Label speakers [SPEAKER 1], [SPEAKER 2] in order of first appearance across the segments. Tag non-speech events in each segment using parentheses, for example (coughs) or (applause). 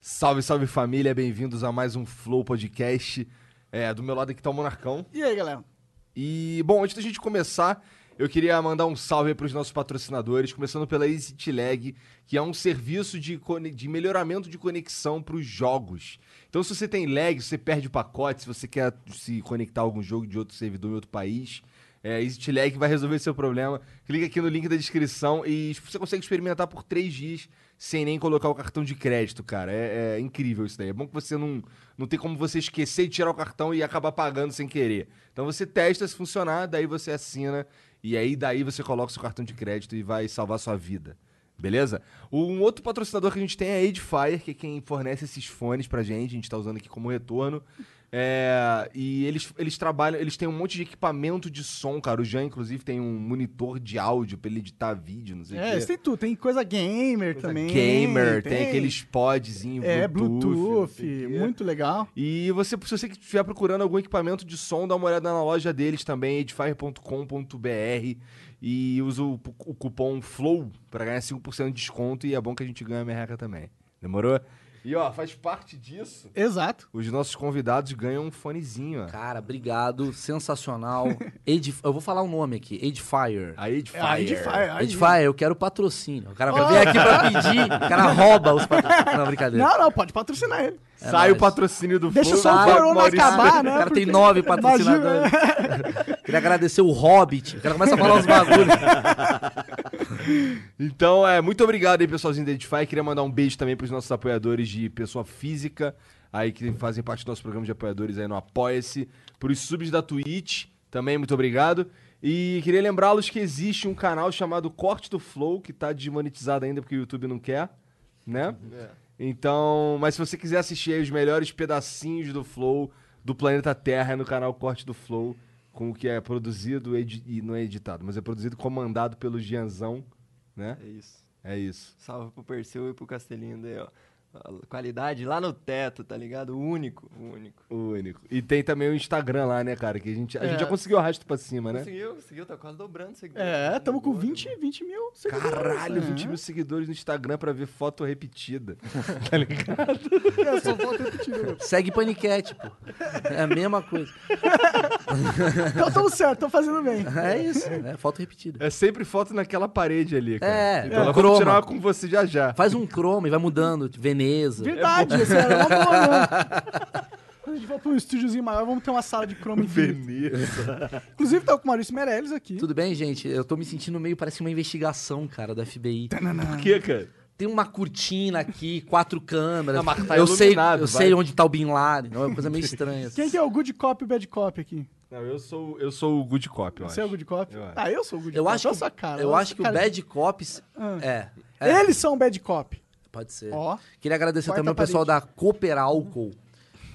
[SPEAKER 1] Salve, salve família, bem-vindos a mais um Flow Podcast. É, do meu lado aqui tá o Monarcão.
[SPEAKER 2] E aí, galera?
[SPEAKER 1] E, bom, antes da gente começar, eu queria mandar um salve para os nossos patrocinadores, começando pela EasyTlag, que é um serviço de, cone- de melhoramento de conexão para os jogos. Então, se você tem lag, se você perde o pacote, se você quer se conectar a algum jogo de outro servidor em outro país, é, EasyTlag vai resolver seu problema. Clica aqui no link da descrição e você consegue experimentar por três dias sem nem colocar o cartão de crédito, cara. É, é incrível isso daí. É bom que você não, não tem como você esquecer de tirar o cartão e acabar pagando sem querer. Então você testa se funcionar, daí você assina e aí daí você coloca o seu cartão de crédito e vai salvar sua vida. Beleza? Um outro patrocinador que a gente tem é a Edifier, que é quem fornece esses fones pra gente, a gente tá usando aqui como retorno. É, e eles, eles trabalham, eles têm um monte de equipamento de som, cara. O Jean, inclusive, tem um monitor de áudio pra ele editar vídeo, não sei o quê.
[SPEAKER 2] É, isso tem tudo. Tem coisa gamer
[SPEAKER 1] Coisa
[SPEAKER 2] também.
[SPEAKER 1] Gamer, tem, aqueles podzinho,
[SPEAKER 2] É,
[SPEAKER 1] não
[SPEAKER 2] Bluetooth,
[SPEAKER 1] sei o quê.
[SPEAKER 2] muito legal.
[SPEAKER 1] E você, se você estiver procurando algum equipamento de som, dá uma olhada na loja deles também, edifier.com.br e usa o, o cupom FLOW pra ganhar 5% de desconto e é bom que a gente ganha a merreca também. Demorou? E ó, faz parte disso.
[SPEAKER 2] Exato.
[SPEAKER 1] Os nossos convidados ganham um fonezinho, ó.
[SPEAKER 3] Cara, obrigado,
[SPEAKER 2] (laughs)
[SPEAKER 3] sensacional. Edif eu vou falar o nome aqui, Edfire.
[SPEAKER 1] A Edifier.
[SPEAKER 2] É, a Edifier, a
[SPEAKER 3] Edfire, eu quero patrocínio. O cara vem aqui pra pedir, o cara rouba os
[SPEAKER 2] (laughs)
[SPEAKER 3] patrocínios. Não, brincadeira.
[SPEAKER 2] Não, não, pode patrocinar ele.
[SPEAKER 1] Sai o
[SPEAKER 3] nóis.
[SPEAKER 1] patrocínio do
[SPEAKER 2] Deixa
[SPEAKER 1] Flow.
[SPEAKER 2] só o
[SPEAKER 1] vai pro
[SPEAKER 2] corona
[SPEAKER 1] Maurício.
[SPEAKER 2] acabar, né?
[SPEAKER 3] O cara tem
[SPEAKER 2] Porque-
[SPEAKER 3] nove patrocinadores.
[SPEAKER 2] (laughs)
[SPEAKER 3] Queria agradecer o Hobbit. O cara começa a falar os bagulhos.
[SPEAKER 1] Então, é, muito obrigado aí, pessoalzinho da Edify. Queria mandar um beijo também pros nossos apoiadores de pessoa física, aí que fazem parte do nosso programa de apoiadores aí no Apoia-se. Pros subs da Twitch, também muito obrigado. E queria lembrá-los que existe um canal chamado Corte do Flow, que tá desmonetizado ainda porque o YouTube não quer, né? Então, mas se você quiser assistir aí os melhores pedacinhos do Flow do planeta Terra, é no canal Corte do Flow, com o que é produzido edi- e não é editado, mas é produzido e comandado pelo Gianzão, né?
[SPEAKER 4] É isso.
[SPEAKER 1] É isso.
[SPEAKER 4] Salve pro Perseu e pro Castelinho daí, ó. A Qualidade lá no teto, tá ligado? Único, único.
[SPEAKER 1] Único. E tem também o Instagram lá, né, cara? Que a gente, a
[SPEAKER 2] É.
[SPEAKER 1] gente já conseguiu arrasto pra cima, né?
[SPEAKER 4] Conseguiu, conseguiu, tá quase dobrando seguidores.
[SPEAKER 2] É, tamo com
[SPEAKER 4] Boa.
[SPEAKER 2] 20, 20 mil seguidores.
[SPEAKER 1] Caralho,
[SPEAKER 2] É.
[SPEAKER 1] 20 mil seguidores no Instagram pra ver foto repetida. (laughs) Tá
[SPEAKER 2] Eu só volto repetindo.
[SPEAKER 3] Segue paniquete, pô. É a mesma coisa.
[SPEAKER 2] Então tamo certo, tô fazendo bem.
[SPEAKER 3] É isso, né? Foto repetida.
[SPEAKER 1] É sempre foto naquela parede ali, cara.
[SPEAKER 3] É,
[SPEAKER 1] então
[SPEAKER 3] é.
[SPEAKER 1] nós vamos tirar
[SPEAKER 3] Croma.
[SPEAKER 1] uma com você já
[SPEAKER 3] (laughs)
[SPEAKER 1] já.
[SPEAKER 3] Faz um chroma e vai mudando. tipo, Veneza.
[SPEAKER 2] Verdade, isso era uma boa, né? Quando a gente for pra um estúdiozinho maior, vamos ter uma sala de chroma infinito.
[SPEAKER 1] Veneza.
[SPEAKER 2] Inclusive, tá com o Maurício Meirelles aqui.
[SPEAKER 3] Tudo bem, gente? Eu tô me sentindo meio, parece uma investigação, cara, da FBI.
[SPEAKER 1] Por que, cara?
[SPEAKER 3] Tem uma cortina aqui, quatro câmeras.
[SPEAKER 1] Ah, mas tá
[SPEAKER 3] eu sei,
[SPEAKER 1] iluminado,
[SPEAKER 3] eu
[SPEAKER 1] vai.
[SPEAKER 3] sei onde tá o Bin Laden. É uma coisa meio estranha.
[SPEAKER 2] Quem que é o good cop e o bad cop aqui?
[SPEAKER 1] Não, eu sou, eu sou o good cop, eu
[SPEAKER 2] Você é o
[SPEAKER 1] acho.
[SPEAKER 2] good cop?
[SPEAKER 1] Eu acho.
[SPEAKER 2] Ah, eu sou o good
[SPEAKER 3] Eu
[SPEAKER 2] cop.
[SPEAKER 3] acho
[SPEAKER 2] olha
[SPEAKER 3] que,
[SPEAKER 2] sua cara,
[SPEAKER 3] eu
[SPEAKER 2] olha
[SPEAKER 3] acho
[SPEAKER 2] sua
[SPEAKER 3] que
[SPEAKER 2] cara
[SPEAKER 3] o
[SPEAKER 2] de-
[SPEAKER 3] Bad Cops
[SPEAKER 2] Ah.
[SPEAKER 3] é, é,
[SPEAKER 2] Eles são o bad cop.
[SPEAKER 3] Pode ser.
[SPEAKER 2] Ó.
[SPEAKER 3] Queria agradecer
[SPEAKER 2] Quarta
[SPEAKER 3] também o pessoal da Cooper Álcool.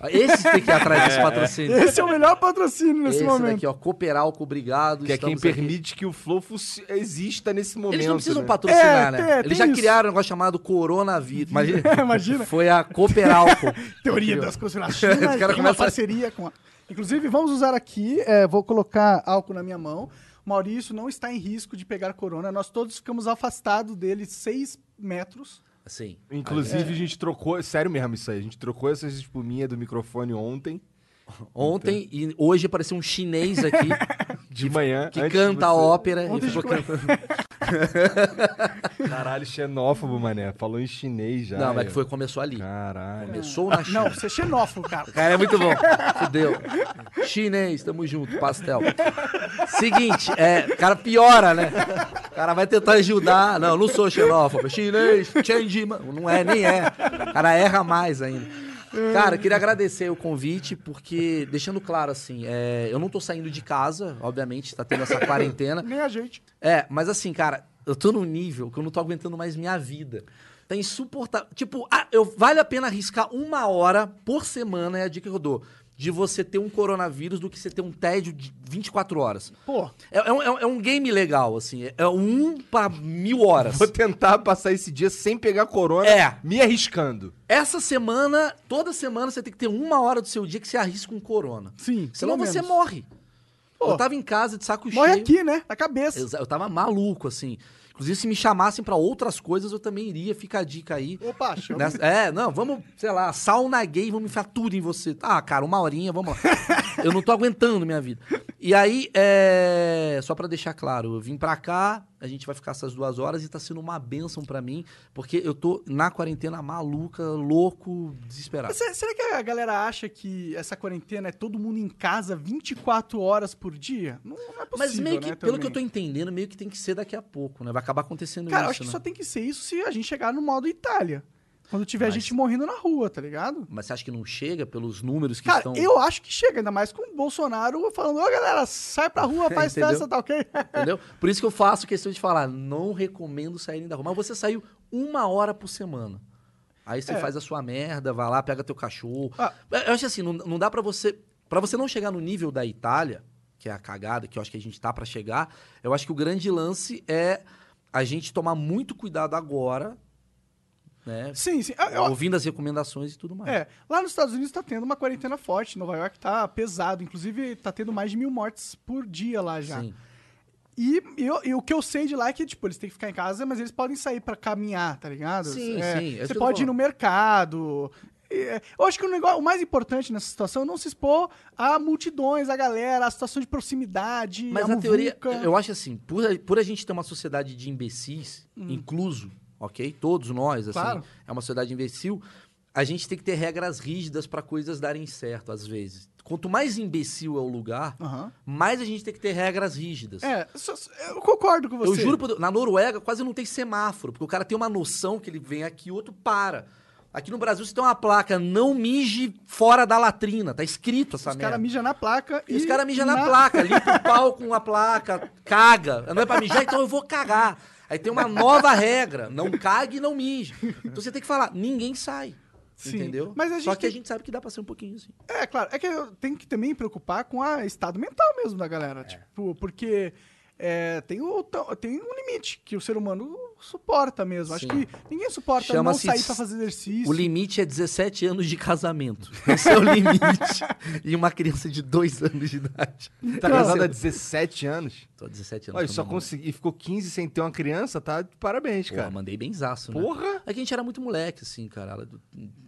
[SPEAKER 3] Esse tem que ir atrás
[SPEAKER 1] (laughs)
[SPEAKER 3] desse patrocínio.
[SPEAKER 2] Esse é o melhor patrocínio nesse
[SPEAKER 3] Esse
[SPEAKER 2] momento.
[SPEAKER 3] daqui, ó, Cooper Álcool, obrigado.
[SPEAKER 1] Que é quem
[SPEAKER 3] estamos aqui.
[SPEAKER 1] permite que o Flow fuci- exista nesse momento.
[SPEAKER 3] Eles não precisam
[SPEAKER 1] né?
[SPEAKER 3] patrocinar,
[SPEAKER 2] É,
[SPEAKER 3] né?
[SPEAKER 2] tem-
[SPEAKER 3] Eles
[SPEAKER 2] tem
[SPEAKER 3] já
[SPEAKER 2] isso.
[SPEAKER 3] criaram um negócio chamado coronavírus. Imagina.
[SPEAKER 2] (laughs) Imagina.
[SPEAKER 3] Foi a Cooper Álcool.
[SPEAKER 2] (laughs) Teoria
[SPEAKER 3] Criou.
[SPEAKER 2] das
[SPEAKER 3] (laughs)
[SPEAKER 2] conspirações.
[SPEAKER 3] Os caras
[SPEAKER 2] tem uma
[SPEAKER 3] começam-
[SPEAKER 2] parceria com a... Inclusive, vamos usar aqui, é, vou colocar álcool na minha mão. Maurício não está em risco de pegar corona. Nós todos ficamos afastados dele 6 metros.
[SPEAKER 3] Assim.
[SPEAKER 1] Inclusive, a gente trocou, sério mesmo isso aí, a gente trocou essas espuminhas do microfone ontem,
[SPEAKER 3] Ontem e hoje apareceu um chinês aqui
[SPEAKER 2] (laughs)
[SPEAKER 1] de manhã.
[SPEAKER 3] que
[SPEAKER 1] antes de
[SPEAKER 3] canta a
[SPEAKER 1] você-
[SPEAKER 3] ópera
[SPEAKER 2] Ontem
[SPEAKER 3] e ficou
[SPEAKER 2] a gente
[SPEAKER 3] cantando.
[SPEAKER 1] Caralho, xenófobo, mané. Falou em chinês já.
[SPEAKER 3] Não, mas
[SPEAKER 1] é.
[SPEAKER 3] que foi, começou ali.
[SPEAKER 1] Caralho.
[SPEAKER 3] Começou na China.
[SPEAKER 2] Não, você é xenófobo,
[SPEAKER 3] (laughs)
[SPEAKER 2] cara.
[SPEAKER 3] Cara, é muito bom. Fudeu. Chinês, tamo junto, pastel. Seguinte, é, o cara piora, né? O cara vai tentar ajudar. Não, não sou xenófobo. é Chinês, change, mano. Não é, nem é. O cara erra mais ainda. Cara, eu queria agradecer o convite, porque, deixando claro assim, é, eu não tô saindo de casa, obviamente, tá tendo essa quarentena.
[SPEAKER 2] Nem a gente.
[SPEAKER 3] É, mas assim, cara, eu tô num nível que eu não tô aguentando mais minha vida. Tá insuportável. Tipo, ah, eu, vale a pena arriscar uma hora por semana, é a dica que eu dou, de você ter um coronavírus do que você ter um tédio de 24 horas.
[SPEAKER 2] Pô,
[SPEAKER 3] É, é um, é um- é um game legal, assim. É um pra mil horas.
[SPEAKER 1] Vou tentar passar esse dia sem pegar corona,
[SPEAKER 3] É.
[SPEAKER 1] me arriscando.
[SPEAKER 3] Essa semana, toda semana, você tem que ter uma hora do seu dia que você arrisca um corona.
[SPEAKER 2] sim.
[SPEAKER 3] Senão
[SPEAKER 2] pelo
[SPEAKER 3] você
[SPEAKER 2] menos.
[SPEAKER 3] morre.
[SPEAKER 2] Pô.
[SPEAKER 3] eu tava em casa de saco
[SPEAKER 2] Morre
[SPEAKER 3] cheio.
[SPEAKER 2] aqui, né? Na cabeça.
[SPEAKER 3] Exa- Eu tava maluco, assim. Inclusive, se me chamassem pra outras coisas, eu também iria. Fica a dica aí.
[SPEAKER 2] Opa, chama.
[SPEAKER 3] Nessa- É, não, vamos, sei lá, sauna gay, vamos enfiar tudo em você. Ah, cara, uma horinha, vamos
[SPEAKER 2] (laughs)
[SPEAKER 3] lá. Eu não tô aguentando minha vida. E aí, é... só pra deixar claro, eu vim pra cá, a gente vai ficar essas duas horas e tá sendo uma benção pra mim, porque eu tô na quarentena maluca, louco, desesperado.
[SPEAKER 2] Mas se- será que a galera acha que essa quarentena é todo mundo em casa 24 horas por dia? Não, não é possível,
[SPEAKER 3] Mas meio que,
[SPEAKER 2] né,
[SPEAKER 3] pelo
[SPEAKER 2] também.
[SPEAKER 3] que eu tô entendendo, meio que tem que ser daqui a pouco, né? Vai acabar acontecendo
[SPEAKER 2] Cara, eu
[SPEAKER 3] isso,
[SPEAKER 2] acho que
[SPEAKER 3] né?
[SPEAKER 2] só tem que ser isso se a gente chegar no modo Itália. Quando tiver
[SPEAKER 3] Mas-
[SPEAKER 2] gente morrendo na rua, tá ligado?
[SPEAKER 3] Mas você acha que não chega pelos números que
[SPEAKER 2] Cara,
[SPEAKER 3] estão...
[SPEAKER 2] eu acho que chega, ainda mais com o Bolsonaro falando, ô galera, sai pra
[SPEAKER 3] (laughs)
[SPEAKER 2] rua, faz
[SPEAKER 3] entendeu?
[SPEAKER 2] festa, tá ok?
[SPEAKER 3] Entendeu? Por isso que eu faço questão de falar, não recomendo saírem da rua. Mas você saiu uma hora por semana. Aí você
[SPEAKER 2] É.
[SPEAKER 3] faz a sua merda, vai lá, pega teu cachorro.
[SPEAKER 2] Ah.
[SPEAKER 3] Eu acho assim, não, não dá pra você. Pra você não chegar no nível da Itália, que é a cagada, que eu acho que a gente tá pra chegar, eu acho que o grande lance é a gente tomar muito cuidado agora, né?
[SPEAKER 2] Sim, sim. Eu- eu-
[SPEAKER 3] Ouvindo as recomendações e tudo mais.
[SPEAKER 2] é, lá nos Estados Unidos tá tendo uma quarentena forte, Nova York tá pesado, inclusive tá tendo mais de mil mortes por dia lá já.
[SPEAKER 3] Sim.
[SPEAKER 2] E, eu- e o que eu sei de lá é que, tipo, eles têm que ficar em casa, mas eles podem sair pra caminhar, tá ligado?
[SPEAKER 3] Sim,
[SPEAKER 2] É,
[SPEAKER 3] sim, é isso
[SPEAKER 2] Você
[SPEAKER 3] que eu tô
[SPEAKER 2] pode ir
[SPEAKER 3] falando.
[SPEAKER 2] no mercado. É, Eu acho que o, negócio, o mais importante nessa situação é não se expor a multidões, a galera, a situação de proximidade.
[SPEAKER 3] Mas
[SPEAKER 2] a
[SPEAKER 3] na teoria,
[SPEAKER 2] muvuca.
[SPEAKER 3] eu acho assim, por a, por a gente ter uma sociedade de imbecis, incluso, ok? Todos nós, assim,
[SPEAKER 2] Hum. Claro.
[SPEAKER 3] é uma sociedade imbecil, a gente tem que ter regras rígidas pra coisas darem certo, às vezes. Quanto mais imbecil é o lugar,
[SPEAKER 2] Aham.
[SPEAKER 3] mais a gente tem que ter regras rígidas.
[SPEAKER 2] É, só- só- eu concordo com você.
[SPEAKER 3] Eu juro, por- na Noruega quase não tem semáforo, porque o cara tem uma noção que ele vem aqui e outro para. Aqui no Brasil você tem uma placa, não mije fora da latrina, tá escrito essa
[SPEAKER 2] Os
[SPEAKER 3] merda.
[SPEAKER 2] caras mijam na placa
[SPEAKER 3] E os caras mijam na
[SPEAKER 2] na-
[SPEAKER 3] placa, limpa o pau com a placa, caga. Não é pra mijar, então eu vou cagar. Aí tem uma nova regra: não cague e não mije. Então você tem que falar, ninguém sai.
[SPEAKER 2] Sim.
[SPEAKER 3] Entendeu?
[SPEAKER 2] Mas a gente
[SPEAKER 3] Só que
[SPEAKER 2] tem-
[SPEAKER 3] a gente sabe que dá pra ser um pouquinho assim.
[SPEAKER 2] É, claro. É que eu tenho que também preocupar com o estado mental mesmo da
[SPEAKER 3] É.
[SPEAKER 2] galera. Tipo, porque é, tem, o, tão- tem um limite que o ser humano suporta mesmo. Acho
[SPEAKER 3] Sim.
[SPEAKER 2] que ninguém suporta não
[SPEAKER 3] Chama-se
[SPEAKER 2] sair pra fazer exercício.
[SPEAKER 3] O limite é 17 anos de casamento. (laughs) Esse é o limite. e uma criança de 2 anos de idade.
[SPEAKER 1] Tá casado há 17 anos?
[SPEAKER 3] Tô 17 anos.
[SPEAKER 1] Olha,
[SPEAKER 3] com a
[SPEAKER 1] só
[SPEAKER 3] minha mãe.
[SPEAKER 1] consegui. E ficou 15 sem ter uma criança, tá? Parabéns,
[SPEAKER 3] Porra,
[SPEAKER 1] cara.
[SPEAKER 3] mandei benzaço, né?
[SPEAKER 1] Porra!
[SPEAKER 3] É que a gente era muito moleque, assim, cara. Ela, do-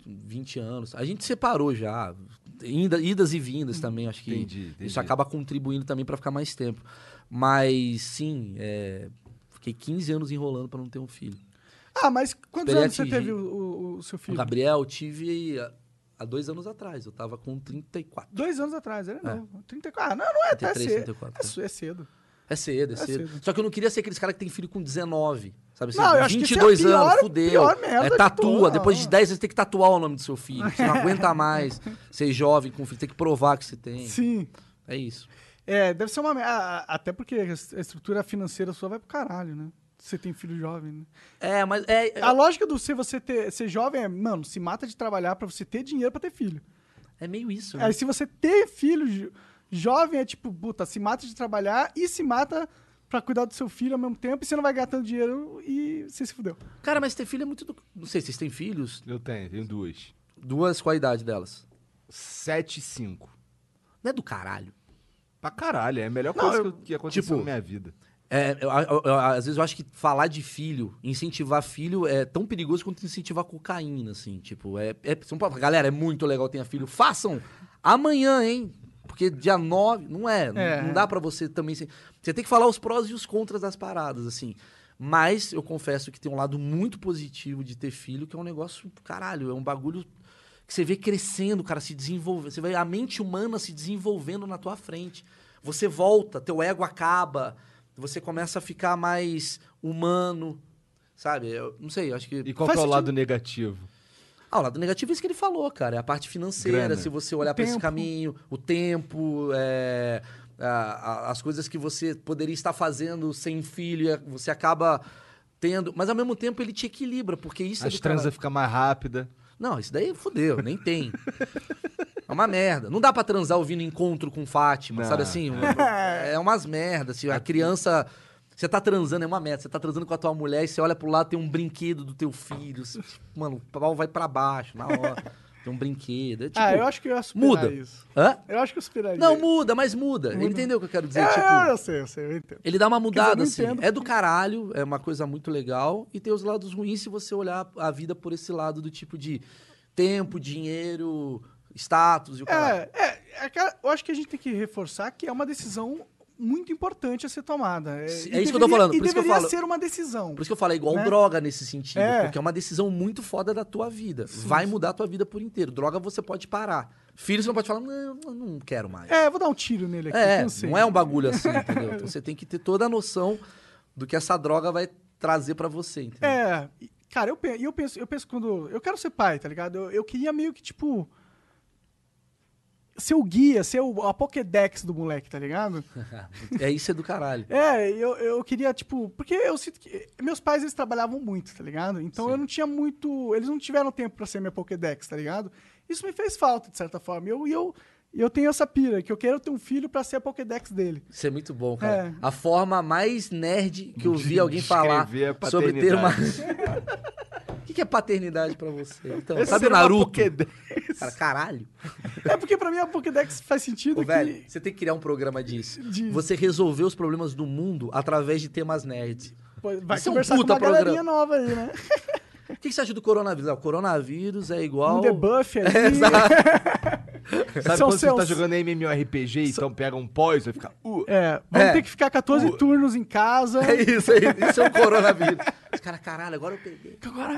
[SPEAKER 3] 20 anos. A gente separou já. Inda- idas e vindas também, acho que.
[SPEAKER 1] Entendi, entendi.
[SPEAKER 3] Isso acaba contribuindo também pra ficar mais tempo. Mas, sim, é, fiquei 15 anos enrolando pra não ter um filho.
[SPEAKER 2] Ah, mas quantos
[SPEAKER 3] Esperei
[SPEAKER 2] anos você
[SPEAKER 3] atingir.
[SPEAKER 2] teve o, o- o seu
[SPEAKER 3] O
[SPEAKER 2] filho?
[SPEAKER 3] Gabriel eu tive há- há dois anos atrás. Eu tava com 34.
[SPEAKER 2] Dois anos atrás, ele é novo. 34. Ah, não, não é até
[SPEAKER 3] 33,
[SPEAKER 2] cedo.
[SPEAKER 3] 34,
[SPEAKER 2] É su- É, cedo.
[SPEAKER 3] É cedo, é,
[SPEAKER 2] É
[SPEAKER 3] cedo.
[SPEAKER 2] cedo.
[SPEAKER 3] Só que eu não queria ser aqueles caras que tem filho com 19. Sabe assim,
[SPEAKER 2] Não, eu acho que isso é a
[SPEAKER 3] 22 anos,
[SPEAKER 2] pior-
[SPEAKER 3] fudeu.
[SPEAKER 2] pior merda
[SPEAKER 3] é
[SPEAKER 2] de
[SPEAKER 3] tatua.
[SPEAKER 2] toda.
[SPEAKER 3] Depois de 10 você tem que tatuar o nome do seu filho. Você não
[SPEAKER 2] (laughs)
[SPEAKER 3] aguenta mais ser jovem com um filho. Tem que provar que você tem.
[SPEAKER 2] Sim.
[SPEAKER 3] É isso.
[SPEAKER 2] É, deve ser uma. mer- ah, Até porque a est- a estrutura financeira sua vai pro caralho, né? Você tem filho jovem, né?
[SPEAKER 3] É, mas é,
[SPEAKER 2] A lógica do ser você ter, ser jovem é, mano, se mata de trabalhar pra você ter dinheiro pra ter filho.
[SPEAKER 3] é meio isso. Né?
[SPEAKER 2] Aí se você ter filho jo- jovem é tipo, puta, se mata de trabalhar e se mata pra cuidar do seu filho ao mesmo tempo e você não vai ganhar tanto dinheiro e você se fudeu.
[SPEAKER 3] Cara, mas ter filho é muito. do- Não sei, vocês têm filhos?
[SPEAKER 1] Eu tenho, tenho duas.
[SPEAKER 3] Duas, qual a idade delas?
[SPEAKER 1] 7 e 5.
[SPEAKER 3] Não é do caralho.
[SPEAKER 1] Pra caralho, é a melhor
[SPEAKER 2] Não,
[SPEAKER 1] coisa
[SPEAKER 2] eu-
[SPEAKER 1] que eu- que aconteceu
[SPEAKER 3] tipo,
[SPEAKER 1] na minha vida.
[SPEAKER 3] É, eu- eu- eu- às vezes eu acho que falar de filho, incentivar filho, é tão perigoso quanto incentivar cocaína, assim. Tipo, é. é são, pa- galera, é muito legal ter filho. Façam amanhã, hein? Porque dia 9. Não é. não-
[SPEAKER 2] É.
[SPEAKER 3] Não, dá pra você também. ser- Você tem que falar os prós e os contras das paradas, assim. Mas eu confesso que tem um lado muito positivo de ter filho, que é um negócio. Caralho, é um bagulho. que você vê crescendo, cara, se desenvolvendo. Você vê a mente humana se desenvolvendo na tua frente. Você volta, teu ego acaba, você começa a ficar mais humano, sabe? Eu não sei, eu acho que.
[SPEAKER 1] E qual que
[SPEAKER 2] faz
[SPEAKER 1] é o
[SPEAKER 2] sentido.
[SPEAKER 1] lado negativo?
[SPEAKER 3] Ah, o lado negativo é isso que ele falou, cara. É a parte financeira,
[SPEAKER 1] Grana.
[SPEAKER 3] se você olhar pra esse
[SPEAKER 2] tempo.
[SPEAKER 3] caminho, o tempo, é, a- a- as coisas que você poderia estar fazendo sem filho, é, você acaba tendo. Mas ao mesmo tempo ele te equilibra, porque isso é
[SPEAKER 1] As
[SPEAKER 3] do caralho.
[SPEAKER 1] transas ficam mais rápidas.
[SPEAKER 3] Não, isso daí fudeu, nem tem. É uma merda. Não dá pra transar ouvindo encontro com Fátima,
[SPEAKER 1] Não.
[SPEAKER 3] sabe assim? É umas merdas. Assim, a criança. Você tá transando, é uma merda. Você tá transando com a tua mulher e você olha pro lado, tem um brinquedo do teu filho. Você, tipo, mano, o pau vai pra baixo na hora. Tem um brinquedo. É, tipo,
[SPEAKER 2] ah, eu acho que eu ia superar
[SPEAKER 3] muda.
[SPEAKER 2] isso.
[SPEAKER 3] Hã?
[SPEAKER 2] Eu acho que eu superaria.
[SPEAKER 3] Não,
[SPEAKER 2] muda.
[SPEAKER 3] muda, mas muda. Entendeu o que eu quero dizer?
[SPEAKER 2] É,
[SPEAKER 3] tipo,
[SPEAKER 2] eu, eu sei, eu sei, eu entendo.
[SPEAKER 3] ele dá uma
[SPEAKER 2] eu não
[SPEAKER 3] mudada, assim.
[SPEAKER 2] entendo
[SPEAKER 3] É do caralho, é uma coisa muito legal. E tem os lados ruins se você olhar a vida por esse lado do tipo de tempo, dinheiro, status e o caralho.
[SPEAKER 2] É, é, é aquela- eu acho que a gente tem que reforçar que é uma decisão muito importante a ser tomada. É,
[SPEAKER 3] Sim,
[SPEAKER 2] e
[SPEAKER 3] é isso que eu tô falando,
[SPEAKER 2] E
[SPEAKER 3] por isso que eu
[SPEAKER 2] deveria
[SPEAKER 3] falo.
[SPEAKER 2] ser uma decisão.
[SPEAKER 3] Por isso que eu falo, é igual
[SPEAKER 2] Né?
[SPEAKER 3] droga nesse sentido.
[SPEAKER 2] É.
[SPEAKER 3] Porque é uma decisão muito foda da tua vida. Vai mudar a tua vida por inteiro. Droga você pode parar. Filho, você não pode falar, não, eu não quero mais.
[SPEAKER 2] É, eu vou dar um tiro nele aqui.
[SPEAKER 3] É,
[SPEAKER 2] não, sei.
[SPEAKER 3] não é um bagulho assim, entendeu? Então você tem que ter toda a noção do que essa droga vai trazer pra você, entendeu?
[SPEAKER 2] É, e, cara, eu, pe- e eu penso, eu penso quando. Eu quero ser pai, tá ligado? Eu, eu queria meio que, tipo. Ser o guia, ser o, a Pokédex do moleque, tá
[SPEAKER 3] (laughs)
[SPEAKER 2] ligado?
[SPEAKER 3] É isso é do caralho.
[SPEAKER 2] É, eu, eu queria, tipo. Porque eu sinto que. Meus pais, eles trabalhavam muito, tá ligado? Então eu não tinha muito. Eles não tiveram tempo pra ser minha Pokédex, tá ligado? Isso me fez falta, de certa forma. E eu, e eu, e eu tenho essa pira, que eu quero ter um filho pra ser a Pokédex dele.
[SPEAKER 3] Isso é muito bom, cara.
[SPEAKER 2] É.
[SPEAKER 3] A forma mais nerd que eu vi
[SPEAKER 1] De
[SPEAKER 3] alguém falar
[SPEAKER 1] descrever a
[SPEAKER 3] sobre ter uma.
[SPEAKER 1] paternidade.
[SPEAKER 3] O (laughs) que que é paternidade pra você? Então,
[SPEAKER 1] Esse
[SPEAKER 3] sabe o
[SPEAKER 1] era uma
[SPEAKER 3] Naruto?
[SPEAKER 1] Pokédex.
[SPEAKER 3] (laughs) Cara, caralho.
[SPEAKER 2] É porque pra mim a Pokédex faz sentido
[SPEAKER 3] Ô,
[SPEAKER 2] que.
[SPEAKER 3] velho, você tem que criar um programa disso.
[SPEAKER 2] De-
[SPEAKER 3] Você resolver os problemas do mundo através de temas nerds.
[SPEAKER 2] pô, vai
[SPEAKER 3] Isso é um
[SPEAKER 2] conversar
[SPEAKER 3] puta
[SPEAKER 2] com uma galerinha
[SPEAKER 3] programa.
[SPEAKER 2] nova aí, né?
[SPEAKER 3] O que que você acha do coronavírus? Ah, o coronavírus é igual. É,
[SPEAKER 2] Um
[SPEAKER 3] (laughs)
[SPEAKER 2] debuff ali.
[SPEAKER 1] Sabe
[SPEAKER 2] São
[SPEAKER 1] quando você tá
[SPEAKER 2] seus-
[SPEAKER 1] jogando MMORPG, então pega um pós, vai ficar... Uh,
[SPEAKER 2] É, vamos
[SPEAKER 3] É.
[SPEAKER 2] ter que ficar 14 turnos em casa.
[SPEAKER 3] É isso aí, isso é o coronavírus. Os caras, caralho, agora eu peguei.
[SPEAKER 2] Agora.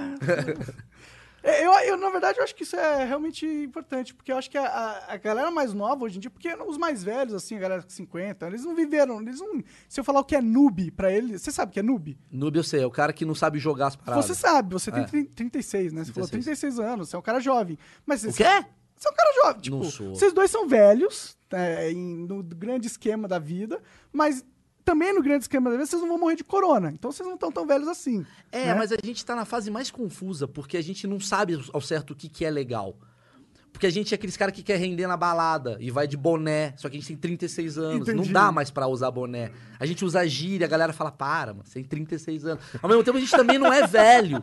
[SPEAKER 2] É, Eu, eu, na verdade, eu acho que isso é realmente importante, porque eu acho que a, a- a galera mais nova hoje em dia, porque os mais velhos, assim, a galera com 50, eles não viveram, eles não. Se eu falar o que é noob pra eles, você sabe o que é noob?
[SPEAKER 3] Noob, eu sei, é o cara que não sabe jogar as paradas.
[SPEAKER 2] Você sabe, você tem
[SPEAKER 3] É.
[SPEAKER 2] 30 36, né? Você falou
[SPEAKER 3] 36.
[SPEAKER 2] 36 anos, você é um cara jovem. Mas você,
[SPEAKER 3] O quê?
[SPEAKER 2] Você é um cara jovem, tipo,
[SPEAKER 3] Não sou.
[SPEAKER 2] vocês dois são velhos, é, em- no grande esquema da vida, mas também no grande esquema da vida, vocês não vão morrer de corona. Então vocês não estão tão velhos assim.
[SPEAKER 3] É, mas a gente tá na fase mais confusa, porque a gente não sabe ao certo o que, que é legal. Porque a gente é aqueles cara que quer render na balada e vai de boné, só que a gente tem 36 anos,
[SPEAKER 2] Entendi.
[SPEAKER 3] não dá mais pra usar boné. A gente usa gíria, a galera fala, para, mano, você tem 36 anos. Ao mesmo tempo, a gente também não é velho,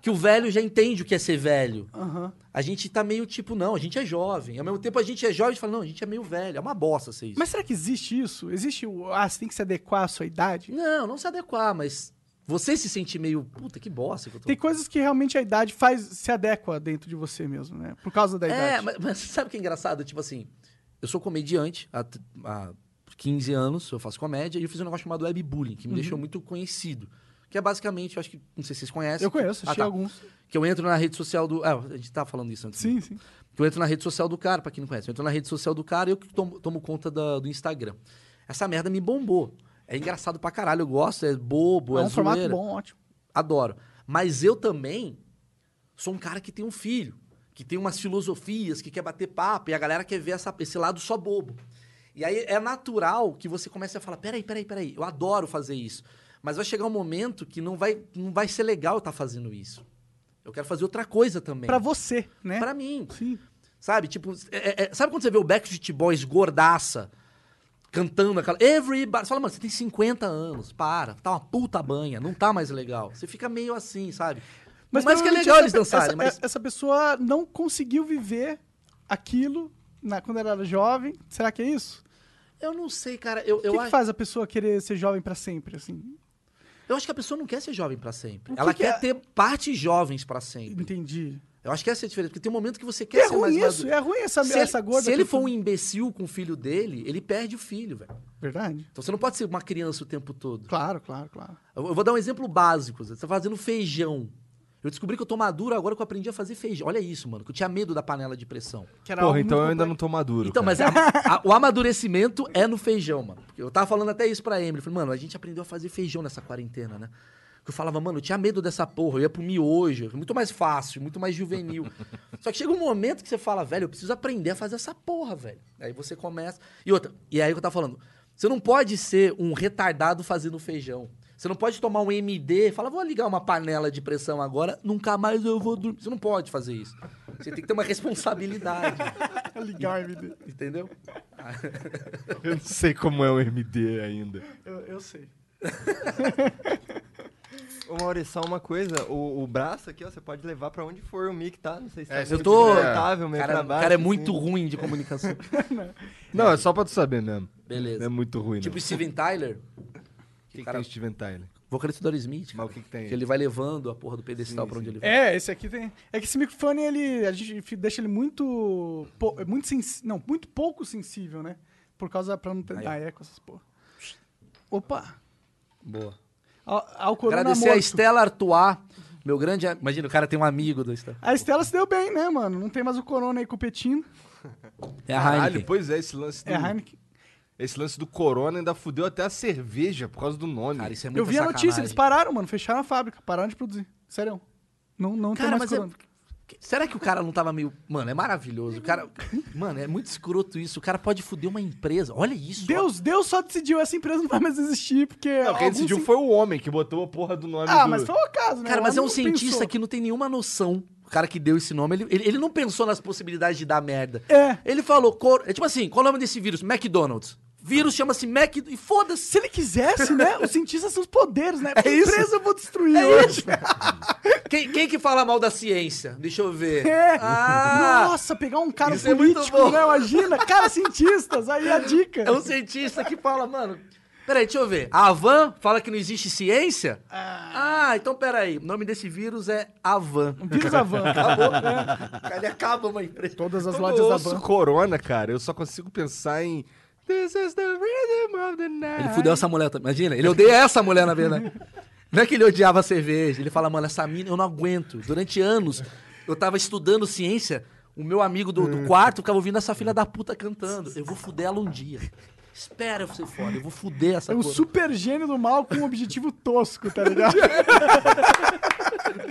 [SPEAKER 3] que o velho já entende o que é ser velho.
[SPEAKER 2] Aham.
[SPEAKER 3] A gente tá meio tipo, não, a gente é jovem. Ao mesmo tempo, a gente é jovem e fala, não, a gente é meio velho, é uma bosta ser isso.
[SPEAKER 2] Mas será que existe isso? Existe o. Ah, você tem que se adequar à sua idade?
[SPEAKER 3] Não, não se adequar, mas você se sente meio, puta, que bosta que eu tô
[SPEAKER 2] Tem coisas que realmente a idade faz. se adequa dentro de você mesmo, né? Por causa da
[SPEAKER 3] É,
[SPEAKER 2] idade.
[SPEAKER 3] mas, mas sabe o que é engraçado? Tipo assim, eu sou comediante há, t- há 15 anos, eu faço comédia, e eu fiz um negócio chamado webbullying, que me
[SPEAKER 2] Uhum.
[SPEAKER 3] deixou muito conhecido. Que é basicamente, eu acho que, não sei se vocês conhecem.
[SPEAKER 2] Eu conheço,
[SPEAKER 3] Ah,
[SPEAKER 2] achei
[SPEAKER 3] tá.
[SPEAKER 2] alguns.
[SPEAKER 3] Que eu entro na rede social do... Ah, a gente tava falando isso antes. né?
[SPEAKER 2] Sim, sim.
[SPEAKER 3] Que eu entro na rede social do cara, pra quem não conhece. Eu entro na rede social do cara e eu que tomo, tomo conta da- do Instagram. Essa merda me bombou. É engraçado pra caralho, eu gosto, é bobo, é,
[SPEAKER 2] é um formato
[SPEAKER 3] zoeira
[SPEAKER 2] bom, ótimo.
[SPEAKER 3] adoro. Mas eu também sou um cara que tem um filho, que tem umas filosofias, que quer bater papo, e a galera quer ver essa- esse lado só bobo. E aí é natural que você comece a falar: peraí, peraí, peraí, eu adoro fazer isso. Mas vai chegar um momento que não vai, não vai ser legal eu estar fazendo isso. Eu quero fazer outra coisa também.
[SPEAKER 2] Pra você, né?
[SPEAKER 3] Pra mim.
[SPEAKER 2] Sim.
[SPEAKER 3] Sabe? Tipo, é- é- é- sabe quando você vê o Backstreet Boys gordaça cantando aquela. Everybody. Você fala, mano, você tem 50 anos, para. Tá uma puta banha, não tá mais legal. Você fica meio assim, sabe? Mas mais que é
[SPEAKER 2] provavelmente
[SPEAKER 3] legal
[SPEAKER 2] essa-
[SPEAKER 3] eles dançarem,
[SPEAKER 2] essa,
[SPEAKER 3] mas.
[SPEAKER 2] é- Essa pessoa não conseguiu viver aquilo na- quando ela era jovem. Será que é isso?
[SPEAKER 3] Eu não sei, cara. Eu,
[SPEAKER 2] O
[SPEAKER 3] eu,
[SPEAKER 2] que, que
[SPEAKER 3] acho,
[SPEAKER 2] faz a pessoa querer ser jovem pra sempre, assim?
[SPEAKER 3] eu acho que a pessoa não quer ser jovem pra sempre.
[SPEAKER 2] O que
[SPEAKER 3] Ela
[SPEAKER 2] que
[SPEAKER 3] quer
[SPEAKER 2] é?
[SPEAKER 3] ter partes jovens pra sempre.
[SPEAKER 2] Entendi.
[SPEAKER 3] Eu acho que essa é a diferença, porque tem um momento que você
[SPEAKER 2] E
[SPEAKER 3] quer
[SPEAKER 2] é
[SPEAKER 3] ser
[SPEAKER 2] ruim
[SPEAKER 3] mais
[SPEAKER 2] isso,
[SPEAKER 3] maduro.
[SPEAKER 2] é ruim essa,
[SPEAKER 3] se,
[SPEAKER 2] essa
[SPEAKER 3] ele-
[SPEAKER 2] gorda.
[SPEAKER 3] se ele
[SPEAKER 2] que-
[SPEAKER 3] for um imbecil com o filho dele, ele perde o filho, velho.
[SPEAKER 2] Verdade?
[SPEAKER 3] Então você não pode ser uma criança o tempo todo.
[SPEAKER 2] Claro, claro, claro.
[SPEAKER 3] Eu eu vou dar um exemplo básico. Zé. Você tá fazendo feijão. Eu descobri que eu tô maduro agora que eu aprendi a fazer feijão. Olha isso, mano, que eu tinha medo da panela de pressão.
[SPEAKER 2] Que era
[SPEAKER 1] Porra,
[SPEAKER 3] um
[SPEAKER 2] algo
[SPEAKER 1] então eu
[SPEAKER 2] muito
[SPEAKER 1] ainda
[SPEAKER 2] complexo.
[SPEAKER 1] não tô maduro,
[SPEAKER 3] Então,
[SPEAKER 1] cara.
[SPEAKER 3] mas a- a- o amadurecimento é no feijão, mano. Porque Eu tava falando até isso pra Emily. Falei, mano, a gente aprendeu a fazer feijão nessa quarentena, né? Que eu falava, mano, eu tinha medo dessa porra, eu ia pro miojo, é muito mais fácil, muito mais juvenil. Só que chega um momento que você fala, velho, eu preciso aprender a fazer essa porra, velho. Aí você é começa. E outra, e aí que eu tava falando, você não pode ser um retardado fazendo feijão. Você não pode tomar um MD, fala, vou ligar uma panela de pressão agora, nunca mais eu vou dormir. Você não pode fazer isso. Você tem que ter uma responsabilidade,
[SPEAKER 2] (laughs) Ligar o MD.
[SPEAKER 3] entendeu?
[SPEAKER 1] (laughs) Eu não sei como é um MD ainda.
[SPEAKER 2] Eu, eu sei.
[SPEAKER 4] Ô, Maurício, só uma coisa. O, o braço aqui, ó, você pode levar pra onde for o mic, tá? Não sei se
[SPEAKER 1] É,
[SPEAKER 4] tá
[SPEAKER 1] eu
[SPEAKER 4] muito
[SPEAKER 3] tô-
[SPEAKER 4] confortável
[SPEAKER 3] O
[SPEAKER 4] meio
[SPEAKER 3] cara,
[SPEAKER 4] pra
[SPEAKER 3] o
[SPEAKER 4] baixo,
[SPEAKER 3] cara é
[SPEAKER 4] assim.
[SPEAKER 3] muito ruim de
[SPEAKER 4] (laughs)
[SPEAKER 3] comunicação.
[SPEAKER 1] Não, é só pra tu saber mesmo.
[SPEAKER 3] Beleza.
[SPEAKER 1] Não é muito ruim,
[SPEAKER 3] Tipo
[SPEAKER 1] não.
[SPEAKER 3] Steven Tyler,
[SPEAKER 1] O que, que
[SPEAKER 3] cara-
[SPEAKER 1] tem Steven Tyler?
[SPEAKER 3] vocalista do Aerosmith,
[SPEAKER 1] Mas o
[SPEAKER 3] cara,
[SPEAKER 1] que, que tem?
[SPEAKER 3] que ele vai levando a porra do pedestal pra onde ele vai.
[SPEAKER 2] É, esse aqui tem. É que esse microfone, ele. A gente fi- deixa ele muito. pou- é muito sens- Não, muito pouco sensível, né? Por causa. pra não ter.
[SPEAKER 3] Aí, ó.
[SPEAKER 2] Ah, é com essas porra. Opa!
[SPEAKER 3] Boa.
[SPEAKER 2] Ao, ao corona
[SPEAKER 3] Agradecer a
[SPEAKER 2] morto.
[SPEAKER 3] Estela Artois, meu grande... a- Imagina, o cara tem um amigo da Estela.
[SPEAKER 2] A Estela se deu bem, né, mano? Não tem mais o Corona aí competindo.
[SPEAKER 3] É a
[SPEAKER 1] Caralho,
[SPEAKER 3] Heineken.
[SPEAKER 1] pois é, esse lance, do,
[SPEAKER 2] É a Heineken.
[SPEAKER 1] esse lance do Corona ainda fudeu até a cerveja por causa do nome.
[SPEAKER 3] Cara, isso é muito
[SPEAKER 2] Eu vi a notícia, eles pararam, mano. Fecharam a fábrica, pararam de produzir. Sério. Não, não
[SPEAKER 3] Cara,
[SPEAKER 2] tem mais
[SPEAKER 3] mas é-
[SPEAKER 2] Corona.
[SPEAKER 3] Será que o cara não tava meio. Mano, é maravilhoso. O cara. Mano, é muito escroto isso. O cara pode foder uma empresa. Olha isso.
[SPEAKER 2] Deus, Deus só decidiu, essa empresa não vai mais existir, porque.
[SPEAKER 1] Não, quem
[SPEAKER 2] algum
[SPEAKER 1] decidiu
[SPEAKER 2] cien-
[SPEAKER 1] foi o homem que botou a porra do nome
[SPEAKER 2] é assim- Ah,
[SPEAKER 1] do...
[SPEAKER 2] mas foi o acaso,
[SPEAKER 3] ó.
[SPEAKER 2] né?
[SPEAKER 3] Cara,
[SPEAKER 2] O
[SPEAKER 3] mas é um
[SPEAKER 2] homem
[SPEAKER 3] cientista
[SPEAKER 2] pensou.
[SPEAKER 3] que não tem nenhuma noção. O cara que deu esse nome, ele, ele, ele não pensou nas possibilidades de dar merda.
[SPEAKER 2] É.
[SPEAKER 3] Ele falou. cor- É tipo assim, qual o nome desse vírus? McDonald's. Vírus chama-se Mac. E foda-se.
[SPEAKER 2] Se ele quisesse, né? Os cientistas são os poderes, né?
[SPEAKER 3] (laughs) É
[SPEAKER 2] a
[SPEAKER 3] isso. É
[SPEAKER 2] empresa eu vou destruir hoje.
[SPEAKER 3] Quem, quem que fala mal da ciência? Deixa eu ver.
[SPEAKER 2] É.
[SPEAKER 3] Ah!
[SPEAKER 2] Nossa, pegar um cara
[SPEAKER 3] Isso é muito
[SPEAKER 2] político,
[SPEAKER 3] bom.
[SPEAKER 2] né? Imagina. Cara, cientistas, aí a dica.
[SPEAKER 3] É um cientista que fala, mano. Peraí, deixa eu ver. A Avan fala que não existe ciência? Ah, então peraí. O nome desse vírus é Avan.
[SPEAKER 2] Vírus Avan.
[SPEAKER 3] Acabou.
[SPEAKER 2] É.
[SPEAKER 3] né? Ele acaba uma empresa.
[SPEAKER 2] Todas as
[SPEAKER 1] Quando
[SPEAKER 2] lojas
[SPEAKER 1] eu
[SPEAKER 2] da
[SPEAKER 1] ouço
[SPEAKER 2] Avan.
[SPEAKER 1] Corona, cara, eu só consigo pensar em... This is the rhythm of the night.
[SPEAKER 3] Ele fudeu essa mulher também. Imagina, ele odeia essa mulher, na verdade. Não é que ele odiava a cerveja. Ele fala, mano, essa mina eu não aguento. Durante anos, eu tava estudando ciência. O meu amigo do, do quarto ficava ouvindo essa filha da puta cantando. Eu vou fuder ela um dia. Espera você fora, eu vou fuder essa
[SPEAKER 2] É o
[SPEAKER 3] porra.
[SPEAKER 2] super gênio do mal com um objetivo tosco, tá
[SPEAKER 3] (laughs)
[SPEAKER 2] ligado?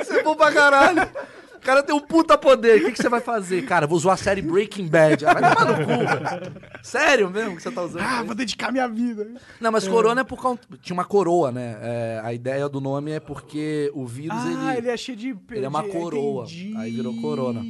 [SPEAKER 3] Isso é bom pra caralho. O cara tem um puta poder. O que, que você vai fazer? Cara, vou usar a série Breaking Bad. Ah, vai tomar no cu. velho. Sério mesmo que você tá usando?
[SPEAKER 2] Ah,
[SPEAKER 3] isso?
[SPEAKER 2] vou dedicar minha vida.
[SPEAKER 3] Não, mas corona é por conta... Tinha uma coroa, né? É, a ideia do nome é porque o vírus,
[SPEAKER 2] Ah,
[SPEAKER 3] ele...
[SPEAKER 2] ele é cheio de...
[SPEAKER 3] ele é uma
[SPEAKER 2] de-
[SPEAKER 3] coroa.
[SPEAKER 2] entendi.
[SPEAKER 3] Aí virou corona.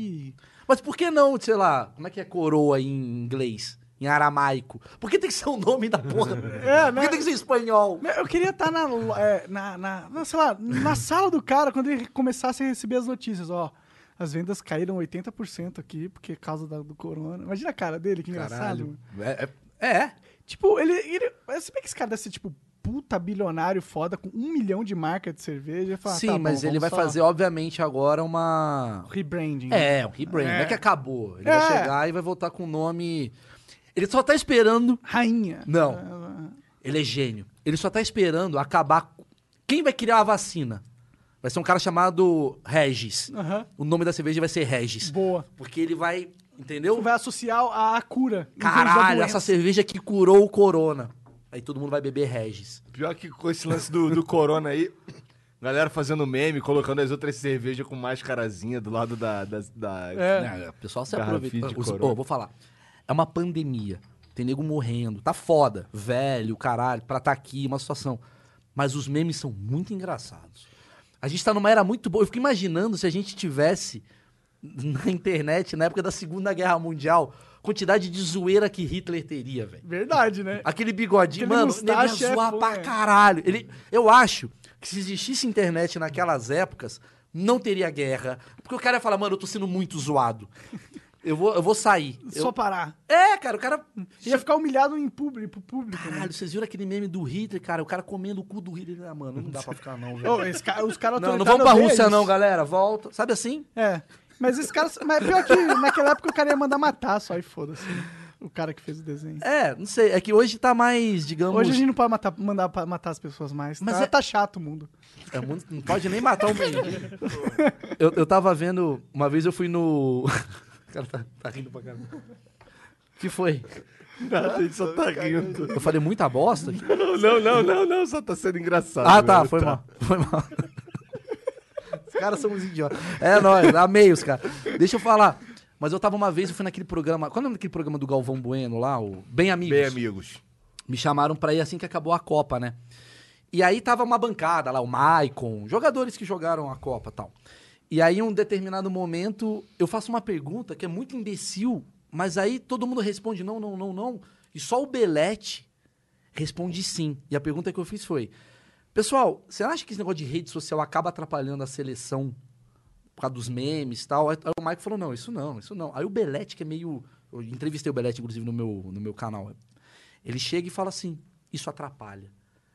[SPEAKER 3] Mas por que não, sei lá, como é que é coroa em inglês? Em aramaico? Por que tem que ser o nome da porra?
[SPEAKER 2] (laughs) É,
[SPEAKER 3] Por que
[SPEAKER 2] né?
[SPEAKER 3] tem que ser em espanhol?
[SPEAKER 2] Mas Eu queria estar na, lo- é, na, na, na, sei lá, na sala do cara quando ele começasse a receber as notícias, ó. As vendas caíram 80% aqui porque causa da- do corona. Imagina a cara dele, que engraçado. mano.
[SPEAKER 3] É, é- é.
[SPEAKER 2] Tipo, ele, ele. Se bem que esse cara deve ser, tipo, puta bilionário foda com um milhão de marca de cerveja. ele fala,
[SPEAKER 3] Sim,
[SPEAKER 2] tá bom,
[SPEAKER 3] mas ele
[SPEAKER 2] vamos
[SPEAKER 3] vai
[SPEAKER 2] só
[SPEAKER 3] fazer, obviamente, agora uma...
[SPEAKER 2] Rebranding.
[SPEAKER 3] É, um rebrand. Não é que acabou. Ele vai
[SPEAKER 2] É.
[SPEAKER 3] chegar e vai voltar com o nome. Ele só tá esperando.
[SPEAKER 2] Rainha. Ah,
[SPEAKER 3] Não, ele é gênio. Ele só tá esperando acabar. Quem vai criar a vacina? Vai ser um cara chamado Regis.
[SPEAKER 2] Aham.
[SPEAKER 3] O nome da cerveja vai ser Regis.
[SPEAKER 2] Boa. Então
[SPEAKER 3] Porque ele vai. Entendeu?
[SPEAKER 2] Vai associar a, a cura. em vez da
[SPEAKER 3] Caralho,
[SPEAKER 2] doença.
[SPEAKER 3] essa cerveja que curou o corona. Aí todo mundo vai beber Regis.
[SPEAKER 1] Pior que com esse lance do, do corona aí, galera fazendo meme, colocando as outras cervejas com máscarazinha do lado da. da, da- né?
[SPEAKER 3] Não, É, o pessoal se
[SPEAKER 1] É. Garrafinha
[SPEAKER 3] aproveita.
[SPEAKER 1] de
[SPEAKER 3] Os-
[SPEAKER 1] corona.
[SPEAKER 3] Ô, vou falar. É uma pandemia. Tem nego morrendo. Tá foda. Velho, caralho, pra tá aqui, uma situação. Mas os memes são muito engraçados. A gente tá numa era muito boa. Eu fico imaginando se a gente tivesse na internet, na época da Segunda Guerra Mundial, quantidade de zoeira que Hitler teria, velho.
[SPEAKER 2] Verdade, né?
[SPEAKER 3] Aquele bigodinho,
[SPEAKER 2] Aquele
[SPEAKER 3] mano, ele ia
[SPEAKER 2] mustache é
[SPEAKER 3] zoar
[SPEAKER 2] foda,
[SPEAKER 3] pra
[SPEAKER 2] é.
[SPEAKER 3] caralho. Ele, eu acho que se existisse internet naquelas épocas, não teria guerra. Porque o cara ia falar, mano, eu tô sendo muito zoado. Eu vou, eu vou sair. Eu-
[SPEAKER 2] Só parar.
[SPEAKER 3] É, cara, o cara.
[SPEAKER 2] Ia ficar humilhado em público, pro público. né?
[SPEAKER 3] Caralho, vocês viram aquele meme do Hitler, cara? O cara comendo o cu do Hitler. Ah, mano, não dá pra ficar, não, velho.
[SPEAKER 2] Ô, tá esse ca- os caras
[SPEAKER 3] Não, não
[SPEAKER 2] autoritários
[SPEAKER 3] vamos pra
[SPEAKER 2] odeiam
[SPEAKER 3] Rússia,
[SPEAKER 2] isso.
[SPEAKER 3] não, galera. Volta. Sabe assim?
[SPEAKER 2] É. Mas esse cara. Mas é pior que naquela época o cara ia mandar matar só e foda-se. né? O cara que fez o desenho.
[SPEAKER 3] É, não sei. É que hoje tá mais, digamos.
[SPEAKER 2] Hoje a gente não pode matar, mandar pra matar as pessoas mais.
[SPEAKER 3] Mas
[SPEAKER 2] tá,
[SPEAKER 3] é-
[SPEAKER 2] tá chato o mundo.
[SPEAKER 3] É muito- não pode nem matar um menino. eu, eu tava vendo. Uma vez eu fui no. (laughs) O cara tá, tá rindo pra caramba. O que foi?
[SPEAKER 1] Nada, a gente só tá rindo.
[SPEAKER 3] Eu falei muita bosta? aqui?
[SPEAKER 1] Não, não, não, não, não, só tá sendo engraçado.
[SPEAKER 3] Ah, tá,
[SPEAKER 1] velho,
[SPEAKER 3] foi mal. Foi mal. Os caras são uns idiotas. É nóis, amei os caras. Deixa eu falar. Mas eu tava uma vez, eu fui naquele programa. Qual é o nome daquele programa do Galvão Bueno lá? O Bem Amigos.
[SPEAKER 1] Bem, amigos.
[SPEAKER 3] Me chamaram pra ir assim que acabou a Copa, né? E aí tava uma bancada lá, o Maicon, jogadores que jogaram a Copa e tal. E aí, em um determinado momento, eu faço uma pergunta que é muito imbecil, mas aí todo mundo responde não, não, não, não. E só o Belete responde sim. E a pergunta que eu fiz foi: Pessoal, você acha que esse negócio de rede social acaba atrapalhando a seleção por causa dos memes e tal? Aí aí o Mike falou: Não, isso não, isso não. Aí o Belete, que é meio. Eu entrevistei o Belete, inclusive, no meu, no meu canal. Ele chega e fala assim: Isso atrapalha.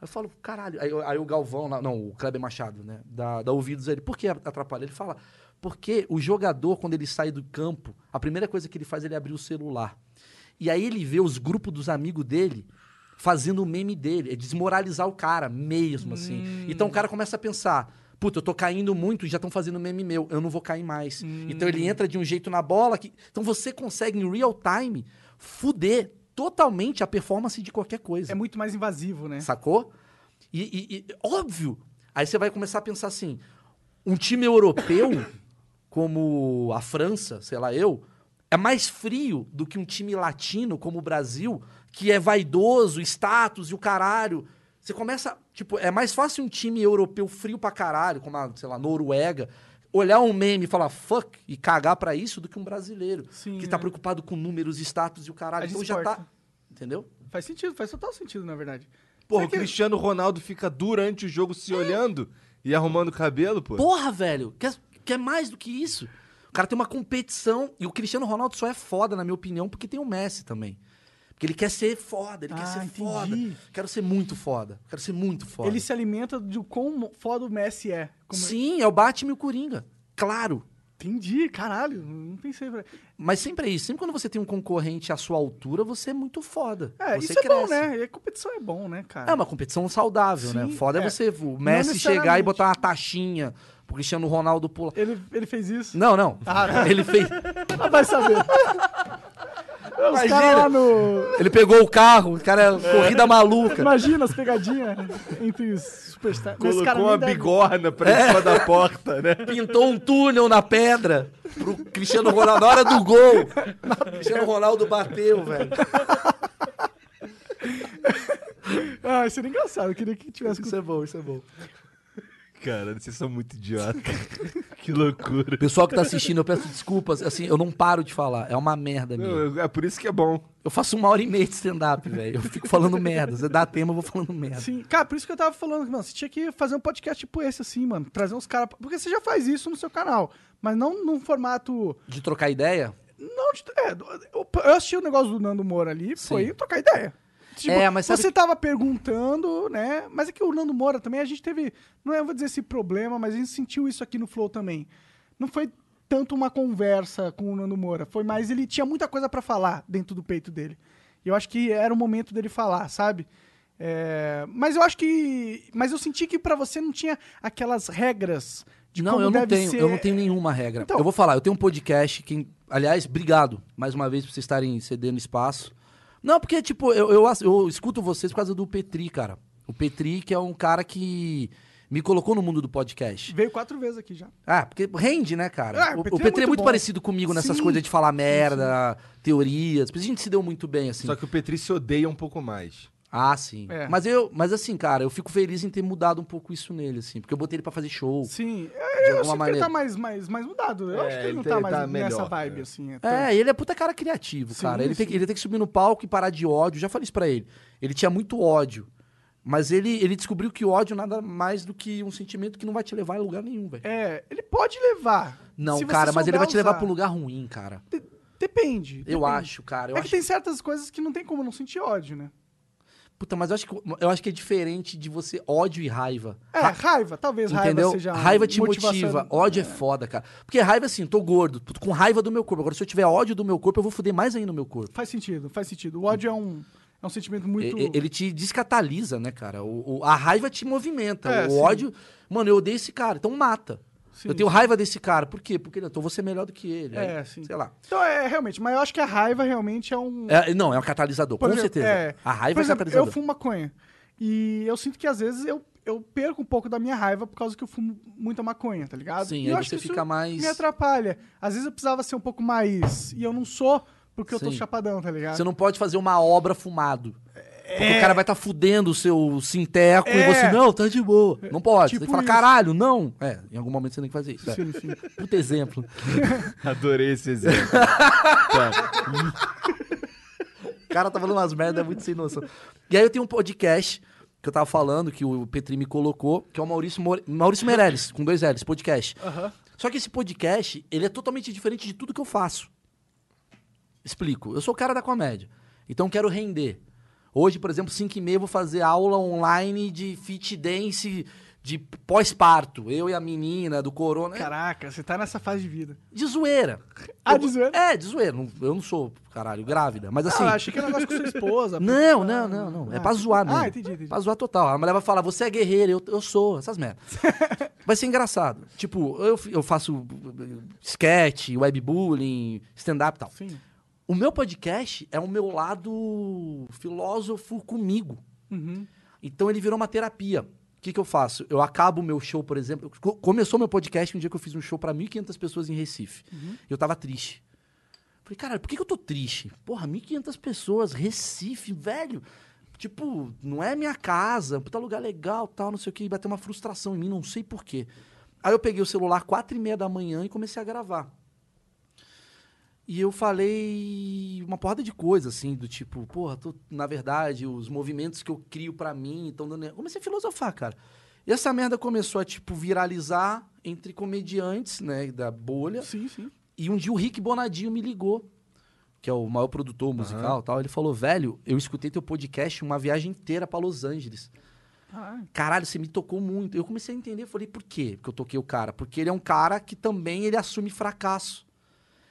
[SPEAKER 3] Aí eu falo, caralho. Aí, eu- aí o Galvão, lá- não, o Kleber Machado, né? Dá, dá ouvidos a ele. Por que atrapalha? Ele fala, porque o jogador, quando ele sai do campo, a primeira coisa que ele faz é ele abrir o celular. E aí ele vê os grupos dos amigos dele fazendo o meme dele. É desmoralizar o cara mesmo, assim. Então o cara começa a pensar. Puta, eu tô caindo muito e já estão fazendo meme meu. Eu não vou cair mais. Então ele entra de um jeito na bola. Que... Então você consegue, em real time, fuder totalmente a performance de qualquer coisa.
[SPEAKER 2] É muito mais invasivo, né?
[SPEAKER 3] Sacou? E, e- e- óbvio. Aí você vai começar a pensar assim: um time europeu, (coughs) como a França, sei lá eu, é mais frio do que um time latino, como o Brasil, que é vaidoso, status e o caralho. Você começa. Tipo, é mais fácil um time europeu frio pra caralho, como a, sei lá, Noruega, olhar um meme e falar fuck e cagar pra isso do que um brasileiro.
[SPEAKER 2] Sim,
[SPEAKER 3] que tá
[SPEAKER 2] é.
[SPEAKER 3] preocupado com números, status e o caralho.
[SPEAKER 2] A gente
[SPEAKER 3] Então já
[SPEAKER 2] se
[SPEAKER 3] tá.
[SPEAKER 2] importa.
[SPEAKER 3] Entendeu?
[SPEAKER 2] Faz sentido, faz total sentido, na verdade.
[SPEAKER 1] Porra, o
[SPEAKER 2] Será que-
[SPEAKER 1] Cristiano Ronaldo fica durante o jogo se olhando e arrumando o cabelo, pô.
[SPEAKER 3] Porra, velho, quer, quer mais do que isso? O cara tem uma competição e o Cristiano Ronaldo só é foda, na minha opinião, porque tem o Messi também. Porque ele quer ser foda, ele
[SPEAKER 2] Ah,
[SPEAKER 3] quer ser
[SPEAKER 2] entendi.
[SPEAKER 3] foda. Quero ser muito foda. Quero ser muito foda.
[SPEAKER 2] Ele se alimenta do quão mo- foda o Messi é. Como-
[SPEAKER 3] Sim, é o Batman e o Coringa. Claro.
[SPEAKER 2] Entendi, caralho. Não pensei. pra-
[SPEAKER 3] Mas sempre é isso. Sempre quando você tem um concorrente à sua altura, você é muito foda.
[SPEAKER 2] É,
[SPEAKER 3] você
[SPEAKER 2] isso é bom,
[SPEAKER 3] cresce.
[SPEAKER 2] né? E a competição é bom, né, cara?
[SPEAKER 3] É uma competição saudável, né?
[SPEAKER 2] Sim,
[SPEAKER 3] Foda é,
[SPEAKER 2] é.
[SPEAKER 3] você o
[SPEAKER 2] Não
[SPEAKER 3] Messi chegar e
[SPEAKER 2] necessariamente.
[SPEAKER 3] botar uma taxinha pro Cristiano Ronaldo pular.
[SPEAKER 2] Ele, ele fez isso.
[SPEAKER 3] Não, não. Ele fez.
[SPEAKER 2] Ah, vai saber. Os
[SPEAKER 3] Imagina.
[SPEAKER 2] caras lá no.
[SPEAKER 3] Ele pegou o carro, o cara, corrida maluca.
[SPEAKER 2] Imagina as pegadinhas entre os superstars. Mas esse
[SPEAKER 1] Colocou
[SPEAKER 2] cara nem
[SPEAKER 1] uma
[SPEAKER 2] deve-
[SPEAKER 1] bigorna pra cima da porta, né?
[SPEAKER 3] pintou um túnel na pedra pro Cristiano Ronaldo na hora do gol. Cristiano Ronaldo bateu, velho.
[SPEAKER 2] Ah, seria engraçado. Eu queria que tivesse.
[SPEAKER 3] Isso é bom, isso é bom.
[SPEAKER 1] Cara, vocês são muito idiotas. que loucura.
[SPEAKER 3] Pessoal que tá assistindo, eu peço desculpas. Assim, eu não paro de falar. É uma merda minha.
[SPEAKER 1] Não, É por isso que é bom.
[SPEAKER 3] Eu faço uma hora e meia de stand-up, velho. Eu fico falando merda. Você dá tema, eu vou falando merda.
[SPEAKER 2] Sim, cara, por isso que eu tava falando, mano, você tinha que fazer um podcast tipo esse, assim, mano. Trazer uns caras. Porque você já faz isso no seu canal, mas não num formato.
[SPEAKER 3] De trocar ideia?
[SPEAKER 2] Não, de- é, eu eu assisti o negócio do Nando Moura ali, foi trocar ideia. Tipo,
[SPEAKER 3] É, mas sabe
[SPEAKER 2] você tava perguntando, né? Mas é que o Nando Moura também, a gente teve. Não é, eu vou dizer esse problema, mas a gente sentiu isso aqui no Flow também. Não foi tanto uma conversa com o Nando Moura, foi mais ele tinha muita coisa pra falar dentro do peito dele. E eu acho que era o momento dele falar, sabe? É, mas eu acho que. Mas eu senti que pra você não tinha aquelas regras de
[SPEAKER 3] não,
[SPEAKER 2] como
[SPEAKER 3] eu não
[SPEAKER 2] deve
[SPEAKER 3] tenho,
[SPEAKER 2] ser.
[SPEAKER 3] eu não tenho nenhuma regra.
[SPEAKER 2] Então-
[SPEAKER 3] eu vou falar, eu tenho um podcast que, aliás, obrigado mais uma vez por vocês estarem cedendo espaço. Não, porque, tipo, eu, eu, ass- eu escuto vocês por causa do Petri, cara. O Petri, que é um cara que me colocou no mundo do podcast.
[SPEAKER 2] Veio quatro vezes aqui já.
[SPEAKER 3] Ah, porque rende, né, cara?
[SPEAKER 2] Ah,
[SPEAKER 3] o, o Petri é muito,
[SPEAKER 2] bom.
[SPEAKER 3] parecido comigo nessas
[SPEAKER 2] Sim.
[SPEAKER 3] coisas de falar merda, teorias. Por isso A gente se deu muito bem, assim.
[SPEAKER 1] Só que o Petri se odeia um pouco mais.
[SPEAKER 3] Ah, sim.
[SPEAKER 2] É.
[SPEAKER 3] Mas eu, mas assim, cara, eu fico feliz em ter mudado um pouco isso nele, assim, porque eu botei ele pra fazer show.
[SPEAKER 2] Sim, eu
[SPEAKER 3] alguma
[SPEAKER 2] acho que ele
[SPEAKER 3] maneira.
[SPEAKER 2] tá mais, mais, mais mudado. Eu
[SPEAKER 1] É,
[SPEAKER 2] acho que ele
[SPEAKER 1] ele
[SPEAKER 2] não
[SPEAKER 1] tá-
[SPEAKER 2] tá,
[SPEAKER 1] ele
[SPEAKER 2] mais
[SPEAKER 1] tá
[SPEAKER 2] nessa
[SPEAKER 1] melhor,
[SPEAKER 2] vibe, assim. É,
[SPEAKER 3] É, ele é puta cara criativo,
[SPEAKER 2] Sim,
[SPEAKER 3] cara. Ele tem,
[SPEAKER 2] sim.
[SPEAKER 3] que- ele tem que subir no palco e parar de ódio. Já falei isso pra ele. Ele tinha muito ódio. Mas ele, ele descobriu que ódio nada mais do que um sentimento que não vai te levar a lugar nenhum, velho.
[SPEAKER 2] É, ele pode levar.
[SPEAKER 3] Não,
[SPEAKER 2] se você
[SPEAKER 3] cara, mas ele
[SPEAKER 2] souber
[SPEAKER 3] vai te levar
[SPEAKER 2] usar.
[SPEAKER 3] pro lugar ruim, cara.
[SPEAKER 2] Depende.
[SPEAKER 3] Eu
[SPEAKER 2] depende.
[SPEAKER 3] acho, cara. Eu
[SPEAKER 2] é
[SPEAKER 3] acho
[SPEAKER 2] que tem certas coisas que não tem como não sentir ódio, né?
[SPEAKER 3] Puta, mas eu acho, que, eu acho que é diferente de você ódio e raiva.
[SPEAKER 2] É, raiva, talvez
[SPEAKER 3] entendeu?
[SPEAKER 2] raiva seja. um
[SPEAKER 3] Raiva te
[SPEAKER 2] motivação.
[SPEAKER 3] motiva. Ódio é. foda, cara. Porque raiva, assim, tô gordo, tô com raiva do meu corpo. Agora, se eu tiver ódio do meu corpo, eu vou foder mais ainda o meu corpo.
[SPEAKER 2] Faz sentido, faz sentido. O ódio é um, é um sentimento muito.
[SPEAKER 3] E- e- Ele te descatalisa, né, cara? O, o- a raiva te movimenta.
[SPEAKER 2] É,
[SPEAKER 3] o
[SPEAKER 2] sim.
[SPEAKER 3] ódio. Mano, eu odeio esse cara, então mata.
[SPEAKER 2] Sim,
[SPEAKER 3] eu tenho raiva desse cara. Por quê? Porque então eu vou ser melhor do que ele.
[SPEAKER 2] É,
[SPEAKER 3] Aí,
[SPEAKER 2] sim.
[SPEAKER 3] Sei lá.
[SPEAKER 2] Então, é, realmente, mas eu acho que a raiva realmente é um.
[SPEAKER 3] É, não, é um catalisador,
[SPEAKER 2] Por
[SPEAKER 3] com
[SPEAKER 2] exemplo,
[SPEAKER 3] certeza.
[SPEAKER 2] é,
[SPEAKER 3] A raiva
[SPEAKER 2] por exemplo,
[SPEAKER 3] é catalisador.
[SPEAKER 2] Eu fumo maconha. E eu sinto que às vezes eu, eu perco um pouco da minha raiva por causa que eu fumo muita maconha, tá ligado?
[SPEAKER 3] Sim,
[SPEAKER 2] E
[SPEAKER 3] aí
[SPEAKER 2] eu acho
[SPEAKER 3] você
[SPEAKER 2] que isso
[SPEAKER 3] fica mais-
[SPEAKER 2] Me atrapalha. Às vezes eu precisava ser um pouco mais. E eu não sou porque eu tô
[SPEAKER 3] Sim.
[SPEAKER 2] chapadão, tá ligado?
[SPEAKER 3] Você não pode fazer uma obra fumado.
[SPEAKER 2] É.
[SPEAKER 3] Porque o cara vai estar fudendo o seu sinteco e você, não, tá de boa. Não pode.
[SPEAKER 2] Tipo
[SPEAKER 3] você tem que falar,
[SPEAKER 2] isso.
[SPEAKER 3] caralho, não. É, em algum momento você tem que fazer isso. é.
[SPEAKER 2] Sim, sim.
[SPEAKER 3] Puta exemplo.
[SPEAKER 1] Adorei esse (laughs) exemplo.
[SPEAKER 3] O cara tá falando umas merdas muito sem noção. E aí eu tenho um podcast que eu tava falando, que o Petri me colocou, que é o Maurício, More... Maurício Meirelles, com dois L's, podcast. Só que esse podcast, ele é totalmente diferente de tudo que eu faço. Explico. Eu sou o cara da comédia. Então eu quero render. Hoje, por exemplo, 5 e meia, eu vou fazer aula online de fit dance de pós-parto. Eu e a menina do corona. É
[SPEAKER 2] Caraca, você tá nessa fase de vida.
[SPEAKER 3] De zoeira.
[SPEAKER 2] Ah,
[SPEAKER 3] Eu-
[SPEAKER 2] de zoeira?
[SPEAKER 3] É, de zoeira. Não- Eu não sou, caralho, grávida. Mas assim.
[SPEAKER 2] Ah, eu achei que era um negócio com sua
[SPEAKER 3] (laughs)
[SPEAKER 2] esposa.
[SPEAKER 3] Não, não, não, não. É
[SPEAKER 2] Ah,
[SPEAKER 3] pra zoar
[SPEAKER 2] entendi.
[SPEAKER 3] mesmo.
[SPEAKER 2] Ah, entendi, entendi.
[SPEAKER 3] Pra zoar total. A mulher vai falar, você é guerreiro, eu, eu sou,
[SPEAKER 2] (laughs)
[SPEAKER 3] essas merdas. vai ser engraçado. Tipo, eu, fi- eu faço eh, sketch, webbullying, stand-up e tal.
[SPEAKER 2] Sim.
[SPEAKER 3] O meu podcast é o meu lado filósofo comigo.
[SPEAKER 2] Uhum.
[SPEAKER 3] Então ele virou uma terapia. O que, que eu faço? Eu acabo o meu show, por exemplo. co- Começou meu podcast um dia que eu fiz um show pra 1.500 pessoas em Recife.
[SPEAKER 2] Uhum.
[SPEAKER 3] Eu tava triste. Falei, cara, por que, que eu tô triste? Porra, 1.500 pessoas, Recife, velho. Tipo, não é minha casa, puta lugar legal, tal, não sei o que. Bateu uma frustração em mim, não sei porquê. Aí eu peguei o celular quatro e meia da manhã e comecei a gravar. E eu falei uma porrada de coisa, assim, do tipo, porra, tô- na verdade, os movimentos que eu crio pra mim estão dando. Comecei a filosofar, cara. E essa merda começou a, tipo, viralizar entre comediantes, né, da bolha.
[SPEAKER 2] Sim, sim.
[SPEAKER 3] E um dia o Rick Bonadinho me ligou, que é o maior produtor musical e tal. Ele falou, velho, eu escutei teu podcast uma viagem inteira pra Los Angeles.
[SPEAKER 2] Caralho.
[SPEAKER 3] Caralho, você me tocou muito. Eu comecei a entender, falei, por quê que eu toquei o cara? Porque ele é um cara que também ele assume fracasso.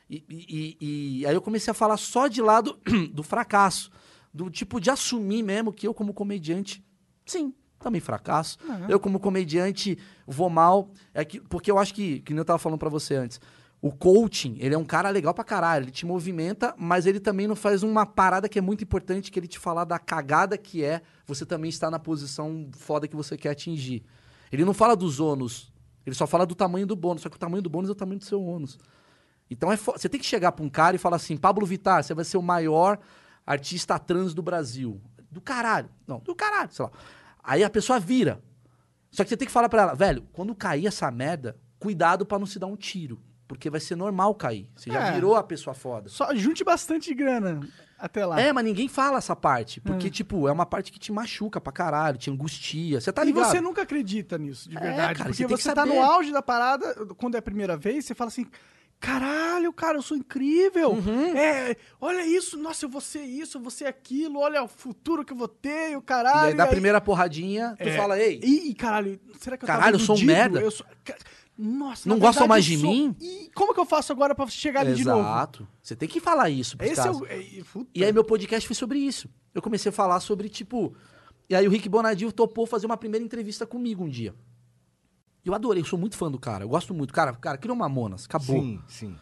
[SPEAKER 3] E, e- e- e aí eu comecei a falar só de lado (clears throat) do fracasso. Do tipo de assumir mesmo que eu, como comediante, sim, também fracasso. Eu, como comediante, vou mal. É que, porque eu acho que, que nem eu tava falando pra você antes, o coaching, ele é um cara legal pra caralho. Ele te movimenta, mas ele também não faz uma parada que é muito importante, que ele te falar da cagada que é você também estar na posição foda que você quer atingir. Ele não fala dos ônus, ele só fala do tamanho do bônus. Só que o tamanho do bônus é o tamanho do seu ônus. Então é fo- você tem que chegar pra um cara e falar assim: Pablo Vittar, você vai ser o maior artista trans do Brasil. Do caralho. Não, do caralho, sei lá. Aí a pessoa vira. Só que você tem que falar pra ela, velho, quando cair essa merda, cuidado pra não se dar um tiro. Porque vai ser normal cair. Você já
[SPEAKER 2] É.
[SPEAKER 3] virou a pessoa foda.
[SPEAKER 2] Só junte bastante grana até lá.
[SPEAKER 3] É, mas ninguém fala essa parte. Porque, tipo, é uma parte que te machuca pra caralho, te angustia. Você tá
[SPEAKER 2] e
[SPEAKER 3] ligado?
[SPEAKER 2] você nunca acredita nisso, de
[SPEAKER 3] É,
[SPEAKER 2] verdade.
[SPEAKER 3] cara,
[SPEAKER 2] porque
[SPEAKER 3] você tem que
[SPEAKER 2] você tá no
[SPEAKER 3] saber.
[SPEAKER 2] auge da parada, quando é a primeira vez, você fala assim: caralho, cara, eu sou incrível.
[SPEAKER 3] Uhum.
[SPEAKER 2] É, olha isso, nossa, eu vou ser isso, eu vou ser aquilo, olha o futuro que eu vou ter, e o
[SPEAKER 3] E
[SPEAKER 2] caralho.
[SPEAKER 3] aí, da primeira porradinha, tu
[SPEAKER 2] É.
[SPEAKER 3] fala, ei,
[SPEAKER 2] Ih, caralho, será que eu
[SPEAKER 3] Caralho,
[SPEAKER 2] tava
[SPEAKER 3] eu sou um
[SPEAKER 2] iludido?
[SPEAKER 3] merda.
[SPEAKER 2] Eu sou- ca- Nossa,
[SPEAKER 3] Não
[SPEAKER 2] na
[SPEAKER 3] gostam
[SPEAKER 2] verdade,
[SPEAKER 3] mais
[SPEAKER 2] eu
[SPEAKER 3] de
[SPEAKER 2] sou-
[SPEAKER 3] mim?
[SPEAKER 2] Ih, como que eu faço agora pra chegar ali de novo?
[SPEAKER 3] exato. Você tem que falar isso pros
[SPEAKER 2] Esse é
[SPEAKER 3] caras.
[SPEAKER 2] o. é, puta.
[SPEAKER 3] E aí meu podcast foi sobre isso. Eu comecei a falar sobre, tipo. E aí o Rick Bonadil topou fazer uma primeira entrevista comigo um dia. Eu adorei, eu sou muito fã do cara. Eu gosto muito. Cara, cara, criou Mamonas, acabou.
[SPEAKER 1] sim, sim.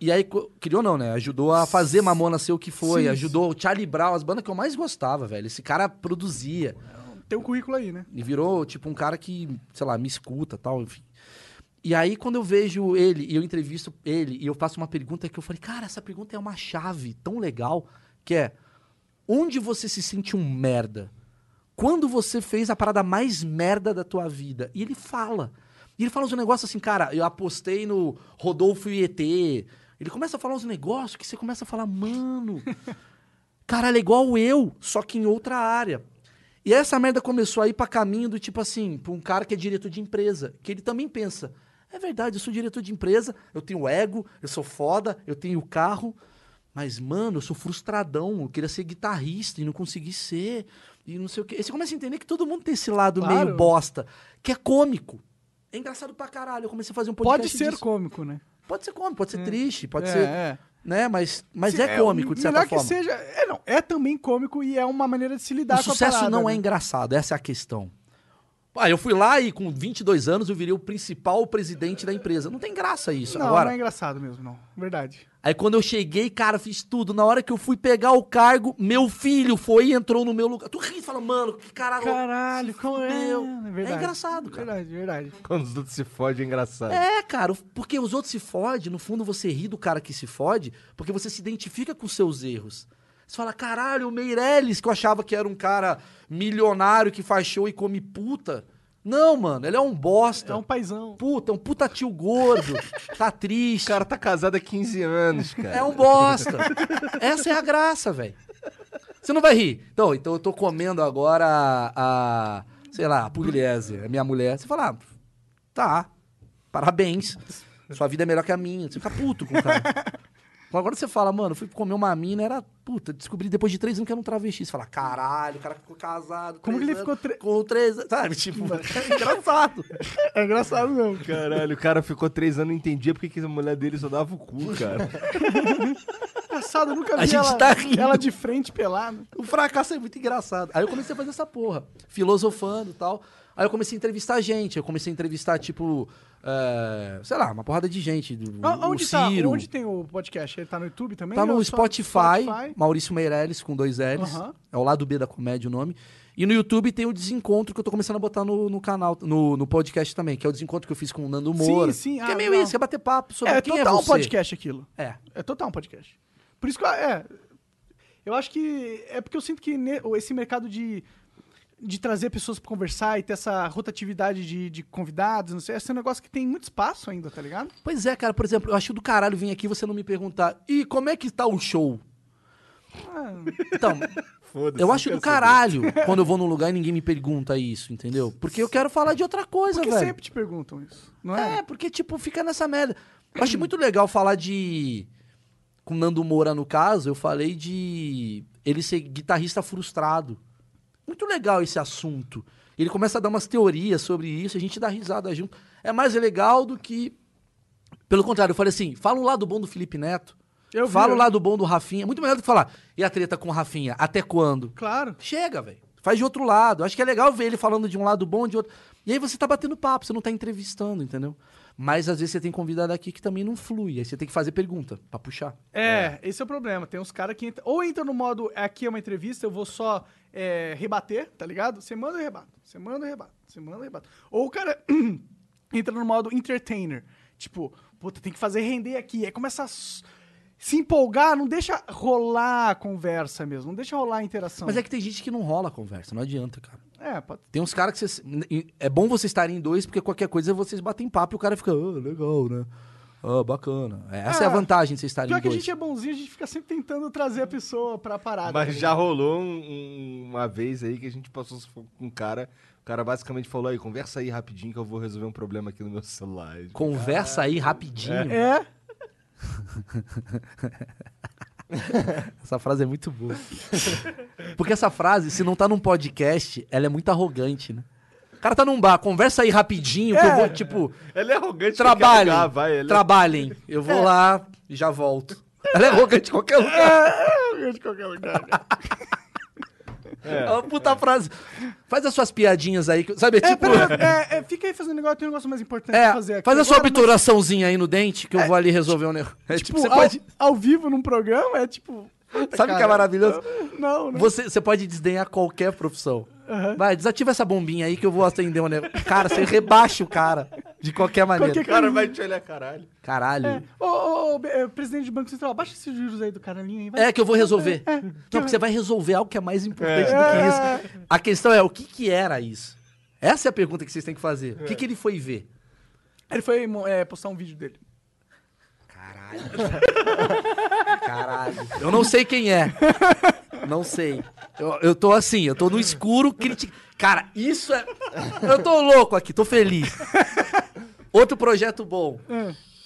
[SPEAKER 3] E aí, co- criou não, né? Ajudou a fazer Mamonas ser o que foi.
[SPEAKER 2] Sim,
[SPEAKER 3] ajudou o Charlie Brown, as bandas que eu mais gostava, velho. Esse cara produzia.
[SPEAKER 2] Tem um currículo aí, né?
[SPEAKER 3] E virou, tipo, um cara que, sei lá, me escuta tal, enfim. E aí, quando eu vejo ele e eu entrevisto ele e eu faço uma pergunta que eu falei, cara, essa pergunta é uma chave tão legal que é Onde você se sente um merda? Quando você fez a parada mais merda da tua vida? E ele fala. E ele fala uns negócios assim, cara, eu apostei no Rodolfo e o ET. Ele começa a falar uns negócios que você começa a falar, mano, caralho, é igual eu, só que em outra área. E essa merda começou a ir pra caminho do tipo assim, pra um cara que é diretor de empresa, que ele também pensa: é verdade, eu sou diretor de empresa, eu tenho ego, eu sou foda, eu tenho carro, mas mano, eu sou frustradão, eu queria ser guitarrista e não consegui ser, e não sei o quê. E você começa a entender que todo mundo tem esse lado
[SPEAKER 2] Claro.
[SPEAKER 3] meio bosta, que é cômico. É engraçado pra caralho. Eu comecei a fazer um podcast.
[SPEAKER 2] Pode ser
[SPEAKER 3] disso.
[SPEAKER 2] cômico, né?
[SPEAKER 3] Pode ser cômico, pode ser triste, pode
[SPEAKER 2] É,
[SPEAKER 3] ser.
[SPEAKER 2] é.
[SPEAKER 3] Né? Mas, mas
[SPEAKER 2] Se-
[SPEAKER 3] é cômico, de certa
[SPEAKER 2] melhor
[SPEAKER 3] forma.
[SPEAKER 2] que seja. É, não, é também cômico e é uma maneira de se lidar
[SPEAKER 3] o
[SPEAKER 2] com a
[SPEAKER 3] sucesso
[SPEAKER 2] parada,
[SPEAKER 3] não
[SPEAKER 2] né?
[SPEAKER 3] é engraçado, essa é a questão. Ah, eu fui lá e com 22 anos eu virei o principal presidente da empresa. Não tem graça isso.
[SPEAKER 2] Não,
[SPEAKER 3] Agora,
[SPEAKER 2] não é engraçado mesmo, não. Verdade.
[SPEAKER 3] aí quando eu cheguei, cara, fiz tudo. Na hora que eu fui pegar o cargo, meu filho foi e entrou no meu lugar. Tu ri e fala, mano, que caralho.
[SPEAKER 2] Caralho,
[SPEAKER 3] se
[SPEAKER 2] como é?
[SPEAKER 3] fudeu.
[SPEAKER 2] verdade.
[SPEAKER 3] É engraçado, cara.
[SPEAKER 2] Verdade, verdade. É
[SPEAKER 1] Quando os outros se fodem, é engraçado.
[SPEAKER 3] É, cara, o- porque os outros se fodem, no fundo você ri do cara que se fode, porque você se identifica com os seus erros. Você fala, caralho, o Meirelles, que eu achava que era um cara milionário que faz show e come puta. Não, mano, ele é um bosta.
[SPEAKER 2] É um paizão.
[SPEAKER 3] Puta, é um puta tio gordo, tá triste,
[SPEAKER 1] O cara tá casado há 15 anos, cara.
[SPEAKER 3] é um bosta. (laughs) Essa é a graça, velho. Você não vai rir. Então, então eu tô comendo agora a, a- sei lá, a pugliese, a minha mulher. Você fala, ah, tá, parabéns, sua vida é melhor que a minha. Você fica puto com o cara. Agora você fala, mano, eu fui comer uma mina, era puta, descobri depois de três anos que era um travesti. Você fala, caralho, o cara ficou casado.
[SPEAKER 2] Como que
[SPEAKER 3] três
[SPEAKER 2] ele
[SPEAKER 3] anos,
[SPEAKER 2] ficou tre-
[SPEAKER 3] Com três anos. (laughs) Sabe, tipo, é engraçado.
[SPEAKER 2] É engraçado mesmo,
[SPEAKER 3] (laughs)
[SPEAKER 2] cara.
[SPEAKER 1] Caralho, o cara ficou três anos e não entendia porque que a mulher dele só dava o cu,
[SPEAKER 3] (laughs)
[SPEAKER 1] cara.
[SPEAKER 2] Engraçado, eu nunca
[SPEAKER 3] A
[SPEAKER 2] vi (laughs)
[SPEAKER 3] gente
[SPEAKER 2] ela,
[SPEAKER 3] tá rindo.
[SPEAKER 2] ela de frente pelada.
[SPEAKER 3] O fracasso é muito engraçado. Aí eu comecei a fazer essa porra, filosofando e tal. Aí eu comecei a entrevistar gente. Eu comecei a entrevistar, tipo, é, sei lá, uma porrada de gente. Do,
[SPEAKER 2] Ah, Onde
[SPEAKER 3] o
[SPEAKER 2] tá?
[SPEAKER 3] Ciro.
[SPEAKER 2] Onde tem o podcast? Ele tá no YouTube também?
[SPEAKER 3] Tá
[SPEAKER 2] ou
[SPEAKER 3] no
[SPEAKER 2] só
[SPEAKER 3] Spotify,
[SPEAKER 2] Spotify?
[SPEAKER 3] Maurício Meirelles, com dois L's.
[SPEAKER 2] Aham.
[SPEAKER 3] É o lado B da comédia o nome. E no YouTube tem o Desencontro que eu tô começando a botar no, no canal, no, no podcast também, que é o desencontro que eu fiz com o Nando
[SPEAKER 2] Sim,
[SPEAKER 3] Moura.
[SPEAKER 2] sim,
[SPEAKER 3] que é
[SPEAKER 2] ah,
[SPEAKER 3] meio
[SPEAKER 2] legal.
[SPEAKER 3] isso, é bater papo sobre
[SPEAKER 2] É,
[SPEAKER 3] quem é
[SPEAKER 2] total um
[SPEAKER 3] você.
[SPEAKER 2] podcast aquilo.
[SPEAKER 3] É.
[SPEAKER 2] É total um podcast. Por isso que eu- é. Eu acho que. É porque eu sinto que ne- esse mercado de, de trazer pessoas pra conversar e ter essa rotatividade de, de convidados, não sei, esse é um negócio que tem muito espaço ainda, tá ligado?
[SPEAKER 3] Pois é, cara, por exemplo, eu acho do caralho vir aqui e você não me perguntar, e como é que tá o show?
[SPEAKER 2] Ah,
[SPEAKER 3] Então,
[SPEAKER 1] Foda-se.
[SPEAKER 3] Eu
[SPEAKER 1] não
[SPEAKER 3] acho
[SPEAKER 1] quero
[SPEAKER 2] (laughs)
[SPEAKER 3] do caralho quando eu vou num lugar e ninguém me pergunta isso, entendeu? Porque eu quero falar de outra coisa,
[SPEAKER 2] Porque
[SPEAKER 3] velho.
[SPEAKER 2] sempre te perguntam isso, não é?
[SPEAKER 3] É, porque, tipo, fica nessa merda. Eu acho muito legal falar de. Com Nando Moura, no caso, eu falei de ele ser guitarrista frustrado. Muito legal esse assunto. Ele começa a dar umas teorias sobre isso, a gente dá risada junto. É mais legal do que. Pelo contrário, eu falei assim: fala o lado bom do Felipe Neto.
[SPEAKER 2] Eu vi,
[SPEAKER 3] fala
[SPEAKER 2] eu
[SPEAKER 3] o
[SPEAKER 2] vi.
[SPEAKER 3] lado bom do Rafinha. Muito melhor do que falar. E a treta com o Rafinha? Até quando?
[SPEAKER 2] Claro.
[SPEAKER 3] Chega, velho. Faz de outro lado. Acho que é legal ver ele falando de um lado bom, de outro. E aí você tá batendo papo, você não tá entrevistando, entendeu? Mas às vezes você tem convidado aqui que também não flui. Aí você tem que fazer pergunta pra puxar.
[SPEAKER 2] É, esse é o problema. Tem uns caras que entra- ou entram no modo aqui é uma entrevista, eu vou só é, rebater, tá ligado? Você manda e rebato, você manda e rebato, você manda e rebato. Ou o cara (clears throat) entra no modo entertainer. Tipo, puta, tem que fazer render aqui. Aí começa a s- se empolgar, não deixa rolar a conversa mesmo, não deixa rolar a interação.
[SPEAKER 3] Mas é que tem gente que não rola a conversa, não adianta, cara.
[SPEAKER 2] É, pode...
[SPEAKER 3] Tem uns caras que você. É bom vocês estarem em dois, porque qualquer coisa vocês batem papo e o cara fica, ah, legal, né? Ah, bacana. É, Essa é, a
[SPEAKER 2] É.
[SPEAKER 3] vantagem de vocês estarem
[SPEAKER 2] Pior
[SPEAKER 3] em
[SPEAKER 2] que a
[SPEAKER 3] dois.
[SPEAKER 2] gente é bonzinho, a gente fica sempre tentando trazer a pessoa pra parada. tá
[SPEAKER 1] Mas
[SPEAKER 2] ligado?
[SPEAKER 1] já rolou um- um- uma vez aí que a gente passou sufoco com um cara. O cara basicamente falou aí, conversa aí rapidinho que eu vou resolver um problema aqui no meu celular. Eu digo,
[SPEAKER 3] Conversa aí rapidinho.
[SPEAKER 2] Ah,
[SPEAKER 3] (laughs)
[SPEAKER 2] É,
[SPEAKER 3] Essa frase é muito boa. Porque essa frase, se não tá num podcast, ela é muito arrogante, né? O cara tá num bar, conversa aí rapidinho, que eu vou, tipo,
[SPEAKER 1] Ele é arrogante
[SPEAKER 3] trabalhem.
[SPEAKER 1] Trabalha. vai. Ele é-
[SPEAKER 3] trabalhem. Eu vou lá e já volto. Ela é arrogante em qualquer lugar.
[SPEAKER 2] (laughs) de qualquer lugar. né?
[SPEAKER 3] É uma puta frase. Faz as suas piadinhas aí. que- Sabe, é
[SPEAKER 2] É,
[SPEAKER 3] tipo. (laughs)
[SPEAKER 2] pera, é, é, fica aí fazendo negócio, tem um negócio mais importante
[SPEAKER 3] É,
[SPEAKER 2] pra fazer aqui.
[SPEAKER 3] faz a sua
[SPEAKER 2] agora, mas-
[SPEAKER 3] obturaçãozinha aí no dente que eu vou ali resolver o negócio. (laughs) É, tipo,
[SPEAKER 2] Tipo,
[SPEAKER 3] você
[SPEAKER 2] ao,
[SPEAKER 3] pode.
[SPEAKER 2] ao vivo num programa é tipo. (laughs)
[SPEAKER 3] Sabe o que é maravilhoso?
[SPEAKER 2] Não, não.
[SPEAKER 3] Você, você pode desdenhar qualquer profissão. Vai, desativa essa bombinha aí que eu vou acender um negócio. Cara, você rebaixa o cara. De qualquer É. maneira.
[SPEAKER 2] Qualquer
[SPEAKER 1] cara vai te olhar, caralho.
[SPEAKER 3] Caralho.
[SPEAKER 2] Ô, ô, ô, be- eh, presidente do Banco Central, abaixa esses juros aí do caralhinho aí. vai.
[SPEAKER 3] É que eu vou resolver.
[SPEAKER 2] É, é.
[SPEAKER 3] Não, porque você vai resolver algo que é mais importante do que isso. A questão é, o que, que era isso? Essa é a pergunta que vocês têm que fazer. O que, que ele foi ver?
[SPEAKER 2] Ele foi mo- eh, postar um vídeo dele.
[SPEAKER 3] Caralho. Caralho. Eu não sei quem é. Não sei. Eu, eu tô assim, eu tô no escuro criti- Cara, isso é. Eu tô louco aqui, tô feliz. Outro projeto bom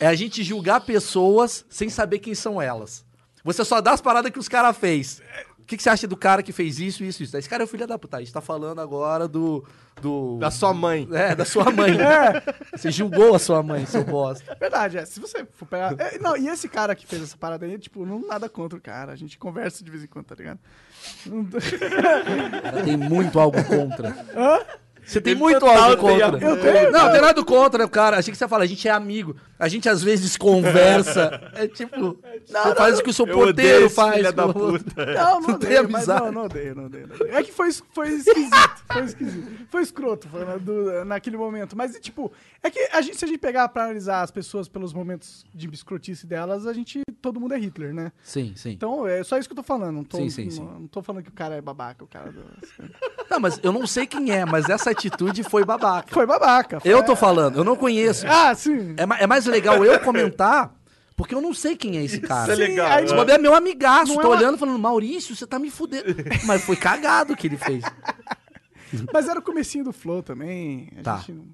[SPEAKER 3] é a gente julgar pessoas sem saber quem são elas. Você só dá as paradas que os caras fez. O que, que você acha do cara que fez isso, isso, isso? Esse cara é o filho da puta. A gente tá falando agora do. do
[SPEAKER 1] Da sua mãe.
[SPEAKER 3] É, da sua mãe. Você julgou a sua mãe, seu bosta.
[SPEAKER 2] Verdade, é. Se você for pegar. é, não, e esse cara que fez essa parada aí, tipo, não nada contra o cara. A gente conversa de vez em quando, tá ligado? Não-
[SPEAKER 3] Cara, tem muito algo contra. Você tem
[SPEAKER 1] Ele
[SPEAKER 3] muito
[SPEAKER 1] total
[SPEAKER 3] algo
[SPEAKER 1] tem
[SPEAKER 3] contra.
[SPEAKER 1] a-
[SPEAKER 3] Eu tenho, não, tem nada contra, cara. Achei que você ia falar, a gente é amigo. A gente às vezes conversa. É tipo, você faz o que o seu porteiro faz.
[SPEAKER 1] filha da
[SPEAKER 3] com o outro.
[SPEAKER 1] puta.
[SPEAKER 2] Não,
[SPEAKER 3] tem
[SPEAKER 2] não odeio, mas
[SPEAKER 3] amizade.
[SPEAKER 2] não, não odeio, não odeio, não odeio. É que foi, es- foi esquisito, foi esquisito. Foi escroto foi na- do- naquele momento. Mas, tipo, é que a gente, se a gente pegar pra analisar as pessoas pelos momentos de escrotice delas, a gente, todo mundo é Hitler, né?
[SPEAKER 3] Sim, sim.
[SPEAKER 2] Então, é só isso que eu tô falando. Não tô,
[SPEAKER 3] Sim, sim,
[SPEAKER 2] não,
[SPEAKER 3] sim.
[SPEAKER 2] não tô falando que o cara é babaca, o cara... do-
[SPEAKER 3] Não, mas eu não sei quem é, mas essa atitude foi babaca.
[SPEAKER 2] Foi babaca. foi-
[SPEAKER 3] Eu tô falando, eu não conheço.
[SPEAKER 2] Ah, sim.
[SPEAKER 3] É, ma- é mais legal eu comentar, porque eu não sei quem é esse cara.
[SPEAKER 1] é legal,
[SPEAKER 2] aí, tipo,
[SPEAKER 1] né?
[SPEAKER 3] Esse bobear é meu amigaço,
[SPEAKER 2] Não
[SPEAKER 3] tô
[SPEAKER 2] é uma-
[SPEAKER 3] olhando e falando, Maurício, você tá me fudendo. Mas foi cagado o que ele fez.
[SPEAKER 2] Mas era o comecinho do Flow também. A
[SPEAKER 3] é. Tá.
[SPEAKER 2] gente não-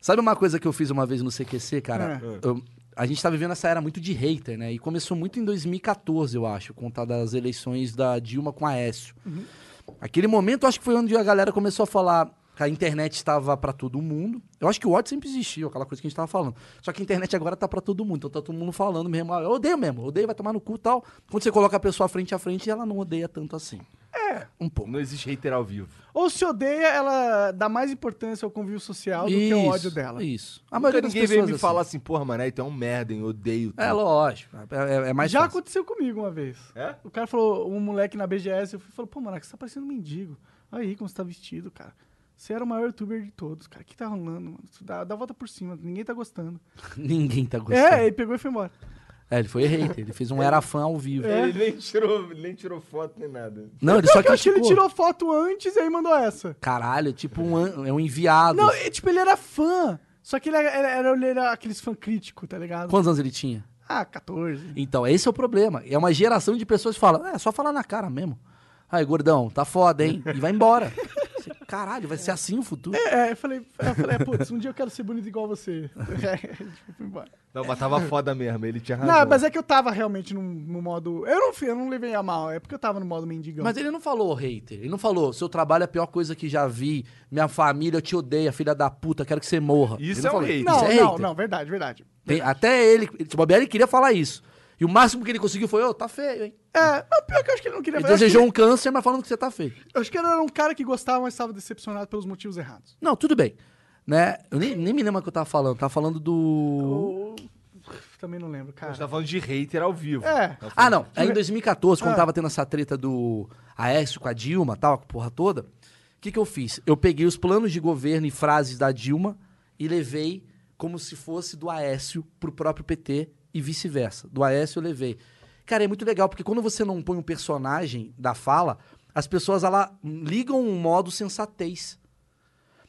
[SPEAKER 3] Sabe uma coisa que eu fiz uma vez no CQC, cara?
[SPEAKER 2] Ah.
[SPEAKER 3] Eu- a gente tá vivendo essa era muito de hater, né? E começou muito em 2014, eu acho, contar das eleições da Dilma com a Aécio.
[SPEAKER 2] Uhum.
[SPEAKER 3] Aquele momento, eu acho que foi onde a galera começou a falar que a internet estava pra todo mundo. Eu acho que o ódio sempre existiu, aquela coisa que a gente tava falando. Só que a internet agora tá pra todo mundo, então tá todo mundo falando mesmo. "Ah, Eu odeio mesmo, eu odeio, vai tomar no cu e tal. Quando você coloca a pessoa frente a frente, ela não odeia tanto assim. É. Um pouco.
[SPEAKER 1] Não existe hater ao vivo.
[SPEAKER 2] Ou se odeia, ela dá mais importância ao convívio social do que ao ódio dela.
[SPEAKER 3] Isso. A
[SPEAKER 1] A
[SPEAKER 3] maioria das
[SPEAKER 1] ninguém
[SPEAKER 3] pessoas
[SPEAKER 1] veio me
[SPEAKER 3] é assim.
[SPEAKER 1] falar assim, porra, Mané, tu é um merda, hein? Eu odeio tu.
[SPEAKER 3] É lógico. É, é- é mais
[SPEAKER 2] Já
[SPEAKER 3] fácil.
[SPEAKER 2] aconteceu comigo uma vez.
[SPEAKER 1] É?
[SPEAKER 2] O cara falou, um moleque na BGS, eu fui falou, pô, mano, você tá parecendo um mendigo. Aí, como você tá vestido, cara. Você era o maior youtuber de todos, cara. O que tá rolando, mano? Isso Dá, dá a volta por cima, ninguém tá gostando.
[SPEAKER 3] Ninguém tá gostando.
[SPEAKER 2] É,
[SPEAKER 3] É,
[SPEAKER 2] ele É. pegou e foi embora.
[SPEAKER 3] ele foi hater. Ele fez um era fã ao vivo.
[SPEAKER 1] Ele nem tirou, nem tirou foto nem nada.
[SPEAKER 3] Não, ele só
[SPEAKER 2] É. Eu acho que
[SPEAKER 3] criticou.
[SPEAKER 2] ele tirou foto antes e aí mandou essa.
[SPEAKER 3] Caralho, tipo um, an- é um enviado.
[SPEAKER 2] Não, e, tipo, ele era fã. Só que ele era, era- era- ele era aqueles fã crítico, tá ligado?
[SPEAKER 3] Quantos anos ele tinha?
[SPEAKER 2] Ah, 14.
[SPEAKER 3] Então, esse é o problema. É uma geração de pessoas que fala, é só falar na cara mesmo. Aí, gordão, tá foda, hein? E
[SPEAKER 2] (laughs)
[SPEAKER 3] vai embora. Você, Caralho, vai ser assim o futuro?
[SPEAKER 2] É, eu falei, eu falei, putz, um dia eu quero ser bonito igual você. (laughs) tipo, fui embora.
[SPEAKER 1] Não, mas tava foda mesmo, ele
[SPEAKER 3] Ah,
[SPEAKER 1] tinha razão.
[SPEAKER 2] Não, mas é que eu tava realmente num- no modo. Eu não, fui- eu não levei a mal, é porque eu tava no modo mendigão.
[SPEAKER 3] Mas ele não falou hater. Ele não falou, seu trabalho é a pior coisa que já vi. Minha família te odeia, filha da puta, quero que você morra.
[SPEAKER 1] Isso
[SPEAKER 3] Ele não
[SPEAKER 1] é um
[SPEAKER 3] falou.
[SPEAKER 1] hater.
[SPEAKER 2] não,
[SPEAKER 3] Isso é
[SPEAKER 2] não,
[SPEAKER 3] hater.
[SPEAKER 2] não, verdade, verdade.
[SPEAKER 3] Tem- até ele, tipo, se bobear, ele queria falar isso. E o máximo que ele conseguiu foi, ô, tá feio, hein?
[SPEAKER 2] É, não, pior que eu acho que ele não queria
[SPEAKER 3] Ele
[SPEAKER 2] eu acho que
[SPEAKER 3] desejou um câncer, mas falando que você tá feio.
[SPEAKER 2] ele- Eu acho que ele era um cara que gostava, mas estava decepcionado pelos motivos errados.
[SPEAKER 3] Não, tudo bem. Né? Eu nem, nem me lembro o que eu tava falando. Tava falando
[SPEAKER 2] Oh.
[SPEAKER 3] do.
[SPEAKER 2] Também não lembro,
[SPEAKER 1] A gente
[SPEAKER 2] cara.
[SPEAKER 1] tava falando de hater ao vivo. Tá
[SPEAKER 2] É.
[SPEAKER 3] Ah, não. Aí em 2014,
[SPEAKER 2] Ah.
[SPEAKER 3] quando tava tendo essa treta do Aécio com a Dilma e tal, com a porra toda, o que, que eu fiz? Eu peguei os planos de governo e frases da Dilma e levei como se fosse do Aécio pro próprio PT e vice-versa. Do Aécio eu levei. Cara, é muito legal, porque quando você não põe um personagem da fala, as pessoas ela, ligam um modo sensatez.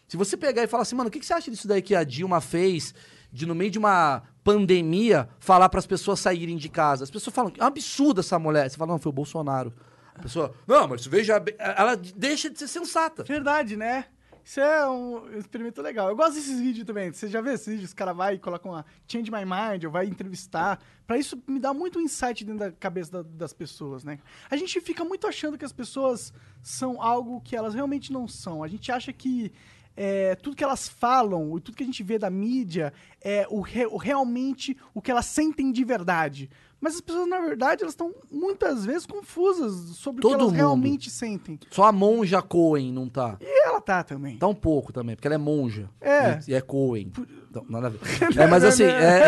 [SPEAKER 3] Se você pegar e falar assim, mano, o que, que você acha disso daí que a Dilma fez de no meio de uma pandemia falar para as pessoas saírem de casa? As pessoas falam, é um absurdo essa mulher. Você fala, não, foi o Bolsonaro. A pessoa, não, mas veja bem. Ela deixa de ser sensata.
[SPEAKER 2] Verdade, né? Isso é um experimento legal. Eu gosto desses vídeos também. Você já vê esses vídeos? Os caras vai e colocam uma Change My Mind ou vai entrevistar. Pra isso me dá muito insight dentro da cabeça da- das pessoas, né? A gente fica muito achando que as pessoas são algo que elas realmente não são. A gente acha que é, tudo que elas falam e tudo que a gente vê da mídia é o, re- o realmente o que elas sentem de verdade. Mas as pessoas, na verdade, elas estão muitas vezes confusas sobre o
[SPEAKER 3] Todo
[SPEAKER 2] que elas
[SPEAKER 3] mundo.
[SPEAKER 2] realmente sentem.
[SPEAKER 3] Só a monja Cohen não tá.
[SPEAKER 2] E ela tá também.
[SPEAKER 3] Tá um pouco também, porque ela é monja.
[SPEAKER 2] É.
[SPEAKER 3] E, e é Cohen. Então, nada a ver. É, mas assim, (laughs) é.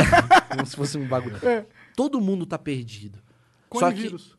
[SPEAKER 3] Como se fosse um bagulho. Todo mundo tá perdido.
[SPEAKER 2] Com
[SPEAKER 3] Só
[SPEAKER 2] o
[SPEAKER 3] que
[SPEAKER 2] vírus.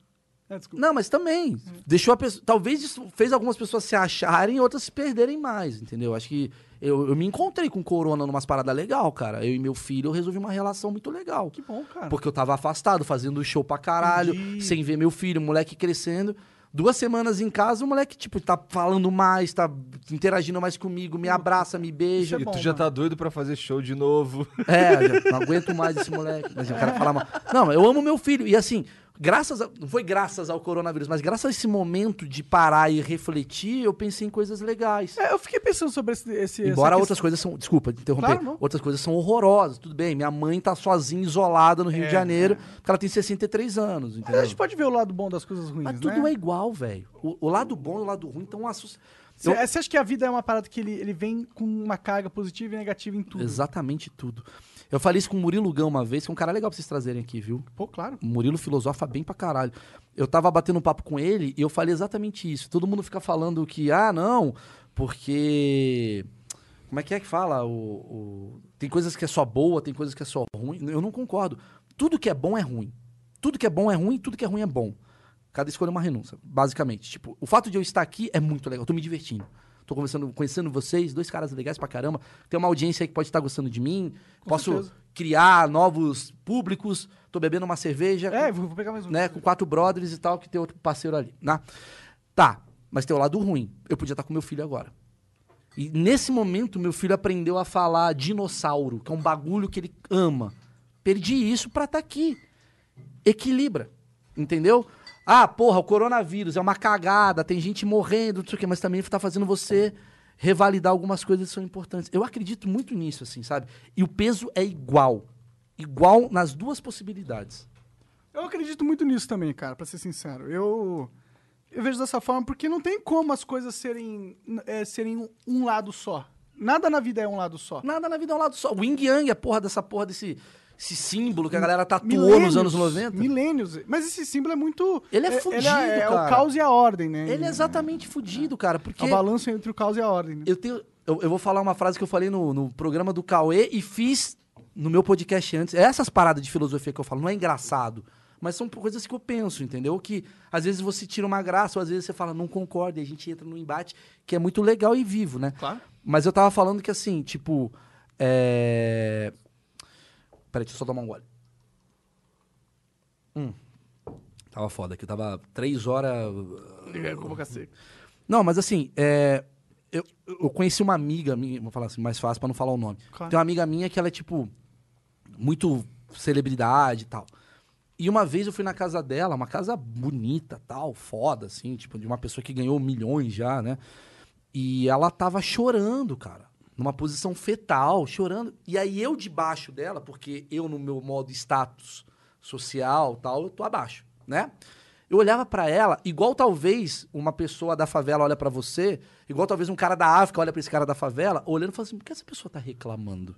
[SPEAKER 3] É,
[SPEAKER 2] Ah, desculpa.
[SPEAKER 3] Não, mas também.
[SPEAKER 2] Uhum.
[SPEAKER 3] Deixou a pessoa. Talvez isso fez algumas pessoas se acharem e outras se perderem mais, entendeu? Acho que eu, eu me encontrei com corona numas paradas legal, cara. Eu e meu filho, eu resolvi uma relação muito legal.
[SPEAKER 2] Que bom, cara.
[SPEAKER 3] Porque eu tava afastado, fazendo show pra caralho,
[SPEAKER 2] Entendi.
[SPEAKER 3] sem ver meu filho, o moleque crescendo. Duas semanas em casa, o moleque, tipo, tá falando mais, tá interagindo mais comigo, me abraça, me beija.
[SPEAKER 2] Isso
[SPEAKER 1] E
[SPEAKER 2] bom,
[SPEAKER 1] tu já
[SPEAKER 2] mano.
[SPEAKER 1] tá doido pra fazer show de novo.
[SPEAKER 3] É, já não aguento mais esse moleque. Mas o cara fala mal. Não, mas eu amo meu filho. E assim, graças a, não foi graças ao coronavírus, mas graças a esse momento de parar e refletir, eu pensei em coisas legais.
[SPEAKER 2] É, eu fiquei pensando sobre esse. esse essa
[SPEAKER 3] Embora
[SPEAKER 2] questão.
[SPEAKER 3] outras coisas são. Desculpa te interromper.
[SPEAKER 2] Claro, não.
[SPEAKER 3] outras coisas são horrorosas. Tudo bem, minha mãe tá sozinha, isolada no Rio
[SPEAKER 2] É,
[SPEAKER 3] de Janeiro, porque ela tem 63 anos,
[SPEAKER 2] Mas
[SPEAKER 3] entendeu?
[SPEAKER 2] a gente pode ver o lado bom das coisas ruins,
[SPEAKER 3] Mas tudo é
[SPEAKER 2] É, tipo né?
[SPEAKER 3] igual, velho. O, o lado bom e o lado ruim estão assustados.
[SPEAKER 2] Você você acha que a vida é uma parada que ele, ele vem com uma carga positiva e negativa em tudo?
[SPEAKER 3] Exatamente tudo. Eu falei isso com o Murilo Gão uma vez, que é um cara legal pra vocês trazerem aqui, viu?
[SPEAKER 2] Pô, claro.
[SPEAKER 3] O Murilo filosofa bem pra caralho. Eu tava batendo um papo com ele e eu falei exatamente isso. Todo mundo fica falando que, ah, não, porque. Como é que é que fala? O, o- Tem coisas que é só boa, tem coisas que é só ruim. Eu não concordo. Tudo que é bom é ruim. Tudo que é bom é ruim, tudo que é ruim é bom. Cada escolha é uma renúncia, basicamente. Tipo, o fato de eu estar aqui é muito legal. Eu tô me divertindo. Tô conversando, conhecendo vocês, dois caras legais pra caramba. Tem uma audiência aí que pode estar gostando de mim. Posso
[SPEAKER 2] certeza.
[SPEAKER 3] criar novos públicos. Tô bebendo uma cerveja
[SPEAKER 2] É, vou vou pegar mais um.
[SPEAKER 3] né, com quatro brothers e tal, que tem outro parceiro ali, né? Tá, mas tem o lado ruim. Eu podia estar com meu filho agora. E nesse momento, meu filho aprendeu a falar dinossauro, que é um bagulho que ele ama. Perdi isso pra estar aqui. Equilibra, entendeu? Ah, porra, o coronavírus é uma cagada, tem gente morrendo, não sei o quê, mas também tá fazendo você revalidar algumas coisas que são importantes. Eu acredito muito nisso, assim, sabe? E o peso é igual. Igual nas duas possibilidades.
[SPEAKER 2] Eu acredito muito nisso também, cara, pra ser sincero. Eu, eu vejo dessa forma porque não tem como as coisas serem, n- é, serem um- um lado só. Nada na vida é um lado só.
[SPEAKER 3] Nada na vida é um lado só. O Yin Yang, a porra dessa porra desse esse símbolo que a galera tatuou nos anos 90.
[SPEAKER 2] Milênios. Mas esse símbolo é muito.
[SPEAKER 3] Ele é fudido,
[SPEAKER 2] é,
[SPEAKER 3] cara.
[SPEAKER 2] o caos e a ordem, né?
[SPEAKER 3] Ele é exatamente fudido, cara, porque
[SPEAKER 2] É o balanço entre o caos e a ordem. Né?
[SPEAKER 3] eu tenho eu, eu vou falar uma frase que eu falei no, no programa do Cauê e fiz no meu podcast antes. É Essas paradas de filosofia que eu falo não é engraçado, mas são coisas que eu penso, entendeu? Que às vezes você tira uma graça, ou às vezes você fala não concorda, e a gente entra num embate que é muito legal e vivo, né?
[SPEAKER 2] Claro.
[SPEAKER 3] Mas eu tava falando que assim, tipo, é Peraí, deixa eu só tomar um gole. Hum, Tava foda aqui, eu tava três horas. É, Não, mas assim, é, eu, eu conheci uma amiga minha, vou falar assim, mais fácil pra não falar o nome.
[SPEAKER 2] Claro.
[SPEAKER 3] Tem uma amiga minha que ela é, tipo, muito celebridade e tal. E uma vez eu fui na casa dela, uma casa bonita, tal, foda, assim, tipo, de uma pessoa que ganhou milhões já, né? E ela tava chorando, cara. Numa posição fetal, chorando. E aí eu debaixo dela, porque eu, no meu modo status social tal, eu tô abaixo, né? Eu olhava pra ela, igual talvez uma pessoa da favela olha pra você, igual talvez um cara da África olha pra esse cara da favela, olhando e fala assim: por que essa pessoa tá reclamando?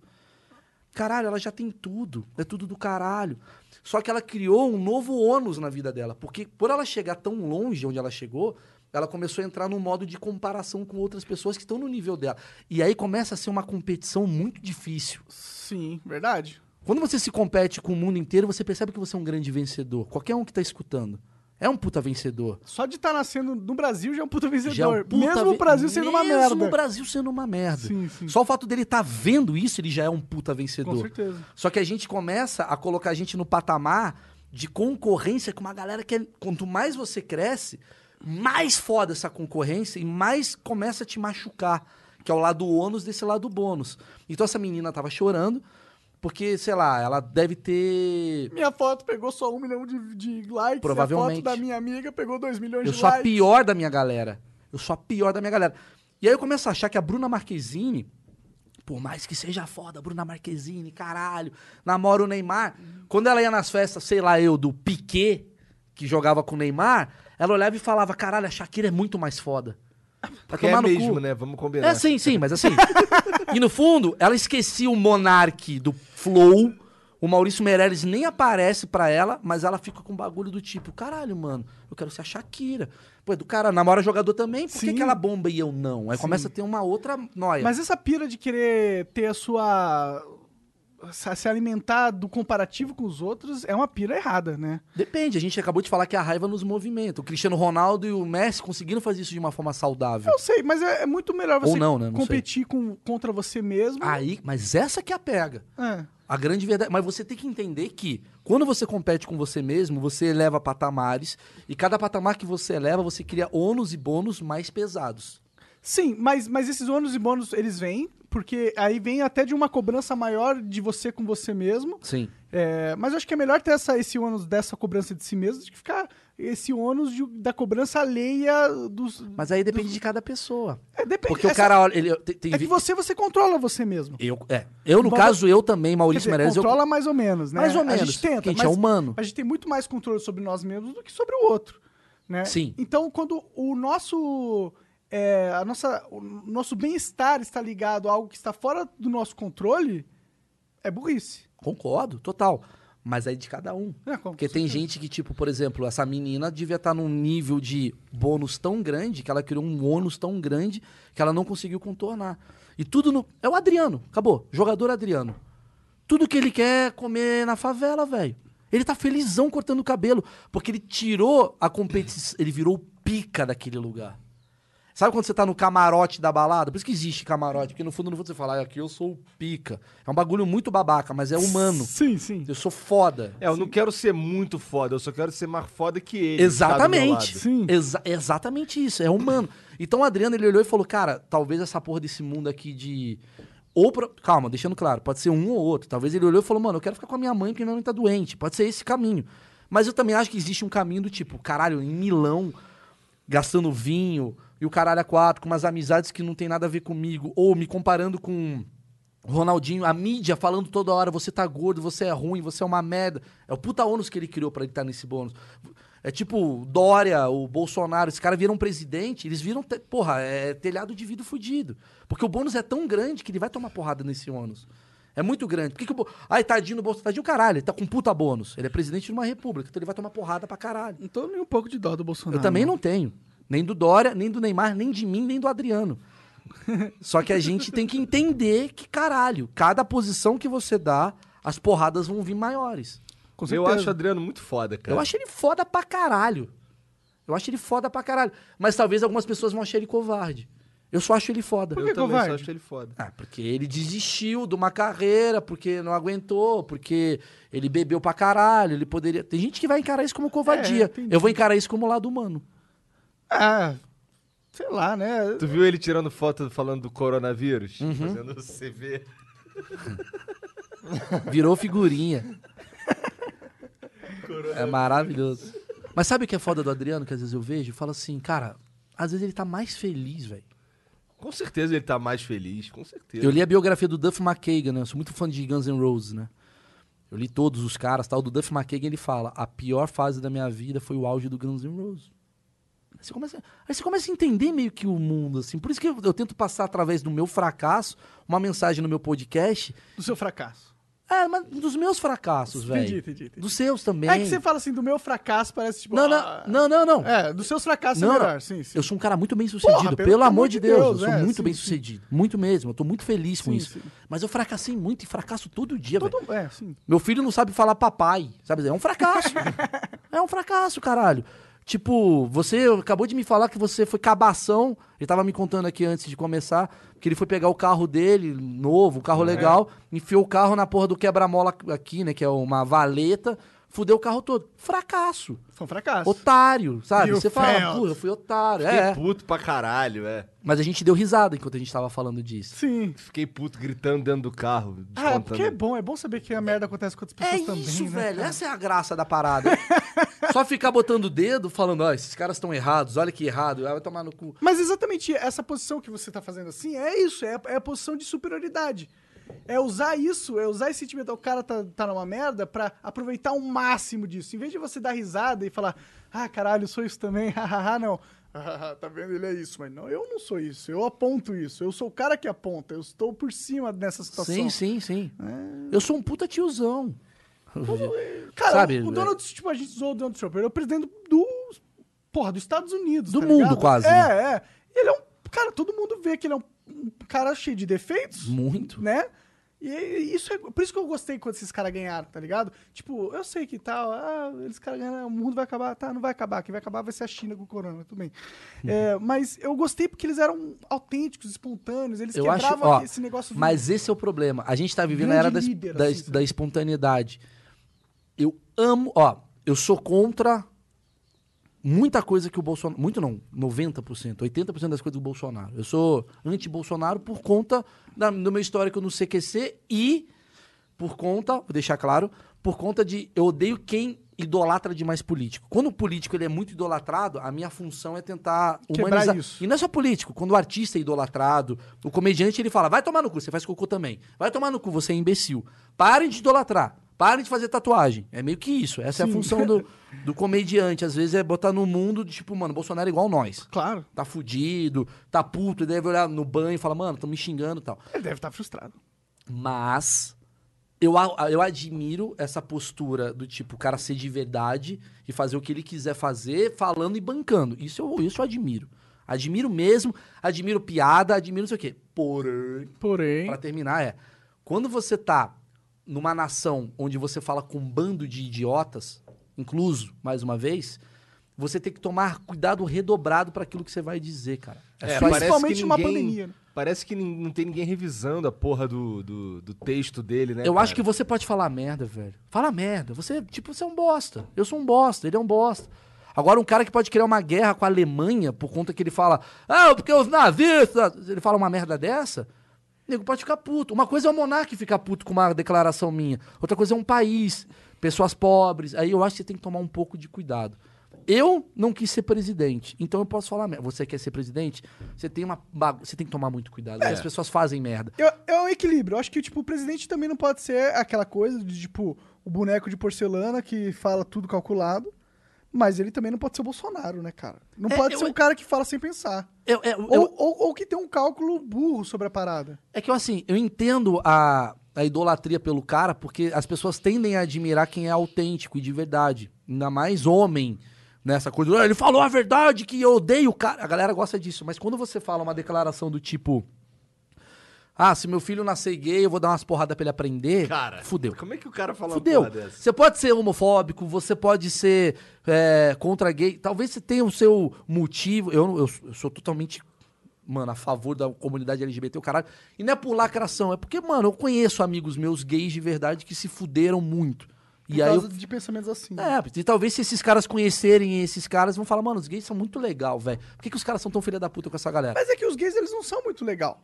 [SPEAKER 3] Caralho, ela já tem tudo. É tudo do caralho. Só que ela criou um novo ônus na vida dela. Porque por ela chegar tão longe onde ela chegou, ela começou a entrar num modo de comparação com outras pessoas que estão no nível dela. E aí começa a ser uma competição muito difícil.
[SPEAKER 2] Sim, verdade.
[SPEAKER 3] Quando você se compete com o mundo inteiro, você percebe que você é um grande vencedor. Qualquer um que tá escutando é um puta vencedor.
[SPEAKER 2] Só de estar nascendo no Brasil já é um puta vencedor.
[SPEAKER 3] Já é um puta
[SPEAKER 2] Mesmo o
[SPEAKER 3] ve-
[SPEAKER 2] Brasil sendo uma merda.
[SPEAKER 3] Mesmo o Brasil sendo uma merda.
[SPEAKER 2] Sim, sim.
[SPEAKER 3] Só o fato dele estar vendo isso, ele já é um puta vencedor.
[SPEAKER 2] Com certeza.
[SPEAKER 3] Só que a gente começa a colocar a gente no patamar de concorrência com uma galera que é- quanto mais você cresce, mais foda essa concorrência e mais começa a te machucar, que é o lado ônus desse lado bônus. Então essa menina tava chorando porque, sei lá, ela deve ter
[SPEAKER 2] Minha foto pegou só um milhão de, de likes.
[SPEAKER 3] Provavelmente.
[SPEAKER 2] E a foto da minha amiga pegou dois milhões
[SPEAKER 3] Eu
[SPEAKER 2] de
[SPEAKER 3] sou a
[SPEAKER 2] likes.
[SPEAKER 3] pior da minha galera. Eu sou a pior da minha galera. E aí eu começo a achar que a Bruna Marquezine, por mais que seja foda, Bruna Marquezine, caralho, namora o Neymar.
[SPEAKER 2] Uhum.
[SPEAKER 3] Quando ela ia nas festas, sei lá, eu, do Piquet, que jogava com o Neymar, ela olhava e falava, caralho, a Shakira é muito mais foda. Vai
[SPEAKER 1] Porque é
[SPEAKER 3] tomar no
[SPEAKER 1] mesmo,
[SPEAKER 3] cu.
[SPEAKER 1] né? Vamos combinar.
[SPEAKER 3] É, sim, sim, mas assim. e no fundo, ela esquecia o monarque do Flow. O Maurício Meirelles nem aparece pra ela, mas ela fica com um bagulho do tipo: caralho, mano, eu quero ser a Shakira. Pô, é do cara, namora jogador também, por que,
[SPEAKER 2] Sim.
[SPEAKER 3] que ela bomba e eu não? Aí começa a ter uma outra noia.
[SPEAKER 2] Mas essa pira de querer ter a sua. sa- se alimentar do comparativo com os outros é uma pira errada, né?
[SPEAKER 3] Depende, a gente acabou de falar que é a raiva nos movimenta. O Cristiano Ronaldo e o Messi conseguiram fazer isso de uma forma saudável.
[SPEAKER 2] Eu sei, mas é, é muito melhor
[SPEAKER 3] Ou
[SPEAKER 2] você
[SPEAKER 3] não, né? Não
[SPEAKER 2] competir com, contra você mesmo.
[SPEAKER 3] Aí, mas essa que é a pega.
[SPEAKER 2] É.
[SPEAKER 3] A grande verdade. Mas você tem que entender que quando você compete com você mesmo, você eleva patamares. E cada patamar que você eleva, você cria ônus e bônus mais pesados.
[SPEAKER 2] Sim, mas, mas esses ônus e bônus, eles vêm, porque aí vem até de uma cobrança maior de você com você mesmo.
[SPEAKER 3] Sim.
[SPEAKER 2] É, mas eu acho que é melhor ter essa, esse ônus dessa cobrança de si mesmo do que ficar esse ônus de- da cobrança alheia dos.
[SPEAKER 3] Mas aí depende de cada pessoa.
[SPEAKER 2] É, depende.
[SPEAKER 3] Porque o
[SPEAKER 2] essa-
[SPEAKER 3] cara olha. Ele, tem, tem
[SPEAKER 2] É que
[SPEAKER 3] vi-
[SPEAKER 2] você, você controla você mesmo.
[SPEAKER 3] eu, é. eu, no
[SPEAKER 2] Bom,
[SPEAKER 3] caso, eu também,
[SPEAKER 2] Quer
[SPEAKER 3] Maurício
[SPEAKER 2] dizer,
[SPEAKER 3] Meirelles, eu.
[SPEAKER 2] controla mais ou menos, né?
[SPEAKER 3] Mais ou
[SPEAKER 2] A
[SPEAKER 3] menos,
[SPEAKER 2] gente tenta,
[SPEAKER 3] porque a gente
[SPEAKER 2] mas
[SPEAKER 3] é humano.
[SPEAKER 2] A gente tem muito mais controle sobre nós mesmos do que sobre o outro, né?
[SPEAKER 3] Sim.
[SPEAKER 2] Então, quando o nosso é, a nossa, o nosso bem-estar está ligado a algo que está fora do nosso controle, é burrice.
[SPEAKER 3] Concordo, total. Mas aí de cada um.
[SPEAKER 2] É, com-
[SPEAKER 3] Porque tem gente que, tipo, por exemplo, essa menina devia estar num nível de bônus tão grande que ela criou um ônus tão grande que ela não conseguiu contornar. E tudo no. É o Adriano, acabou. Jogador Adriano. Tudo que ele quer é comer na favela, velho. Ele tá felizão cortando o cabelo. Porque ele tirou a competição. Ele virou o pica daquele lugar. Sabe quando você tá no camarote da balada? Por isso que existe camarote, porque no fundo, no fundo, você fala, "Ah, aqui eu sou o pica. É um bagulho muito babaca, mas é humano.
[SPEAKER 2] Sim, sim.
[SPEAKER 3] Eu sou foda.
[SPEAKER 1] É, eu não quero ser muito foda, eu só quero ser mais foda que ele. que tá do meu
[SPEAKER 3] Exatamente.
[SPEAKER 1] lado.
[SPEAKER 2] Sim.
[SPEAKER 3] Exa- exatamente isso. É humano. Então o Adriano ele olhou e falou: Cara, talvez essa porra desse mundo aqui de. Ou pro- Calma, deixando claro, pode ser um ou outro. Talvez ele olhou e falou: Mano, eu quero ficar com a minha mãe porque minha mãe tá doente. Pode ser esse caminho. Mas eu também acho que existe um caminho do tipo: Caralho, em Milão, gastando vinho e o caralho a quatro, com umas amizades que não tem nada a ver comigo, ou me comparando com. Ronaldinho, a mídia falando toda hora, você tá gordo, você é ruim, você é uma merda. É o puta ônus que ele criou pra ele estar nesse bônus. É tipo Dória, o Bolsonaro, esses caras viram um presidente, eles viram, te- porra, é telhado de vidro fudido. Porque o bônus é tão grande que ele vai tomar porrada nesse ônus. É muito grande. Por que, que o. Bo... Ai, tadinho do Bolsonaro. Tadinho, caralho, ele tá com puta bônus. Ele é presidente de uma república, então ele vai tomar porrada pra caralho.
[SPEAKER 2] Não tô nem um pouco de dó do Bolsonaro. né?
[SPEAKER 3] Eu também não tenho. Nem do Dória, nem do Neymar, nem de mim, nem do Adriano. Só que a gente tem que entender que, caralho, cada posição que você dá, as porradas vão vir maiores.
[SPEAKER 2] Com
[SPEAKER 1] Eu
[SPEAKER 2] certeza.
[SPEAKER 1] acho o Adriano muito foda, cara.
[SPEAKER 3] Eu acho ele foda pra caralho. Eu acho ele foda pra caralho. Mas talvez algumas pessoas vão achar ele covarde. Eu só acho ele foda.
[SPEAKER 2] Por
[SPEAKER 1] Eu
[SPEAKER 2] que
[SPEAKER 1] também
[SPEAKER 2] covarde?
[SPEAKER 1] só acho ele foda.
[SPEAKER 3] Ah, porque ele desistiu de uma carreira, porque não aguentou, porque ele bebeu pra caralho, ele poderia... Tem gente que vai encarar isso como covardia.
[SPEAKER 2] entendi.
[SPEAKER 3] Eu vou encarar isso como lado humano.
[SPEAKER 2] Ah, sei lá, né?
[SPEAKER 1] Tu viu ele tirando foto falando do coronavírus? Fazendo CV.
[SPEAKER 3] Virou figurinha. é maravilhoso. Mas sabe o que é foda do Adriano, que às vezes eu vejo? Eu falo assim, cara, às vezes ele tá mais feliz, velho.
[SPEAKER 1] Com certeza ele tá mais feliz, com certeza.
[SPEAKER 3] Eu li a biografia do Duff McKagan, né? Eu sou muito fã de Guns N' Roses, né? Eu li todos os caras, tal. Do Duff McKagan ele fala, a pior fase da minha vida foi o auge do Guns N' Roses. Aí você, começa, aí você começa a entender meio que o mundo, assim. Por isso que eu, eu tento passar através do meu fracasso uma mensagem no meu podcast.
[SPEAKER 2] Do seu fracasso.
[SPEAKER 3] É, mas dos meus fracassos, velho.
[SPEAKER 2] Entendi, entendi, entendi.
[SPEAKER 3] Dos seus também.
[SPEAKER 2] É que você fala assim, do meu fracasso parece tipo.
[SPEAKER 3] Não,
[SPEAKER 2] ah,
[SPEAKER 3] não, não, não, não.
[SPEAKER 2] É, dos seus fracassos
[SPEAKER 3] Não,
[SPEAKER 2] é
[SPEAKER 3] não.
[SPEAKER 2] melhor, sim, sim.
[SPEAKER 3] Eu sou um cara muito bem sucedido,
[SPEAKER 2] Porra,
[SPEAKER 3] pelo, amor de Deus. eu sou
[SPEAKER 2] é,
[SPEAKER 3] muito
[SPEAKER 2] sim,
[SPEAKER 3] bem
[SPEAKER 2] sim.
[SPEAKER 3] sucedido. Muito mesmo. Eu tô muito feliz com
[SPEAKER 2] Sim,
[SPEAKER 3] isso.
[SPEAKER 2] sim.
[SPEAKER 3] Mas eu fracassei muito e fracasso todo dia, velho.
[SPEAKER 2] Todo- é, sim.
[SPEAKER 3] Meu filho não sabe falar papai, sabe? É um fracasso.
[SPEAKER 2] (laughs)
[SPEAKER 3] é um fracasso, caralho. Tipo, você acabou de me falar que você foi cabação. Ele tava me contando aqui antes de começar que ele foi pegar o carro dele, novo, um
[SPEAKER 2] Uhum.
[SPEAKER 3] carro legal, enfiou o carro na porra do quebra-mola aqui, né? Que é uma valeta, fudeu o carro todo. Fracasso.
[SPEAKER 2] Foi um fracasso.
[SPEAKER 3] Otário, sabe?
[SPEAKER 2] You
[SPEAKER 3] você fala,
[SPEAKER 2] failed.
[SPEAKER 3] pô, eu fui otário.
[SPEAKER 1] Fiquei
[SPEAKER 3] É.
[SPEAKER 1] puto pra caralho, é.
[SPEAKER 3] Mas a gente deu risada enquanto a gente tava falando disso.
[SPEAKER 2] Sim.
[SPEAKER 1] Fiquei puto gritando dentro do carro.
[SPEAKER 2] Ah,
[SPEAKER 1] descontando.
[SPEAKER 2] porque é bom, é bom saber que a merda acontece com outras
[SPEAKER 3] né? É
[SPEAKER 2] pessoas também.
[SPEAKER 3] isso,
[SPEAKER 2] né,
[SPEAKER 3] velho.
[SPEAKER 2] cara?
[SPEAKER 3] Essa é a graça da parada. (laughs) Só ficar botando o dedo falando, ó, esses caras estão errados, olha que errado, ah, vai tomar no cu.
[SPEAKER 2] Mas exatamente essa posição que você tá fazendo assim é isso, é, é a posição de superioridade. É usar isso, é usar esse sentimento, o cara tá, tá numa merda, pra aproveitar o máximo disso. Em vez de você dar risada e falar, ah, caralho, eu sou isso também, (laughs) hahaha, não. "Ah, tá vendo? Ele é isso, mas não, eu não sou isso, eu aponto isso, eu sou o cara que aponta, eu estou por cima nessa situação.
[SPEAKER 3] Sim, sim, sim.
[SPEAKER 2] É.
[SPEAKER 3] Eu sou um puta tiozão.
[SPEAKER 2] Cara,
[SPEAKER 3] Sabe, né?
[SPEAKER 2] o, o Donald Trump, a gente zoou o Donald Trump, ele é o presidente do. Porra, dos Estados Unidos.
[SPEAKER 3] Do
[SPEAKER 2] tá
[SPEAKER 3] mundo,
[SPEAKER 2] ligado?
[SPEAKER 3] quase,
[SPEAKER 2] É,
[SPEAKER 3] né?
[SPEAKER 2] é. Ele é um. Cara, todo mundo vê que ele é um, um cara cheio de defeitos,
[SPEAKER 3] Muito.
[SPEAKER 2] né? E isso é. Por isso que eu gostei quando esses caras ganharam, tá ligado? Tipo, eu sei que tal, ah, eles caras ganharam, o mundo vai acabar, tá? Não vai acabar. Quem vai acabar vai ser a China com o corona, tudo bem.
[SPEAKER 3] Uhum.
[SPEAKER 2] É, mas eu gostei porque eles eram autênticos, espontâneos, eles
[SPEAKER 3] Eu acho,
[SPEAKER 2] quebravam
[SPEAKER 3] ó,
[SPEAKER 2] esse negócio.
[SPEAKER 3] mas esse é o problema. A gente tá vivendo a
[SPEAKER 2] Grande
[SPEAKER 3] era da, es-
[SPEAKER 2] líder,
[SPEAKER 3] da,
[SPEAKER 2] assim,
[SPEAKER 3] es-
[SPEAKER 2] sabe?
[SPEAKER 3] da espontaneidade. Eu amo, ó, eu sou contra muita coisa que o Bolsonaro, muito não, 90%, 80% das coisas do Bolsonaro. Eu sou anti-Bolsonaro por conta da- do meu histórico no CQC e por conta, vou deixar claro, por conta de eu odeio quem idolatra demais político. Quando o político ele é muito idolatrado, a minha função é tentar
[SPEAKER 2] Quebrar
[SPEAKER 3] humanizar.
[SPEAKER 2] isso.
[SPEAKER 3] E não é só político, quando o artista é idolatrado, o comediante ele fala: "Vai tomar no cu, você faz cocô também. Vai tomar no cu, você é imbecil. Parem de idolatrar. Parem de fazer tatuagem. É meio que isso. Essa é a função do, do comediante. Às vezes é botar no mundo, de, tipo, mano, Bolsonaro é igual nós.
[SPEAKER 2] Claro.
[SPEAKER 3] Tá fudido, tá puto, e deve olhar no banho e falar, mano, tão me xingando e tal.
[SPEAKER 2] Ele deve estar frustrado.
[SPEAKER 3] Mas eu, a- eu admiro essa postura do tipo, o cara ser de verdade e fazer o que ele quiser fazer, falando e bancando. Isso eu, isso eu admiro. Admiro mesmo, admiro piada, admiro não sei o quê. Porém,
[SPEAKER 2] Porém.
[SPEAKER 3] pra terminar é, quando você tá numa nação onde você fala com um bando de idiotas, incluso, mais uma vez, você tem que tomar cuidado redobrado pra aquilo que você vai dizer, cara.
[SPEAKER 1] É,
[SPEAKER 3] só isso.
[SPEAKER 1] parece
[SPEAKER 2] principalmente
[SPEAKER 1] que
[SPEAKER 2] numa
[SPEAKER 1] ninguém-
[SPEAKER 2] pandemia, né?
[SPEAKER 1] Parece que nin- não tem ninguém revisando a porra do, do, do texto dele, né?
[SPEAKER 3] Eu acho que
[SPEAKER 1] cara?
[SPEAKER 3] você pode falar merda, velho. Fala merda. Você, tipo, você é um bosta. Eu sou um bosta, ele é um bosta. Agora, um cara que pode criar uma guerra com a Alemanha por conta que ele fala, ah, porque os nazistas. Ele fala uma merda dessa, o nego pode ficar puto. Uma coisa é o monarca ficar puto com uma declaração minha, outra coisa é um país, pessoas pobres. Aí eu acho que você tem que tomar um pouco de cuidado. Eu não quis ser presidente, então eu posso falar merda. Você quer ser presidente? Você tem, uma bagu- você tem que tomar muito cuidado. né?
[SPEAKER 1] É.
[SPEAKER 3] As pessoas fazem merda.
[SPEAKER 2] Eu- É um equilíbrio. Eu acho que, tipo, o presidente também não pode ser aquela coisa de, tipo, o boneco de porcelana que fala tudo calculado. Mas ele também não pode ser o Bolsonaro, né, cara? Não
[SPEAKER 3] É,
[SPEAKER 2] pode
[SPEAKER 3] eu-
[SPEAKER 2] ser um cara que fala sem pensar.
[SPEAKER 3] Eu- eu-
[SPEAKER 2] Ou,
[SPEAKER 3] eu-
[SPEAKER 2] ou- ou que tem um cálculo burro sobre a parada.
[SPEAKER 3] É que eu, assim, eu entendo a, a idolatria pelo cara, porque as pessoas tendem a admirar quem é autêntico e de verdade. Ainda mais homem nessa coisa. "Ah, Ele falou a verdade que eu odeio o cara. A galera gosta disso, mas quando você fala uma declaração do tipo. Ah, se meu filho nascer gay, eu vou dar umas porradas pra ele aprender.
[SPEAKER 1] Cara,
[SPEAKER 3] fudeu.
[SPEAKER 1] Como é que o cara fala
[SPEAKER 3] Fudeu.
[SPEAKER 1] uma porra dessa?
[SPEAKER 3] Você pode ser homofóbico, você pode ser é, contra gay. Talvez você tenha o seu motivo. Eu, não- eu, eu sou totalmente, mano, a favor da comunidade LGBT, o caralho. E não é por lacração, é porque, mano, eu conheço amigos meus gays de verdade que se fuderam muito.
[SPEAKER 2] Por
[SPEAKER 3] e aí
[SPEAKER 2] causa
[SPEAKER 3] eu
[SPEAKER 2] de pensamentos assim.
[SPEAKER 3] é, e talvez se esses caras conhecerem esses caras, vão falar, mano, os gays são muito legal, velho. Por que, que os caras são tão filha da puta com essa galera?
[SPEAKER 2] Mas é que os gays, eles não são muito legal.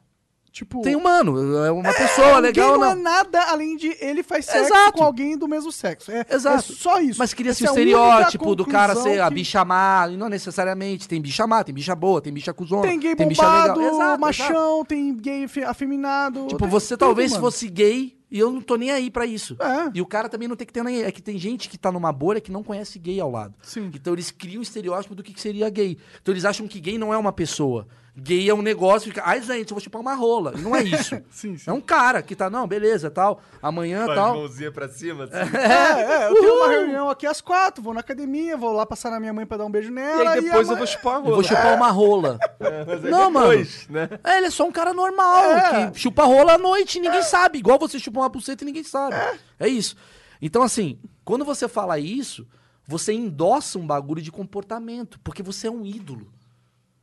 [SPEAKER 2] Tipo...
[SPEAKER 3] Tem um mano, é uma pessoa
[SPEAKER 2] um gay
[SPEAKER 3] legal,
[SPEAKER 2] não é
[SPEAKER 3] não.
[SPEAKER 2] nada além de ele faz sexo
[SPEAKER 3] Exato.
[SPEAKER 2] com alguém do mesmo sexo. É,
[SPEAKER 3] Exato.
[SPEAKER 2] é só isso.
[SPEAKER 3] Mas cria-se o
[SPEAKER 2] Essa é a única
[SPEAKER 3] estereótipo do cara ser
[SPEAKER 2] conclusão
[SPEAKER 3] a
[SPEAKER 2] que-
[SPEAKER 3] bicha má, e não necessariamente. Tem bicha má, tem bicha boa, tem bicha cuzona,
[SPEAKER 2] Tem gay
[SPEAKER 3] bicha
[SPEAKER 2] bombado,
[SPEAKER 3] legal. Exato, exato.
[SPEAKER 2] machão, tem gay fe- afeminado.
[SPEAKER 3] Tipo,
[SPEAKER 2] tem
[SPEAKER 3] você
[SPEAKER 2] tudo,
[SPEAKER 3] talvez
[SPEAKER 2] mano.
[SPEAKER 3] fosse gay e eu não tô nem aí pra isso.
[SPEAKER 2] É.
[SPEAKER 3] E o cara também não tem que ter nem. É que tem gente que tá numa bolha que não conhece gay ao lado.
[SPEAKER 2] Sim.
[SPEAKER 3] Então eles criam o estereótipo do que que seria gay. Então eles acham que gay não é uma pessoa. Gay é um negócio, fica, ai gente, eu vou chupar uma rola. E Não é isso.
[SPEAKER 2] (laughs) Sim, sim.
[SPEAKER 3] É um cara que tá, não, beleza, tal, amanhã,
[SPEAKER 1] Faz
[SPEAKER 3] tal.
[SPEAKER 1] mãozinha pra cima, assim.
[SPEAKER 2] É, é, eu tenho uma reunião aqui às quatro, vou na academia, vou lá passar na minha mãe pra dar um beijo
[SPEAKER 1] E
[SPEAKER 2] nela.
[SPEAKER 1] aí depois
[SPEAKER 2] a
[SPEAKER 1] eu vou chupar a
[SPEAKER 3] Eu
[SPEAKER 1] rola.
[SPEAKER 3] vou chupar uma
[SPEAKER 2] (laughs)
[SPEAKER 3] rola. não,
[SPEAKER 1] depois,
[SPEAKER 3] mano.
[SPEAKER 1] né?
[SPEAKER 3] É, ele é só um cara normal, que chupa rola à noite e ninguém sabe. Igual você chupa uma pulseta e ninguém sabe. É. isso. Então, assim, quando você fala isso, você endossa um bagulho de comportamento, porque você é um ídolo.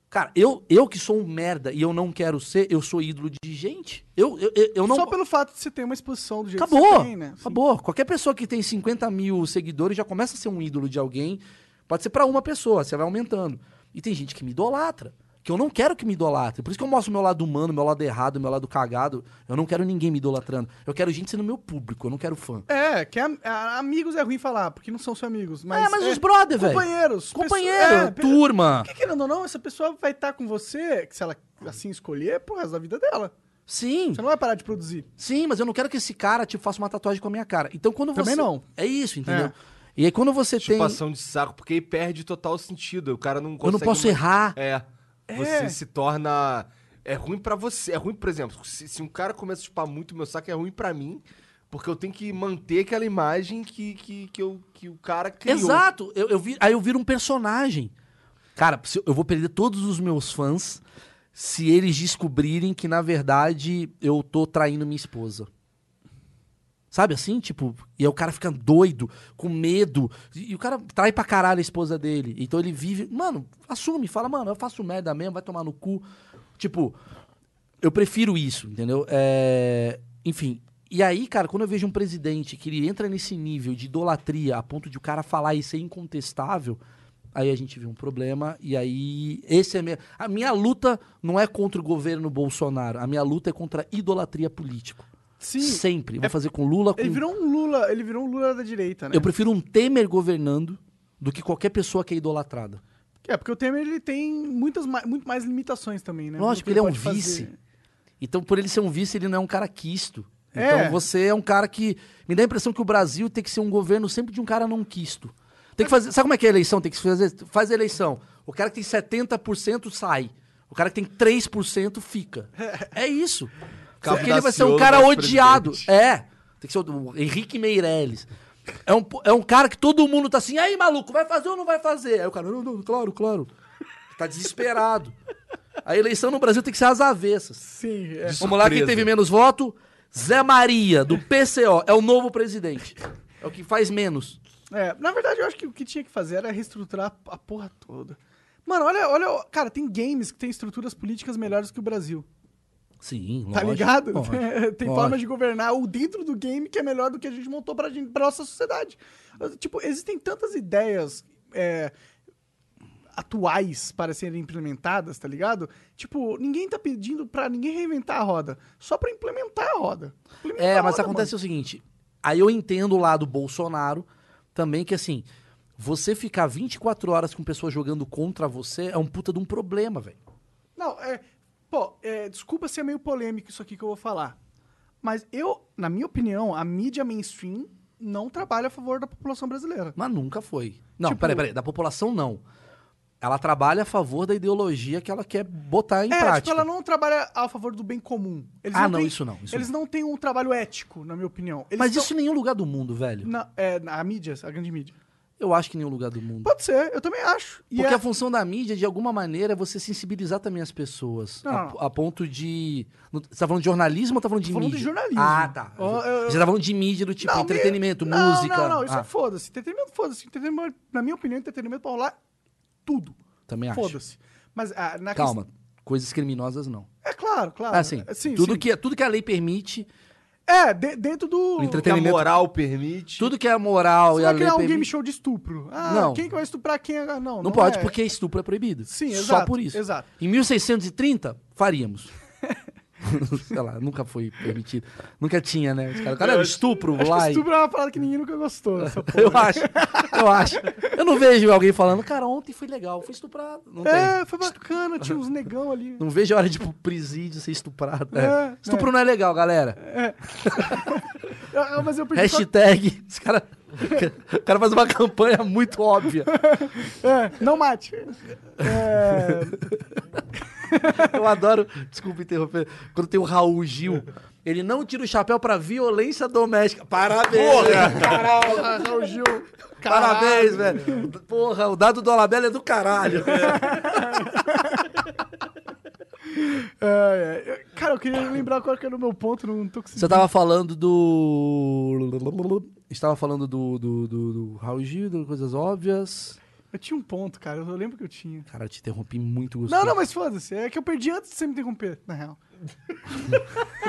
[SPEAKER 3] Cara, eu, eu que sou um merda e eu não quero ser, eu sou ídolo de gente. Eu, eu, eu, eu não.
[SPEAKER 2] Só pelo fato de você ter uma exposição do jeito que
[SPEAKER 3] Acabou.
[SPEAKER 2] você tem, né? Sim.
[SPEAKER 3] Acabou. Qualquer pessoa que tem 50 mil seguidores já começa a ser um ídolo de alguém. Pode ser pra uma pessoa, você vai aumentando. E tem gente que me idolatra. Que eu não quero que me idolatre. Por isso que eu mostro meu lado humano, meu lado errado, meu lado cagado. Eu não quero ninguém me idolatrando. Eu quero gente sendo meu público, eu não quero fã.
[SPEAKER 2] É, que am- a- amigos é ruim falar, porque não são seus amigos. Mas
[SPEAKER 3] é, mas os brother, velho.
[SPEAKER 2] Companheiros.
[SPEAKER 3] Companheiro,
[SPEAKER 2] pessoa- é, pe-
[SPEAKER 3] turma.
[SPEAKER 2] Porque querendo ou não, essa pessoa vai estar com você, que se ela assim escolher, pro resto da vida dela.
[SPEAKER 3] Sim.
[SPEAKER 2] Você não vai parar de produzir.
[SPEAKER 3] Sim, mas eu não quero que esse cara tipo, faça uma tatuagem com a minha cara. Então quando
[SPEAKER 2] Também
[SPEAKER 3] você.
[SPEAKER 2] não.
[SPEAKER 3] É isso, entendeu?
[SPEAKER 2] É.
[SPEAKER 3] E aí quando você
[SPEAKER 1] Tipo
[SPEAKER 3] tem.
[SPEAKER 1] Chupação de saco, porque aí perde total sentido. O cara não
[SPEAKER 3] Eu
[SPEAKER 1] consegue...
[SPEAKER 3] não posso
[SPEAKER 1] mais-
[SPEAKER 3] errar.
[SPEAKER 1] É. Você se torna. É ruim pra você. É ruim, por exemplo, se, se um cara começa a chupar muito meu saco, é ruim pra mim. Porque eu tenho que manter aquela imagem que, que, que, eu, que o cara criou.
[SPEAKER 3] Exato. Eu, eu vi, aí eu viro um personagem. Cara, se eu- eu vou perder todos os meus fãs se eles descobrirem que, na verdade, eu tô traindo minha esposa. Sabe assim? Tipo, e aí o cara fica doido, com medo. E, e o cara trai pra caralho a esposa dele. Então ele vive. Mano, assume, fala, mano, eu faço merda mesmo, vai tomar no cu. Tipo, eu prefiro isso, entendeu? É, Enfim. E aí, cara, quando eu vejo um presidente que ele entra nesse nível de idolatria a ponto de o cara falar e ser incontestável, aí a gente vê um problema. E aí, esse é meu. A minha luta não é contra o governo Bolsonaro. A minha luta é contra a idolatria política.
[SPEAKER 2] Sim. É
[SPEAKER 3] Sempre. Vou fazer com Lula, com
[SPEAKER 2] Ele virou um Lula, ele virou um Lula da direita, né?
[SPEAKER 3] eu prefiro um Temer governando do que qualquer pessoa que é idolatrada.
[SPEAKER 2] É, porque o Temer ele tem muitas ma- muito mais limitações também, né?
[SPEAKER 3] Lógico,
[SPEAKER 2] Do
[SPEAKER 3] ele é um
[SPEAKER 2] pode fazer.
[SPEAKER 3] vice. Então, por ele ser um vice, ele não é um cara quisto. Então,
[SPEAKER 2] É.
[SPEAKER 3] você é um cara que. Me dá a impressão que o Brasil tem que ser um governo sempre de um cara não quisto. Tem que fazer. Sabe como é que é a eleição? Tem que fazer. Faz a eleição. O cara que tem 70% sai. O cara que tem
[SPEAKER 2] (laughs)
[SPEAKER 3] 3% fica. É isso.
[SPEAKER 1] Cabo
[SPEAKER 3] Porque ele vai ser um
[SPEAKER 1] Daciolo,
[SPEAKER 3] cara
[SPEAKER 1] nosso
[SPEAKER 3] odiado.
[SPEAKER 1] presidente.
[SPEAKER 3] É. Tem que ser o o Henrique Meirelles. É um, po- é um cara que todo mundo tá assim, aí maluco, vai fazer ou não vai fazer? Aí o cara, não, não, claro, claro. Tá desesperado. A eleição no Brasil tem que ser às avessas.
[SPEAKER 2] Sim, é.
[SPEAKER 3] Vamos lá, quem
[SPEAKER 1] surpresa.
[SPEAKER 3] teve menos voto? Zé Maria, do PCO. É o novo presidente. É o que faz menos.
[SPEAKER 2] É, Na verdade, eu acho que o que tinha que fazer era reestruturar a porra toda. Mano, olha, olha, cara, tem games que tem estruturas políticas melhores que o Brasil.
[SPEAKER 3] Sim,
[SPEAKER 2] Tá
[SPEAKER 3] lógico,
[SPEAKER 2] ligado?
[SPEAKER 3] lógico,
[SPEAKER 2] (laughs) Tem
[SPEAKER 3] lógico.
[SPEAKER 2] formas de governar o dentro do game que é melhor do que a gente montou pra, gente, pra nossa sociedade. Tipo, existem tantas ideias é, atuais para serem implementadas, tá ligado? Tipo, ninguém tá pedindo pra ninguém reinventar a roda, só pra implementar a roda. Implementar
[SPEAKER 3] É,
[SPEAKER 2] a
[SPEAKER 3] mas
[SPEAKER 2] roda,
[SPEAKER 3] acontece o seguinte. Aí eu entendo lá do Bolsonaro também que assim, você ficar 24 horas com pessoas jogando contra você é um puta de um problema, velho.
[SPEAKER 2] Não, é. Pô, é, desculpa ser meio polêmico isso aqui que eu vou falar. Mas eu, na minha opinião, a mídia mainstream não trabalha a favor da população brasileira.
[SPEAKER 3] Mas nunca foi. Não,
[SPEAKER 2] Tipo-
[SPEAKER 3] peraí, peraí, da população não. Ela trabalha a favor da ideologia que ela quer botar em
[SPEAKER 2] é,
[SPEAKER 3] prática.
[SPEAKER 2] tipo, ela não trabalha a favor do bem comum. Eles
[SPEAKER 3] Ah, não, isso não, isso
[SPEAKER 2] eles não. têm um trabalho ético, na minha opinião. Eles
[SPEAKER 3] Mas
[SPEAKER 2] não-
[SPEAKER 3] isso em nenhum lugar do mundo, velho.
[SPEAKER 2] Na, é, na a mídia, a grande mídia.
[SPEAKER 3] Eu acho que em nenhum lugar do mundo.
[SPEAKER 2] Pode ser, eu também acho. E
[SPEAKER 3] Porque
[SPEAKER 2] é-
[SPEAKER 3] a função da mídia, de alguma maneira, é você sensibilizar também as pessoas.
[SPEAKER 2] Não,
[SPEAKER 3] a,
[SPEAKER 2] não, não.
[SPEAKER 3] a ponto de. não- Você tá falando de jornalismo ou tá falando de
[SPEAKER 2] Tô falando
[SPEAKER 3] mídia?
[SPEAKER 2] de jornalismo.
[SPEAKER 3] Ah, tá.
[SPEAKER 2] Ó, eu-
[SPEAKER 3] Você tá falando de mídia do tipo
[SPEAKER 2] Não,
[SPEAKER 3] entretenimento,
[SPEAKER 2] não,
[SPEAKER 3] música.
[SPEAKER 2] Não, não, isso
[SPEAKER 3] Ah,
[SPEAKER 2] é foda-se. Entretenimento, foda-se. Entretenimento, na minha opinião, entretenimento pode rolar tudo.
[SPEAKER 3] Também acho.
[SPEAKER 2] Foda-se. Mas ah, na questão-
[SPEAKER 3] Calma. Coisas criminosas, não.
[SPEAKER 2] É claro, claro.
[SPEAKER 3] Ah, sim. tudo, Que, tudo que a lei permite,
[SPEAKER 2] É, de- dentro do.
[SPEAKER 3] Entre-
[SPEAKER 1] Que a
[SPEAKER 3] Entretenimento.
[SPEAKER 1] moral permite.
[SPEAKER 3] tudo que é moral
[SPEAKER 2] Você
[SPEAKER 3] e a
[SPEAKER 2] vai
[SPEAKER 3] lei
[SPEAKER 2] criar um
[SPEAKER 3] permite.
[SPEAKER 2] game show de estupro. Ah,
[SPEAKER 3] Não.
[SPEAKER 2] quem que vai estuprar quem? Ah, Não, não,
[SPEAKER 3] Não, pode,
[SPEAKER 2] é.
[SPEAKER 3] porque estupro é proibido.
[SPEAKER 2] Sim,
[SPEAKER 3] Só
[SPEAKER 2] exato,
[SPEAKER 3] por isso.
[SPEAKER 2] exato.
[SPEAKER 3] Em 1630,
[SPEAKER 2] (laughs)
[SPEAKER 3] faríamos. Sei lá, nunca foi permitido. Nunca tinha, né? Os caras, o cara, era estupro
[SPEAKER 2] Acho
[SPEAKER 3] lá.
[SPEAKER 2] que
[SPEAKER 3] e-
[SPEAKER 2] estupro é uma parada que ninguém nunca
[SPEAKER 3] (laughs)
[SPEAKER 2] gostou. essa porra.
[SPEAKER 3] Eu acho, eu acho. Eu não vejo alguém falando, cara, ontem foi legal, fui estuprado. Não tem.
[SPEAKER 2] é, foi bacana, tinha uns negão ali.
[SPEAKER 3] Não vejo a hora de ir pro presídio ser estuprado. É.
[SPEAKER 2] É,
[SPEAKER 3] Estupro não é legal, galera.
[SPEAKER 2] Ah, mas eu perdi.
[SPEAKER 3] Hashtag. Os cara, o cara faz uma campanha muito óbvia.
[SPEAKER 2] só- É, não mate. É,
[SPEAKER 3] Eu adoro. Desculpa interromper. Quando tem o Raul Gil, ele não tira o chapéu pra violência doméstica. Parabéns!
[SPEAKER 2] ah, não, Gil.
[SPEAKER 3] Parabéns, velho. Porra, o dado do Alabella é do caralho.
[SPEAKER 2] É, é, eu- Cara, eu queria lembrar qual que era o meu ponto, não tô
[SPEAKER 3] Você
[SPEAKER 2] conseguindo.
[SPEAKER 3] tava falando do. Estava falando do, do, do, do Raul Gil, do coisas óbvias.
[SPEAKER 2] Eu tinha um ponto, cara, eu lembro que eu tinha.
[SPEAKER 3] Cara, eu te interrompi muito gostoso.
[SPEAKER 2] Não, não, mas foda-se. É que eu perdi antes de você me interromper, na real.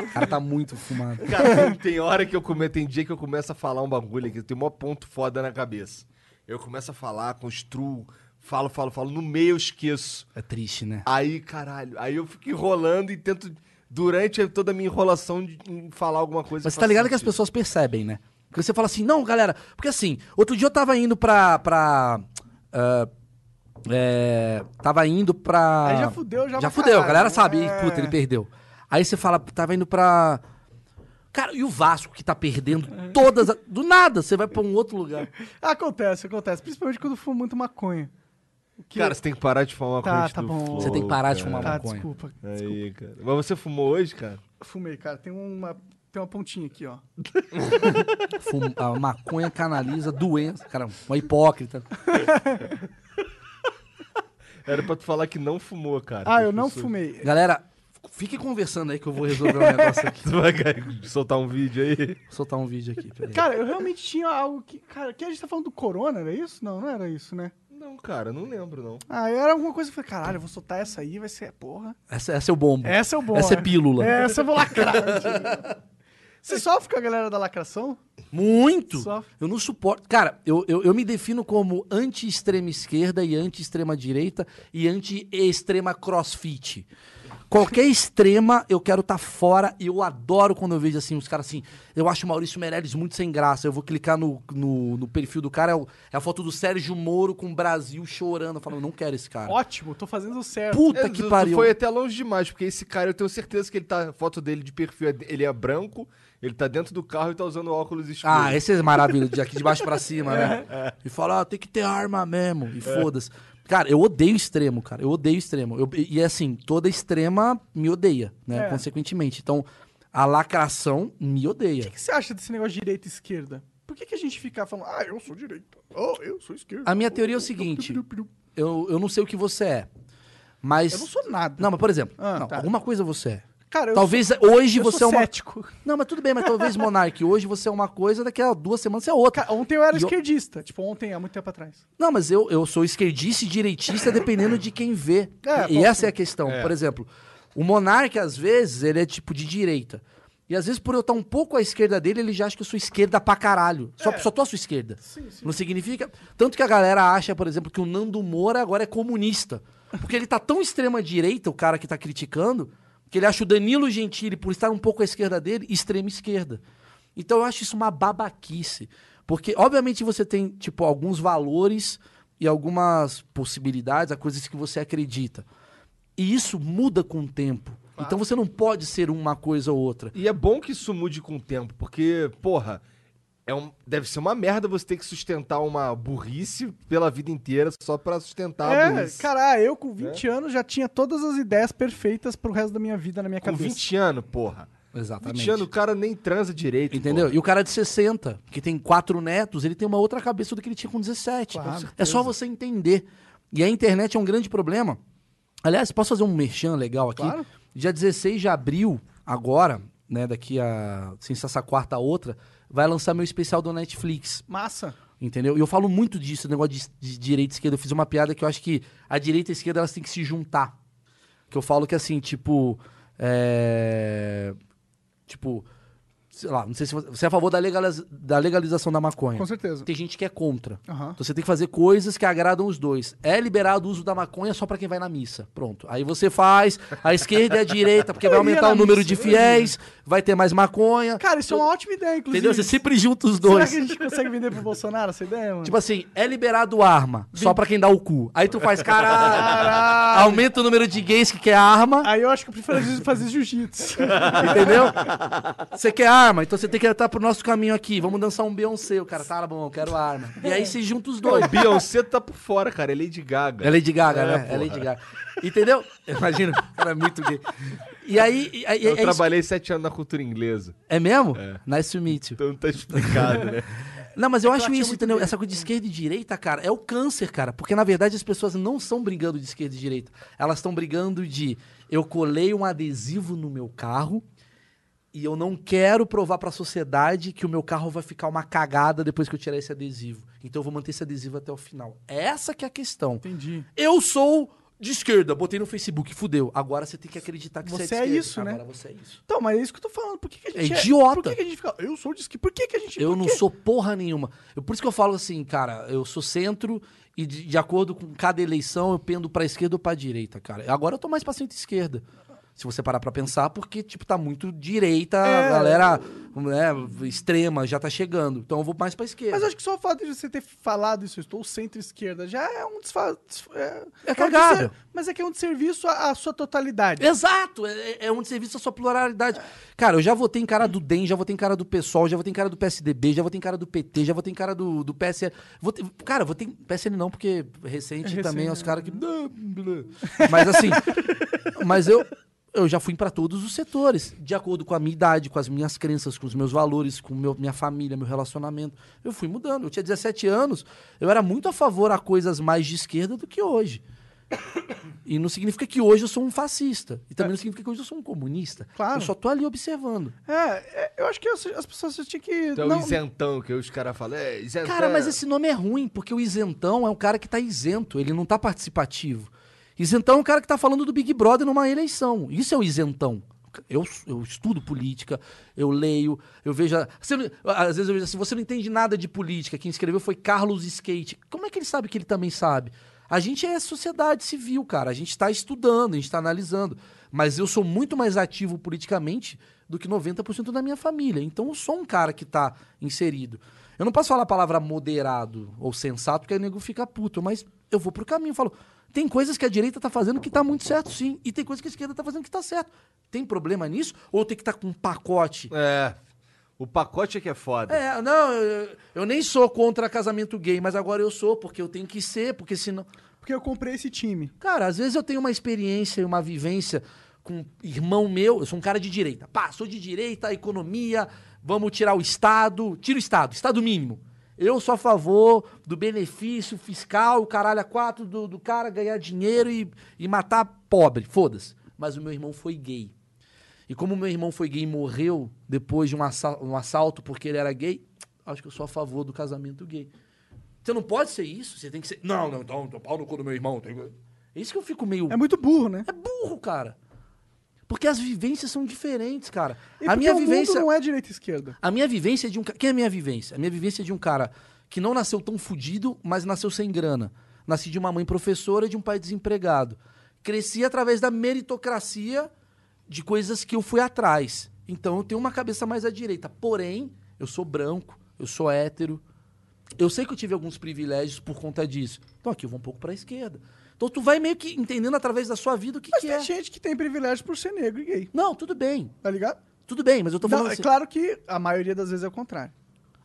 [SPEAKER 3] O cara tá muito fumado.
[SPEAKER 1] (laughs) Cara, tem hora que eu começo, tem dia que eu começo a falar um bagulho aqui, tem um ponto foda na cabeça. Eu começo a falar, construo, falo, falo, falo, no meio eu esqueço.
[SPEAKER 3] É triste, né?
[SPEAKER 1] Aí, caralho, aí eu fico enrolando e tento, durante toda a minha enrolação, de, em falar alguma coisa.
[SPEAKER 3] Mas você
[SPEAKER 1] que
[SPEAKER 3] tá
[SPEAKER 1] faça
[SPEAKER 3] ligado que as
[SPEAKER 1] sentido.
[SPEAKER 3] pessoas percebem, né? Porque você fala assim, não, galera, porque assim, outro dia eu tava indo pra. pra ah, é, tava indo pra.
[SPEAKER 2] Aí já fudeu, já pra
[SPEAKER 3] Já fudeu, a
[SPEAKER 2] caralho,
[SPEAKER 3] galera sabe.
[SPEAKER 2] é.
[SPEAKER 3] "Ih, Puta, ele perdeu. Aí você fala, tava indo pra. Cara, e o Vasco que tá perdendo todas. a- Do nada, você vai pra um outro lugar.
[SPEAKER 2] Acontece, acontece. Principalmente quando eu fumo muito maconha. Que-
[SPEAKER 1] Cara, você tem que parar de fumar
[SPEAKER 2] Tá,
[SPEAKER 1] maconha antes
[SPEAKER 2] tá
[SPEAKER 1] do
[SPEAKER 2] bom.
[SPEAKER 1] flow,
[SPEAKER 3] Você tem que parar de
[SPEAKER 1] cara.
[SPEAKER 3] fumar
[SPEAKER 2] tá,
[SPEAKER 3] maconha.
[SPEAKER 2] desculpa.
[SPEAKER 1] Aí, cara. Mas você fumou hoje, cara?
[SPEAKER 2] Fumei, cara. Tem uma, tem uma pontinha aqui, ó.
[SPEAKER 3] Fum- A maconha canaliza doença. Cara, uma hipócrita.
[SPEAKER 1] Era pra tu falar que não fumou, cara.
[SPEAKER 2] Ah,
[SPEAKER 1] pras
[SPEAKER 2] eu não
[SPEAKER 1] pessoas.
[SPEAKER 2] fumei.
[SPEAKER 3] Galera, Fique conversando aí que eu vou resolver um negócio
[SPEAKER 1] (laughs)
[SPEAKER 3] aqui.
[SPEAKER 1] Tu vai cara, soltar um vídeo aí?
[SPEAKER 3] Vou soltar um vídeo aqui, peraí.
[SPEAKER 2] Cara, eu realmente tinha algo que. Cara, que a gente tá falando do corona, era isso? Não, não era isso, né?
[SPEAKER 1] Não, cara, não lembro, não.
[SPEAKER 2] Ah, era alguma coisa que eu falei, caralho, eu vou soltar essa aí, vai ser porra.
[SPEAKER 3] Essa, essa é o bombo.
[SPEAKER 2] Essa é o bom.
[SPEAKER 3] Essa é
[SPEAKER 2] né?
[SPEAKER 3] pílula.
[SPEAKER 2] Essa eu vou lacrar. tio. (laughs) Você sofre com a galera da lacração?
[SPEAKER 3] Muito!
[SPEAKER 2] Sofre.
[SPEAKER 3] Eu não suporto. Cara, eu, eu, eu me defino como anti-extrema esquerda e anti-extrema direita e anti-extrema crossfit. Qualquer extrema eu quero estar fora e eu adoro quando eu vejo assim, os caras assim. Eu acho o Maurício Meirelles muito sem graça. Eu vou clicar no, no, no perfil do cara, é, o- é a foto do Sérgio Moro com o Brasil chorando. Eu falo, não quero esse cara.
[SPEAKER 2] Ótimo, tô fazendo o certo.
[SPEAKER 1] É,
[SPEAKER 3] Puta
[SPEAKER 1] tu-
[SPEAKER 3] que
[SPEAKER 1] tu
[SPEAKER 3] pariu.
[SPEAKER 1] Foi até longe demais, porque esse cara, eu tenho certeza que ele tá. A foto dele de perfil, é- ele é branco, ele tá dentro do carro e tá usando óculos escuros.
[SPEAKER 2] Tipo,
[SPEAKER 3] Ah, esse é maravilha, de aqui de baixo pra
[SPEAKER 2] (laughs)
[SPEAKER 3] cima, né?
[SPEAKER 2] É.
[SPEAKER 3] E fala, ah, tem que ter arma mesmo, e foda-se. Cara, eu odeio extremo, cara, eu odeio extremo. Eu- e assim, toda extrema me odeia, né,
[SPEAKER 2] É.
[SPEAKER 3] consequentemente. Então, a lacração me
[SPEAKER 2] O
[SPEAKER 3] odeia.
[SPEAKER 2] que você acha desse negócio de direita e esquerda? Por que, que a gente fica falando, ah, eu sou direita, oh, eu sou esquerda?
[SPEAKER 3] A minha
[SPEAKER 2] oh,
[SPEAKER 3] teoria é o
[SPEAKER 2] eu-
[SPEAKER 3] seguinte,
[SPEAKER 2] eu- eu- eu-
[SPEAKER 3] Eu, eu não sei o que você é, mas...
[SPEAKER 2] Eu não sou nada.
[SPEAKER 3] Não, mas por exemplo,
[SPEAKER 2] Ah,
[SPEAKER 3] não,
[SPEAKER 2] tá.
[SPEAKER 3] alguma coisa você é.
[SPEAKER 2] Cara, eu
[SPEAKER 3] talvez hoje
[SPEAKER 2] eu
[SPEAKER 3] você
[SPEAKER 2] sou
[SPEAKER 3] é uma...
[SPEAKER 2] cético.
[SPEAKER 3] Não, mas tudo bem, mas talvez, Monark, hoje você é uma coisa, daqui a duas semanas você é outra.
[SPEAKER 2] Cara, ontem eu era
[SPEAKER 3] E eu-
[SPEAKER 2] esquerdista. Tipo, ontem, há muito tempo atrás.
[SPEAKER 3] Não, mas eu, eu sou esquerdista e direitista dependendo de quem vê.
[SPEAKER 2] É,
[SPEAKER 3] e
[SPEAKER 2] bom,
[SPEAKER 3] essa é a questão. Por exemplo, o monarca, às vezes, ele é tipo de direita. E às vezes, por eu estar um pouco à esquerda dele, ele já acha que eu sou esquerda pra caralho. Só, só tô à sua esquerda. Não significa. Tanto que a galera acha, por exemplo, que o Nando Moura agora é comunista. Porque ele tá tão extrema-direita, o cara que tá criticando, que ele acha o Danilo Gentili, por estar um pouco à esquerda dele, extrema esquerda. Então eu acho isso uma babaquice. Porque, obviamente, você tem, tipo, alguns valores e algumas possibilidades, a coisas que você acredita. E isso muda com o tempo. Então você não pode ser uma coisa ou outra.
[SPEAKER 1] E é bom que isso mude com o tempo, porque, porra, é um, deve ser uma merda você ter que sustentar uma burrice pela vida inteira só pra sustentar a
[SPEAKER 2] é,
[SPEAKER 1] burrice.
[SPEAKER 2] cara, eu com 20 anos já tinha todas as ideias perfeitas pro resto da minha vida na minha
[SPEAKER 1] com
[SPEAKER 2] cabeça.
[SPEAKER 1] 20 anos, porra. 20
[SPEAKER 3] Exatamente.
[SPEAKER 1] anos o cara nem transa direito.
[SPEAKER 3] Entendeu?
[SPEAKER 1] porra.
[SPEAKER 3] E o cara é de 60, que tem quatro netos, ele tem uma outra cabeça do que ele tinha com 17.
[SPEAKER 2] Claro. Com
[SPEAKER 3] é só você entender. E a internet é um grande problema. Aliás, posso fazer um merchan legal aqui?
[SPEAKER 2] Claro.
[SPEAKER 3] Dia 16 de abril, agora, né, daqui a, sem ser essa quarta a outra, vai lançar meu especial do Netflix.
[SPEAKER 2] Massa.
[SPEAKER 3] Entendeu? E eu falo muito disso, o negócio de, de direita e esquerda. Eu fiz uma piada que eu acho que a direita e a esquerda elas têm que se juntar. Que eu falo que assim, tipo. É... Tipo. Sei lá, não sei se você, você é a favor da, legaliz- da legalização da maconha.
[SPEAKER 2] Com certeza.
[SPEAKER 3] Tem gente que é contra.
[SPEAKER 2] Aham.
[SPEAKER 3] Então você tem que fazer coisas que agradam os dois. É liberado o uso da maconha só pra quem vai na missa. Pronto. Aí você faz a esquerda e a direita, porque vai
[SPEAKER 2] Eu ia
[SPEAKER 3] aumentar
[SPEAKER 2] na
[SPEAKER 3] o número
[SPEAKER 2] missa,
[SPEAKER 3] de
[SPEAKER 2] eu ia.
[SPEAKER 3] fiéis, vai ter mais maconha.
[SPEAKER 2] Cara, isso é uma ótima ideia, inclusive.
[SPEAKER 3] Entendeu? Você sempre junta os
[SPEAKER 2] Será
[SPEAKER 3] dois.
[SPEAKER 2] que a gente consegue vender pro Bolsonaro essa ideia, mano?
[SPEAKER 3] Tipo assim, é liberado arma, só pra quem dá o cu. Aí tu faz, caralho, aumenta o número de gays que quer arma,
[SPEAKER 2] Aí eu acho que eu prefiro fazer- fazer jiu-jitsu.
[SPEAKER 3] entendeu? Você quer arma, então você tem que estar pro nosso caminho aqui. Vamos dançar um Beyoncé, o cara, tá bom, eu quero arma. E aí se junta os dois.
[SPEAKER 1] O (laughs) Beyoncé tá por fora, cara. É Lady Gaga.
[SPEAKER 3] É Lady Gaga,
[SPEAKER 1] É,
[SPEAKER 3] né?
[SPEAKER 1] porra.
[SPEAKER 3] É Lady Gaga. Entendeu? Imagina, o cara é muito gay. E aí, e- e- é,
[SPEAKER 1] Eu
[SPEAKER 3] isso-
[SPEAKER 1] trabalhei sete anos na cultura inglesa.
[SPEAKER 3] é mesmo? Nice to meet you.
[SPEAKER 1] Então tá explicado, né?
[SPEAKER 3] Não, mas eu acho isso, entendeu? Essa coisa de esquerda e direita, cara, é o câncer, cara. Porque, na verdade, as pessoas não estão brigando de esquerda e direita. Elas estão brigando de eu colei um adesivo no meu carro e eu não quero provar pra sociedade que o meu carro vai ficar uma cagada depois que eu tirar esse adesivo. Então eu vou manter esse adesivo até o final. Essa que é a questão.
[SPEAKER 2] Entendi.
[SPEAKER 3] Eu sou de esquerda, botei no Facebook, fudeu. Agora você tem que acreditar que você,
[SPEAKER 2] Você
[SPEAKER 3] é
[SPEAKER 2] é
[SPEAKER 3] de esquerda.
[SPEAKER 2] isso, né?
[SPEAKER 3] Agora você é isso.
[SPEAKER 2] Então, mas é isso que eu tô falando. Por que, que a
[SPEAKER 3] É
[SPEAKER 2] gente
[SPEAKER 3] idiota.
[SPEAKER 2] Por que, que a gente fica. Eu sou de esquerda. Por que, que a gente. Tipo,
[SPEAKER 3] Eu
[SPEAKER 2] por
[SPEAKER 3] não
[SPEAKER 2] quê?
[SPEAKER 3] sou porra nenhuma. Eu- por isso que eu falo assim, cara, eu sou centro e de, de acordo com cada eleição eu pendo pra esquerda ou pra direita, cara. Agora eu tô mais pra centro-esquerda. Se você parar pra pensar, porque, tipo, tá muito direita,
[SPEAKER 2] É.
[SPEAKER 3] a galera né, extrema já tá chegando. Então eu vou mais pra esquerda.
[SPEAKER 2] Mas eu acho que só o fato de você ter falado isso, eu estou centro-esquerda, já é um desfaz. É,
[SPEAKER 3] É
[SPEAKER 2] um
[SPEAKER 3] cagada.
[SPEAKER 2] desser- Mas é que é um desserviço à, à sua totalidade.
[SPEAKER 3] Exato! É, é onde você vista a sua pluralidade. Cara, eu já votei em cara do DEM, já votei em cara do PSOL, já votei em cara do PSDB, já votei em cara do PT, já votei em cara do, do PSL. Votei, cara, votei em PSL não, porque recente, também é
[SPEAKER 2] né?
[SPEAKER 3] os caras que... Mas assim, mas eu... Eu já fui pra todos os setores, de acordo com a minha idade, com as minhas crenças, com os meus valores, com meu, minha família, meu relacionamento. Eu fui mudando. Eu tinha 17 anos, eu era muito a favor a coisas mais de esquerda do que hoje. E não significa que hoje eu sou um fascista. E também não significa que hoje eu sou um comunista.
[SPEAKER 2] Claro.
[SPEAKER 3] Eu só tô ali observando.
[SPEAKER 2] É, é, eu acho que as, as pessoas tinham que.
[SPEAKER 1] Tu é o
[SPEAKER 2] não,
[SPEAKER 1] isentão que os caras falam. É, isentão.
[SPEAKER 3] Cara, mas esse nome é ruim, porque o isentão é um cara que tá isento, ele não tá participativo. Isentão é um cara que tá falando do Big Brother numa eleição. Isso é o isentão. Eu, eu estudo política, eu leio, eu vejo. a- você não- às vezes eu vejo assim, você não entende nada de política. Quem escreveu foi Carlos Skate. Como é que ele sabe que ele também sabe? A gente é sociedade civil, cara. A gente tá estudando, a gente tá analisando. Mas eu sou muito mais ativo politicamente do que 90% da minha família. Então eu sou um cara que tá inserido. Eu não posso falar a palavra moderado ou sensato, porque aí o nego fica puto, mas eu vou pro caminho, falo. Tem coisas que a direita tá fazendo que tá muito certo, sim. E tem coisas que a esquerda tá fazendo que tá certo. Tem problema nisso? Ou tem que estar com um pacote?
[SPEAKER 1] É. O pacote é que é foda.
[SPEAKER 3] É, não, eu, eu nem sou contra casamento gay, mas agora eu sou, porque eu tenho que ser, porque senão.
[SPEAKER 2] Porque eu comprei esse time.
[SPEAKER 3] Cara, às vezes eu tenho uma experiência e uma vivência com um irmão meu, eu sou um cara de direita. Pá, sou de direita, economia, vamos tirar o Estado. Tira o Estado, Estado mínimo. Eu sou a favor do benefício fiscal, o caralho a quatro do, do cara ganhar dinheiro e, e matar pobre, foda-se. Mas o meu irmão foi gay. E como meu irmão foi gay e morreu depois de um, assa- um assalto porque ele era gay, acho que eu sou a favor do casamento gay. Você não pode ser isso, você tem que ser. Não, não, então, então pau no cu do meu irmão. tem que- É isso que eu fico meio.
[SPEAKER 2] É muito burro, né?
[SPEAKER 3] É burro, cara. Porque as vivências são diferentes, cara.
[SPEAKER 2] E
[SPEAKER 3] a
[SPEAKER 2] porque
[SPEAKER 3] minha
[SPEAKER 2] o mundo
[SPEAKER 3] vivência.
[SPEAKER 2] não é direita e esquerda.
[SPEAKER 3] A minha vivência é de um. ca- Quem é a minha vivência? A minha vivência é de um cara que não nasceu tão fudido, mas nasceu sem grana. Nasci de uma mãe professora e de um pai desempregado. Cresci através da meritocracia de coisas que eu fui atrás. Então eu tenho uma cabeça mais à direita. Porém, eu sou branco, eu sou hétero. Eu sei que eu tive alguns privilégios por conta disso. Então aqui eu vou um pouco pra esquerda. Então tu vai meio que entendendo através da sua vida o que,
[SPEAKER 2] Mas tá
[SPEAKER 3] que
[SPEAKER 2] tem
[SPEAKER 3] é.
[SPEAKER 2] gente que tem privilégio por ser negro e gay,
[SPEAKER 3] Não, tudo bem.
[SPEAKER 2] tá ligado?
[SPEAKER 3] Tudo bem, mas eu tô
[SPEAKER 2] Não,
[SPEAKER 3] falando
[SPEAKER 2] é
[SPEAKER 3] assim-
[SPEAKER 2] claro que a maioria das vezes é o contrário.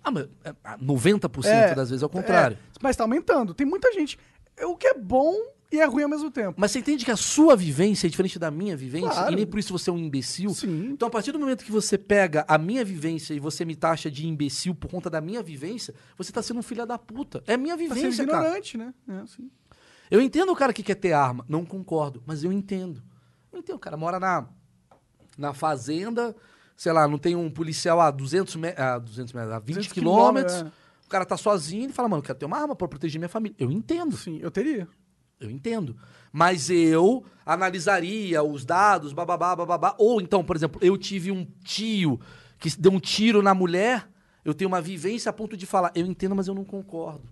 [SPEAKER 3] Ah, mas é, ah, 90% das vezes é o contrário.
[SPEAKER 2] É, mas tá aumentando. Tem muita gente. É O que é bom e é ruim ao mesmo tempo.
[SPEAKER 3] Mas você entende que a sua vivência é diferente da minha vivência?
[SPEAKER 2] Claro.
[SPEAKER 3] E nem por isso você é um imbecil?
[SPEAKER 2] Sim.
[SPEAKER 3] Então, a partir do momento que você pega a minha vivência e você me taxa de imbecil por conta da minha vivência, você tá sendo um filho da puta. É minha
[SPEAKER 2] Tá sendo
[SPEAKER 3] vivência, cara.
[SPEAKER 2] ignorante, né? É, sim.
[SPEAKER 3] Eu entendo o cara que quer ter arma. Não concordo, mas eu entendo. Eu entendo. O cara mora na, na fazenda, sei lá, não tem um policial a 200, me a, 200 metros, a 20
[SPEAKER 2] 200
[SPEAKER 3] quilômetros.
[SPEAKER 2] quilômetros, é.
[SPEAKER 3] O cara tá sozinho, ele fala, mano, eu quero ter uma arma pra proteger minha família. Eu entendo.
[SPEAKER 2] Sim, eu teria.
[SPEAKER 3] Eu entendo. Mas eu analisaria os dados, bababá, bababá. Ou então, por exemplo, eu tive um tio que se deu um tiro na mulher, eu tenho uma vivência a ponto de falar, eu entendo, mas eu não concordo.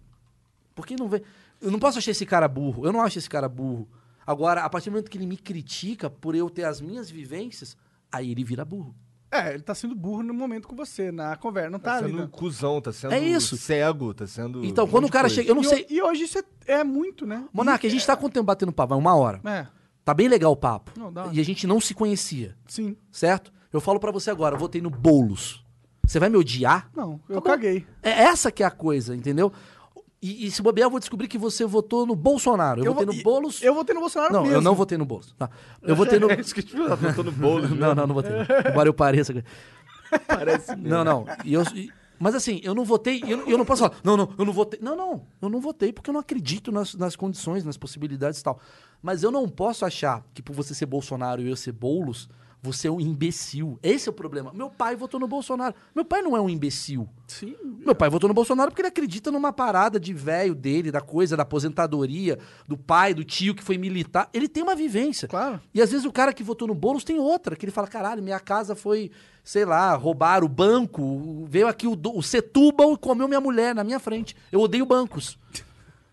[SPEAKER 3] Por que não vê? Eu não posso achar esse cara burro. Eu não acho esse cara burro. Agora, a partir do momento que ele me critica por eu ter as minhas vivências, aí ele vira burro.
[SPEAKER 2] É, ele tá sendo burro no momento com você, na conversa. Não tá,
[SPEAKER 1] Tá
[SPEAKER 2] ali,
[SPEAKER 1] sendo
[SPEAKER 2] né?
[SPEAKER 1] um cuzão, tá sendo
[SPEAKER 3] É isso.
[SPEAKER 1] cego, tá sendo.
[SPEAKER 3] Então,
[SPEAKER 1] um monte
[SPEAKER 3] quando o
[SPEAKER 1] de
[SPEAKER 3] cara
[SPEAKER 1] coisa.
[SPEAKER 3] chega. Eu não
[SPEAKER 2] e,
[SPEAKER 3] sei.
[SPEAKER 2] E hoje isso é, é muito, né?
[SPEAKER 3] Monarca, a gente tá quanto tempo batendo papo? Vai Uma hora.
[SPEAKER 2] É,
[SPEAKER 3] Tá bem legal o papo.
[SPEAKER 2] Não, dá.
[SPEAKER 3] E a gente não se conhecia.
[SPEAKER 2] sim.
[SPEAKER 3] certo? Eu falo pra você agora, eu votei no Boulos. Você vai me odiar?
[SPEAKER 2] Não, eu
[SPEAKER 3] Tá bom.
[SPEAKER 2] caguei.
[SPEAKER 3] É essa que é a coisa, entendeu? E, e se bobear, eu vou descobrir que você votou no Bolsonaro. Eu, votei
[SPEAKER 2] vo-
[SPEAKER 3] no Boulos.
[SPEAKER 2] Eu votei no Bolsonaro
[SPEAKER 3] Não,
[SPEAKER 2] mesmo.
[SPEAKER 3] eu não votei no Boulos. Tá.
[SPEAKER 2] (laughs)
[SPEAKER 3] Eu votei no.
[SPEAKER 1] (laughs) É isso que tipo, ela botou no bolo.
[SPEAKER 3] não, não, não votei. não. Embora eu pareça.
[SPEAKER 1] Parece
[SPEAKER 3] Não, não. E eu- e- mas assim, eu não votei, e eu, eu não posso falar, não, não, eu não votei. Não, não, eu não votei porque eu não acredito nas, nas condições, nas possibilidades e tal. Mas eu não posso achar que por você ser Bolsonaro e eu ser Boulos, você é um imbecil. Esse é o problema. Meu pai votou no Bolsonaro. Meu pai não é um imbecil.
[SPEAKER 2] Sim.
[SPEAKER 3] Meu pai votou no Bolsonaro porque ele acredita numa parada de velho dele, da coisa, da aposentadoria, do pai, do tio que foi militar. Ele tem uma vivência.
[SPEAKER 2] Claro.
[SPEAKER 3] E às vezes o cara que votou no Boulos tem outra, que ele fala: caralho, minha casa foi, sei lá, roubar o banco, o- veio aqui o, do- o Setúbal e comeu minha mulher na minha frente. Eu odeio bancos. (laughs)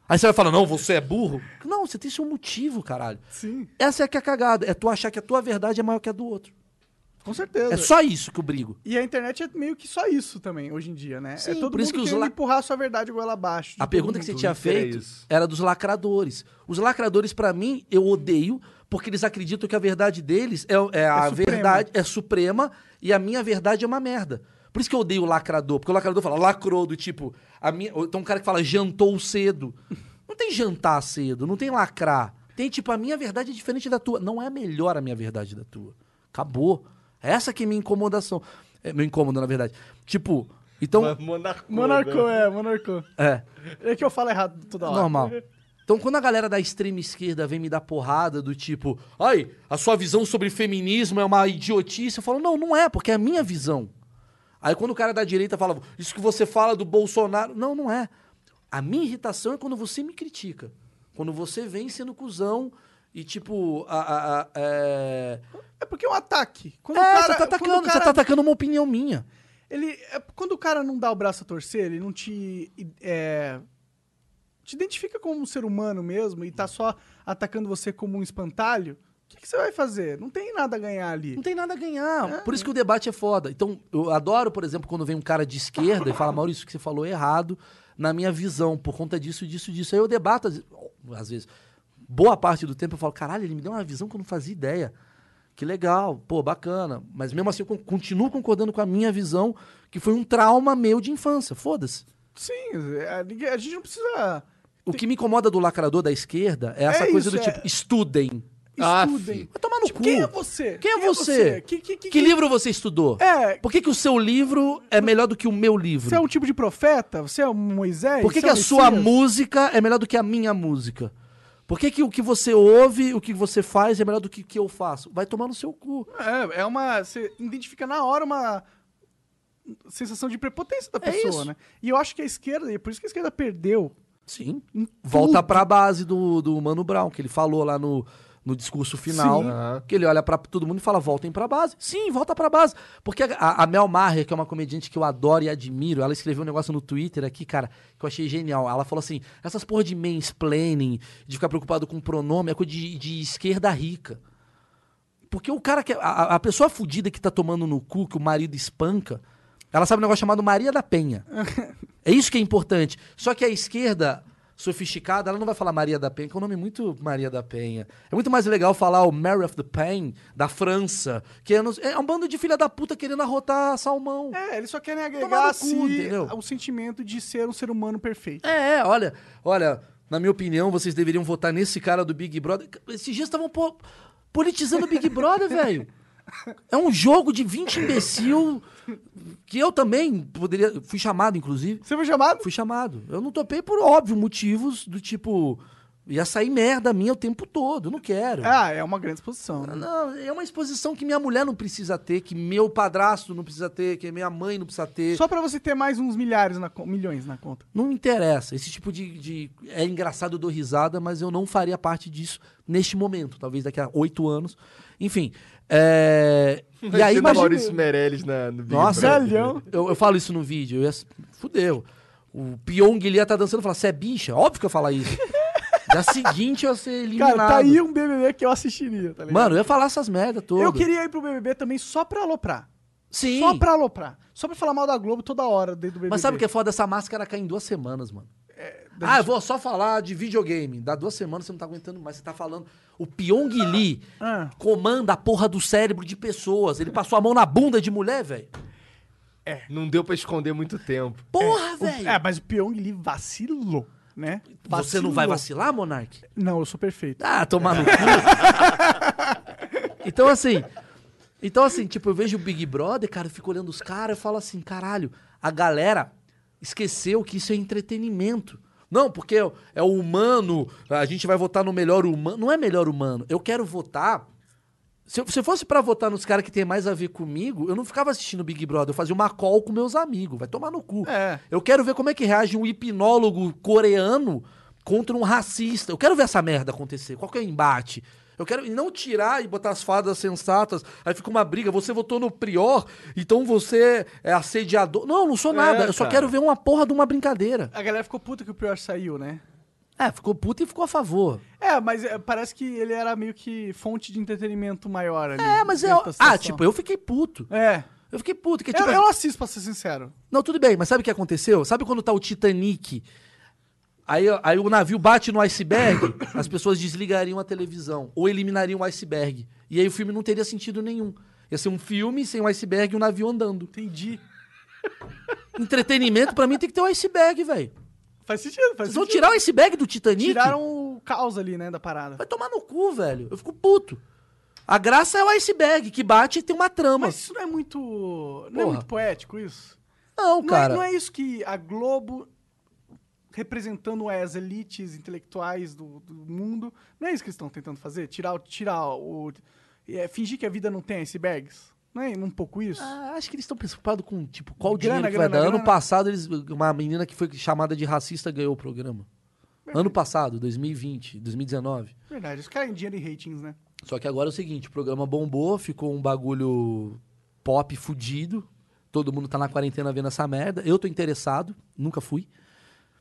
[SPEAKER 3] Aí você vai falar: não, você é burro. Não, você tem seu motivo, caralho.
[SPEAKER 2] Sim,
[SPEAKER 3] Essa é que é a cagada, é tu achar que a tua verdade é maior que a do outro.
[SPEAKER 2] com certeza.
[SPEAKER 3] É só isso que eu brigo.
[SPEAKER 2] E a internet é meio que só isso também, hoje em dia, né?
[SPEAKER 3] Sim,
[SPEAKER 2] é todo
[SPEAKER 3] por
[SPEAKER 2] mundo
[SPEAKER 3] isso que os
[SPEAKER 2] querendo
[SPEAKER 3] la-
[SPEAKER 2] empurrar a sua verdade goela abaixo. de
[SPEAKER 3] A
[SPEAKER 2] todo
[SPEAKER 3] pergunta que
[SPEAKER 2] mundo.
[SPEAKER 3] você tinha
[SPEAKER 1] Twitter é
[SPEAKER 3] feito
[SPEAKER 1] isso.
[SPEAKER 3] era dos lacradores. Os lacradores, pra mim, eu odeio, porque eles acreditam que a verdade deles é, é a
[SPEAKER 2] suprema.
[SPEAKER 3] verdade é suprema e a minha verdade é uma merda. Por isso que eu odeio o lacrador, porque o lacrador fala lacrou do tipo, a minha, ou então um cara que fala jantou cedo. Não tem jantar cedo, não tem lacrar. Tem tipo a minha verdade é diferente da tua, não é melhor a minha verdade da tua. Acabou. Essa que é minha incomodação. É meu incômodo, na verdade. Tipo, então
[SPEAKER 1] Monarcou. né?
[SPEAKER 2] Monarcou, é, monarcou.
[SPEAKER 3] é
[SPEAKER 2] É que eu falo errado toda hora.
[SPEAKER 3] normal. Então, quando a galera da extrema esquerda vem me dar porrada do tipo, ai, a sua visão sobre feminismo é uma idiotice, eu falo, não, não é, porque é a minha visão. Aí quando o cara da direita fala, isso que você fala do Bolsonaro, não, não é. A minha irritação é quando você me critica. Quando você vem sendo cuzão e tipo, a, a- a- é...
[SPEAKER 2] É porque é um ataque. Quando
[SPEAKER 3] é,
[SPEAKER 2] o cara,
[SPEAKER 3] você tá
[SPEAKER 2] quando
[SPEAKER 3] atacando,
[SPEAKER 2] o
[SPEAKER 3] você
[SPEAKER 2] cara-
[SPEAKER 3] tá atacando uma opinião minha.
[SPEAKER 2] Ele, é, quando o cara não dá o braço a torcer, ele não te. é, te identifica como um ser humano mesmo e tá só atacando você como um espantalho, o que, que você vai fazer? Não tem nada a ganhar ali.
[SPEAKER 3] Não tem nada a ganhar. Por isso que o debate é foda. Então, eu adoro, por exemplo, quando vem um cara de esquerda e fala, Maurício, o que você falou é errado na minha visão, por conta disso, disso, disso. Aí eu debato, às- às vezes, boa parte do tempo eu falo, caralho, ele me deu uma visão que eu não fazia ideia. Que legal, pô, bacana. Mas mesmo assim, eu con- continuo concordando com a minha visão, que foi um trauma meu de infância. Foda-se.
[SPEAKER 2] Sim, é, ninguém- a gente não precisa.
[SPEAKER 3] O que me incomoda do lacrador da esquerda é essa
[SPEAKER 2] É
[SPEAKER 3] coisa
[SPEAKER 2] isso,
[SPEAKER 3] do
[SPEAKER 2] é-
[SPEAKER 3] tipo, estudem. Ah,
[SPEAKER 2] Estudem.
[SPEAKER 3] Vai tomar no
[SPEAKER 2] Tipo,
[SPEAKER 3] cu.
[SPEAKER 2] quem é você?
[SPEAKER 3] Quem é você?
[SPEAKER 2] Que, que, que-
[SPEAKER 3] Que livro você estudou?
[SPEAKER 2] É.
[SPEAKER 3] Por que, que o seu livro é melhor do que o meu livro?
[SPEAKER 2] Você é um tipo de profeta? Você é um Moisés?
[SPEAKER 3] Por que,
[SPEAKER 2] Você é
[SPEAKER 3] que a
[SPEAKER 2] um
[SPEAKER 3] sua
[SPEAKER 2] Messias?
[SPEAKER 3] música é melhor do que a minha música? Por que, que o que você ouve, o que você faz é melhor do que o que eu faço? Vai tomar no seu cu.
[SPEAKER 2] É, é uma. Você identifica na hora uma sensação de prepotência da
[SPEAKER 3] É
[SPEAKER 2] pessoa,
[SPEAKER 3] isso.
[SPEAKER 2] né? E eu acho que a esquerda, e é por isso que a esquerda perdeu.
[SPEAKER 3] Sim.
[SPEAKER 2] em
[SPEAKER 3] Volta
[SPEAKER 2] tudo.
[SPEAKER 3] pra base do, do Mano Brown, que ele falou lá no, no discurso final.
[SPEAKER 2] Sim.
[SPEAKER 3] Que ele olha pra todo mundo e fala, voltem pra base. Sim, volta pra base. Porque a- a, a Mel Maher, que é uma comediante que eu adoro e admiro, ela escreveu um negócio no Twitter aqui, cara, que eu achei genial. Ela falou assim, essas porra de mansplaining, de ficar preocupado com pronome, é coisa de, de esquerda rica. Porque o cara que. é, A, a- a pessoa fudida que tá tomando no cu, que o marido espanca, ela sabe um negócio chamado Maria da Penha. é isso que é importante. Só que a esquerda sofisticada, ela não vai falar Maria da Penha, que é um nome muito Maria da Penha. É muito mais legal falar o Mary of the Penha, da França, que é, nos- é um bando de filha da puta querendo arrotar salmão.
[SPEAKER 2] É, eles só querem
[SPEAKER 3] Tomar
[SPEAKER 2] agregar
[SPEAKER 3] no
[SPEAKER 2] a si
[SPEAKER 3] cu, entendeu?
[SPEAKER 2] o sentimento de ser um ser humano perfeito.
[SPEAKER 3] É, é, olha, olha, na minha opinião, vocês deveriam votar nesse cara do Big Brother. Esses dias estavam po- politizando o Big
[SPEAKER 2] (laughs)
[SPEAKER 3] Brother, velho. É um jogo de 20 imbecil que eu também poderia. Fui chamado, inclusive.
[SPEAKER 2] Você foi chamado?
[SPEAKER 3] Fui chamado. Eu não topei por óbvio motivos do tipo. Ia sair merda minha o tempo todo. Eu não quero.
[SPEAKER 2] Ah, é uma grande exposição. né?
[SPEAKER 3] Não, é uma exposição que minha mulher não precisa ter, que meu padrasto não precisa ter, que minha mãe não precisa ter.
[SPEAKER 2] Só pra você ter mais uns milhares, na, con- milhões na conta.
[SPEAKER 3] Não me interessa. Esse tipo de, de- É engraçado, eu dou risada, mas eu não faria parte disso neste momento. Talvez daqui a oito anos. Enfim.
[SPEAKER 2] (laughs)
[SPEAKER 3] é, E aí,
[SPEAKER 1] Imagina o
[SPEAKER 3] imagina...
[SPEAKER 1] Maurício Meirelles na, no Big
[SPEAKER 3] Nossa, é,
[SPEAKER 1] Brother.
[SPEAKER 2] Velhão.
[SPEAKER 3] eu, eu falo isso no vídeo. Eu ia... Fudeu. O Pyong ele ia estar dançando e falar, você é bicha? Óbvio que eu ia falar isso. Dia seguinte eu ia ser eliminado.
[SPEAKER 2] Cara, tá aí um BBB que eu assistiria, tá ligado?
[SPEAKER 3] Mano, eu ia falar essas merdas todas.
[SPEAKER 2] eu queria ir pro BBB também só pra aloprar.
[SPEAKER 3] Sim.
[SPEAKER 2] Só pra aloprar. Só pra falar mal da Globo toda hora dentro do BBB.
[SPEAKER 3] Mas sabe o que é foda? Essa máscara cai em duas semanas, mano.
[SPEAKER 2] É,
[SPEAKER 3] ah, eu vou só falar de videogame. Dá duas semanas você não tá aguentando mais. Você tá falando. O Pyong Lee
[SPEAKER 2] Ah.
[SPEAKER 3] comanda a porra do cérebro de pessoas. Ele passou a mão na bunda de mulher, velho.
[SPEAKER 1] Não deu pra esconder muito tempo.
[SPEAKER 3] Porra,
[SPEAKER 2] O-
[SPEAKER 3] velho.
[SPEAKER 2] É, mas o Pyong Lee vacilou, né?
[SPEAKER 3] Você não vai vacilar, Monark?
[SPEAKER 2] Não, eu sou perfeito.
[SPEAKER 3] Ah, tomar no cu. (laughs) então, assim. Então, assim, tipo, eu vejo o Big Brother, cara, eu fico olhando os caras, eu falo assim, caralho, a galera esqueceu que isso é entretenimento. Não, porque é, é o humano, a gente vai votar no melhor humano. Não é melhor humano. Eu quero votar. Se, eu- se eu fosse pra votar nos caras que tem mais a ver comigo, eu não ficava assistindo Big Brother, eu fazia uma call com meus amigos, vai tomar no cu.
[SPEAKER 2] É.
[SPEAKER 3] Eu quero ver como é que reage um hipnólogo coreano contra um racista. Eu quero ver essa merda acontecer. Qual que é o embate? Eu quero e não tirar e botar as fadas sensatas. Aí fica uma briga. Você votou no Prior, então você é assediador. Não, eu não
[SPEAKER 2] É,
[SPEAKER 3] sou nada. eu só
[SPEAKER 1] cara.
[SPEAKER 3] quero ver uma porra de uma brincadeira.
[SPEAKER 2] A galera ficou puta que o Pior saiu, né?
[SPEAKER 3] É, ficou puta e ficou a favor.
[SPEAKER 2] É, mas é, parece que ele era meio que fonte de entretenimento maior ali.
[SPEAKER 3] É, mas é.
[SPEAKER 2] dentro da
[SPEAKER 3] Ah,
[SPEAKER 2] situação.
[SPEAKER 3] tipo, eu fiquei puto.
[SPEAKER 2] É.
[SPEAKER 3] Eu fiquei puto. Que,
[SPEAKER 2] Eu,
[SPEAKER 3] tipo,
[SPEAKER 2] eu não assisto, pra ser sincero.
[SPEAKER 3] Não, tudo bem, mas sabe o que aconteceu? Sabe quando tá o Titanic? Aí, aí o navio bate no iceberg, (coughs) as pessoas desligariam a televisão ou eliminariam o iceberg. E aí o filme não teria sentido nenhum. Ia ser um filme sem o iceberg e o navio andando.
[SPEAKER 2] Entendi.
[SPEAKER 3] Entretenimento, pra mim, tem que ter o iceberg, velho.
[SPEAKER 2] Faz sentido, faz
[SPEAKER 3] Vocês
[SPEAKER 2] sentido.
[SPEAKER 3] vão tirar o iceberg do Titanic?
[SPEAKER 2] Tiraram o caos ali, né, da parada.
[SPEAKER 3] Vai tomar no cu, velho. Eu fico puto. A graça é o iceberg, que bate e tem uma trama.
[SPEAKER 2] Mas isso não é muito. Não é
[SPEAKER 3] Porra.
[SPEAKER 2] muito poético isso?
[SPEAKER 3] não,
[SPEAKER 2] Não é,
[SPEAKER 3] cara.
[SPEAKER 2] não é isso que a Globo representando as elites intelectuais do, do mundo. Não é isso que eles estão tentando fazer? Tirar, o- tirar o. é, fingir que a vida não tem icebergs? Não é um pouco isso?
[SPEAKER 3] Ah, acho que eles estão preocupados com, tipo, qual o
[SPEAKER 2] Grana,
[SPEAKER 3] dinheiro que vai
[SPEAKER 2] grana,
[SPEAKER 3] dar. Ano
[SPEAKER 2] grana.
[SPEAKER 3] passado, eles, uma menina que foi chamada de racista ganhou o programa. Ano passado, 2020, 2019.
[SPEAKER 2] Verdade, os caras em dinheiro e ratings, né?
[SPEAKER 3] Só que agora é o seguinte, o programa bombou, ficou um bagulho pop fudido. Todo mundo tá na quarentena vendo essa merda. Eu tô interessado, nunca fui.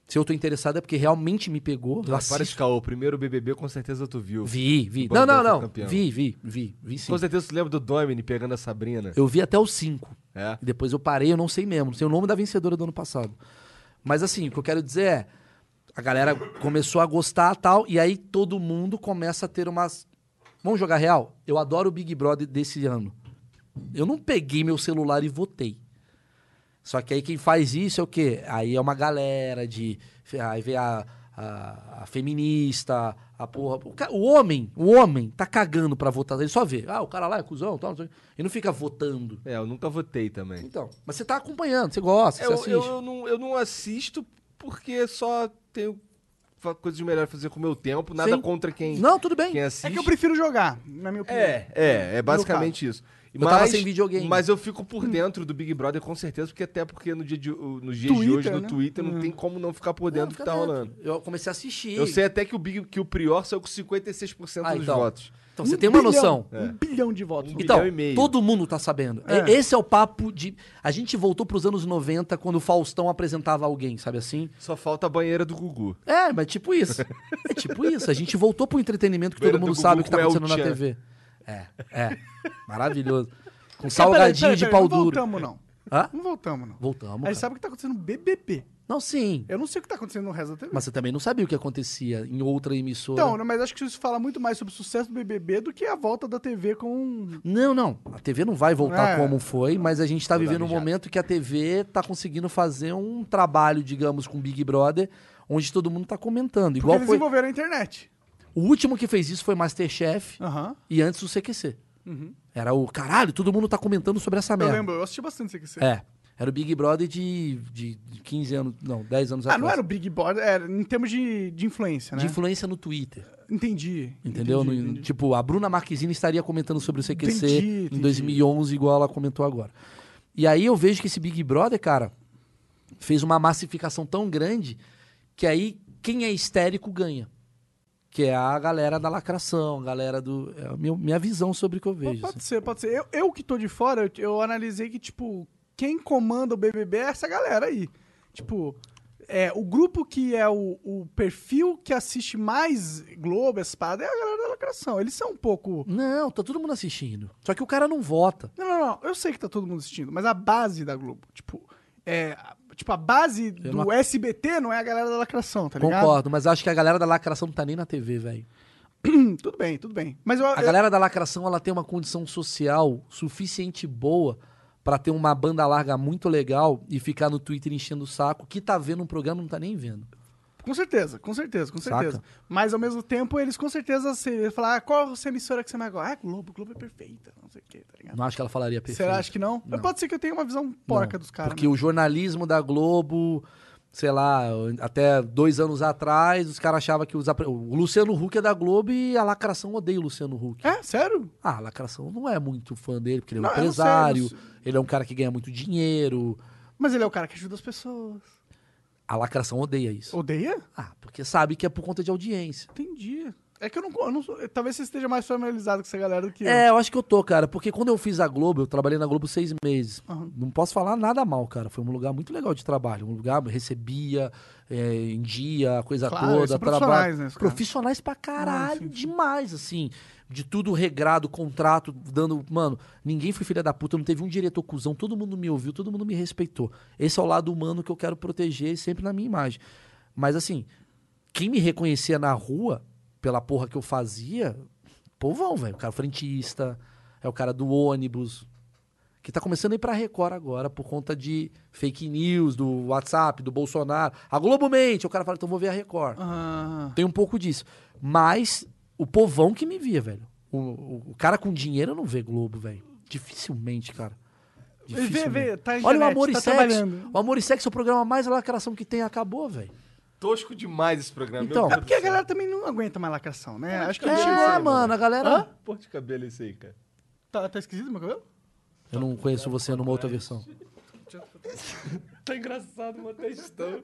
[SPEAKER 3] Se eu tô interessado é porque realmente me pegou. Eu
[SPEAKER 1] Para de
[SPEAKER 3] assisto.
[SPEAKER 1] caô, o primeiro BBB com certeza tu viu.
[SPEAKER 3] Vi, vi.
[SPEAKER 1] O
[SPEAKER 3] Não,
[SPEAKER 1] Bandol
[SPEAKER 3] não,
[SPEAKER 1] foi
[SPEAKER 3] não.
[SPEAKER 1] campeão.
[SPEAKER 3] Vi, vi, vi, vi sim.
[SPEAKER 1] Com certeza tu lembra do Domini pegando a Sabrina.
[SPEAKER 3] Eu vi até os cinco.
[SPEAKER 1] É.
[SPEAKER 3] E depois eu parei, eu não sei mesmo. Não sei o nome da vencedora do ano passado. Mas assim, o que eu quero dizer é. A galera começou a gostar tal, e aí todo mundo começa a ter umas. Vamos jogar real? Eu adoro o Big Brother desse ano. Eu não peguei meu celular e votei. Só que aí quem faz isso é o quê? Aí é uma galera de. Aí vem a, a- a feminista, a porra. O, ca- o homem, o homem tá cagando pra votar. Ele só vê. Ah, o cara lá é cuzão, tal, não sei o quê. Ele não fica votando.
[SPEAKER 1] É, eu nunca votei também.
[SPEAKER 3] Então, mas você tá acompanhando, você gosta,
[SPEAKER 1] É,
[SPEAKER 3] você
[SPEAKER 1] Eu,
[SPEAKER 3] assiste.
[SPEAKER 1] eu, eu não, eu não assisto porque só tenho fa- coisas melhores a fazer com o meu tempo. Nada
[SPEAKER 3] Sim.
[SPEAKER 1] contra quem,
[SPEAKER 3] Não, tudo bem.
[SPEAKER 1] quem assiste.
[SPEAKER 2] É que eu prefiro jogar, na minha opinião.
[SPEAKER 1] É, é, é basicamente isso.
[SPEAKER 3] Eu tava sem videogame.
[SPEAKER 1] Mas eu fico por dentro do Big Brother com certeza, porque até porque no dia de, no dia de
[SPEAKER 2] Twitter,
[SPEAKER 1] hoje, no
[SPEAKER 2] né?
[SPEAKER 1] Twitter,
[SPEAKER 3] Hum.
[SPEAKER 1] não tem como não ficar por dentro do que tá rolando.
[SPEAKER 3] Eu comecei a assistir.
[SPEAKER 1] Eu sei até que o, Big, que o Prior saiu com 56%
[SPEAKER 3] Ah,
[SPEAKER 1] dos
[SPEAKER 3] então.
[SPEAKER 1] votos.
[SPEAKER 3] Então, você
[SPEAKER 2] Um
[SPEAKER 3] tem uma
[SPEAKER 2] bilhão,
[SPEAKER 3] noção.
[SPEAKER 2] Um bilhão de votos.
[SPEAKER 1] Um
[SPEAKER 3] Então,
[SPEAKER 1] bilhão e meio.
[SPEAKER 3] todo mundo tá sabendo. E- Esse é o papo de. A gente voltou pros anos 90, quando o Faustão apresentava alguém, sabe assim?
[SPEAKER 1] Só falta a banheira do Gugu.
[SPEAKER 3] É, mas tipo isso. É tipo isso. A gente voltou pro entretenimento que
[SPEAKER 1] Beira
[SPEAKER 3] todo mundo
[SPEAKER 1] do
[SPEAKER 3] sabe o que
[SPEAKER 1] Gugu com
[SPEAKER 3] tá
[SPEAKER 1] El
[SPEAKER 3] acontecendo na
[SPEAKER 1] Chan.
[SPEAKER 3] TV. É, é.
[SPEAKER 1] (laughs)
[SPEAKER 3] Maravilhoso. Com
[SPEAKER 2] Mas peraí,
[SPEAKER 3] salgadinho
[SPEAKER 2] peraí,
[SPEAKER 3] de
[SPEAKER 2] peraí,
[SPEAKER 3] pau
[SPEAKER 2] Não
[SPEAKER 3] duro.
[SPEAKER 2] voltamos, não.
[SPEAKER 3] Hã?
[SPEAKER 2] Não voltamos, não.
[SPEAKER 3] Voltamos.
[SPEAKER 2] Aí
[SPEAKER 3] cara.
[SPEAKER 2] sabe o que tá acontecendo no BBB.
[SPEAKER 3] Não, sim.
[SPEAKER 2] Eu não sei o que tá acontecendo no resto da TV.
[SPEAKER 3] Mas você também não sabia o que acontecia em outra emissora.
[SPEAKER 2] Então, né, mas acho que isso fala muito mais sobre o sucesso do BBB do que a volta da TV com... um
[SPEAKER 3] Não, não. A TV não vai voltar
[SPEAKER 2] É.
[SPEAKER 3] como foi, mas a gente tá
[SPEAKER 1] Vou dar
[SPEAKER 3] vivendo um
[SPEAKER 1] mijada.
[SPEAKER 3] momento que a TV tá conseguindo fazer um trabalho, digamos, com Big Brother, onde todo mundo tá comentando.
[SPEAKER 2] Porque
[SPEAKER 3] Igual
[SPEAKER 2] eles
[SPEAKER 3] foi.
[SPEAKER 2] envolveram a internet.
[SPEAKER 3] O último que fez isso foi Masterchef
[SPEAKER 2] Aham.
[SPEAKER 3] e antes o CQC.
[SPEAKER 1] Uhum.
[SPEAKER 3] Era o caralho, todo mundo tá comentando sobre essa
[SPEAKER 2] Eu
[SPEAKER 3] merda.
[SPEAKER 2] lembro, eu assisti bastante isso aqui.
[SPEAKER 3] É. Era o Big Brother de, de de 15 anos, não, 10 anos
[SPEAKER 2] Ah,
[SPEAKER 3] atrás.
[SPEAKER 2] não era o Big Brother, era em termos de, de influência, né?
[SPEAKER 3] De influência no Twitter.
[SPEAKER 2] Entendi.
[SPEAKER 3] Entendeu?
[SPEAKER 2] entendi,
[SPEAKER 3] No-
[SPEAKER 2] entendi.
[SPEAKER 3] Tipo, a Bruna Marquezine estaria comentando sobre o CQC
[SPEAKER 2] Entendi,
[SPEAKER 3] em
[SPEAKER 2] entendi.
[SPEAKER 3] 2011, igual ela comentou agora. E aí eu vejo que esse Big Brother, cara, fez uma massificação tão grande que aí quem é histérico ganha. Que é a galera da lacração, a galera do. É a minha, minha visão sobre o que eu
[SPEAKER 2] Pô,
[SPEAKER 3] vejo.
[SPEAKER 2] Pode
[SPEAKER 3] assim.
[SPEAKER 2] ser, pode ser. Eu, eu que tô de fora, eu, eu analisei que, tipo, quem comanda o BBB é essa galera aí. Tipo, é, o grupo que é o, o perfil que assiste mais Globo, Espada, é a galera da lacração. Eles são um pouco...
[SPEAKER 3] Não, tá todo mundo assistindo. Só que o cara não vota.
[SPEAKER 2] Não, não, não. Eu sei que tá todo mundo assistindo, mas a base da Globo, tipo... É, a- tipo, a base
[SPEAKER 3] Eu
[SPEAKER 2] do
[SPEAKER 3] não
[SPEAKER 2] SBT não é a galera da lacração, tá ligado?
[SPEAKER 3] Concordo, mas acho que a galera da lacração não tá nem na TV, velho.
[SPEAKER 2] Hum, tudo bem, tudo bem. Mas eu,
[SPEAKER 3] A galera da lacração, ela tem uma condição social suficiente boa pra ter uma banda larga muito legal e ficar no Twitter enchendo o saco, que tá vendo um programa e não tá nem vendo.
[SPEAKER 2] Com certeza, com certeza, com
[SPEAKER 3] Saca?
[SPEAKER 2] certeza. Mas ao mesmo tempo, eles com certeza se falar ah, qual a sua emissora que você mais gosta. Ah, Globo, Globo é perfeita, não sei o que, tá ligado?
[SPEAKER 3] Não é acho que ela falaria perfeito.
[SPEAKER 2] Será acho que não? Mas Pode ser que eu tenha uma visão porca dos caras.
[SPEAKER 3] Porque
[SPEAKER 2] né?
[SPEAKER 3] o jornalismo da Globo, sei lá, até dois anos atrás, os caras achavam que os apre- o Luciano Huck é da Globo e a lacração odeia o Luciano Huck.
[SPEAKER 2] É, sério?
[SPEAKER 3] Ah, a Lacração não é muito fã dele, porque ele é um
[SPEAKER 2] Não, eu não sei, eu não
[SPEAKER 3] empresário,
[SPEAKER 2] sei.
[SPEAKER 3] ele é um cara que ganha muito dinheiro.
[SPEAKER 2] Mas ele é o cara que ajuda as pessoas.
[SPEAKER 3] A Lacração odeia isso.
[SPEAKER 2] Odeia?
[SPEAKER 3] Ah, porque sabe que é por conta de audiência.
[SPEAKER 2] Entendi. É que eu não, eu não sou- Talvez você esteja mais familiarizado com essa galera do que eu.
[SPEAKER 3] É, eu acho que eu tô, cara, porque quando eu fiz a Globo, eu trabalhei na Globo seis meses.
[SPEAKER 2] Aham.
[SPEAKER 3] Não posso falar nada mal, cara. Foi um lugar muito legal de trabalho. Um lugar eu recebia é, em dia, a coisa
[SPEAKER 2] Claro, eles
[SPEAKER 3] toda,
[SPEAKER 2] são
[SPEAKER 3] trabalho.
[SPEAKER 2] profissionais, né, os caras?
[SPEAKER 3] profissionais pra caralho,
[SPEAKER 2] sim, sim.
[SPEAKER 3] demais, assim. De tudo regrado, contrato, dando. Mano, ninguém foi filha da puta, não teve um diretor cuzão, todo mundo me ouviu, todo mundo me respeitou. Esse é o lado humano que eu quero proteger sempre na minha imagem. Mas assim, quem me reconhecia na rua, pela porra que eu fazia, povão, velho. O cara frentista, é o cara do ônibus. Que tá começando a ir pra Record agora, por conta de fake news, do WhatsApp, do Bolsonaro. A Globo mente. O cara fala, então vou ver a Record.
[SPEAKER 2] Ah,
[SPEAKER 3] Tem um pouco disso. Mas o povão que me via, velho. O, o- o cara com dinheiro não vê Globo, velho. Dificilmente, cara.
[SPEAKER 2] vê, tá em
[SPEAKER 3] Olha
[SPEAKER 2] internet,
[SPEAKER 3] o Amor e
[SPEAKER 2] tá
[SPEAKER 3] Sexo.
[SPEAKER 2] trabalhando.
[SPEAKER 3] O Amor e Sexo é o programa mais lacração que tem. Acabou, velho.
[SPEAKER 1] tosco demais esse programa.
[SPEAKER 3] Então.
[SPEAKER 2] É porque a galera também não aguenta mais lacração, né? Acho que
[SPEAKER 3] É, mano, a galera.
[SPEAKER 1] Pô de cabelo esse aí, cara.
[SPEAKER 2] tá, tá esquisito meu cabelo?
[SPEAKER 3] Eu não conheço você numa outra versão.
[SPEAKER 1] (laughs) Tá engraçado, mano, textão.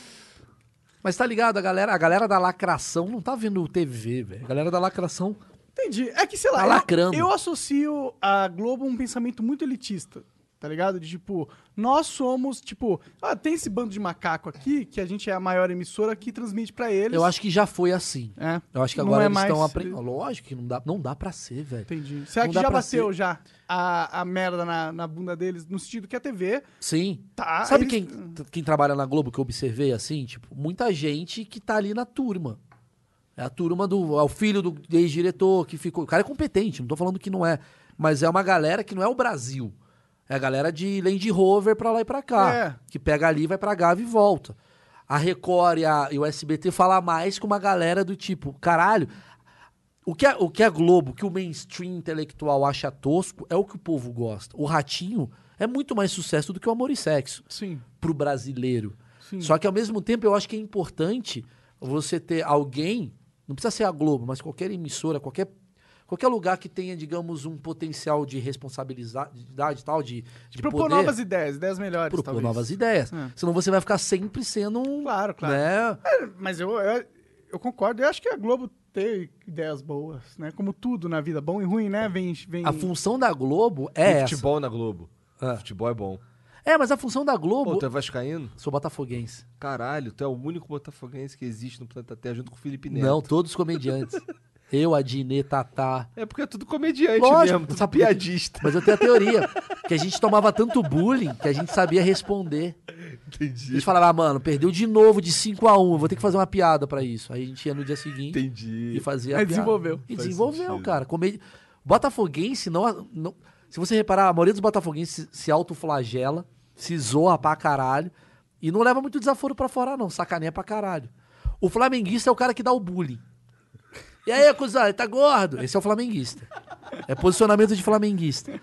[SPEAKER 3] (laughs) Mas tá ligado, a galera, a galera da lacração não tá vendo TV, velho. A galera da lacração.
[SPEAKER 2] Entendi. É que, sei lá,
[SPEAKER 3] Tá
[SPEAKER 2] eu-
[SPEAKER 3] lacrando.
[SPEAKER 2] Eu, associo a Globo a um pensamento muito elitista, tá ligado? De tipo, nós somos, tipo, ah, tem esse bando de macaco aqui, que a gente é a maior emissora que transmite pra eles.
[SPEAKER 3] Eu acho que já foi assim.
[SPEAKER 2] É.
[SPEAKER 3] Eu acho que
[SPEAKER 2] Não
[SPEAKER 3] agora
[SPEAKER 2] é
[SPEAKER 3] eles
[SPEAKER 2] mais-
[SPEAKER 3] estão aprendendo. Lógico que não dá, não dá pra ser, velho.
[SPEAKER 2] Entendi. Será
[SPEAKER 3] Não
[SPEAKER 2] que
[SPEAKER 3] dá
[SPEAKER 2] já
[SPEAKER 3] pra
[SPEAKER 2] bateu
[SPEAKER 3] ser.
[SPEAKER 2] já a, a merda na, na bunda deles, no sentido que é a TV
[SPEAKER 3] Sim.
[SPEAKER 2] tá.
[SPEAKER 3] Sabe
[SPEAKER 2] eles-
[SPEAKER 3] quem, t- quem trabalha na Globo que eu observei assim? Tipo, muita gente que tá ali na turma. É a turma do. É o filho do ex-diretor que ficou. O cara é competente, não tô falando que não é. Mas é uma galera que não é o Brasil. É a galera de Land Rover pra lá e pra cá.
[SPEAKER 2] É.
[SPEAKER 3] Que pega ali, vai pra Gávea e volta. A Record e, a- e o SBT fala mais com uma galera do tipo, caralho. O que, a, o que a Globo, o que o mainstream intelectual acha tosco, é o que o povo gosta. O Ratinho é muito mais sucesso do que o Amor e Sexo
[SPEAKER 2] Sim.
[SPEAKER 3] pro brasileiro. Só que ao mesmo tempo eu acho que é importante você ter alguém, não precisa ser a Globo, mas qualquer emissora, qualquer qualquer lugar que tenha, digamos, um potencial de responsabilidade e tal, de, de
[SPEAKER 2] Propor
[SPEAKER 3] poder,
[SPEAKER 2] novas ideias, ideias melhores.
[SPEAKER 3] propor
[SPEAKER 2] talvez.
[SPEAKER 3] novas ideias.
[SPEAKER 2] É.
[SPEAKER 3] Senão você vai ficar sempre sendo um,
[SPEAKER 2] Claro, claro.
[SPEAKER 3] né?
[SPEAKER 2] É, Mas eu, eu, eu concordo. Eu acho que a Globo tem ideias boas, né? Como tudo na vida, bom e ruim, né? Vem. vem...
[SPEAKER 3] A função da Globo é essa.
[SPEAKER 1] futebol na Globo.
[SPEAKER 3] É.
[SPEAKER 1] Futebol é bom.
[SPEAKER 3] É, mas a função da Globo.
[SPEAKER 1] Pô, tu é vascaíno?
[SPEAKER 3] Sou botafoguense.
[SPEAKER 1] Caralho, tu é o único botafoguense que existe no planeta Terra junto com o Felipe Neto.
[SPEAKER 3] Não, todos comediantes. eu, a Dinê, Tatá,
[SPEAKER 1] É porque é tudo comediante
[SPEAKER 3] Lógico,
[SPEAKER 1] mesmo, tudo
[SPEAKER 3] sabe-
[SPEAKER 1] piadista.
[SPEAKER 3] Mas eu tenho a teoria que a gente tomava tanto bullying que a gente sabia responder. A
[SPEAKER 1] (laughs) Entendi,
[SPEAKER 3] gente falava, ah, mano, perdeu de novo de 5 a 1 eu vou ter que fazer uma piada pra isso. Aí a gente ia no dia seguinte
[SPEAKER 1] entendi.
[SPEAKER 3] e fazia a
[SPEAKER 2] Aí
[SPEAKER 3] piada.
[SPEAKER 2] desenvolveu.
[SPEAKER 3] E
[SPEAKER 1] Faz
[SPEAKER 3] desenvolveu,
[SPEAKER 1] sentido.
[SPEAKER 3] cara. Comedi... Botafoguense não, não- Se você reparar, a maioria dos botafoguenses se, se autoflagela, se zoa pra caralho e não leva muito desaforo pra fora, não. Sacaneia pra caralho. O flamenguista é o cara que dá o bullying. E aí, cuzão, ele tá gordo. Esse é o flamenguista. É posicionamento de flamenguista.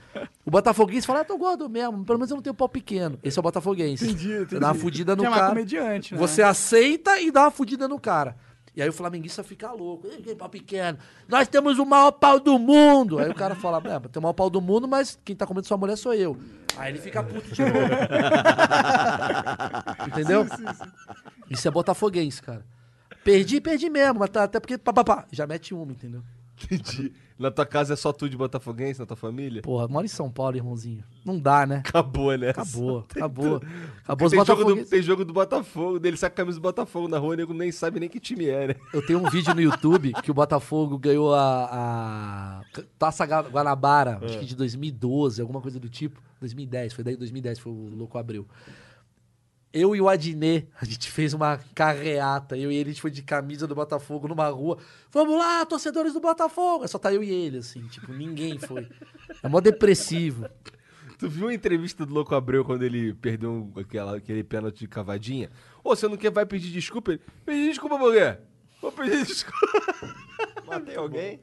[SPEAKER 3] O botafoguense fala, ah, tô gordo mesmo, pelo menos eu não tenho pau pequeno. Esse é o botafoguense.
[SPEAKER 2] Entendi,
[SPEAKER 3] Você
[SPEAKER 2] entendi.
[SPEAKER 3] Dá uma fudida no
[SPEAKER 2] que é mais
[SPEAKER 3] cara.
[SPEAKER 2] comediante, né?
[SPEAKER 3] Você aceita e dá uma fudida no cara. E aí o flamenguista fica louco. Ei, que pau pequeno. Nós temos o maior pau do mundo. Aí o cara fala, é, tem o maior pau do mundo, mas quem tá comendo sua mulher sou eu. Aí ele fica
[SPEAKER 2] (laughs)
[SPEAKER 3] puto de novo. Entendeu? Isso é botafoguense, cara. Perdi, perdi mesmo, mas tá, até porque pá, pá, pá, já mete uma, entendeu?
[SPEAKER 1] Entendi. (laughs) Na tua casa é só tu de botafoguense, na tua família?
[SPEAKER 3] Porra, mora em São Paulo, irmãozinho. Não dá, né?
[SPEAKER 1] Acabou, né? (laughs)
[SPEAKER 3] Acabou, acabou. Acabou os
[SPEAKER 1] Tem jogo, do,
[SPEAKER 3] botafoguenses.
[SPEAKER 1] tem jogo do Botafogo, dele saca a camisa do Botafogo na rua, o nego nem sabe nem que time é, né? (laughs)
[SPEAKER 3] Eu tenho um vídeo no YouTube que o Botafogo ganhou a, a Taça Ga- Guanabara,
[SPEAKER 1] É.
[SPEAKER 3] acho que de 2012, alguma coisa do tipo. 2010, foi daí 2010 foi o Louco Abreu. Eu e o Adnê, a gente fez uma carreata. Eu e ele, a gente foi de camisa do Botafogo numa rua. Vamos lá, torcedores do Botafogo! Aí Só tá eu e ele, assim, tipo, ninguém foi. É mó depressivo.
[SPEAKER 1] Tu viu a entrevista do Louco Abreu quando ele perdeu um, aquela, aquele pênalti de cavadinha? Ô, você não quer, vai pedir desculpa? Ele, pedir desculpa por quê? Vou pedir (laughs) desculpa.
[SPEAKER 4] Matei alguém?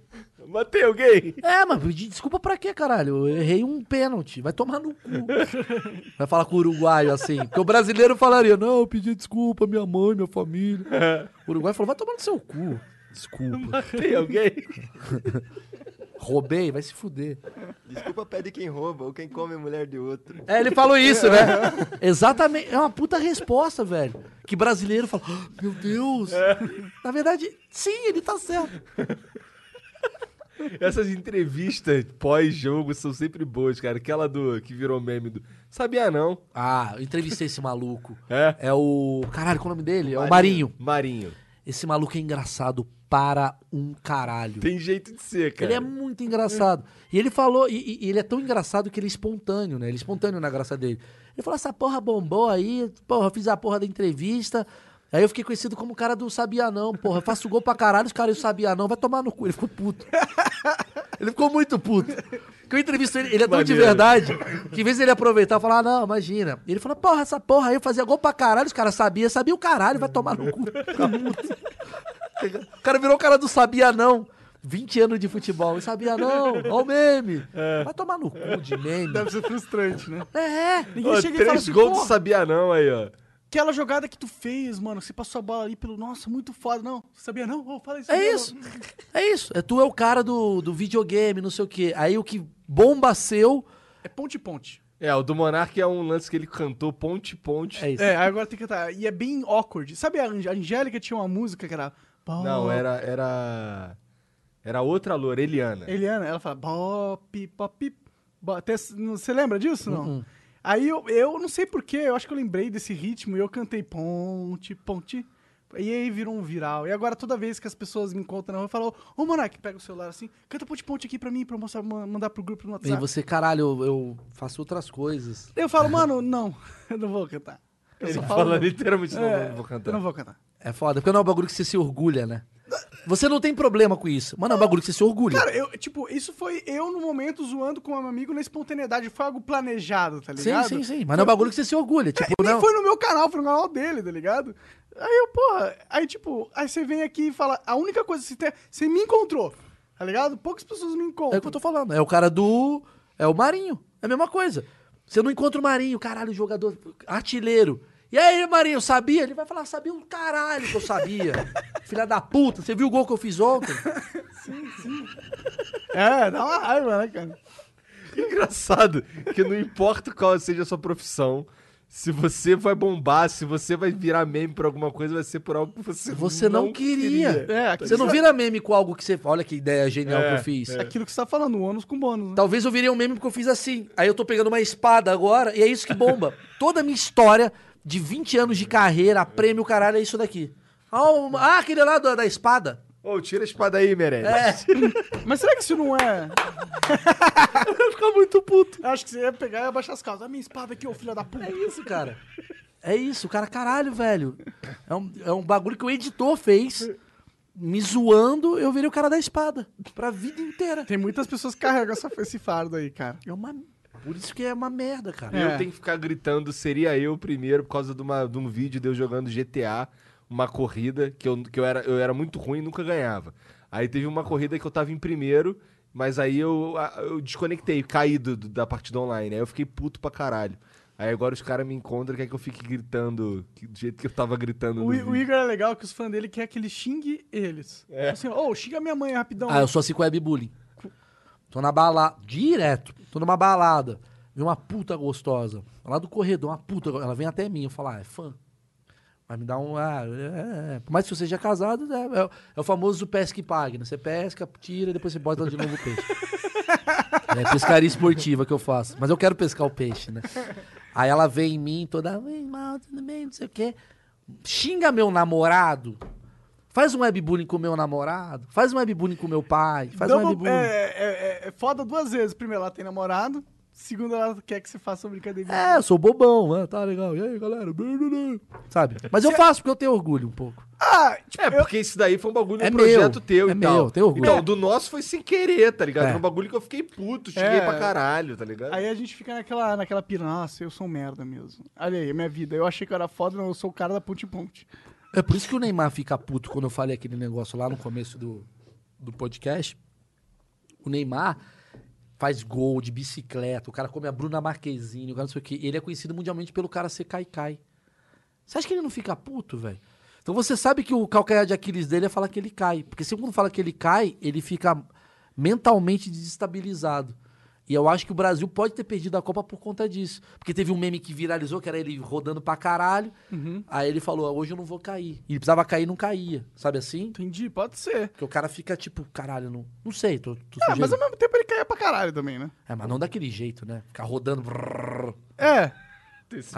[SPEAKER 1] Matei alguém?
[SPEAKER 3] É, mas pedir desculpa pra quê, caralho? Eu errei um pênalti. Vai tomar no cu. Vai falar com o uruguaio assim. Porque o brasileiro falaria: não, eu pedi desculpa, à minha mãe, minha família. O uruguaio falou: vai tomar no seu cu. Desculpa.
[SPEAKER 1] Matei alguém?
[SPEAKER 3] Roubei, vai se fuder.
[SPEAKER 4] Desculpa, pede quem rouba ou quem come mulher
[SPEAKER 2] (laughs)
[SPEAKER 4] de outro.
[SPEAKER 3] É, ele falou isso, né? Exatamente. É uma puta resposta, velho. Que brasileiro fala: "Ah, meu Deus. Na verdade, sim, ele tá certo.
[SPEAKER 1] Essas entrevistas pós-jogo são sempre boas, cara. Aquela do que virou meme do. Sabia não?
[SPEAKER 3] Ah, eu entrevistei esse maluco.
[SPEAKER 1] É?
[SPEAKER 3] É o. Caralho, qual é o nome dele? É o Marinho.
[SPEAKER 1] Marinho.
[SPEAKER 3] Esse maluco é engraçado para um caralho.
[SPEAKER 1] Tem jeito de ser, cara.
[SPEAKER 3] Ele é muito engraçado. E ele falou, e, e- e ele é tão engraçado que ele é espontâneo, né? Ele é espontâneo na graça dele. Ele falou: essa porra bombou aí, porra, eu fiz a porra da entrevista. Aí eu fiquei conhecido como o cara do Sabia Não, porra. Eu faço gol pra caralho, os caras do Sabia Não, vai tomar no cu. Ele ficou
[SPEAKER 1] (laughs)
[SPEAKER 3] puto. Ele ficou muito puto. Porque eu entrevisto ele, ele é tão de
[SPEAKER 1] Maneiro.
[SPEAKER 3] verdade, que em vez ele aproveitar e falar, ah, não, imagina. Ele falou, porra, essa porra aí, eu fazia gol pra caralho, os caras sabiam, sabia o caralho, vai tomar no cu. Fica puto. O cara virou o cara do sabia não. 20 anos de futebol, eu sabia não, olha o (laughs) meme. Vai tomar no cu de meme.
[SPEAKER 2] Deve ser frustrante, né?
[SPEAKER 3] É, é.
[SPEAKER 2] Ninguém
[SPEAKER 1] Ó,
[SPEAKER 2] chega e fala
[SPEAKER 1] três
[SPEAKER 2] assim,
[SPEAKER 1] gols do
[SPEAKER 2] "Porra,
[SPEAKER 1] Sabia não aí, ó.
[SPEAKER 3] O
[SPEAKER 2] aquela jogada que tu fez, mano, que você passou a bola ali pelo. Nossa, muito foda. Não, sabia não? Ô, fala isso
[SPEAKER 3] É
[SPEAKER 2] aí,
[SPEAKER 3] isso.
[SPEAKER 2] não.
[SPEAKER 3] É isso. É, tu é o cara do, do videogame, não sei o quê. Aí o que bomba seu.
[SPEAKER 2] É ponte-ponte.
[SPEAKER 1] É, o do Monark é um lance que ele cantou ponte ponte.
[SPEAKER 3] É isso.
[SPEAKER 2] É, agora tem que cantar. E é bem awkward. Sabe, a Ange- a Angélica tinha uma música que era.
[SPEAKER 3] Oh.
[SPEAKER 1] Não, era era era outra loura, Eliana.
[SPEAKER 2] É. Eliana, ela fala bop, pop, bop. Até- não- Você lembra disso, não?
[SPEAKER 3] Uhum.
[SPEAKER 2] Aí eu, eu não sei porquê, eu acho que eu lembrei desse ritmo e eu cantei ponte, ponte. E aí virou um viral. E agora toda vez que as pessoas me encontram na rua, falam, ô Monark, pega o celular assim, canta ponte, ponte aqui pra mim, pra eu mostrar, ma- mandar pro grupo no
[SPEAKER 3] E
[SPEAKER 2] WhatsApp.
[SPEAKER 3] você, caralho, eu, eu faço outras coisas.
[SPEAKER 2] Eu falo, mano, não, (laughs) eu não vou cantar. Eu
[SPEAKER 1] Ele
[SPEAKER 2] só falo,
[SPEAKER 1] fala
[SPEAKER 2] não.
[SPEAKER 1] literalmente, não,
[SPEAKER 2] É,
[SPEAKER 1] não vou
[SPEAKER 2] Eu não
[SPEAKER 1] cantar.
[SPEAKER 2] vou cantar.
[SPEAKER 3] É foda, porque não é um bagulho que você se orgulha, né? Você não tem problema com isso, mas não é um bagulho que você se orgulha.
[SPEAKER 2] Cara, eu, tipo, isso foi eu no momento zoando com um amigo na espontaneidade. Foi algo planejado, tá
[SPEAKER 3] sim,
[SPEAKER 2] ligado?
[SPEAKER 3] sim, sim. Mas não é um bagulho que você se orgulha. Tipo,
[SPEAKER 2] Nem
[SPEAKER 3] não.
[SPEAKER 2] foi no meu canal, foi no canal dele, tá ligado? Aí eu, porra, aí tipo, aí você vem aqui e fala, a única coisa que você tem, é, você me encontrou, tá ligado? Poucas pessoas me
[SPEAKER 3] É
[SPEAKER 2] encontram.
[SPEAKER 3] o que eu tô falando. É o cara do. É o Marinho. É a mesma coisa. Você não encontra o Marinho, caralho, jogador, artilheiro. E aí, Marinho, sabia? Ele vai falar, sabia o caralho que eu (laughs) sabia. Filha da puta, você viu o gol que eu fiz ontem?
[SPEAKER 2] É, dá uma raiva, né, cara?
[SPEAKER 1] Engraçado que não importa qual seja a sua profissão, se você vai bombar, se você vai virar meme por alguma coisa, vai ser por algo que você,
[SPEAKER 3] Você não, queria.
[SPEAKER 2] É, aquilo,
[SPEAKER 3] Você não vira meme com algo que você. Olha que ideia genial que eu fiz.
[SPEAKER 2] (laughs) aquilo que você tá falando, o ônus com bônus, né?
[SPEAKER 3] Talvez eu virei um meme porque eu fiz assim. Aí eu tô pegando uma espada agora e é isso que bomba. Toda a minha história de 20 anos de carreira, prêmio, caralho, é isso daqui. Ah, um- ah, aquele lá da, da espada.
[SPEAKER 1] Ô, tira a espada aí, Meirelles.
[SPEAKER 3] É.
[SPEAKER 2] Mas será que isso não é...
[SPEAKER 3] Eu ficar muito puto.
[SPEAKER 2] Eu acho que você ia pegar e ia baixar as calças. A minha espada aqui, ô filho da puta.
[SPEAKER 3] É isso, cara. É isso, cara. Caralho, velho. É um, é um bagulho que o editor fez. Me zoando, eu virei o cara da espada. Pra vida inteira.
[SPEAKER 2] Tem muitas pessoas que carregam essa, esse fardo aí, cara.
[SPEAKER 3] É uma. Por isso que é uma merda, cara.
[SPEAKER 1] Eu
[SPEAKER 2] É.
[SPEAKER 1] tenho que ficar gritando, seria eu primeiro, por causa de, uma- de um vídeo de eu jogando GTA, uma corrida, que, eu, que eu, era, eu era muito ruim e nunca ganhava. Aí teve uma corrida que eu tava em primeiro, mas aí eu, a- eu desconectei, caí do- do- da partida online. Aí eu fiquei puto pra caralho. Aí agora os caras me encontram e querem que eu fique gritando que- do jeito que eu tava gritando.
[SPEAKER 2] O,
[SPEAKER 1] no
[SPEAKER 2] I-
[SPEAKER 1] vídeo.
[SPEAKER 2] o Igor é legal que os fãs dele querem que ele xingue eles. É. Assim, ô, xinga minha mãe rapidão.
[SPEAKER 3] Ah, eu sou assim com webbullying. Tô na balada. Direto. Tô numa balada. Vi uma puta gostosa. Lá do corredor, uma puta. go- Ela vem até mim. Eu falo, ah, é fã. Vai me dar um. Ah, é, é. Por mais que você seja casado, é, é o- é o famoso pesca e pague, né? Você pesca, tira e depois você bota de novo o peixe. É pescaria esportiva que eu faço. Mas eu quero pescar o peixe, né? Aí ela vem em mim toda. "Oi, mal, tudo bem, não sei o quê. Xinga meu namorado. Faz um webbullying com meu namorado. Faz um webbullying com meu pai. Faz um
[SPEAKER 2] Double-
[SPEAKER 3] webbullying.
[SPEAKER 2] é, é, é, é foda duas vezes. Primeiro, ela tem namorado. Segundo, ela quer que você faça uma brincadeira.
[SPEAKER 3] É, eu sou bobão, né? Tá legal. E aí, galera? Sabe? Mas eu faço porque eu tenho orgulho um pouco.
[SPEAKER 2] Ah, tipo,
[SPEAKER 1] É, porque isso daí foi um bagulho,
[SPEAKER 3] É
[SPEAKER 1] um projeto
[SPEAKER 3] meu,
[SPEAKER 1] teu
[SPEAKER 3] é
[SPEAKER 1] e tal.
[SPEAKER 3] meu, tenho orgulho.
[SPEAKER 1] Então, do nosso foi sem querer, tá ligado?
[SPEAKER 3] É.
[SPEAKER 1] Foi um bagulho que eu fiquei puto, cheguei
[SPEAKER 2] É.
[SPEAKER 1] pra caralho, tá ligado?
[SPEAKER 2] aí a gente fica naquela, naquela pira. Nossa, eu sou um merda mesmo. Olha aí, minha vida. Eu achei que eu era foda, não. Eu sou o cara da ponte-ponte.
[SPEAKER 3] É por isso que o Neymar fica puto quando eu falei aquele negócio lá no começo do, do podcast. O Neymar faz gol de bicicleta, o cara come a Bruna Marquezine, o cara não sei o quê. Ele é conhecido mundialmente pelo cara ser caicai. Você acha que ele não fica puto, velho? Então você sabe que o calcanhar de Aquiles dele é falar que ele cai. Porque se quando fala que ele cai, ele fica mentalmente desestabilizado. E eu acho que o Brasil pode ter perdido a Copa por conta disso. Porque teve um meme que viralizou, que era ele rodando pra caralho.
[SPEAKER 2] Uhum.
[SPEAKER 3] Aí ele falou, "Ah, hoje eu não vou cair. E ele precisava cair e não caía. Sabe assim?
[SPEAKER 2] Entendi, pode ser.
[SPEAKER 3] Porque o cara fica tipo, caralho, não, não sei, tô, tô
[SPEAKER 2] É, mas
[SPEAKER 3] sugerindo."
[SPEAKER 2] ao mesmo tempo ele caia pra caralho também, né?
[SPEAKER 3] É, mas não daquele jeito, né? Ficar rodando. brrr.
[SPEAKER 2] É,
[SPEAKER 3] O cara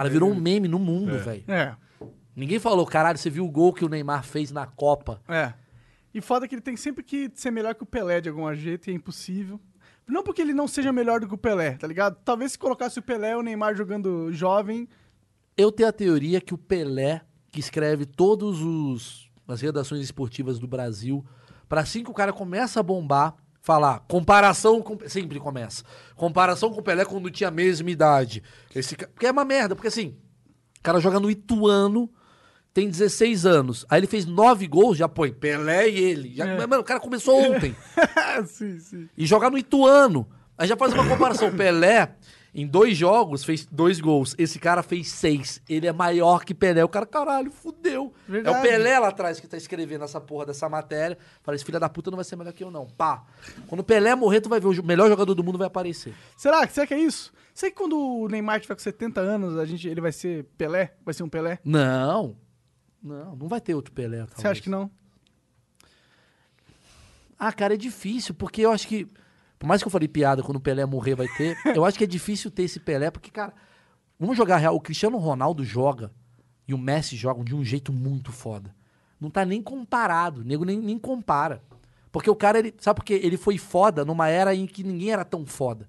[SPEAKER 1] É. né?
[SPEAKER 3] virou um meme no mundo, velho.
[SPEAKER 2] é,
[SPEAKER 3] Ninguém falou, caralho, você viu o gol que o Neymar fez na Copa.
[SPEAKER 2] é. E foda que ele tem sempre que ser melhor que o Pelé de algum jeito e é impossível. Não porque ele não seja melhor do que o Pelé, tá ligado? Talvez se colocasse o Pelé e o Neymar jogando jovem, (laughs)
[SPEAKER 3] Eu tenho a teoria que o Pelé, que escreve todos os as redações esportivas do Brasil, pra assim que o cara começa a bombar, falar comparação com sempre começa. Comparação com o Pelé quando tinha a mesma idade. Esse ca- porque é uma merda, porque assim, o cara joga no Ituano, tem 16 anos. Aí ele fez 9 gols, já põe Pelé e ele. Já, Mano, o cara começou ontem.
[SPEAKER 2] sim, sim.
[SPEAKER 3] e jogar no Ituano. Aí já faz uma comparação. Pelé, Em dois jogos, fez dois gols. Esse cara fez seis. Ele é maior que Pelé. O cara, caralho, fudeu. É o
[SPEAKER 2] Verdade.
[SPEAKER 3] Pelé lá atrás que tá escrevendo essa porra dessa matéria. Fala, esse filho da puta não vai ser melhor que eu, não. Pá. Quando o Pelé morrer, tu vai ver o jo- melhor jogador do mundo vai aparecer.
[SPEAKER 2] Será? Será que é isso? Será que quando o Neymar tiver com 70 anos, a gente, ele vai ser Pelé? Vai ser um Pelé?
[SPEAKER 3] Não. Não, não vai ter outro Pelé.
[SPEAKER 2] Você acha que não?
[SPEAKER 3] Ah, cara, é difícil, porque eu acho que. Por mais que eu falei piada quando o Pelé morrer vai
[SPEAKER 1] (laughs)
[SPEAKER 3] ter, eu acho que é difícil ter esse Pelé, porque, cara, vamos jogar real. O Cristiano Ronaldo joga e o Messi jogam de um jeito muito foda. Não tá nem comparado, o nego nem, nem compara. Porque o cara, ele. Sabe por quê? Ele foi foda numa era em que ninguém era tão foda.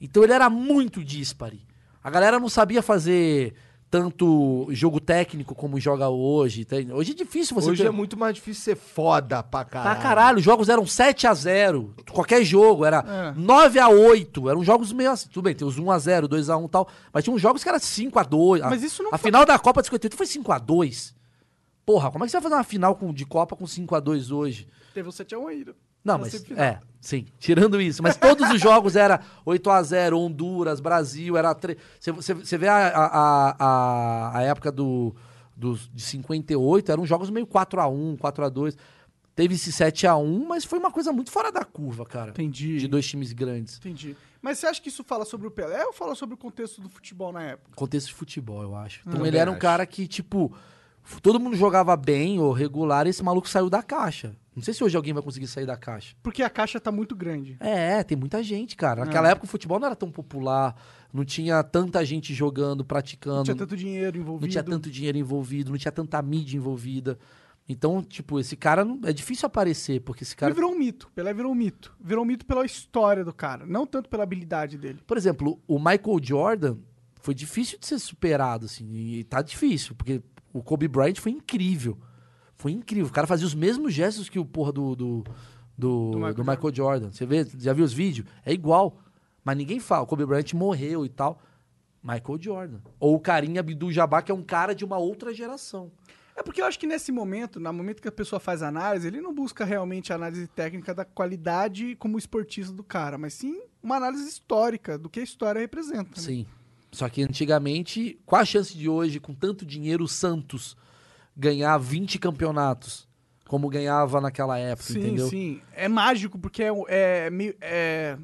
[SPEAKER 3] Então ele era muito dispare. A galera não sabia fazer tanto jogo técnico como joga hoje. Tem- Hoje é difícil você
[SPEAKER 1] Hoje
[SPEAKER 3] ter-
[SPEAKER 1] é muito mais difícil ser foda pra
[SPEAKER 3] Pra
[SPEAKER 1] caralho.
[SPEAKER 3] Ah, é. caralho, os jogos eram 7x0. Qualquer jogo,
[SPEAKER 2] É.
[SPEAKER 3] era 9x8. Eram jogos meio assim. Tudo bem, tem os 1x0, 2x1 e tal. Mas tinha uns jogos que era 5x2.
[SPEAKER 2] Mas isso não
[SPEAKER 3] A
[SPEAKER 2] foi-
[SPEAKER 3] final da Copa de 58 foi 5x2. Porra, como é que você vai fazer uma final com- de Copa com 5x2 hoje?
[SPEAKER 2] Teve o 7x1 ainda.
[SPEAKER 3] Não,
[SPEAKER 2] Na
[SPEAKER 3] mas.
[SPEAKER 2] semifinal.
[SPEAKER 3] É, sim. Tirando isso. Mas todos os jogos era 8x0, Honduras, Brasil, era. tre- Você você- você vê a, a, a, a época do, dos de 58, eram jogos meio 4x1, 4x2. Teve esse 7x1, mas foi uma coisa muito fora da curva, cara.
[SPEAKER 2] Entendi.
[SPEAKER 3] De dois times grandes.
[SPEAKER 2] Entendi. Mas você acha que isso fala sobre o Pelé ou fala sobre o contexto do futebol na época?
[SPEAKER 3] Contexto de futebol, eu acho. Então
[SPEAKER 1] Também
[SPEAKER 3] ele era um
[SPEAKER 1] acho.
[SPEAKER 3] cara que, tipo, f- todo mundo jogava bem ou regular e esse maluco saiu da caixa. Não sei se hoje alguém vai conseguir sair da caixa.
[SPEAKER 2] Porque a caixa tá muito grande.
[SPEAKER 3] É, tem muita gente, cara. Naquela
[SPEAKER 2] É.
[SPEAKER 3] época o futebol não era tão popular, não tinha tanta gente jogando, praticando,
[SPEAKER 2] Não tinha tanto dinheiro envolvido.
[SPEAKER 3] tanto dinheiro envolvido, não tinha tanta mídia envolvida. Então, tipo, esse cara não- é difícil aparecer, porque esse cara.
[SPEAKER 2] Ele virou um mito. Pelé virou um mito. Virou um mito pela história do cara, não tanto pela habilidade dele.
[SPEAKER 3] Por exemplo, o Michael Jordan foi difícil de ser superado, assim, e tá difícil, porque o Kobe Bryant foi incrível. Foi incrível. O cara fazia os mesmos gestos que o porra do. do, do, do Michael,
[SPEAKER 2] Michael
[SPEAKER 3] Jordan. Você vê, já viu os vídeos? É igual. Mas ninguém fala. O Kobe Bryant morreu e tal. Michael Jordan. Ou o Karim Abdul-Jabbar, que é um cara de uma outra geração.
[SPEAKER 2] É porque eu acho que nesse momento, no momento que a pessoa faz a análise, ele não busca realmente a análise técnica da qualidade como esportista do cara, mas sim uma análise histórica do que a história representa. né?
[SPEAKER 3] Sim. Só que antigamente, qual a chance de hoje, com tanto dinheiro, o Santos ganhar 20 campeonatos? Como ganhava naquela época,
[SPEAKER 2] Sim,
[SPEAKER 3] entendeu?
[SPEAKER 2] sim. É mágico, porque é, o- é, meio- é,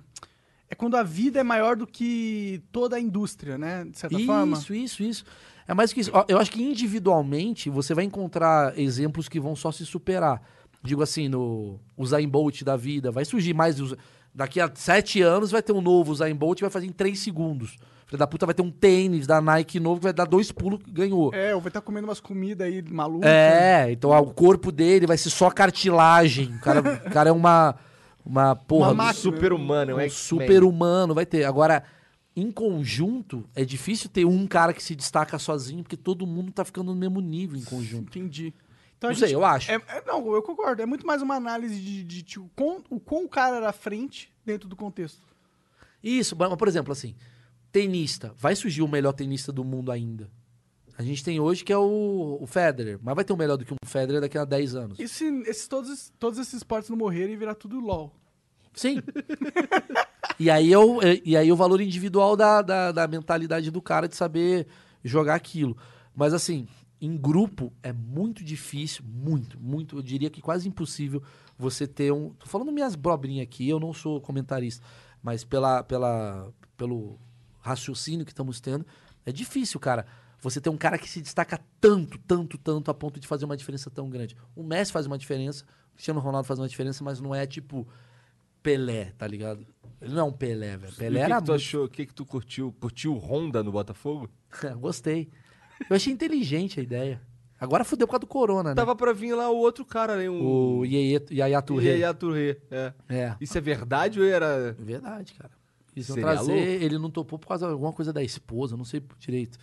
[SPEAKER 2] é quando a vida é maior do que toda a indústria, né? De certa
[SPEAKER 3] isso,
[SPEAKER 2] forma.
[SPEAKER 3] isso, isso. É mais que isso. Ó, Eu acho que individualmente você vai encontrar exemplos que vão só se superar. Digo assim, no o Zayn Bolt da vida, vai surgir mais. os- Daqui a sete anos vai ter um novo Zayn Bolt, vai fazer em três segundos. Filho da puta vai ter um tênis da Nike novo que vai dar dois pulos que ganhou.
[SPEAKER 2] É, eu vou estar comendo umas comidas aí malucas. né?
[SPEAKER 3] É, então ah, o corpo dele vai ser só cartilagem. O cara, o cara é uma. Uma porra.
[SPEAKER 2] Uma
[SPEAKER 3] do-
[SPEAKER 1] Um Super-humano, é um
[SPEAKER 3] um
[SPEAKER 1] X-Men.
[SPEAKER 3] super humano, vai ter. Agora, em conjunto, é difícil ter um cara que se destaca sozinho, porque todo mundo tá ficando no mesmo nível em conjunto.
[SPEAKER 2] Entendi. Então, a
[SPEAKER 3] Não sei, eu acho.
[SPEAKER 2] É, é- não, eu concordo. É muito mais uma análise de, de, tipo, com, o quão o cara era à frente dentro do contexto.
[SPEAKER 3] Isso, mas, por exemplo, assim, tenista. Vai surgir o melhor tenista do mundo ainda. A gente tem hoje que é o, o Federer, mas vai ter um melhor do que um Federer daqui a 10 anos.
[SPEAKER 2] E se esses, todos, todos esses esportes não morrerem e virar tudo LOL?
[SPEAKER 3] Sim. e, aí eu, eh, e aí o valor individual da, da, da mentalidade do cara de saber jogar aquilo. Mas assim, em grupo é muito difícil, muito, muito. Eu diria que quase impossível você ter um. Tô falando minhas brobrinhas aqui, eu não sou comentarista, mas pela, pela, pelo raciocínio que estamos tendo, é difícil, cara. Você ter um cara que se destaca tanto, tanto, tanto a ponto de fazer uma diferença tão grande. O Messi faz uma diferença, o Cristiano Ronaldo faz uma diferença, mas não é tipo Pelé, tá ligado? Ele não é um Pelé, velho.
[SPEAKER 1] E
[SPEAKER 3] Pelé
[SPEAKER 1] o que,
[SPEAKER 3] era
[SPEAKER 1] que tu
[SPEAKER 3] muito. Né?
[SPEAKER 1] achou? O que, que tu curtiu? Curtiu o Honda no Botafogo?
[SPEAKER 3] (laughs) Gostei. Eu achei inteligente a ideia. Agora fudeu por causa do Corona, né?
[SPEAKER 1] Tava pra vir lá o outro cara, né? Um...
[SPEAKER 3] O Yeye- Yaya Touré.
[SPEAKER 1] Yaya Touré. É.
[SPEAKER 3] É.
[SPEAKER 1] Isso é verdade ou era.
[SPEAKER 3] Verdade, cara. Eles iam
[SPEAKER 1] Seria
[SPEAKER 3] trazer,
[SPEAKER 1] louco.
[SPEAKER 3] ele não topou por causa de alguma coisa da esposa, eu não sei direito.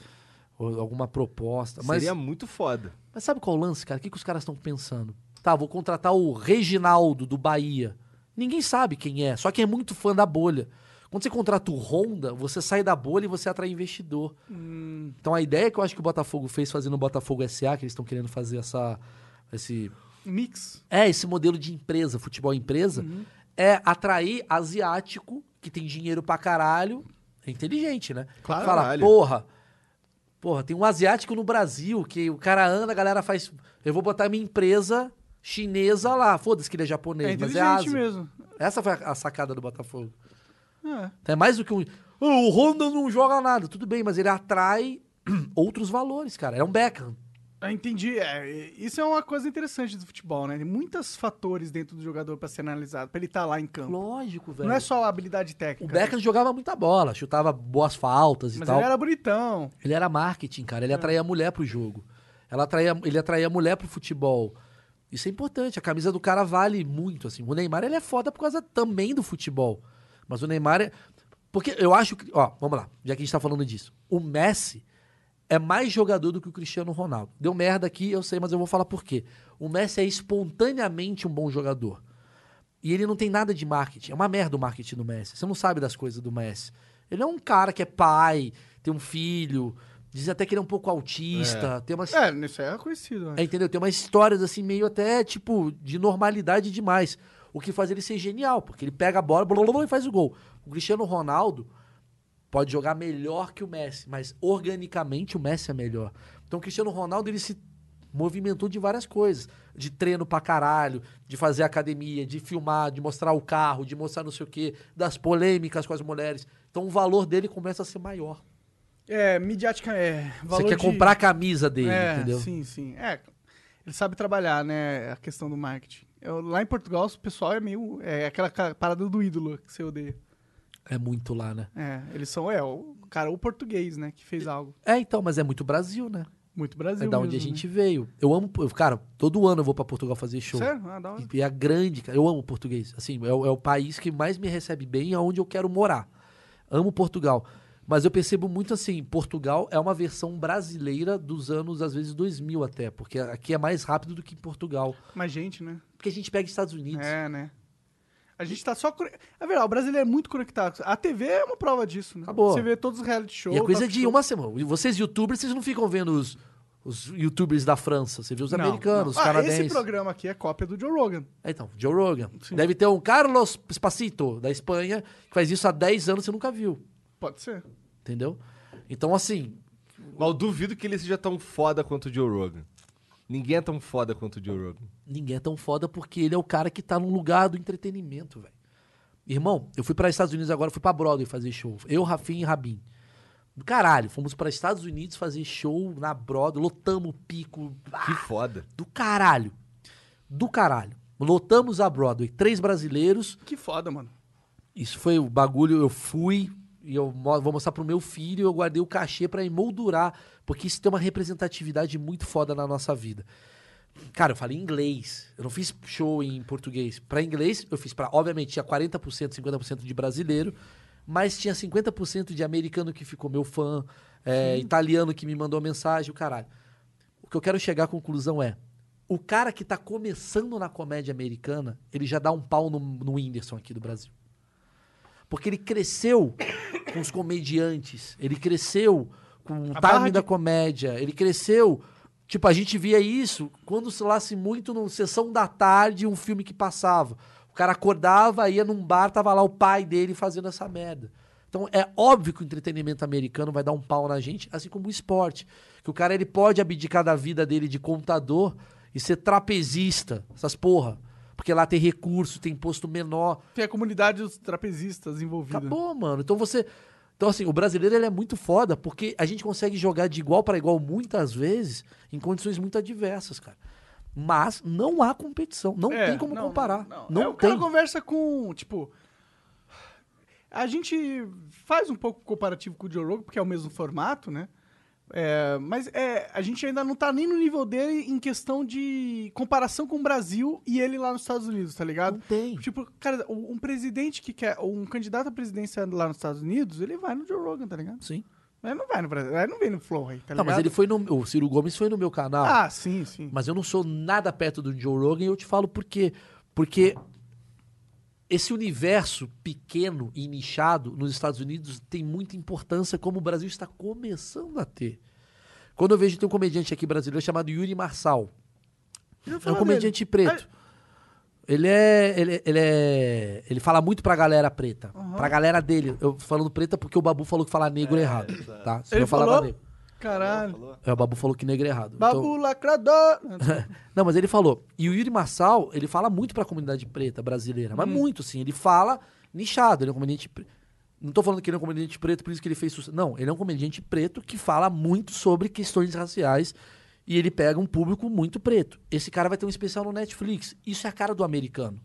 [SPEAKER 3] Ou alguma proposta. Mas,
[SPEAKER 1] Seria muito foda.
[SPEAKER 3] mas sabe qual é o lance, cara? O que, que os caras estão pensando? Tá, vou contratar o Reginaldo do Bahia. Ninguém sabe quem é, só quem é muito fã da bolha. Quando você contrata o Honda, você sai da bolha e você atrai investidor. Então a ideia que eu acho que o Botafogo fez fazendo o Botafogo SA, que eles estão querendo fazer essa, esse
[SPEAKER 2] Mix.
[SPEAKER 3] é, esse modelo de empresa,
[SPEAKER 2] Uhum.
[SPEAKER 3] futebol empresa, é atrair asiático, que tem dinheiro pra caralho, é inteligente, né?
[SPEAKER 1] Claro,
[SPEAKER 3] Fala,
[SPEAKER 1] caralho.
[SPEAKER 3] porra. Porra, tem um asiático no Brasil que o cara anda, a galera faz. Eu vou botar minha empresa chinesa lá. Foda-se que ele é japonês,
[SPEAKER 2] É
[SPEAKER 3] mas é
[SPEAKER 2] inteligente
[SPEAKER 3] Ásia.
[SPEAKER 2] mesmo.
[SPEAKER 3] Essa foi a, a sacada do Botafogo.
[SPEAKER 2] É.
[SPEAKER 3] É mais do que um. "Ah, o Honda não joga nada. Tudo bem, mas ele atrai (clears throat) outros valores, cara. É um Beckham.
[SPEAKER 2] Ah, entendi. É, e- isso é uma coisa interessante do futebol, né? Tem muitos fatores dentro do jogador pra ser analisado, pra ele estar lá em campo.
[SPEAKER 3] Lógico, velho.
[SPEAKER 2] Não é só a habilidade técnica.
[SPEAKER 3] O Beckham é jogava muita bola, chutava boas faltas e
[SPEAKER 2] Mas
[SPEAKER 3] tal.
[SPEAKER 2] ele era bonitão.
[SPEAKER 3] Ele era marketing, cara. Ele atraía a mulher pro jogo. Ela atraía, ele atraía a mulher pro futebol. Isso é importante. A camisa do cara vale muito, assim. O Neymar, ele é foda por causa também do futebol. Mas o Neymar é... Porque eu acho que... Ó, vamos lá. Já que a gente tá falando disso. O Messi é mais jogador do que o Cristiano Ronaldo. Deu merda aqui, eu sei, mas eu vou falar por quê. O Messi é espontaneamente um bom jogador. E ele não tem nada de marketing. É uma merda o marketing do Messi. Você não sabe das coisas do Messi. Ele é um cara que é pai, tem um filho, diz até que ele é um pouco autista, tem umas.
[SPEAKER 2] É, isso aí é conhecido. né?
[SPEAKER 3] É, entendeu? Tem umas histórias assim, meio até, tipo, de normalidade demais. O que faz ele ser genial, porque ele pega a bola blá, blá, blá, e faz o gol. O Cristiano Ronaldo pode jogar melhor que o Messi, mas organicamente o Messi é melhor. Então o Cristiano Ronaldo, ele se movimentou de várias coisas. De treino pra caralho, de fazer academia, de filmar, de mostrar o carro, de mostrar não sei o quê, das polêmicas com as mulheres. Então o valor dele começa a ser maior.
[SPEAKER 2] É, midiática é. Valor
[SPEAKER 3] Você quer
[SPEAKER 2] de-
[SPEAKER 3] comprar a camisa dele,
[SPEAKER 2] é,
[SPEAKER 3] entendeu?
[SPEAKER 2] Sim, sim. É, ele sabe trabalhar, né? A questão do marketing. Eu- lá em Portugal, o pessoal é meio. É aquela ca- parada do ídolo que você odeia.
[SPEAKER 3] É muito lá, né?
[SPEAKER 2] É, eles são. É, o cara, o português, né? Que fez algo.
[SPEAKER 3] É, então, mas é muito Brasil, né?
[SPEAKER 2] Muito Brasil.
[SPEAKER 3] É da onde a
[SPEAKER 2] mesmo,
[SPEAKER 3] gente veio. Eu amo. eu- Cara, todo ano eu vou pra Portugal fazer show.
[SPEAKER 2] Né? Sério? Ah, da hora.
[SPEAKER 3] E é grande, cara. Eu amo português. Assim, é, o é o país que mais me recebe bem e é onde eu quero morar. Amo Portugal. Mas eu percebo muito assim, Portugal é uma versão brasileira dos anos, às vezes, 2000 até. Porque aqui é mais rápido do que em Portugal.
[SPEAKER 2] Mas gente, né?
[SPEAKER 3] Porque a gente pega Estados Unidos.
[SPEAKER 2] É, né? A gente tá só. cone- É verdade, o brasileiro é muito conectado. A TV é uma prova disso, né?
[SPEAKER 3] Acabou.
[SPEAKER 2] Você vê todos os reality shows.
[SPEAKER 3] e é coisa
[SPEAKER 2] talk
[SPEAKER 3] de
[SPEAKER 2] show.
[SPEAKER 3] uma semana. E vocês, youtubers, vocês não ficam vendo os, os youtubers da França. Você vê os
[SPEAKER 2] Não,
[SPEAKER 3] americanos, os
[SPEAKER 2] não. Ah,
[SPEAKER 3] canadenses.
[SPEAKER 2] Esse programa aqui é cópia do Joe Rogan.
[SPEAKER 3] É, Então, Joe Rogan. Deve ter um Carlos Espacito, da Espanha, que faz isso há 10 anos e você nunca viu.
[SPEAKER 2] Pode ser.
[SPEAKER 3] Entendeu? Então, assim,
[SPEAKER 1] Mas eu duvido que ele seja tão foda quanto o Joe Rogan. Ninguém é tão foda quanto o Joe Rogan.
[SPEAKER 3] ninguém é tão foda porque ele é o cara que tá no lugar do entretenimento, velho. Irmão, eu fui para Estados Unidos agora, fui pra Broadway fazer show. Eu, Rafinha e Rabin. Do Caralho, fomos para Estados Unidos fazer show na Broadway, lotamos o pico. ah,
[SPEAKER 1] Que foda.
[SPEAKER 3] Do caralho. Do caralho. Lotamos a Broadway. Três brasileiros,
[SPEAKER 2] Que foda, mano.
[SPEAKER 3] Isso foi o bagulho, eu fui e eu mo- vou mostrar pro meu filho, eu guardei o cachê pra emoldurar, porque isso tem uma representatividade muito foda na nossa vida. Cara, eu falei inglês, eu não fiz show em português. Pra inglês, eu fiz pra, obviamente, tinha 40%, 50% de brasileiro, mas tinha 50% de americano que ficou meu fã, é, italiano que me mandou mensagem, o caralho. O que eu quero chegar à conclusão é: o cara que tá começando na comédia americana, ele já dá um pau no, no Whindersson aqui do Brasil. Porque ele cresceu com os comediantes, ele cresceu com o
[SPEAKER 2] A barra
[SPEAKER 3] time da comédia, ele cresceu. Tipo, a gente via isso quando se lasse muito no Sessão da Tarde, um filme que passava. O cara acordava, ia num bar, tava lá o pai dele fazendo essa merda. Então é óbvio que o entretenimento americano vai dar um pau na gente, assim como o esporte. Que o cara ele pode abdicar da vida dele de contador e ser trapezista, essas porra. Porque lá tem recurso, tem imposto menor.
[SPEAKER 2] Tem a comunidade dos trapezistas envolvida.
[SPEAKER 3] Acabou, mano. Então você. Então, assim, o brasileiro ele é muito foda porque a gente consegue jogar de igual para igual muitas vezes em condições muito adversas, cara. Mas não há competição. Não
[SPEAKER 2] É,
[SPEAKER 3] tem como
[SPEAKER 2] não,
[SPEAKER 3] comparar.
[SPEAKER 2] Não,
[SPEAKER 3] Não,
[SPEAKER 2] É, o cara
[SPEAKER 3] tem.
[SPEAKER 2] conversa com, tipo. A gente faz um pouco comparativo com o Joe Rogan, porque é o mesmo formato, né? É, mas é, a gente ainda não tá nem no nível dele em questão de comparação com o Brasil e ele lá nos Estados Unidos, tá ligado?
[SPEAKER 3] Não tem.
[SPEAKER 2] Tipo, cara, o- um presidente que quer, ou um candidato à presidência lá nos Estados Unidos, ele vai no Joe Rogan, tá ligado?
[SPEAKER 3] Sim.
[SPEAKER 2] Mas não vai no Brasil, ele não vem no Flow aí, tá
[SPEAKER 3] Não,
[SPEAKER 2] ligado?
[SPEAKER 3] mas ele foi no. O Ciro Gomes foi no meu canal.
[SPEAKER 2] Ah, sim, sim.
[SPEAKER 3] Mas eu não sou nada perto do Joe Rogan e eu te falo por quê. Porque esse universo pequeno e nichado nos Estados Unidos tem muita importância, como o Brasil está começando a ter. Quando eu vejo, tem um comediante aqui brasileiro chamado Yuri Marçal.
[SPEAKER 2] Já
[SPEAKER 3] É um
[SPEAKER 2] falou dele.
[SPEAKER 3] comediante preto. Ele é. Ele, ele é. Ele fala muito pra galera preta. Pra galera dele. Eu falando preta porque o Babu falou que falar negro é errado. Tá? Se
[SPEAKER 2] Ele
[SPEAKER 3] eu falava
[SPEAKER 2] falou?
[SPEAKER 3] negro.
[SPEAKER 2] Caralho.
[SPEAKER 3] É, o Babu falou que negro é errado.
[SPEAKER 2] Babu
[SPEAKER 3] Então-
[SPEAKER 2] lacrador.
[SPEAKER 3] Não, mas ele falou. E o Yuri Marçal, ele fala muito pra comunidade preta brasileira.
[SPEAKER 2] Hum.
[SPEAKER 3] Mas muito, sim. Ele fala nichado. Ele é um comediante. pre- Não tô falando que ele é um comediante preto, por isso que ele fez sucesso. Não, ele é um comediante preto que fala muito sobre questões raciais. E ele pega um público muito preto. Esse cara vai ter um especial no Netflix. Isso é a cara do americano.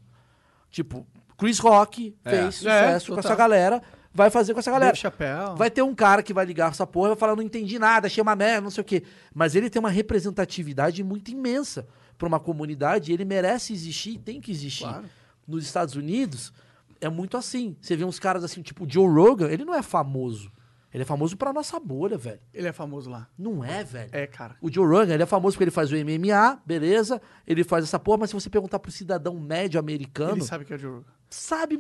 [SPEAKER 3] Tipo, Chris Rock fez
[SPEAKER 2] É,
[SPEAKER 3] sucesso com
[SPEAKER 2] total.
[SPEAKER 3] essa galera. Vai fazer com essa galera.
[SPEAKER 2] Dave Chappelle.
[SPEAKER 3] Vai ter um cara que vai ligar essa porra e vai falar, não entendi nada, achei uma merda, não sei o quê. Mas ele tem uma representatividade muito imensa pra uma comunidade, e ele merece existir e tem que existir. Nos Estados Unidos, é muito assim. Você vê uns caras assim, tipo o Joe Rogan, ele não é famoso. Ele é famoso pra nossa bolha, velho.
[SPEAKER 2] Ele é famoso lá.
[SPEAKER 3] Não é, velho.
[SPEAKER 2] É, cara.
[SPEAKER 3] O Joe Rogan, ele é famoso porque ele faz o MMA, beleza? Ele faz essa porra, mas se você perguntar pro cidadão médio americano,
[SPEAKER 2] Ele
[SPEAKER 3] sabe.
[SPEAKER 2] sabe que é o Joe Rogan.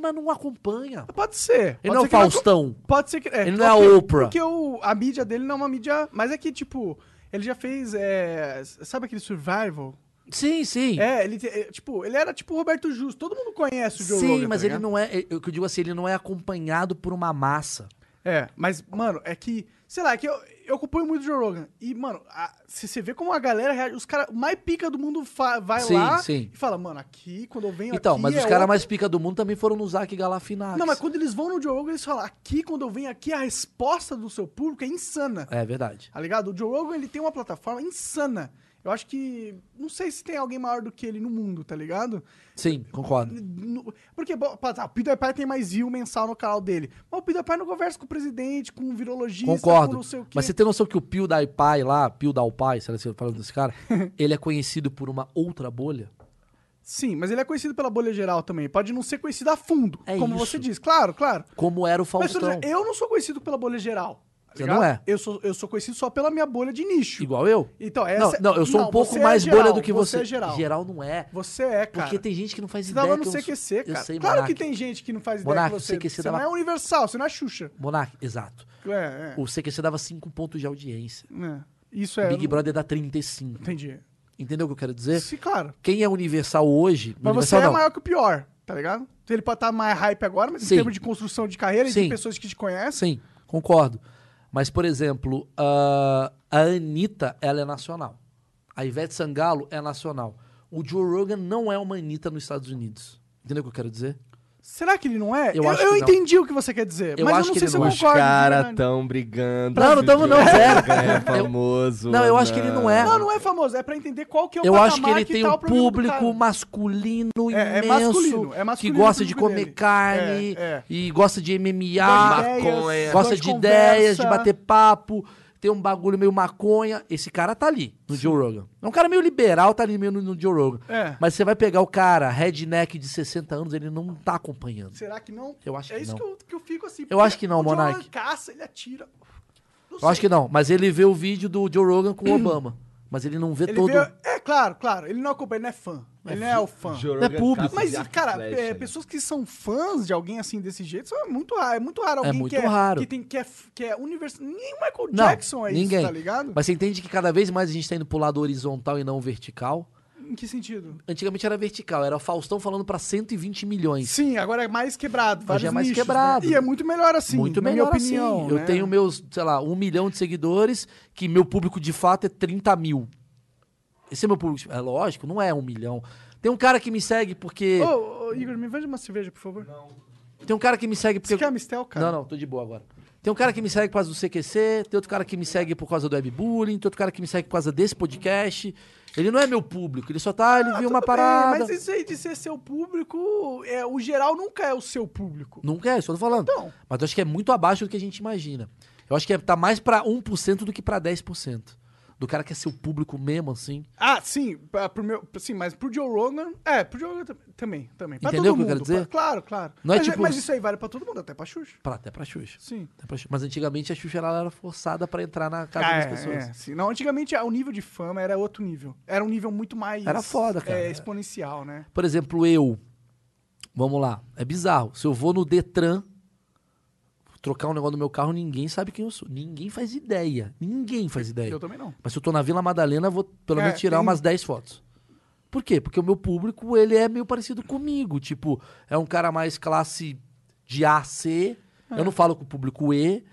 [SPEAKER 3] mas não acompanha.
[SPEAKER 2] Pode ser.
[SPEAKER 3] Ele
[SPEAKER 2] Pode
[SPEAKER 3] não
[SPEAKER 2] ser
[SPEAKER 3] é o
[SPEAKER 2] que ele
[SPEAKER 3] Faustão.
[SPEAKER 2] Pode ser que.
[SPEAKER 3] Ele não é a
[SPEAKER 2] porque-
[SPEAKER 3] Oprah.
[SPEAKER 2] Porque o, a mídia dele não é uma mídia. Mas é que, tipo, ele já fez. é, sabe aquele Survival?
[SPEAKER 3] Sim, sim.
[SPEAKER 2] É, ele, te- é, tipo, ele era tipo o Roberto Justo. Todo mundo conhece o Joe
[SPEAKER 3] Sim,
[SPEAKER 2] Rogan, tá
[SPEAKER 3] mas ele
[SPEAKER 2] ligado?
[SPEAKER 3] não é. Eu, que eu digo assim, ele não é acompanhado por uma massa.
[SPEAKER 2] É, mas, mano, é que. Sei lá, é que eu, eu acompanho muito o Joe Rogan. E, mano, a- se você vê como a galera reage. Os caras mais pica do mundo fa- vai
[SPEAKER 3] Sim,
[SPEAKER 2] lá
[SPEAKER 3] sim.
[SPEAKER 2] e fala, mano, aqui, quando eu venho
[SPEAKER 3] então,
[SPEAKER 2] aqui.
[SPEAKER 3] mas
[SPEAKER 2] é
[SPEAKER 3] os caras
[SPEAKER 2] outro-
[SPEAKER 3] mais pica do mundo também foram no Zac Galafinakis.
[SPEAKER 2] Não, mas quando eles vão no Joe Rogan, eles falam, aqui, quando eu venho aqui, a resposta do seu público é insana.
[SPEAKER 3] É verdade.
[SPEAKER 2] Tá ligado? O Joe Rogan, ele tem uma plataforma insana. Eu acho que. Não sei se tem alguém maior do que ele no mundo, tá ligado?
[SPEAKER 3] Sim, concordo.
[SPEAKER 2] No- Porque bo- pá, tá, o PewDiePie tem mais view mensal no canal dele. Mas o PewDiePie não conversa com o presidente, com o virologista, com
[SPEAKER 3] Concordo.
[SPEAKER 2] não sei o quê.
[SPEAKER 3] Mas você tem noção que o Pio da Pai lá, Pio da Pai, será que você tá falando
[SPEAKER 2] (laughs)
[SPEAKER 3] desse cara? ele é conhecido por uma outra bolha?
[SPEAKER 2] Sim, mas ele é conhecido pela bolha geral também. Pode não ser conhecido a fundo,
[SPEAKER 3] É
[SPEAKER 2] como
[SPEAKER 3] isso.
[SPEAKER 2] você diz. Claro, claro.
[SPEAKER 3] Como era o
[SPEAKER 2] Mas por
[SPEAKER 3] Faustão.
[SPEAKER 2] exemplo, eu não sou conhecido pela bolha geral. tá
[SPEAKER 3] Você
[SPEAKER 2] ligado?
[SPEAKER 3] não é.
[SPEAKER 2] Eu sou, eu sou conhecido só pela minha bolha de nicho.
[SPEAKER 3] Igual eu?
[SPEAKER 2] Então,
[SPEAKER 3] não,
[SPEAKER 2] essa-
[SPEAKER 3] não, eu sou
[SPEAKER 2] não,
[SPEAKER 3] um pouco
[SPEAKER 2] você é
[SPEAKER 3] mais bolha
[SPEAKER 2] geral,
[SPEAKER 3] do que
[SPEAKER 2] você
[SPEAKER 3] você.
[SPEAKER 2] é geral.
[SPEAKER 3] não é.
[SPEAKER 2] Você é, cara.
[SPEAKER 3] Porque tem gente que não faz
[SPEAKER 2] Você
[SPEAKER 3] ideia.
[SPEAKER 2] tava no
[SPEAKER 3] que eu sou-
[SPEAKER 2] CQC, cara.
[SPEAKER 3] Eu sei,
[SPEAKER 2] claro
[SPEAKER 3] Monark.
[SPEAKER 2] que tem gente que não faz ideia
[SPEAKER 3] Monark,
[SPEAKER 2] que você.
[SPEAKER 3] o CQC
[SPEAKER 2] você
[SPEAKER 3] dava-
[SPEAKER 2] não é universal, você não é Xuxa.
[SPEAKER 3] Monark, exato.
[SPEAKER 2] É, é.
[SPEAKER 3] O CQC dava 5 pontos de audiência.
[SPEAKER 2] é. Isso é.
[SPEAKER 3] Big
[SPEAKER 2] eu não-
[SPEAKER 3] Brother dá 35.
[SPEAKER 2] Entendi.
[SPEAKER 3] Entendeu o que eu quero dizer?
[SPEAKER 2] Sim, claro.
[SPEAKER 3] Quem é universal hoje.
[SPEAKER 2] Mas você
[SPEAKER 3] universal
[SPEAKER 2] é
[SPEAKER 3] não.
[SPEAKER 2] maior que o pior, tá ligado? Então ele pode estar mais hype agora, mas
[SPEAKER 3] Sim.
[SPEAKER 2] em termos de construção de carreira e
[SPEAKER 3] Sim.
[SPEAKER 2] de pessoas que te conhecem.
[SPEAKER 3] Sim, concordo. Mas, por exemplo, a a Anitta, ela é nacional. A Ivete Sangalo é nacional. O Joe Rogan não é uma Anitta nos Estados Unidos. Entendeu o que eu quero dizer?
[SPEAKER 2] Será que ele não é?
[SPEAKER 3] Eu acho que não.
[SPEAKER 2] entendi o que você quer dizer,
[SPEAKER 3] Eu
[SPEAKER 2] mas
[SPEAKER 3] acho
[SPEAKER 2] eu não
[SPEAKER 3] que
[SPEAKER 2] sei
[SPEAKER 3] ele
[SPEAKER 2] se eu
[SPEAKER 3] não é.
[SPEAKER 1] Os
[SPEAKER 2] concordo.
[SPEAKER 1] caras
[SPEAKER 2] né?
[SPEAKER 1] tão brigando.
[SPEAKER 3] Não, não tamo,
[SPEAKER 1] O
[SPEAKER 3] não,
[SPEAKER 1] Joe
[SPEAKER 3] zero.
[SPEAKER 1] Rogan É
[SPEAKER 3] (laughs) Eu-
[SPEAKER 1] famoso. né?
[SPEAKER 3] Não, eu acho que ele não é.
[SPEAKER 2] Não, não é famoso, é pra entender qual que é o
[SPEAKER 3] Eu acho que
[SPEAKER 2] patamar
[SPEAKER 3] ele tem
[SPEAKER 2] tá
[SPEAKER 3] um
[SPEAKER 2] o problema do
[SPEAKER 3] público
[SPEAKER 2] cara.
[SPEAKER 3] masculino
[SPEAKER 2] É, é
[SPEAKER 3] imenso
[SPEAKER 2] masculino, é masculino
[SPEAKER 3] que gosta
[SPEAKER 2] o
[SPEAKER 3] de
[SPEAKER 2] público
[SPEAKER 3] comer
[SPEAKER 2] dele.
[SPEAKER 3] carne
[SPEAKER 2] É, é.
[SPEAKER 3] e gosta de MMA.
[SPEAKER 2] Gosta de ideias,
[SPEAKER 1] maconha.
[SPEAKER 3] gosta de, ideias, de
[SPEAKER 2] conversa.
[SPEAKER 3] bater papo, tem um bagulho meio maconha. Esse cara tá ali no Joe Rogan. É um cara meio liberal, tá ali meio no, no Joe Rogan.
[SPEAKER 2] É.
[SPEAKER 3] Mas você vai pegar o cara redneck de 60 anos, ele não tá acompanhando.
[SPEAKER 2] Será que não?
[SPEAKER 3] Eu acho
[SPEAKER 2] é
[SPEAKER 3] que
[SPEAKER 2] isso
[SPEAKER 3] não.
[SPEAKER 2] Que, eu, que eu fico assim.
[SPEAKER 3] Eu acho que não,
[SPEAKER 2] o Joe
[SPEAKER 3] Monark.
[SPEAKER 2] Rogan caça, ele atira. Não
[SPEAKER 3] Eu
[SPEAKER 2] sei.
[SPEAKER 3] acho que não, mas ele vê o vídeo do Joe
[SPEAKER 2] (clears throat)
[SPEAKER 3] Rogan com o Obama. Mas ele não vê
[SPEAKER 2] Ele
[SPEAKER 3] todo.
[SPEAKER 2] veio- É, claro, claro. Ele não acompanha, ele não é fã. Ele não é o fã.
[SPEAKER 1] Rogan
[SPEAKER 3] Não é público.
[SPEAKER 1] caça
[SPEAKER 2] Mas,
[SPEAKER 1] de arco e
[SPEAKER 2] cara,
[SPEAKER 1] flecha,
[SPEAKER 2] é,
[SPEAKER 1] né?
[SPEAKER 2] pessoas que são fãs de alguém assim desse jeito são muito raro. É muito raro alguém
[SPEAKER 3] muito
[SPEAKER 2] que, é,
[SPEAKER 3] raro.
[SPEAKER 2] que tem que é, f- que é univers... Nem o Michael
[SPEAKER 3] Não,
[SPEAKER 2] Jackson é
[SPEAKER 3] ninguém.
[SPEAKER 2] isso, tá ligado?
[SPEAKER 3] Mas você entende que cada vez mais a gente tá indo pro lado horizontal e não vertical?
[SPEAKER 2] Em que sentido?
[SPEAKER 3] Antigamente era vertical, era o Faustão falando pra 120 milhões.
[SPEAKER 2] Sim, agora é mais quebrado. Vários
[SPEAKER 3] é mais
[SPEAKER 2] nichos,
[SPEAKER 3] quebrado.
[SPEAKER 2] né? E é muito melhor assim.
[SPEAKER 3] Muito
[SPEAKER 2] na
[SPEAKER 3] melhor
[SPEAKER 2] minha opinião,
[SPEAKER 3] assim.
[SPEAKER 2] né?
[SPEAKER 3] Eu tenho meus, sei lá, um milhão de seguidores, que meu público de fato é 30 mil. Esse é meu público. É lógico, não é um milhão. Tem um cara que me segue porque.
[SPEAKER 2] Ô, ô, Igor, me vende uma cerveja, por favor.
[SPEAKER 3] Tem um cara que me segue porque.
[SPEAKER 2] Você quer a Mistel, cara?
[SPEAKER 3] Não, não, tô de boa agora. Tem um cara que me segue por causa do CQC, tem outro cara que me segue por causa do webbullying, tem outro cara que me segue por causa desse podcast. Ele não é meu público, ele só tá, ele viu
[SPEAKER 2] Ah, Tudo
[SPEAKER 3] uma
[SPEAKER 2] bem,
[SPEAKER 3] parada.
[SPEAKER 2] É, mas isso aí de ser seu público, é, o geral nunca é o seu público.
[SPEAKER 3] Nunca é, isso que eu tô falando.
[SPEAKER 2] Então.
[SPEAKER 3] Mas eu acho que é muito abaixo do que a gente imagina. Eu acho que é, tá mais pra 1% do que pra 10%. Do cara que é seu público mesmo, assim.
[SPEAKER 2] Ah, sim, pra- pro meu, sim, mas pro Joe Rogan, é, pro Joe Rogan tam- também, também. Pra todo
[SPEAKER 3] Entendeu o que eu quero
[SPEAKER 2] mundo, pra-
[SPEAKER 3] dizer?
[SPEAKER 2] claro, claro.
[SPEAKER 3] Não é
[SPEAKER 2] mas,
[SPEAKER 3] tipo-
[SPEAKER 2] mas isso aí vale pra todo mundo, até pra Xuxa.
[SPEAKER 3] Pra, até pra Xuxa.
[SPEAKER 2] Sim.
[SPEAKER 3] Até pra Xuxa. Mas antigamente a Xuxa ela era forçada pra entrar na casa
[SPEAKER 2] Ah,
[SPEAKER 3] das
[SPEAKER 2] é,
[SPEAKER 3] pessoas.
[SPEAKER 2] é, sim. Não, antigamente ah, o nível de fama era outro nível. Era um nível muito mais
[SPEAKER 3] Era foda, cara.
[SPEAKER 2] é, exponencial, né?
[SPEAKER 3] Por exemplo, eu. Vamos lá. É bizarro. Se eu vou no Detran trocar um negócio no meu carro, ninguém sabe quem eu sou. Ninguém faz ideia. Ninguém faz ideia.
[SPEAKER 2] Eu também não.
[SPEAKER 3] Mas se eu tô na Vila Madalena, eu vou pelo
[SPEAKER 2] É,
[SPEAKER 3] menos tirar
[SPEAKER 2] tem-
[SPEAKER 3] umas 10 fotos. Por quê? Porque o meu público, ele é meio parecido comigo. Tipo, é um cara mais classe de A a C.
[SPEAKER 2] É.
[SPEAKER 3] Eu não falo com o público E.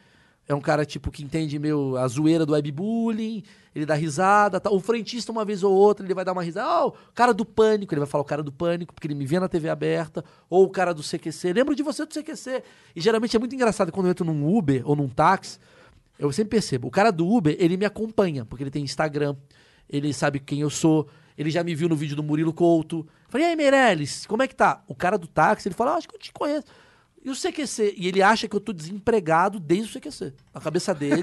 [SPEAKER 3] É um cara, tipo, que entende meio a zoeira do webbullying, ele dá risada. Tá. O frentista, uma vez ou outra, ele vai dar uma risada. Ah, o cara do pânico, ele vai falar o cara do pânico, porque ele me vê na TV aberta. Ou o cara do CQC. Lembro de você do CQC. E geralmente é muito engraçado quando eu entro num Uber ou num táxi, eu sempre percebo. O cara do Uber, ele me acompanha, porque ele tem Instagram, ele sabe quem eu sou, ele já me viu no vídeo do Murilo Couto. Falei, e aí, Meirelles, como é que tá? O cara do táxi, ele fala, ah, acho que eu te conheço. E o CQC? E ele acha que eu tô desempregado desde o CQC. Na cabeça dele,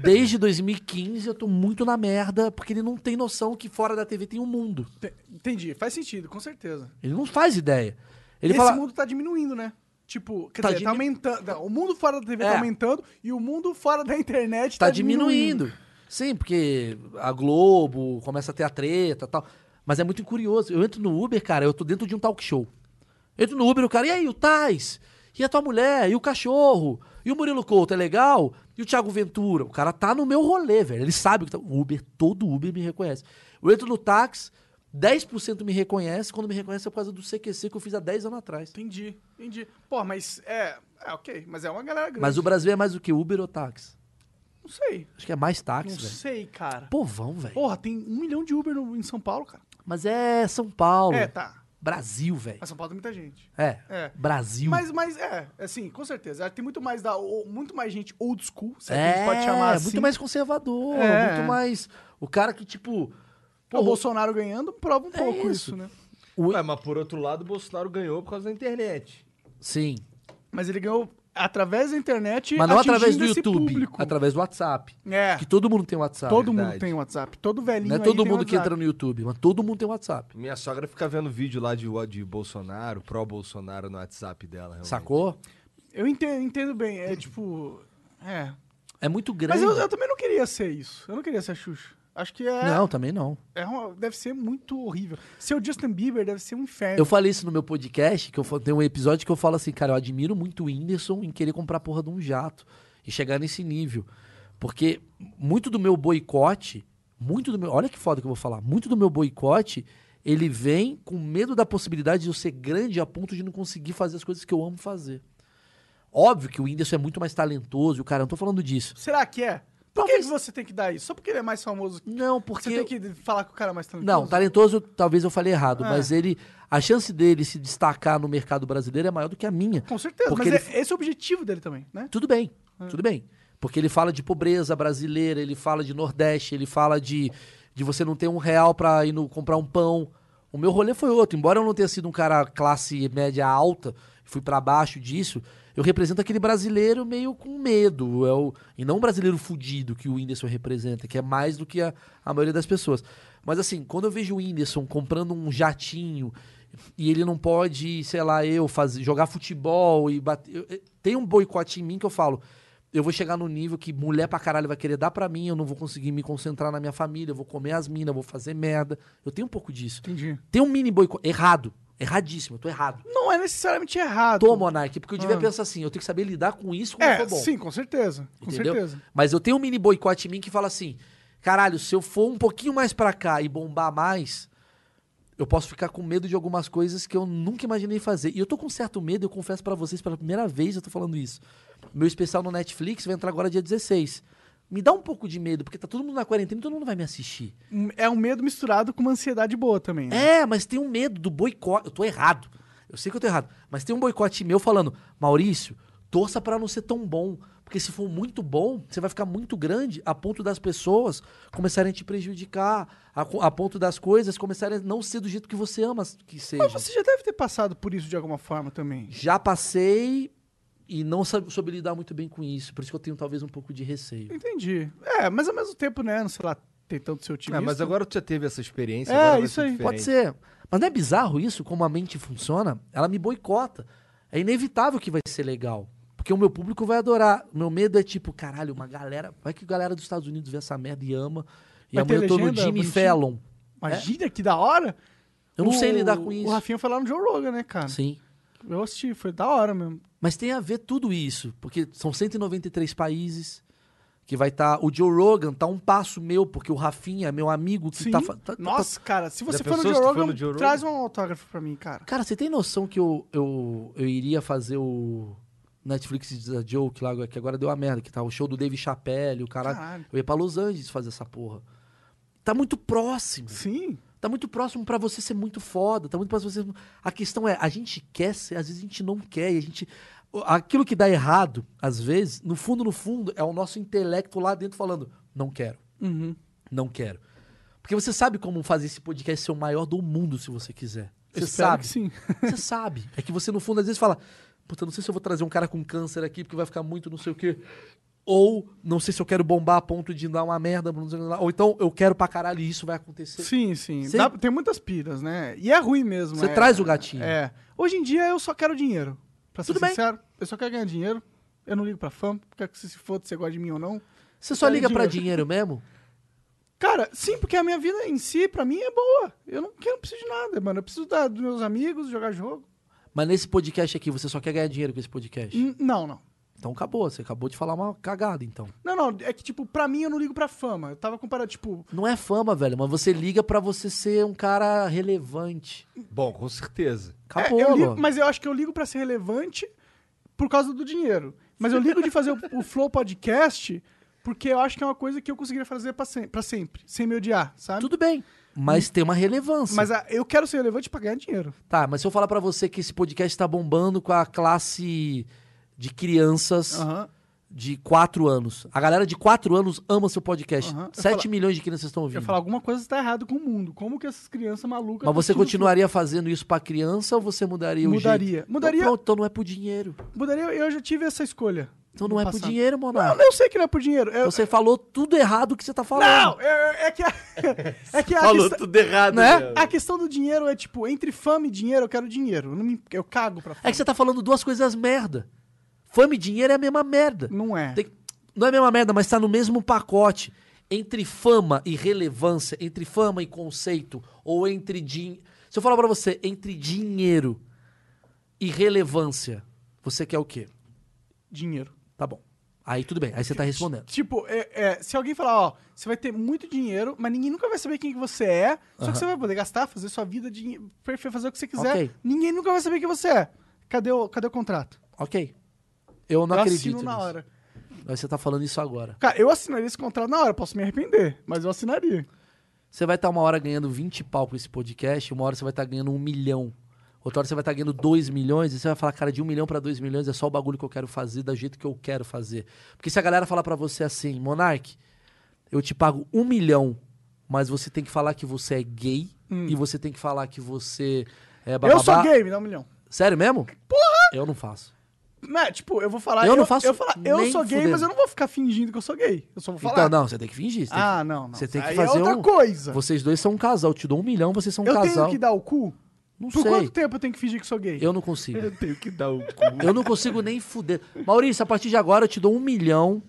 [SPEAKER 3] desde 2015, eu tô muito na merda, porque ele não tem noção que fora da TV tem um mundo.
[SPEAKER 2] Te- Entendi, faz sentido, com certeza.
[SPEAKER 3] Ele não faz ideia. Ele
[SPEAKER 2] Esse
[SPEAKER 3] fala,
[SPEAKER 2] mundo tá diminuindo, né? Tipo, quer
[SPEAKER 3] Tá
[SPEAKER 2] dizer, tá
[SPEAKER 3] diminu-
[SPEAKER 2] aumentando. não, O mundo fora da TV
[SPEAKER 3] É.
[SPEAKER 2] tá aumentando e o mundo fora da internet
[SPEAKER 3] tá diminuindo. Sim, porque a Globo começa a ter a treta e tal. Mas é muito curioso. Eu entro no Uber, cara, eu tô dentro de um talk show. Eu entro no Uber, o cara, e aí, o Tais? E a tua mulher? E o cachorro? E o Murilo Couto, é legal? E o Thiago Ventura? O cara tá no meu rolê, velho. Ele sabe que tá... O Uber, todo Uber me reconhece. Eu entro no táxi, 10% me reconhece. Quando me reconhece é por causa do CQC que eu fiz há 10 anos atrás.
[SPEAKER 2] Entendi, entendi. Pô, mas é. É, ok, mas é uma galera grande.
[SPEAKER 3] Mas o Brasil é mais o que? Uber ou táxi?
[SPEAKER 2] Não sei.
[SPEAKER 3] Acho que é mais táxi,
[SPEAKER 2] Não
[SPEAKER 3] velho.
[SPEAKER 2] sei, cara.
[SPEAKER 3] Povão, velho.
[SPEAKER 2] Porra, tem um milhão de Uber no- em São Paulo, cara.
[SPEAKER 3] Mas é São Paulo.
[SPEAKER 2] É, tá.
[SPEAKER 3] Brasil, velho.
[SPEAKER 2] Mas São Paulo tem muita gente.
[SPEAKER 3] É.
[SPEAKER 2] Assim, É.
[SPEAKER 3] Brasil.
[SPEAKER 2] Mas, mas é, assim, com certeza. Tem muito mais da. ou- Muito mais gente old school, se é que a
[SPEAKER 3] é,
[SPEAKER 2] gente pode chamar assim.
[SPEAKER 3] muito mais conservador,
[SPEAKER 2] É.
[SPEAKER 3] muito mais. O cara que, tipo.
[SPEAKER 2] Pô, o Bolsonaro ganhando prova um pouco isso.
[SPEAKER 3] É isso.
[SPEAKER 2] né?
[SPEAKER 1] Ué, mas por outro lado, o Bolsonaro ganhou por causa da internet.
[SPEAKER 3] Sim.
[SPEAKER 2] Mas ele ganhou através da internet
[SPEAKER 3] Mas não
[SPEAKER 2] atingindo
[SPEAKER 3] através do
[SPEAKER 2] esse
[SPEAKER 3] YouTube,
[SPEAKER 2] Público.
[SPEAKER 3] através do WhatsApp.
[SPEAKER 2] É.
[SPEAKER 3] Que todo mundo tem WhatsApp. né?
[SPEAKER 2] Todo
[SPEAKER 1] verdade.
[SPEAKER 2] mundo tem um WhatsApp. Todo velhinho
[SPEAKER 3] Não é
[SPEAKER 2] aí
[SPEAKER 3] todo
[SPEAKER 2] tem um
[SPEAKER 3] mundo que
[SPEAKER 2] WhatsApp.
[SPEAKER 3] entra no YouTube, mas todo mundo tem WhatsApp.
[SPEAKER 1] Minha sogra fica vendo vídeo lá de, de Bolsonaro, pró-Bolsonaro no WhatsApp dela. realmente.
[SPEAKER 3] Sacou?
[SPEAKER 2] Eu entendo, entendo bem. É tipo. É.
[SPEAKER 3] É muito grande.
[SPEAKER 2] Mas eu, eu também não queria ser isso. Eu não queria ser a Xuxa. Acho que é.
[SPEAKER 3] Não, também não.
[SPEAKER 2] é uma- deve ser muito horrível. Ser o Justin Bieber deve ser um inferno.
[SPEAKER 3] Eu falei isso no meu podcast, que eu fa- tem um episódio que eu falo assim, cara, eu admiro muito o Whindersson em querer comprar a porra de um jato e chegar nesse nível. Porque muito do meu boicote, muito do meu. Olha que foda que eu vou falar. Muito do meu boicote, ele vem com medo da possibilidade de eu ser grande a ponto de não conseguir fazer as coisas que eu amo fazer. Óbvio que o Whindersson é muito mais talentoso, e o cara, eu não tô falando disso.
[SPEAKER 2] Será que é? Por que
[SPEAKER 3] Talvez-
[SPEAKER 2] que você tem que dar isso? Só porque ele é mais famoso.
[SPEAKER 3] Não, porque.
[SPEAKER 2] Você tem que falar com o cara mais talentoso? É.
[SPEAKER 3] Não, tá talentoso talvez eu falei errado, mas ele. A chance dele se destacar no mercado brasileiro é maior do que a minha.
[SPEAKER 2] Com certeza,
[SPEAKER 3] Porque
[SPEAKER 2] mas
[SPEAKER 3] ele-
[SPEAKER 2] é- esse é o objetivo dele também, né?
[SPEAKER 3] Tudo bem, tudo bem. Porque ele fala de pobreza brasileira, ele fala de Nordeste, ele fala de, de você não ter um real pra ir no, comprar um pão. O meu rolê foi outro. Embora eu não tenha sido um cara classe média alta, fui pra baixo disso, eu represento aquele brasileiro meio com medo. É o, e não um brasileiro fudido que o Whindersson representa, que é mais do que a, a maioria das pessoas. Mas assim, quando eu vejo o Whindersson comprando um jatinho e ele não pode, sei lá, eu fazer, jogar futebol e bater. eu- eu- tem um boicote em mim que eu falo. Eu vou chegar no nível que mulher pra caralho vai querer dar pra mim, eu não vou conseguir me concentrar na minha família, eu vou comer as minas, eu vou fazer merda. Eu tenho um pouco disso.
[SPEAKER 2] Entendi.
[SPEAKER 3] Tem um mini boicote. Errado. Erradíssimo, eu tô errado.
[SPEAKER 2] Não é necessariamente errado.
[SPEAKER 3] Tô, Monark, porque eu devia pensar assim, eu tenho que saber lidar com isso quando
[SPEAKER 2] Ah. É,
[SPEAKER 3] for bom.
[SPEAKER 2] sim, com certeza. Com
[SPEAKER 3] entendeu?
[SPEAKER 2] certeza.
[SPEAKER 3] Mas eu tenho um mini boicote em mim que fala assim: caralho, se eu for um pouquinho mais pra cá e bombar mais, eu posso ficar com medo de algumas coisas que eu nunca imaginei fazer. E eu tô com certo medo, eu confesso pra vocês, pela primeira vez eu tô falando isso. Meu especial no Netflix vai entrar agora dia 16. Me dá um pouco de medo, porque tá todo mundo na quarentena e todo mundo vai me assistir.
[SPEAKER 2] É um medo misturado com uma ansiedade boa também. né?
[SPEAKER 3] É, mas tem um medo do boicote. Eu tô errado. Eu sei que eu tô errado. Mas tem um boicote meu falando, Maurício, torça pra não ser tão bom. Porque se for muito bom, você vai ficar muito grande a ponto das pessoas começarem a te prejudicar, a, co- a ponto das coisas começarem a não ser do jeito que você ama que seja.
[SPEAKER 2] Mas você já deve ter passado por isso de alguma forma também.
[SPEAKER 3] Já passei e não sa- soube lidar muito bem com isso. Por isso que eu tenho talvez um pouco de receio.
[SPEAKER 2] Entendi. É, mas ao mesmo tempo, né? Não sei lá, tentando ser otimista.
[SPEAKER 1] É, mas agora tu já teve essa experiência.
[SPEAKER 2] É,
[SPEAKER 1] agora vai
[SPEAKER 2] isso
[SPEAKER 1] ser
[SPEAKER 2] aí.
[SPEAKER 1] diferente.
[SPEAKER 3] Pode ser. Mas não é bizarro isso? Como a mente funciona? Ela me boicota. É inevitável que vai ser legal. Porque o meu público vai adorar. O meu medo é tipo, caralho, uma galera. Vai que a galera dos Estados Unidos vê essa merda e ama. E
[SPEAKER 2] Vai ter
[SPEAKER 3] amanhã eu tô no
[SPEAKER 2] legenda
[SPEAKER 3] Jimmy
[SPEAKER 2] bonitinho?
[SPEAKER 3] Fallon.
[SPEAKER 2] Imagina que da hora.
[SPEAKER 3] Eu não
[SPEAKER 2] O-
[SPEAKER 3] sei lidar com isso.
[SPEAKER 2] O Rafinha foi lá no Joe Rogan, né, cara?
[SPEAKER 3] Sim. Tá
[SPEAKER 2] Eu assisti, foi da hora mesmo.
[SPEAKER 3] Mas tem a ver tudo isso. Porque são 193 países Que vai estar. O Joe Rogan tá um passo meu, porque o Rafinha, é meu amigo, que
[SPEAKER 2] Sim.
[SPEAKER 3] tá, fa- tá- tá-
[SPEAKER 2] Nossa, cara, se você for no
[SPEAKER 1] pensou
[SPEAKER 2] Joe
[SPEAKER 1] se tu for
[SPEAKER 2] Rogan,
[SPEAKER 1] no Joe Rogan?
[SPEAKER 2] traz um autógrafo pra mim, cara.
[SPEAKER 3] Cara, você tem noção que eu, eu, eu iria fazer o Netflix is a Joke lá, que agora deu a merda, que tá o show do Dave Chappelle, o caralho.
[SPEAKER 2] Caralho.
[SPEAKER 3] Eu ia pra Los Angeles fazer essa porra. Tá muito próximo.
[SPEAKER 2] Sim.
[SPEAKER 3] Tá muito próximo pra você ser muito foda. Tá muito próximo pra você. A questão é, a gente quer ser, às vezes a gente não quer. E a gente. o- Aquilo que dá errado, às vezes, no fundo, no fundo, é o nosso intelecto lá dentro falando: não quero.
[SPEAKER 2] Uhum.
[SPEAKER 3] Não quero. Porque você sabe como fazer esse podcast ser o maior do mundo, se você quiser. Você
[SPEAKER 2] Espero
[SPEAKER 3] sabe.
[SPEAKER 2] que sim. (laughs)
[SPEAKER 3] Você sabe. É que você, no fundo, às vezes fala: Puta, não sei se eu vou trazer um cara com câncer aqui, porque vai ficar muito não sei o quê. Ou não sei se eu quero bombar a ponto de dar uma merda, não sei o que lá. ou então eu quero pra caralho e isso vai acontecer.
[SPEAKER 2] Sim, sim.
[SPEAKER 3] Cê-
[SPEAKER 2] Dá- tem muitas piras, né? E é ruim mesmo.
[SPEAKER 3] Você
[SPEAKER 2] é-
[SPEAKER 3] traz o gatinho.
[SPEAKER 2] É. Hoje em dia eu só quero dinheiro. Pra ser
[SPEAKER 3] Tudo bem.
[SPEAKER 2] sincero, eu só quero ganhar dinheiro. Eu não ligo pra fama. Quer que você se foda se você gosta de mim ou não.
[SPEAKER 3] Você só
[SPEAKER 2] É
[SPEAKER 3] liga pra
[SPEAKER 2] dinheiro.
[SPEAKER 3] dinheiro mesmo?
[SPEAKER 2] Cara, sim, porque a minha vida em si, pra mim, é boa. Eu não, eu não preciso de nada, mano. Eu preciso da- dos meus amigos, jogar jogo.
[SPEAKER 3] Mas nesse podcast aqui, você só quer ganhar dinheiro com esse podcast.
[SPEAKER 2] N- Não, não.
[SPEAKER 3] Então acabou, você acabou de falar uma cagada, então.
[SPEAKER 2] Não, não. É que, tipo, pra mim eu não ligo pra fama. Eu tava comparando, tipo,
[SPEAKER 3] Não é fama, velho, mas você liga pra você ser um cara relevante.
[SPEAKER 1] Bom, com certeza.
[SPEAKER 3] Acabou,
[SPEAKER 2] É, eu ligo-
[SPEAKER 3] mano.
[SPEAKER 2] mas eu acho que eu ligo pra ser relevante por causa do dinheiro. Mas eu ligo de fazer o, o Flow Podcast porque eu acho que é uma coisa que eu conseguiria fazer pra, sem- pra sempre, sem me odiar, sabe?
[SPEAKER 3] Tudo bem, mas tem uma relevância.
[SPEAKER 2] Mas a- eu quero ser relevante pra ganhar dinheiro.
[SPEAKER 3] Tá, mas se eu falar pra você que esse podcast tá bombando com a classe de crianças
[SPEAKER 2] Aham.
[SPEAKER 3] de 4 anos. A galera de 4 anos ama seu podcast.
[SPEAKER 2] Aham. Eu
[SPEAKER 3] 7
[SPEAKER 2] falo-
[SPEAKER 3] milhões de crianças estão
[SPEAKER 2] Eu ia
[SPEAKER 3] ouvindo.
[SPEAKER 2] falar alguma coisa está errado com o mundo. Como que essas crianças malucas.
[SPEAKER 3] Mas você
[SPEAKER 2] tão tido-
[SPEAKER 3] continuaria fazendo isso pra criança ou você mudaria o
[SPEAKER 2] Mudaria.
[SPEAKER 3] jeito?
[SPEAKER 2] Mudaria.
[SPEAKER 3] Então, pronto, então não é pro dinheiro.
[SPEAKER 2] Mudaria, eu já tive essa escolha.
[SPEAKER 3] Então
[SPEAKER 2] no
[SPEAKER 3] não é pro
[SPEAKER 2] passado.
[SPEAKER 3] dinheiro,
[SPEAKER 2] Não,
[SPEAKER 3] Monarca.
[SPEAKER 2] eu sei que não é por dinheiro. Eu-
[SPEAKER 3] Você falou tudo errado que você tá falando.
[SPEAKER 2] Não! É, é que a, (laughs) é que a
[SPEAKER 1] Falou
[SPEAKER 2] questão-
[SPEAKER 1] tudo errado,
[SPEAKER 3] Né?
[SPEAKER 1] né?
[SPEAKER 2] A questão do dinheiro é tipo, entre fama e dinheiro, eu quero dinheiro. Eu, não me- eu cago pra fama.
[SPEAKER 3] É que você tá falando duas coisas merda. Fama e dinheiro é a mesma merda.
[SPEAKER 2] Não é.
[SPEAKER 3] Tem- Não é a mesma merda, mas tá no mesmo pacote. Entre fama e relevância, entre fama e conceito, ou entre dinheiro. Se eu falar pra você, entre dinheiro e relevância, você quer o quê?
[SPEAKER 2] Dinheiro.
[SPEAKER 3] Tá bom. Aí tudo bem, aí você tá respondendo.
[SPEAKER 2] Tipo, é- é, se alguém falar, ó, você vai ter muito dinheiro, mas ninguém nunca vai saber quem que você é, só que você vai poder gastar, fazer sua vida, dinhe- perfeito, fazer o que você quiser.
[SPEAKER 3] Ok.
[SPEAKER 2] Ninguém nunca vai saber quem você é. Cadê o, cadê o contrato?
[SPEAKER 3] Ok. Eu não
[SPEAKER 2] eu
[SPEAKER 3] acredito.
[SPEAKER 2] assino na
[SPEAKER 3] nisso.
[SPEAKER 2] hora.
[SPEAKER 3] Mas você tá falando isso agora.
[SPEAKER 2] Cara, eu assinaria esse contrato na hora, posso me arrepender, mas eu assinaria.
[SPEAKER 3] Você vai estar uma hora ganhando 20 pau com esse podcast, uma hora você vai estar ganhando um milhão. Outra hora você vai estar ganhando 2 milhões, e você vai falar, cara, de um milhão para 2 milhões é só o bagulho que eu quero fazer, da jeito que eu quero fazer. Porque se a galera falar para você assim, Monark, eu te pago um milhão, mas você tem que falar que você é gay, e você tem que falar que você é bababá.
[SPEAKER 2] Hum. Eu sou gay, me dá um milhão.
[SPEAKER 3] Sério mesmo? Porra! Eu não faço.
[SPEAKER 2] Né, tipo, eu vou falar.
[SPEAKER 3] Eu não faço
[SPEAKER 2] Eu, falar, eu
[SPEAKER 3] nem
[SPEAKER 2] sou gay,
[SPEAKER 3] fudendo.
[SPEAKER 2] mas eu não vou ficar fingindo que eu sou gay. Eu só vou falar.
[SPEAKER 3] Então, não, você tem que fingir. Você tem
[SPEAKER 2] Ah,
[SPEAKER 3] que-
[SPEAKER 2] não, não.
[SPEAKER 3] Você tem que
[SPEAKER 2] Aí é
[SPEAKER 3] fazer
[SPEAKER 2] outra
[SPEAKER 3] um-
[SPEAKER 2] coisa.
[SPEAKER 3] Vocês dois são um casal, eu te dou um milhão, vocês são um
[SPEAKER 2] eu
[SPEAKER 3] casal.
[SPEAKER 2] tenho que dar o cu?
[SPEAKER 3] Não
[SPEAKER 2] Por
[SPEAKER 3] sei.
[SPEAKER 2] quanto tempo eu tenho que fingir que sou gay?
[SPEAKER 3] Eu não consigo.
[SPEAKER 1] Eu tenho que dar o (laughs) cu.
[SPEAKER 3] Eu não consigo nem fuder. Maurício, a partir de agora eu te dou um milhão.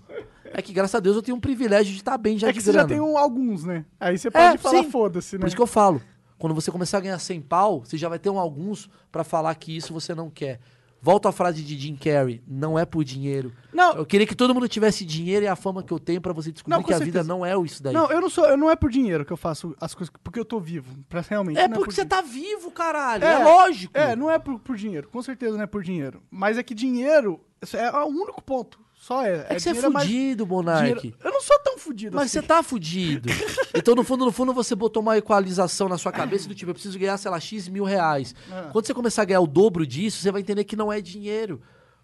[SPEAKER 3] É que, graças a Deus, eu tenho um privilégio de estar bem já
[SPEAKER 2] é
[SPEAKER 3] de
[SPEAKER 2] que você já
[SPEAKER 3] grana. É,
[SPEAKER 2] tem um- alguns, né? Aí você pode falar
[SPEAKER 3] sim.
[SPEAKER 2] foda-se, né?
[SPEAKER 3] Por isso que eu falo. Quando você começar a ganhar 100 pau, você já vai ter um alguns pra falar que isso você não quer. Volta à frase de Jim Carrey. Não é por dinheiro.
[SPEAKER 2] Não.
[SPEAKER 3] Eu queria que todo mundo tivesse dinheiro e a fama que eu tenho pra você descobrir
[SPEAKER 2] Não, com
[SPEAKER 3] que a
[SPEAKER 2] certeza.
[SPEAKER 3] vida não é isso daí.
[SPEAKER 2] Não, eu não sou, eu não é por dinheiro que eu faço as coisas, porque eu tô vivo, pra, realmente.
[SPEAKER 3] é
[SPEAKER 2] não
[SPEAKER 3] porque
[SPEAKER 2] por
[SPEAKER 3] você
[SPEAKER 2] dinheiro.
[SPEAKER 3] tá vivo, caralho. É, lógico.
[SPEAKER 2] É, não é por, por dinheiro, com certeza não é por dinheiro. Mas é que dinheiro isso é o único ponto, só é.
[SPEAKER 3] É que você é
[SPEAKER 2] dinheiro mais- dinheiro-
[SPEAKER 3] fudido, Monark.
[SPEAKER 2] Eu não sou tão fudido
[SPEAKER 3] Mas
[SPEAKER 2] assim.
[SPEAKER 3] você
[SPEAKER 2] (laughs)
[SPEAKER 3] tá fudido. Então, no fundo, no fundo, você botou uma equalização na sua cabeça do tipo, eu preciso ganhar, sei lá, X mil reais.
[SPEAKER 2] Ah.
[SPEAKER 3] Quando você começar a ganhar o dobro disso, você vai entender que não é dinheiro.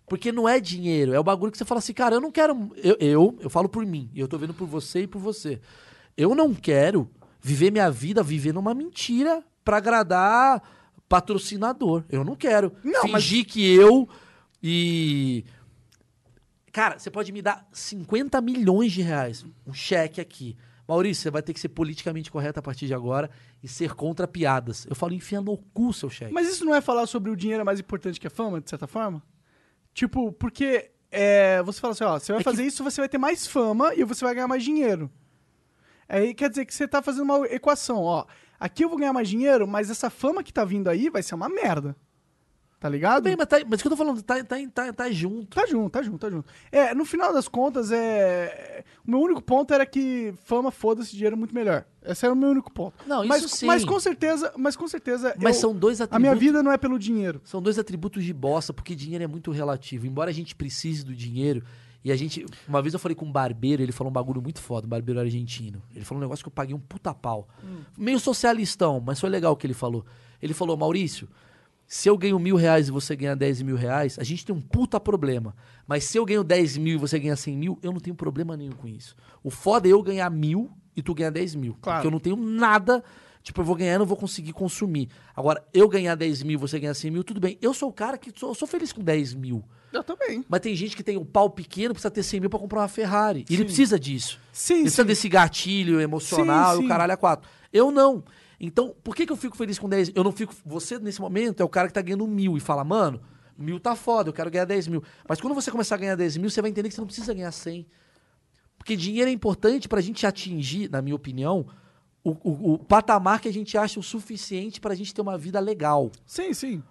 [SPEAKER 3] Porque não é dinheiro, é o bagulho que você fala assim, cara, eu não quero. Eu, eu, eu falo por mim, e eu tô vendo por você e por você. Eu não quero viver minha vida vivendo uma mentira pra agradar patrocinador. Eu não quero.
[SPEAKER 2] Não, mas-
[SPEAKER 3] Fingir que eu e Cara, você pode me dar 50 milhões de reais, um cheque aqui. Maurício, você vai ter que ser politicamente correto a partir de agora e ser contra piadas. Eu falo, enfia no cu seu cheque.
[SPEAKER 2] Mas isso não é falar sobre o dinheiro é mais importante que a fama, de certa forma? Tipo, porque é, você fala assim, ó, você vai
[SPEAKER 3] É que-
[SPEAKER 2] fazer isso, você vai ter mais fama e você vai ganhar mais dinheiro. Aí quer dizer que você tá fazendo uma equação, ó. Aqui eu vou ganhar mais dinheiro, mas essa fama que tá vindo aí vai ser uma merda. Tá ligado?
[SPEAKER 3] Bem, mas, tá, mas o que eu tô falando, tá, tá, tá, tá junto.
[SPEAKER 2] Tá junto, tá junto, tá junto. É, no final das contas, é. O meu único ponto era que fama, foda-se, dinheiro é muito melhor. Esse era o meu único ponto.
[SPEAKER 3] Não, isso
[SPEAKER 2] mas,
[SPEAKER 3] sim.
[SPEAKER 2] Mas com certeza, mas com certeza.
[SPEAKER 3] Mas
[SPEAKER 2] eu-
[SPEAKER 3] são dois
[SPEAKER 2] A minha
[SPEAKER 3] atributos-
[SPEAKER 2] vida não é pelo dinheiro.
[SPEAKER 3] São dois atributos de bosta, porque dinheiro é muito relativo. Embora a gente precise do dinheiro, e a gente. Uma vez eu falei com um barbeiro, ele falou um bagulho muito foda, um barbeiro argentino. Ele falou um negócio que eu paguei um puta pau. Meio socialistão, mas foi legal o que ele falou. Ele falou, Maurício. Se eu ganho mil reais e você ganha 10 mil reais, a gente tem um puta problema. Mas se eu ganho 10 mil e você ganha 100 mil, eu não tenho problema nenhum com isso. O foda é eu ganhar mil e tu ganhar 10 mil.
[SPEAKER 2] Claro.
[SPEAKER 3] Porque eu não tenho nada. Tipo, eu vou ganhar e não vou conseguir consumir. Agora, eu ganhar 10 mil, você ganhar 100 mil, tudo bem. Eu sou o cara que sou, eu sou feliz com 10 mil.
[SPEAKER 2] Eu também.
[SPEAKER 3] Mas tem gente que tem um pau pequeno, precisa ter 100 mil pra comprar uma Ferrari. E ele precisa disso.
[SPEAKER 2] Sim,
[SPEAKER 3] ele precisa
[SPEAKER 2] sim.
[SPEAKER 3] desse gatilho emocional
[SPEAKER 2] É Sim,
[SPEAKER 3] e
[SPEAKER 2] sim.
[SPEAKER 3] o caralho a quatro. Eu não. Então, por que, que eu fico feliz com 10? Eu não fico. Você, nesse momento, é o cara que tá ganhando mil e fala, mano, mil tá foda, eu quero ganhar 10 mil. Mas quando você começar a ganhar 10 mil, você vai entender que você não precisa ganhar 100. Porque dinheiro é importante pra gente atingir, na minha opinião, o, o- o patamar que a gente acha o suficiente pra gente ter uma vida legal.
[SPEAKER 2] Sim, sim.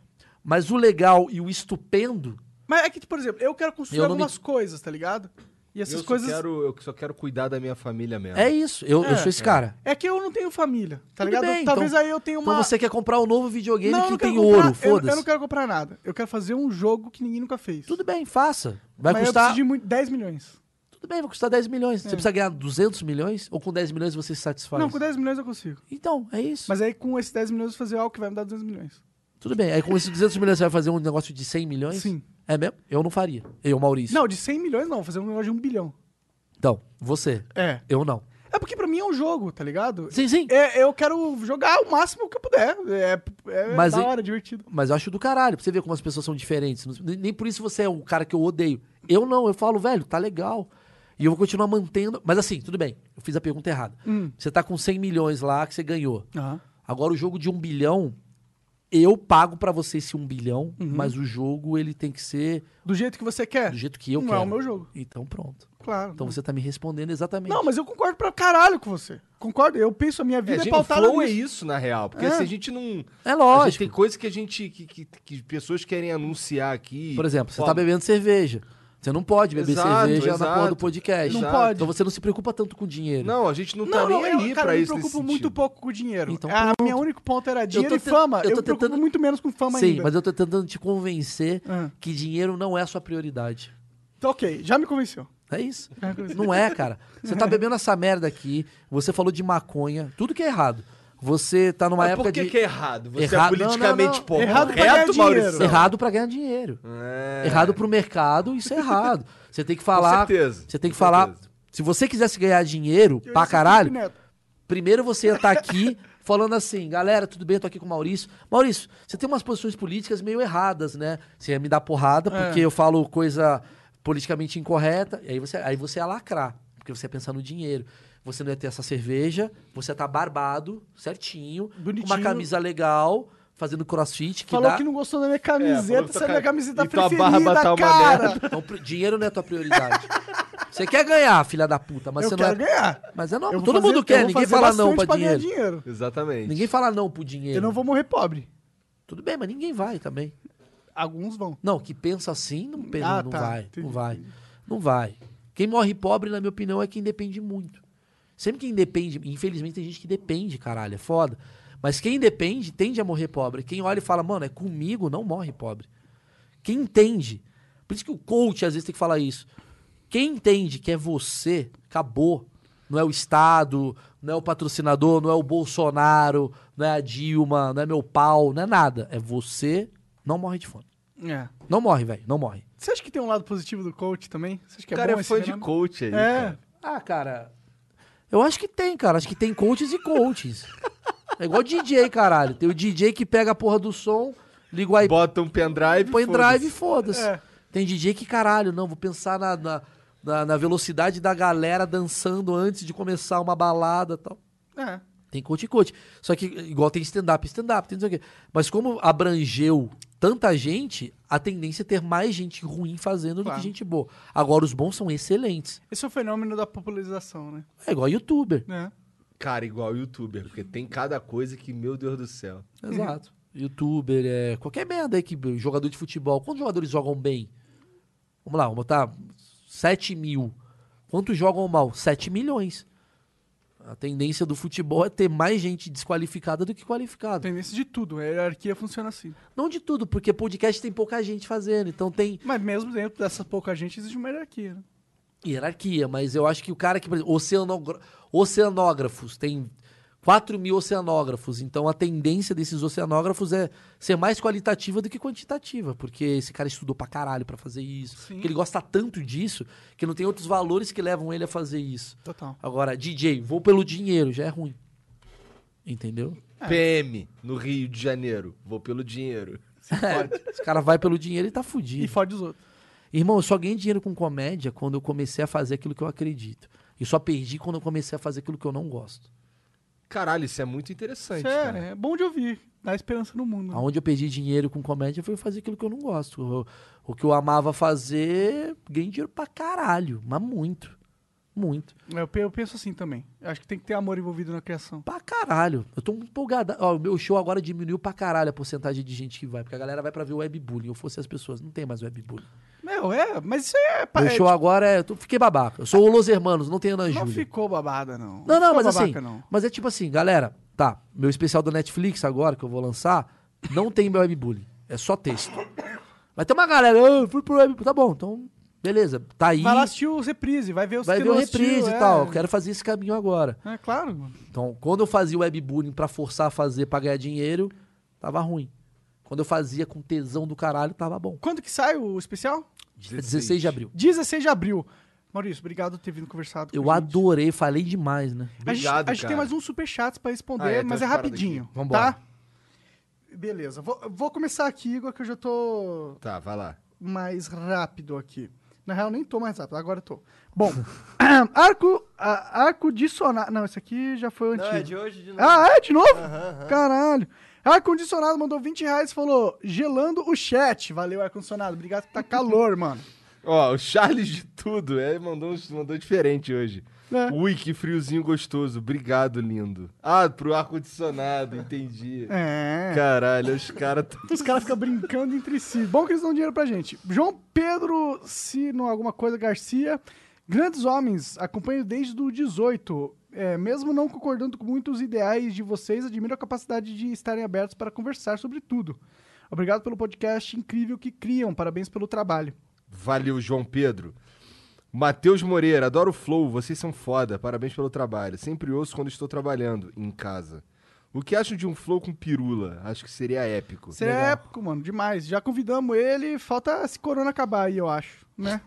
[SPEAKER 3] Mas o legal e o estupendo
[SPEAKER 2] Mas é que, por exemplo, eu quero construir
[SPEAKER 3] Eu não me-
[SPEAKER 2] algumas coisas, tá ligado? E essas
[SPEAKER 1] eu,
[SPEAKER 2] coisas.
[SPEAKER 1] só quero, eu só quero cuidar da minha família mesmo.
[SPEAKER 3] é isso. Eu, eu
[SPEAKER 2] É.
[SPEAKER 3] sou esse cara.
[SPEAKER 2] É que eu não tenho família, tá
[SPEAKER 3] Tudo
[SPEAKER 2] ligado?
[SPEAKER 3] bem,
[SPEAKER 2] Talvez
[SPEAKER 3] então-
[SPEAKER 2] aí eu tenha uma.
[SPEAKER 3] Então você quer comprar um novo videogame
[SPEAKER 2] Não, eu
[SPEAKER 3] que
[SPEAKER 2] não
[SPEAKER 3] tem
[SPEAKER 2] quero comprar-
[SPEAKER 3] ouro,
[SPEAKER 2] eu- Eu,
[SPEAKER 3] foda-se.
[SPEAKER 2] não quero comprar nada. Eu quero fazer um jogo que ninguém nunca fez.
[SPEAKER 3] Tudo bem, faça. Vai
[SPEAKER 2] Mas eu
[SPEAKER 3] custar.
[SPEAKER 2] preciso de muito- 10 milhões.
[SPEAKER 3] Tudo bem, vai custar 10 milhões. Você precisa ganhar 200 milhões ou com 10 milhões você se satisfaz?
[SPEAKER 2] Não, com 10 milhões eu consigo.
[SPEAKER 3] Então, é isso.
[SPEAKER 2] Mas aí com esses 10 milhões eu vou fazer algo que vai me dar 200 milhões.
[SPEAKER 3] Tudo bem. Aí com esses 200 milhões você vai fazer um negócio de 100 milhões?
[SPEAKER 2] Sim.
[SPEAKER 3] É mesmo? Eu não faria. Eu, Maurício.
[SPEAKER 2] Não, de 100 milhões não, vou fazer um negócio de 1 bilhão.
[SPEAKER 3] Então, você.
[SPEAKER 2] É.
[SPEAKER 3] Eu não.
[SPEAKER 2] É porque pra mim é um jogo, tá ligado?
[SPEAKER 3] Sim, sim.
[SPEAKER 2] É, eu quero jogar o máximo que eu puder. É, é
[SPEAKER 3] Mas
[SPEAKER 2] da
[SPEAKER 3] e-
[SPEAKER 2] hora, divertido.
[SPEAKER 3] Mas eu acho do caralho. Pra você ver como as pessoas são diferentes. Nem nem por isso você é o cara que eu odeio. Eu não, eu falo, velho, tá legal. E eu vou continuar mantendo. Mas assim, tudo bem. Eu fiz a pergunta errada.
[SPEAKER 2] Hum.
[SPEAKER 3] Você tá com 100 milhões lá que você ganhou. Agora o jogo de um bilhão, eu pago pra você esse um bilhão,
[SPEAKER 2] Uhum.
[SPEAKER 3] mas o jogo ele tem que ser
[SPEAKER 2] Do jeito que você quer?
[SPEAKER 3] do jeito que eu
[SPEAKER 2] não
[SPEAKER 3] quero.
[SPEAKER 2] é o meu jogo,
[SPEAKER 3] Então pronto.
[SPEAKER 2] claro.
[SPEAKER 3] Então você tá me respondendo exatamente.
[SPEAKER 2] Não, mas eu concordo pra caralho com você. Concordo, eu penso a minha
[SPEAKER 1] É,
[SPEAKER 2] vida é,
[SPEAKER 1] gente, o
[SPEAKER 2] pautada
[SPEAKER 1] flow é
[SPEAKER 2] nisso.
[SPEAKER 1] isso, na real. Porque
[SPEAKER 2] É.
[SPEAKER 1] assim, a gente não. A
[SPEAKER 3] É
[SPEAKER 1] gente
[SPEAKER 3] lógico.
[SPEAKER 1] tem coisa que a gente. que, que, que pessoas querem anunciar aqui.
[SPEAKER 3] Por exemplo, você
[SPEAKER 1] Ó,
[SPEAKER 3] tá bebendo cerveja. Você não pode beber
[SPEAKER 1] Exato,
[SPEAKER 3] cerveja na
[SPEAKER 1] exato.
[SPEAKER 3] porra do podcast.
[SPEAKER 1] Não
[SPEAKER 2] pode.
[SPEAKER 3] Então você não se preocupa tanto com dinheiro.
[SPEAKER 1] Não, a gente não, tá nem
[SPEAKER 2] eu,
[SPEAKER 1] aí
[SPEAKER 2] cara,
[SPEAKER 1] pra
[SPEAKER 2] eu
[SPEAKER 1] isso.
[SPEAKER 2] me preocupo
[SPEAKER 1] nesse
[SPEAKER 2] muito
[SPEAKER 1] sentido.
[SPEAKER 2] pouco com dinheiro.
[SPEAKER 3] Então,
[SPEAKER 2] é, a
[SPEAKER 3] pronto.
[SPEAKER 2] minha único ponto era dinheiro e
[SPEAKER 3] te-
[SPEAKER 2] fama.
[SPEAKER 3] eu
[SPEAKER 2] Eu,
[SPEAKER 3] tô
[SPEAKER 2] me preocupo
[SPEAKER 3] tentando-
[SPEAKER 2] muito menos com fama
[SPEAKER 3] Sim,
[SPEAKER 2] ainda.
[SPEAKER 3] mas eu tô tentando te convencer
[SPEAKER 2] Ah.
[SPEAKER 3] que dinheiro não é a sua prioridade.
[SPEAKER 2] Então, ok, já me convenceu.
[SPEAKER 3] É isso. Não é, cara. Você tá bebendo essa merda aqui, você falou de maconha, tudo que é errado. Você tá numa
[SPEAKER 1] Mas
[SPEAKER 3] época
[SPEAKER 1] por que,
[SPEAKER 3] de
[SPEAKER 1] que é errado? Você
[SPEAKER 3] Errado-
[SPEAKER 1] é politicamente
[SPEAKER 3] não, não, não.
[SPEAKER 1] pouco.
[SPEAKER 2] Errado pra ganhar dinheiro.
[SPEAKER 3] errado pra ganhar dinheiro.
[SPEAKER 1] É,
[SPEAKER 3] Errado pro mercado, isso é errado. Você tem que falar,
[SPEAKER 1] certeza,
[SPEAKER 3] você tem que
[SPEAKER 1] com
[SPEAKER 3] falar,
[SPEAKER 1] certeza.
[SPEAKER 3] se você quisesse ganhar dinheiro
[SPEAKER 2] Eu ia
[SPEAKER 3] pra
[SPEAKER 2] ser
[SPEAKER 3] caralho,
[SPEAKER 2] Felipe Neto.
[SPEAKER 3] Primeiro você ia estar aqui (laughs) falando assim, galera, tudo bem, eu tô aqui com o Maurício. Maurício, você tem umas posições políticas meio erradas, né? Você ia me dar porrada porque
[SPEAKER 2] É.
[SPEAKER 3] eu falo coisa politicamente incorreta, e aí você, aí você ia lacrar, porque você ia pensar no dinheiro. Você não ia ter essa cerveja, você ia estar barbado, certinho, com uma
[SPEAKER 2] Bonitinho.
[SPEAKER 3] camisa legal, fazendo crossfit, que
[SPEAKER 2] Falou
[SPEAKER 3] dá...
[SPEAKER 2] que não gostou da minha
[SPEAKER 1] É, falou
[SPEAKER 2] camiseta,
[SPEAKER 1] que tua
[SPEAKER 2] essa é a minha
[SPEAKER 1] ca-
[SPEAKER 2] camiseta
[SPEAKER 1] e tua barba
[SPEAKER 2] preferida,
[SPEAKER 1] tá uma
[SPEAKER 2] cara.
[SPEAKER 1] merda.
[SPEAKER 3] Então, pro- dinheiro não é tua prioridade. Você quer ganhar, filha da puta, mas
[SPEAKER 2] eu
[SPEAKER 3] você
[SPEAKER 2] quero
[SPEAKER 3] não é...
[SPEAKER 2] ganhar.
[SPEAKER 3] Mas é
[SPEAKER 2] Eu
[SPEAKER 3] normal,
[SPEAKER 2] vou
[SPEAKER 3] todo
[SPEAKER 2] fazer-
[SPEAKER 3] mundo
[SPEAKER 2] eu
[SPEAKER 3] quer,
[SPEAKER 2] vou
[SPEAKER 3] ninguém
[SPEAKER 2] fazer
[SPEAKER 3] fala não
[SPEAKER 2] bastante
[SPEAKER 3] pra
[SPEAKER 2] ganhar
[SPEAKER 3] dinheiro.
[SPEAKER 2] dinheiro.
[SPEAKER 1] Exatamente.
[SPEAKER 3] Ninguém fala não pro dinheiro.
[SPEAKER 2] Eu não vou morrer pobre.
[SPEAKER 3] Tudo bem, mas ninguém vai também.
[SPEAKER 2] Alguns vão.
[SPEAKER 3] Não, que pensa assim, não, pe-
[SPEAKER 2] Ah,
[SPEAKER 3] não
[SPEAKER 2] tá,
[SPEAKER 3] vai.
[SPEAKER 2] entendi.
[SPEAKER 3] Não vai. Não vai. Quem morre pobre, na minha opinião, é quem depende muito. Sempre quem depende, infelizmente tem gente que depende, caralho, é foda. Mas quem depende tende a morrer pobre. Quem olha e fala, mano, é comigo, não morre pobre. Quem entende. Por isso que o coach às vezes tem que falar isso. Quem entende que é você, acabou. Não é o Estado, não é o patrocinador, não é o Bolsonaro, não é a Dilma, não é meu pau, não é nada. É você, não morre de fome.
[SPEAKER 2] É.
[SPEAKER 3] Não morre, velho, não morre.
[SPEAKER 2] Você acha que tem um lado positivo do coach também? Você acha que
[SPEAKER 1] O
[SPEAKER 2] é
[SPEAKER 1] cara
[SPEAKER 2] bom
[SPEAKER 1] é
[SPEAKER 2] esse
[SPEAKER 1] fã de
[SPEAKER 2] fenômeno?
[SPEAKER 1] coach aí.
[SPEAKER 2] É.
[SPEAKER 1] cara.
[SPEAKER 3] Ah, cara. Eu acho que tem, cara. Acho que tem coaches e coaches. É igual DJ, caralho. Tem o DJ que pega a porra do som, liga o iPod,
[SPEAKER 1] Bota um pendrive.
[SPEAKER 3] põe
[SPEAKER 1] foda-se.
[SPEAKER 3] drive e foda-se.
[SPEAKER 2] É.
[SPEAKER 3] Tem DJ que, caralho, não, vou pensar na, na, na- na velocidade da galera dançando antes de começar uma balada e tal.
[SPEAKER 2] É.
[SPEAKER 3] Tem coach e coach. Só que, igual tem stand-up, stand-up, tem não sei o quê. Mas como abrangeu tanta gente, a tendência é ter mais gente ruim fazendo do
[SPEAKER 2] Claro.
[SPEAKER 3] que gente boa. Agora, os bons são excelentes.
[SPEAKER 2] Esse é o fenômeno da popularização, né?
[SPEAKER 3] É
[SPEAKER 2] (laughs)
[SPEAKER 3] igual youtuber.
[SPEAKER 2] É.
[SPEAKER 1] Cara, igual youtuber, porque tem cada coisa que, meu Deus do céu.
[SPEAKER 3] Exato. youtuber, é, qualquer merda aí que jogador de futebol. Quantos jogadores jogam bem? Vamos lá, vamos botar 7 mil. Quantos jogam mal? 7 milhões. A tendência do futebol é ter mais gente desqualificada do que qualificada.
[SPEAKER 2] Tendência É, de tudo. A hierarquia funciona assim.
[SPEAKER 3] Não de tudo, porque podcast tem pouca gente fazendo, então tem
[SPEAKER 2] Mas mesmo dentro dessa pouca gente existe uma hierarquia, né?
[SPEAKER 3] hierarquia, mas eu acho que o cara que, por exemplo, oceanogra- oceanógrafos, tem 4 mil oceanógrafos, então a tendência desses oceanógrafos é ser mais qualitativa do que quantitativa, porque esse cara estudou pra caralho pra fazer isso,
[SPEAKER 2] Sim.
[SPEAKER 3] porque ele gosta tanto disso, que não tem outros valores que levam ele a fazer isso.
[SPEAKER 2] Total.
[SPEAKER 3] Agora, DJ, vou pelo dinheiro, já é ruim. Entendeu?
[SPEAKER 2] É.
[SPEAKER 1] PM, no Rio de Janeiro. Vou pelo dinheiro.
[SPEAKER 3] (laughs) Esse cara vai pelo dinheiro e tá fudido.
[SPEAKER 2] E fode os outros.
[SPEAKER 3] Irmão, eu só ganhei dinheiro com comédia quando eu comecei a fazer aquilo que eu acredito. E só perdi quando eu comecei a fazer aquilo que eu não gosto.
[SPEAKER 1] Caralho, isso é muito
[SPEAKER 3] Tá
[SPEAKER 1] interessante,
[SPEAKER 2] Isso é,
[SPEAKER 1] cara.
[SPEAKER 2] é bom de ouvir. Dá esperança no mundo. né?
[SPEAKER 3] Aonde eu perdi dinheiro com comédia foi fazer aquilo que eu não gosto. O, o que eu amava fazer, ganhei dinheiro pra caralho. Mas muito. Muito.
[SPEAKER 2] Eu, pe- eu penso assim também. Eu acho que tem que ter amor envolvido na criação.
[SPEAKER 3] Pra caralho. Eu tô muito empolgado. Ó, o meu show agora diminuiu pra caralho a porcentagem de gente que vai. Porque a galera vai pra ver o webbullying. Eu fosse as pessoas. Não tem mais webbullying.
[SPEAKER 2] Meu, é, mas isso é. pa-
[SPEAKER 3] Meu
[SPEAKER 2] é,
[SPEAKER 3] show
[SPEAKER 2] tipo,
[SPEAKER 3] agora é. Eu tô- fiquei babaca. Eu sou o Los Hermanos, não tenho Ana
[SPEAKER 2] não
[SPEAKER 3] Júlia.
[SPEAKER 2] ficou babada, não.
[SPEAKER 3] Não, não,
[SPEAKER 2] ficou
[SPEAKER 3] mas
[SPEAKER 2] babaca,
[SPEAKER 3] assim.
[SPEAKER 2] Não.
[SPEAKER 3] Mas é tipo assim, galera, tá. Meu especial da Netflix agora, que eu vou lançar, não tem meu webbullying. É só texto. Vai ter uma galera, ah, eu fui pro webbullying. Tá bom, então, beleza. Tá aí.
[SPEAKER 2] Vai lá assistir os reprise, vai ver os
[SPEAKER 3] Vai
[SPEAKER 2] que
[SPEAKER 3] ver o
[SPEAKER 2] não assistiu,
[SPEAKER 3] reprise e
[SPEAKER 2] é.
[SPEAKER 3] tal. Eu quero fazer esse caminho agora.
[SPEAKER 2] É claro, mano.
[SPEAKER 3] Então, quando eu fazia o webbullying pra forçar a fazer pra ganhar dinheiro, tava ruim. Quando eu fazia com tesão do caralho, tava bom.
[SPEAKER 2] Quando que sai o especial?
[SPEAKER 3] É 16 de abril.
[SPEAKER 2] 16 de abril. Maurício, obrigado por ter vindo conversado com
[SPEAKER 3] Eu
[SPEAKER 2] a gente.
[SPEAKER 3] adorei, falei demais, né?
[SPEAKER 2] A gente,
[SPEAKER 1] Obrigado,
[SPEAKER 2] a gente tem
[SPEAKER 1] cara.
[SPEAKER 2] mais uns superchats pra responder,
[SPEAKER 1] Ah, é, tem
[SPEAKER 2] mas é
[SPEAKER 1] umas paradas
[SPEAKER 2] rapidinho.
[SPEAKER 3] aqui. Vambora.
[SPEAKER 2] Tá? Beleza. Vou, vou começar aqui, Igor, que eu já tô
[SPEAKER 1] Tá, vai lá.
[SPEAKER 2] mais rápido aqui. Na real, nem tô mais rápido, agora eu tô.
[SPEAKER 1] (laughs)
[SPEAKER 2] Bom, (coughs) arco, a- arco dicionado. Não, esse aqui já foi o
[SPEAKER 4] Não,
[SPEAKER 2] antigo.
[SPEAKER 4] é de hoje de novo.
[SPEAKER 2] Ah, é? De novo? Caralho. Ar-condicionado mandou 20 reais e falou: gelando o chat. Valeu, ar-condicionado. Obrigado que tá calor, mano.
[SPEAKER 1] Ó, o Charles de tudo, é, mandou, uns- mandou diferente hoje.
[SPEAKER 2] É.
[SPEAKER 1] Ui, que friozinho gostoso. Obrigado, lindo. Ah, pro ar-condicionado, entendi.
[SPEAKER 2] É.
[SPEAKER 1] Caralho, os caras tão...
[SPEAKER 2] Os caras ficam brincando entre si. Bom que eles dão dinheiro pra gente. João Pedro Sino, alguma coisa, Garcia. Grandes homens, acompanho desde o 18. É, mesmo não concordando com muitos ideais de vocês, admiro a capacidade de estarem abertos para conversar sobre tudo. Obrigado pelo podcast incrível que criam. Parabéns pelo trabalho.
[SPEAKER 1] Valeu, João Pedro. Matheus Moreira, adoro o Flow, vocês são foda, parabéns pelo trabalho. Sempre ouço quando estou trabalhando, em casa. O que acho de um Flow com pirula? Acho que seria épico.
[SPEAKER 2] Isso é épico, mano, demais. Já convidamos ele, falta esse corona acabar aí, eu acho,
[SPEAKER 1] (laughs)
[SPEAKER 2] né?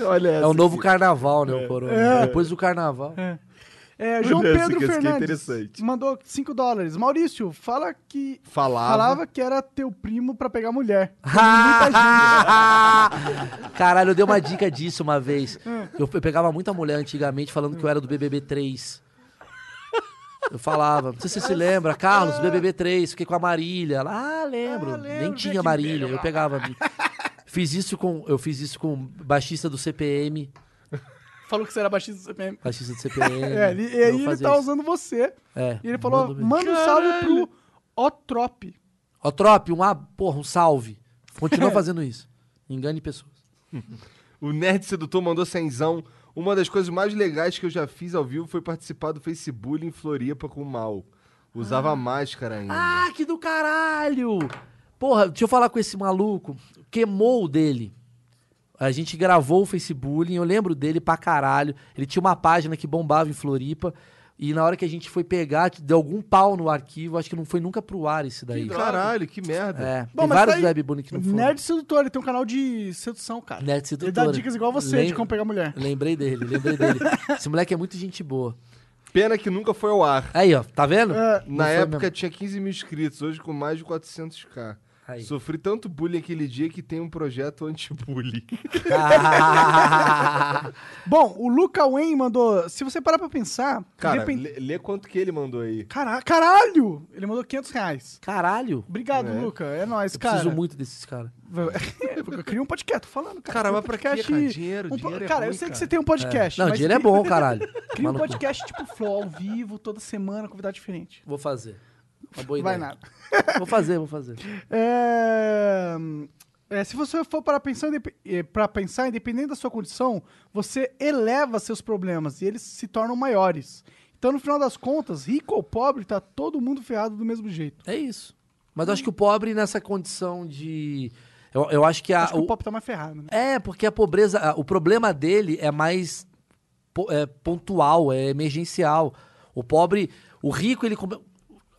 [SPEAKER 1] Olha essa
[SPEAKER 3] É o novo
[SPEAKER 1] aqui.
[SPEAKER 3] carnaval, né, o Corona? Depois do carnaval.
[SPEAKER 2] É, João
[SPEAKER 1] Essa
[SPEAKER 2] Pedro
[SPEAKER 1] que- essa que é
[SPEAKER 2] Fernandes
[SPEAKER 1] interessante.
[SPEAKER 2] mandou 5 dólares. Maurício, fala que
[SPEAKER 1] Falava.
[SPEAKER 2] falava que era teu primo pra pegar mulher. né?
[SPEAKER 3] (laughs) Caralho, eu dei uma dica disso uma vez.
[SPEAKER 2] Hum.
[SPEAKER 3] Eu pe- pegava muita mulher antigamente falando que eu era do BBB 3. Eu falava, não sei se você se lembra, Carlos, BBB 3, fiquei com a Marília. Ela, Ah, lembro. Nem tinha Marília, eu pegava.
[SPEAKER 2] (laughs)
[SPEAKER 3] Fiz isso com, eu fiz isso com o baixista do CPM,
[SPEAKER 2] Falou que você era baixista do CPM.
[SPEAKER 3] baixista do CPM.
[SPEAKER 2] (laughs) É, ele- e
[SPEAKER 3] Eu
[SPEAKER 2] aí ele
[SPEAKER 3] fazia
[SPEAKER 2] tá
[SPEAKER 3] isso.
[SPEAKER 2] usando você.
[SPEAKER 3] É,
[SPEAKER 2] E ele falou,
[SPEAKER 3] manda um
[SPEAKER 2] manda um salve pro Otrop.
[SPEAKER 3] Ó, Trop, um, ab- porra, um salve.
[SPEAKER 2] (laughs)
[SPEAKER 3] Continua fazendo isso. Engane pessoas.
[SPEAKER 1] O Nerd Sedutor mandou cenzão. Uma das coisas mais legais que eu já fiz ao vivo foi participar do Facebook em Floripa com o Mal. Usava máscara ainda.
[SPEAKER 3] Ah, que do caralho! Porra, deixa eu falar com esse maluco. Queimou o dele. A gente gravou o Facebook, eu lembro dele pra caralho. Ele tinha uma página que bombava em Floripa. E na hora que a gente foi pegar, deu algum pau no arquivo. Acho que não foi nunca pro ar esse daí.
[SPEAKER 1] Caralho, que merda.
[SPEAKER 3] É,
[SPEAKER 2] Bom,
[SPEAKER 3] tem
[SPEAKER 2] mas
[SPEAKER 3] vários
[SPEAKER 2] tá aí.
[SPEAKER 3] webbunny que não foram.
[SPEAKER 2] Nerd sedutor, ele tem um canal de sedução, cara.
[SPEAKER 3] Nerd
[SPEAKER 2] Ele dá
[SPEAKER 3] Sedutora.
[SPEAKER 2] dicas igual você de
[SPEAKER 3] Lembra-
[SPEAKER 2] como pegar mulher.
[SPEAKER 3] Lembrei dele,
[SPEAKER 2] (laughs)
[SPEAKER 3] lembrei dele. Esse moleque é muito gente boa.
[SPEAKER 1] Pena que nunca foi ao ar.
[SPEAKER 3] Aí, ó, tá vendo?
[SPEAKER 2] É,
[SPEAKER 3] Não
[SPEAKER 1] Na
[SPEAKER 3] foi
[SPEAKER 1] época
[SPEAKER 3] mesmo.
[SPEAKER 1] tinha 15 mil inscritos, hoje com mais de 400k.
[SPEAKER 3] Aí.
[SPEAKER 1] Sofri tanto bullying aquele dia que tem um projeto
[SPEAKER 2] (laughs)
[SPEAKER 1] anti-bullying.
[SPEAKER 2] Bom, o Luca Wayne mandou. Se você parar pra pensar.
[SPEAKER 1] Cara,
[SPEAKER 2] depend-
[SPEAKER 1] lê, lê quanto que ele mandou aí.
[SPEAKER 2] Cara- Caralho! Ele mandou 500 reais.
[SPEAKER 3] Caralho.
[SPEAKER 2] Obrigado, Luca. É nóis,
[SPEAKER 3] Eu
[SPEAKER 2] cara.
[SPEAKER 3] preciso muito desses caras.
[SPEAKER 2] (laughs) eu criei um podcast, tô falando, cara.
[SPEAKER 1] Cara,
[SPEAKER 2] Criei
[SPEAKER 1] mas
[SPEAKER 2] um
[SPEAKER 1] pra quê,
[SPEAKER 2] podcast
[SPEAKER 1] cara?
[SPEAKER 2] e-
[SPEAKER 1] Dinheiro,
[SPEAKER 2] um po-
[SPEAKER 1] dinheiro é
[SPEAKER 2] Cara, eu
[SPEAKER 1] ruim,
[SPEAKER 2] sei que
[SPEAKER 1] cara.
[SPEAKER 2] você tem um podcast.
[SPEAKER 3] Não,
[SPEAKER 2] mas
[SPEAKER 3] dinheiro é bom, caralho.
[SPEAKER 2] (laughs) Cria um
[SPEAKER 3] Maluco.
[SPEAKER 2] podcast tipo Flow, ao vivo, toda semana, convidado diferente.
[SPEAKER 3] Vou fazer. Uma boa
[SPEAKER 2] Não vai
[SPEAKER 3] ideia.
[SPEAKER 2] nada.
[SPEAKER 3] Vou fazer, vou fazer.
[SPEAKER 2] É, é, se você for para pensar, indep- eh, para pensar, independente da sua condição, você eleva seus problemas e eles se tornam maiores. Então, no final das contas, rico ou pobre, tá todo mundo ferrado do mesmo jeito.
[SPEAKER 3] É isso. Mas eu acho que o pobre nessa condição de. Eu, eu acho que a.
[SPEAKER 2] Acho que o
[SPEAKER 3] Ah, o-
[SPEAKER 2] pobre tá mais ferrado, né?
[SPEAKER 3] É, porque a pobreza. a- O problema dele é mais po- é pontual, é emergencial. O pobre. O rico, ele. come-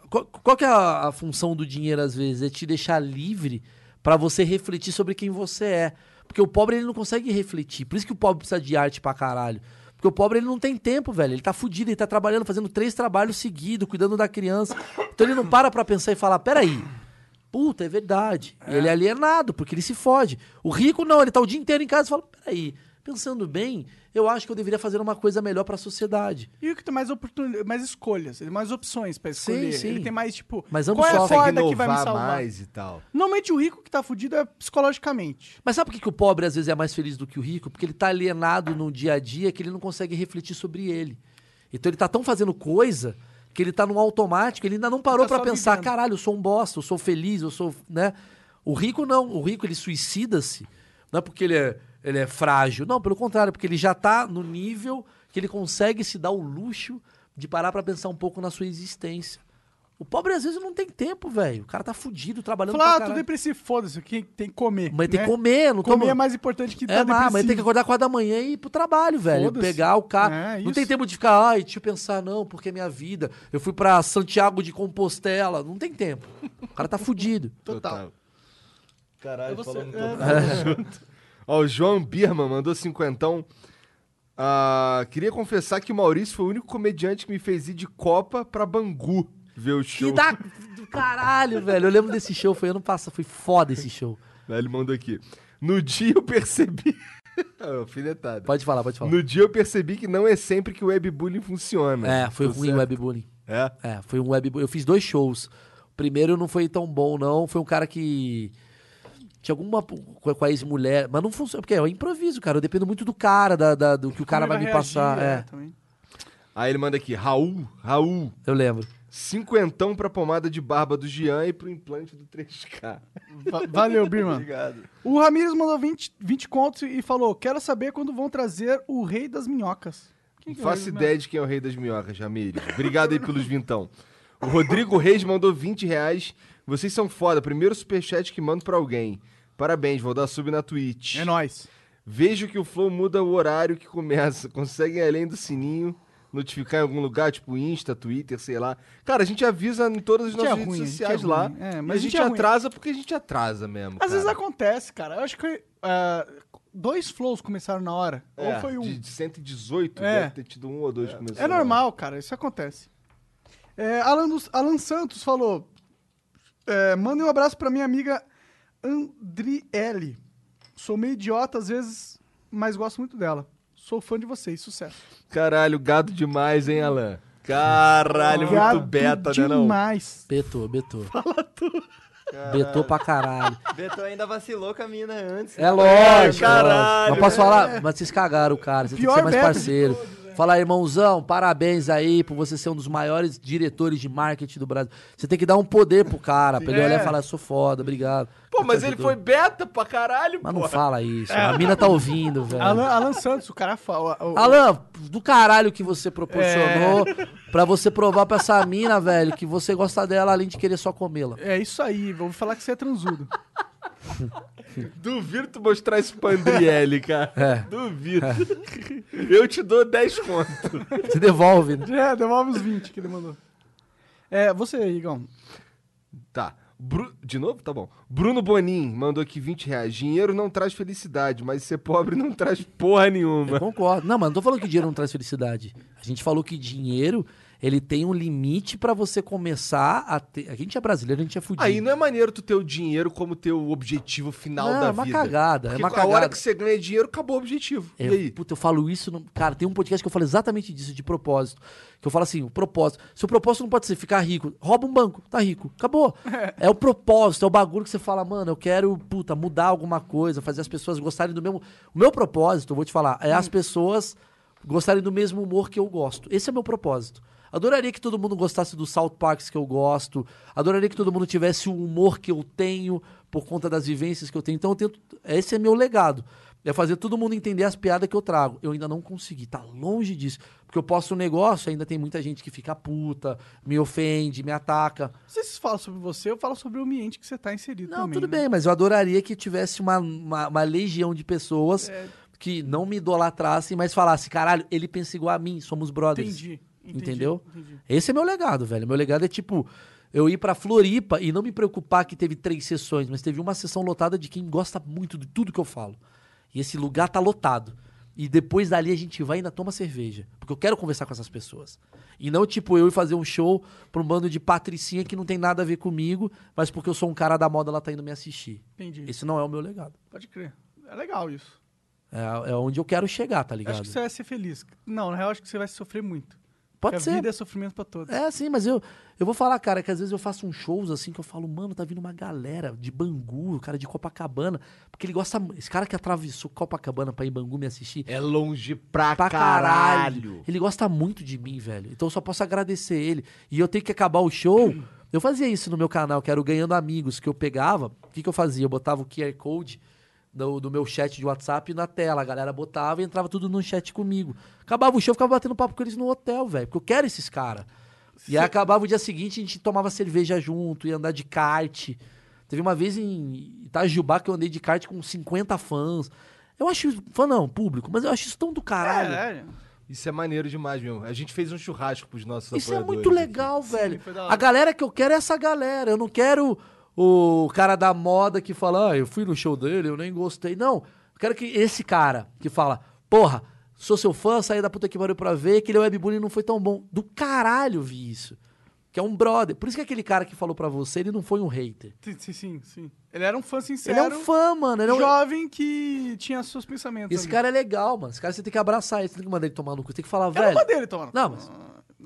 [SPEAKER 3] Qual, qual que é a, a função do dinheiro, às vezes? É te deixar livre pra você refletir sobre quem você é. Porque o pobre, ele não consegue refletir. Por isso que o pobre precisa de arte pra caralho. Porque o pobre, ele não tem tempo, velho. Ele tá fudido, ele tá trabalhando, fazendo três trabalhos seguidos, cuidando da criança. Então ele não para pra pensar e falar: peraí. Puta, é verdade. E Ele é alienado, porque ele se fode. O rico não, ele tá o dia inteiro em casa e fala: peraí, pensando bem, eu acho que eu deveria fazer uma coisa melhor pra sociedade.
[SPEAKER 2] E o que tem mais oportunidades, mais escolhas, ele tem mais opções pra escolher.
[SPEAKER 3] sim.
[SPEAKER 2] Ele tem mais, tipo,
[SPEAKER 3] Mas ambos
[SPEAKER 2] qual é a
[SPEAKER 3] sofrem.
[SPEAKER 2] corda que vai me
[SPEAKER 1] inovar
[SPEAKER 2] salvar?
[SPEAKER 1] mais e tal.
[SPEAKER 2] Normalmente o rico que tá fudido é psicologicamente.
[SPEAKER 3] Mas sabe por que, que o pobre às vezes é mais feliz do que o rico? Porque ele tá alienado no dia a dia que ele não consegue refletir sobre ele. Então ele tá tão fazendo coisa que ele tá num automático, ele ainda não parou
[SPEAKER 2] Tá
[SPEAKER 3] pra
[SPEAKER 2] só
[SPEAKER 3] pensar,
[SPEAKER 2] vivendo.
[SPEAKER 3] caralho, eu sou um bosta, eu sou feliz, eu sou, né? O rico não, o rico ele suicida-se, não é porque ele é, ele é frágil, não, pelo contrário, porque ele já tá no nível que ele consegue se dar o luxo de parar pra pensar um pouco na sua existência. O pobre às vezes não tem tempo, velho. O cara tá fudido, trabalhando pra
[SPEAKER 2] Falar, ah,
[SPEAKER 1] né?"
[SPEAKER 3] caralho.
[SPEAKER 2] tô depressivo, foda-se, quem tem que comer.
[SPEAKER 3] Mas tem
[SPEAKER 2] né?
[SPEAKER 3] que comer, não
[SPEAKER 2] Comer
[SPEAKER 3] toma-
[SPEAKER 2] é mais importante que
[SPEAKER 3] É,
[SPEAKER 2] tá
[SPEAKER 3] mas, mas
[SPEAKER 2] depressivo.
[SPEAKER 3] tem que acordar 4 da manhã e ir pro trabalho, velho.
[SPEAKER 2] Foda-se.
[SPEAKER 3] Pegar o carro.
[SPEAKER 2] É,
[SPEAKER 3] não tem
[SPEAKER 2] isso.
[SPEAKER 3] tempo de ficar, ai, deixa eu pensar, não, porque é minha vida. Eu fui pra Santiago de Compostela. Não tem tempo. O cara
[SPEAKER 2] (laughs)
[SPEAKER 3] tá fudido.
[SPEAKER 2] Total.
[SPEAKER 1] Caralho,
[SPEAKER 3] É
[SPEAKER 1] falando (laughs) Ó, o João Birman mandou cinquentão. Ah, queria confessar que o Maurício foi o único comediante que me fez ir de Copa pra Bangu ver o show.
[SPEAKER 3] Que dá do caralho, velho. Eu lembro desse show, foi ano passado, foi foda esse show.
[SPEAKER 1] Aí ele mandou aqui. No dia eu percebi... (laughs) Alfinetada.
[SPEAKER 3] Pode falar, pode falar.
[SPEAKER 1] No dia eu percebi que não é sempre que o webbullying funciona.
[SPEAKER 3] É,
[SPEAKER 2] tá
[SPEAKER 3] foi
[SPEAKER 1] Tô
[SPEAKER 3] ruim o
[SPEAKER 1] certo.
[SPEAKER 3] webbullying.
[SPEAKER 1] É?
[SPEAKER 3] É, foi um web. Eu fiz dois shows. O primeiro não foi tão bom, não. Foi um cara que. Tinha alguma. com a- com a ex-mulher. Mas não funciona. Porque é um improviso, cara. Eu dependo muito do cara, da, da- do que o cara
[SPEAKER 2] Como
[SPEAKER 3] vai
[SPEAKER 2] ele
[SPEAKER 3] me passar.
[SPEAKER 2] reagir,
[SPEAKER 3] É,
[SPEAKER 2] é, também.
[SPEAKER 1] Aí ele manda aqui. Raul, Raul,
[SPEAKER 3] eu lembro.
[SPEAKER 1] cinquentão pra pomada de barba do Jean e pro implante do 3K.
[SPEAKER 2] Va-
[SPEAKER 1] (laughs)
[SPEAKER 2] Valeu, Birman.
[SPEAKER 4] Obrigado.
[SPEAKER 2] O Ramires mandou 20, 20 contos e falou: Quero saber quando vão trazer o rei das minhocas. Quem
[SPEAKER 1] Não
[SPEAKER 2] que é o
[SPEAKER 1] faço
[SPEAKER 2] rei das
[SPEAKER 1] ideia de quem é o rei das minhocas, Ramires. Obrigado aí pelos vintão. O Rodrigo Reis mandou 20 reais. Vocês são foda. Primeiro superchat que mando pra alguém. Parabéns, vou dar sub na Twitch.
[SPEAKER 2] minhocas? É nóis.
[SPEAKER 1] Vejo que o Flow muda o horário que começa. (laughs) Conseguem, além do sininho, notificar em algum lugar, tipo Insta, Twitter, sei lá. Cara, a gente avisa em todas as
[SPEAKER 2] A gente é
[SPEAKER 1] nossas
[SPEAKER 2] ruim, a
[SPEAKER 1] redes
[SPEAKER 2] gente
[SPEAKER 1] sociais
[SPEAKER 2] é ruim.
[SPEAKER 1] lá.
[SPEAKER 2] É,
[SPEAKER 1] mas a gente,
[SPEAKER 2] é ruim.
[SPEAKER 1] atrasa porque a gente atrasa mesmo.
[SPEAKER 2] Às
[SPEAKER 1] cara.
[SPEAKER 2] vezes acontece, cara. Eu acho que ah, dois flows começaram na hora.
[SPEAKER 1] É,
[SPEAKER 2] ou foi um.
[SPEAKER 1] De 118,
[SPEAKER 2] É.
[SPEAKER 1] deve ter tido um ou dois que começou.
[SPEAKER 2] É normal, cara, isso acontece. É, Alan, dos- Alan Santos falou: é, Mandem um abraço pra minha amiga Andriele. Sou meio idiota às vezes, mas gosto muito dela. Sou fã de vocês, sucesso.
[SPEAKER 1] Caralho, gado demais, hein, Alan? Caralho,
[SPEAKER 2] Gado
[SPEAKER 1] muito beta, né, não?
[SPEAKER 2] demais.
[SPEAKER 3] Betou, betou. Fala tu. Betou pra caralho.
[SPEAKER 4] Beto ainda vacilou com a mina antes.
[SPEAKER 3] É lógico.
[SPEAKER 1] caralho.
[SPEAKER 3] lógico. Mas posso falar? Mas vocês cagaram, o cara. Vocês têm que
[SPEAKER 2] Pior
[SPEAKER 3] ser mais
[SPEAKER 2] método de
[SPEAKER 3] parceiro. Fala, irmãozão, parabéns aí por você ser um dos maiores diretores de marketing do Brasil. Você tem que dar um poder pro cara, pra ele
[SPEAKER 2] É.
[SPEAKER 3] olhar e falar, sou foda, obrigado.
[SPEAKER 1] Pô, mas
[SPEAKER 3] Tá Te
[SPEAKER 1] ele
[SPEAKER 3] ajudou."
[SPEAKER 1] foi beta pra caralho,
[SPEAKER 3] Mas
[SPEAKER 1] pô.
[SPEAKER 3] não fala isso. A mina tá ouvindo,
[SPEAKER 1] É.
[SPEAKER 3] velho.
[SPEAKER 2] Alan,
[SPEAKER 3] Alan,
[SPEAKER 2] Alan Santos, o cara fala. o- o-
[SPEAKER 3] do caralho que você proporcionou pra você provar pra essa mina, velho, que você gosta dela além de querer só comê-la.
[SPEAKER 2] É isso aí, vou falar que você é transudo.
[SPEAKER 1] Duvido tu mostrar esse pandriele, cara.
[SPEAKER 3] (laughs) É.
[SPEAKER 1] Duvido. (laughs) Eu te dou 10 conto.
[SPEAKER 3] Você devolve, né?
[SPEAKER 2] (laughs) é, devolve os 20 que ele mandou. É, você, Igão.
[SPEAKER 1] Tá. Bru- De novo? Tá bom. Bruno Bonin mandou aqui 20 reais. Dinheiro não traz felicidade, mas ser pobre não traz porra
[SPEAKER 3] Eu
[SPEAKER 1] nenhuma.
[SPEAKER 3] concordo. Não, mas não tô falando que dinheiro não traz felicidade. A gente falou que dinheiro, ele tem um limite pra você começar a ter... A gente é brasileiro, a gente é fudido.
[SPEAKER 1] Aí não é maneiro tu ter o dinheiro como teu objetivo final
[SPEAKER 3] Não,
[SPEAKER 1] da
[SPEAKER 3] é uma
[SPEAKER 1] vida.
[SPEAKER 3] cagada, é
[SPEAKER 1] Porque
[SPEAKER 3] uma
[SPEAKER 1] a hora
[SPEAKER 3] cagada.
[SPEAKER 1] que você ganha dinheiro, acabou o objetivo.
[SPEAKER 3] É,
[SPEAKER 1] e aí?
[SPEAKER 3] Puta, eu falo isso. no- Cara, tem um podcast que eu falo exatamente disso, de propósito. Que eu falo assim: o propósito. Se o propósito não pode ser ficar rico, rouba um banco, tá rico, acabou. É o propósito, é o bagulho que você fala, mano, eu quero, puta, mudar alguma coisa, fazer as pessoas gostarem do mesmo. O meu
[SPEAKER 1] Hum.
[SPEAKER 3] propósito, eu vou te falar, é as pessoas gostarem do mesmo humor que eu gosto. Esse é o meu propósito. Adoraria que todo mundo gostasse do South Parks que eu gosto. Adoraria que todo mundo tivesse o humor que eu tenho por conta das vivências que eu tenho. Então eu tento. Esse é meu legado. É fazer todo mundo entender as piadas que eu trago. Eu ainda não consegui, tá longe disso. Porque eu posto um negócio, ainda tem muita gente que fica puta, me ofende, me ataca.
[SPEAKER 2] Não sei se isso fala sobre você, eu falo sobre o ambiente que você tá inserido
[SPEAKER 3] Não,
[SPEAKER 2] também.
[SPEAKER 3] tudo
[SPEAKER 2] né?
[SPEAKER 3] bem, mas eu adoraria que tivesse uma, uma, uma legião de pessoas
[SPEAKER 2] É.
[SPEAKER 3] que não me idolatrassem, mas falasse, caralho, ele pensa igual a mim, somos brothers.
[SPEAKER 2] Entendi. entendi,
[SPEAKER 3] Entendeu?
[SPEAKER 2] entendi.
[SPEAKER 3] Esse é meu legado, velho. Meu legado é tipo eu ir pra Floripa e não me preocupar que teve três sessões, mas teve uma sessão lotada de quem gosta muito de tudo que eu falo. E esse lugar tá lotado. E depois dali a gente vai e ainda toma cerveja. Porque eu quero conversar com essas pessoas. E não, tipo, eu ir fazer um show pra um bando de patricinha que não tem nada a ver comigo, mas porque eu sou um cara da moda, ela tá indo me assistir.
[SPEAKER 2] Entendi.
[SPEAKER 3] Esse não é o meu legado.
[SPEAKER 2] Pode crer. É legal isso.
[SPEAKER 3] É, é onde eu quero chegar, tá ligado?
[SPEAKER 2] Acho que você vai ser feliz. Não, na real, acho que você vai sofrer muito.
[SPEAKER 3] Pode
[SPEAKER 2] Porque
[SPEAKER 3] ser.
[SPEAKER 2] A vida é sofrimento pra todos.
[SPEAKER 3] É, sim, mas eu, eu vou falar, cara, que às vezes eu faço uns shows assim que eu falo, mano, tá vindo uma galera de Bangu, cara de Copacabana, porque ele gosta. mu- Esse cara que atravessou Copacabana pra ir em Bangu me assistir.
[SPEAKER 1] É longe pra,
[SPEAKER 3] Pra caralho.
[SPEAKER 1] caralho.
[SPEAKER 3] Ele gosta muito de mim, velho. Então eu só posso agradecer ele. E eu tenho que acabar o show. Eu fazia isso no meu canal, que era o Ganhando Amigos, que eu pegava. O que, que eu fazia? Eu botava o QR Code do, do meu chat de WhatsApp na tela. A galera botava e entrava tudo no chat comigo. Acabava o show, eu ficava batendo papo com eles no hotel, velho. Porque eu quero esses caras. E aí acabava o dia seguinte, a gente tomava cerveja junto, ia andar de kart. Teve uma vez em Itajubá que eu andei de kart com 50 fãs. Eu acho isso, fã não, público, mas eu acho isso tão do caralho.
[SPEAKER 2] É, é.
[SPEAKER 1] Isso é maneiro demais mesmo. A gente fez um churrasco pros nossos
[SPEAKER 3] Isso é
[SPEAKER 1] apoiadores
[SPEAKER 3] muito
[SPEAKER 1] aqui.
[SPEAKER 3] legal, velho.
[SPEAKER 2] foi da hora.
[SPEAKER 3] A galera que eu quero é essa galera. Eu não quero o cara da moda que fala, ah, eu fui no show dele, eu nem gostei. Não. Eu quero que esse cara que fala, porra, sou seu fã, saí da puta que pariu pra ver, que ele é webbullying não foi tão bom. Do caralho vi isso. Que é um brother. Por isso que aquele cara que falou pra você, ele não foi um hater.
[SPEAKER 2] Sim, Sim, sim, sim. Ele era um fã sincero.
[SPEAKER 3] Ele é um fã, mano. Ele é um...
[SPEAKER 2] jovem que tinha seus pensamentos.
[SPEAKER 3] Esse
[SPEAKER 2] ali.
[SPEAKER 3] cara é legal, mano. Esse cara você tem que abraçar ele, você tem que mandar ele tomar no cu. Você tem que falar,
[SPEAKER 2] Eu não
[SPEAKER 3] velho.
[SPEAKER 2] mandei ele tomar. no
[SPEAKER 3] Não,
[SPEAKER 2] cu.
[SPEAKER 3] mas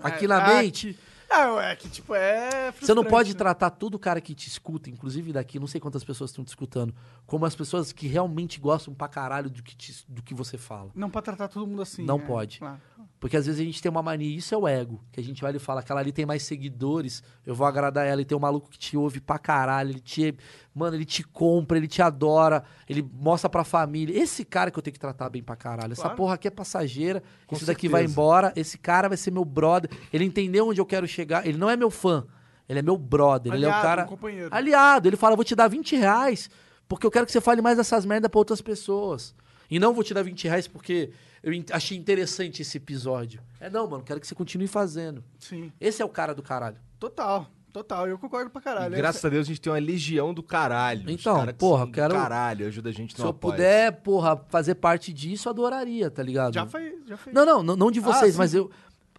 [SPEAKER 2] Ah,
[SPEAKER 3] aqui
[SPEAKER 2] então, é-
[SPEAKER 3] na
[SPEAKER 2] ah,
[SPEAKER 3] mente-
[SPEAKER 2] que- Ah, é que tipo, é.
[SPEAKER 3] Você não
[SPEAKER 2] frustrante,
[SPEAKER 3] pode
[SPEAKER 2] né?
[SPEAKER 3] tratar todo cara que te escuta, inclusive daqui, não sei quantas pessoas estão te escutando, como as pessoas que realmente gostam pra caralho do que, te- do que você fala.
[SPEAKER 2] né? Não pode tratar todo mundo assim.
[SPEAKER 3] Não
[SPEAKER 2] é,
[SPEAKER 3] pode.
[SPEAKER 2] claro.
[SPEAKER 3] Porque às vezes a gente tem uma mania, isso é o ego, que a gente vai ali e fala, aquela ali tem mais seguidores, eu vou agradar ela, e tem um maluco que te ouve pra caralho, ele te. Mano, ele te compra, ele te adora, ele mostra pra família. Esse cara que eu tenho que tratar bem pra caralho. Essa
[SPEAKER 2] Claro.
[SPEAKER 3] porra aqui é passageira,
[SPEAKER 1] Com
[SPEAKER 3] isso daqui
[SPEAKER 1] certeza.
[SPEAKER 3] vai embora, esse cara vai ser meu brother, ele entendeu onde eu quero chegar, ele não é meu fã. Ele é meu brother, ele é o
[SPEAKER 2] Aliado,
[SPEAKER 3] cara.
[SPEAKER 2] um companheiro.
[SPEAKER 3] Aliado, ele fala, vou te dar 20 reais porque eu quero que você fale mais dessas merda pra outras pessoas. E não vou te dar 20 reais porque eu in- achei interessante esse episódio. É não, mano, quero que você continue fazendo.
[SPEAKER 2] Sim.
[SPEAKER 3] Esse é o cara do caralho.
[SPEAKER 2] Total. Total. Eu concordo pra
[SPEAKER 1] E
[SPEAKER 2] caralho. É,
[SPEAKER 1] graças a Deus a gente tem uma legião do caralho. Os
[SPEAKER 3] Então,
[SPEAKER 1] caras que
[SPEAKER 3] porra,
[SPEAKER 1] são do
[SPEAKER 3] quero-
[SPEAKER 1] Caralho, ajuda a gente
[SPEAKER 3] Se
[SPEAKER 1] no
[SPEAKER 3] eu
[SPEAKER 1] apoio.
[SPEAKER 3] puder, porra, fazer parte disso, eu adoraria, tá ligado?
[SPEAKER 2] Já foi. Já foi.
[SPEAKER 3] Não, não, não, não de
[SPEAKER 2] Ah,
[SPEAKER 3] vocês,
[SPEAKER 2] sim.
[SPEAKER 3] mas eu.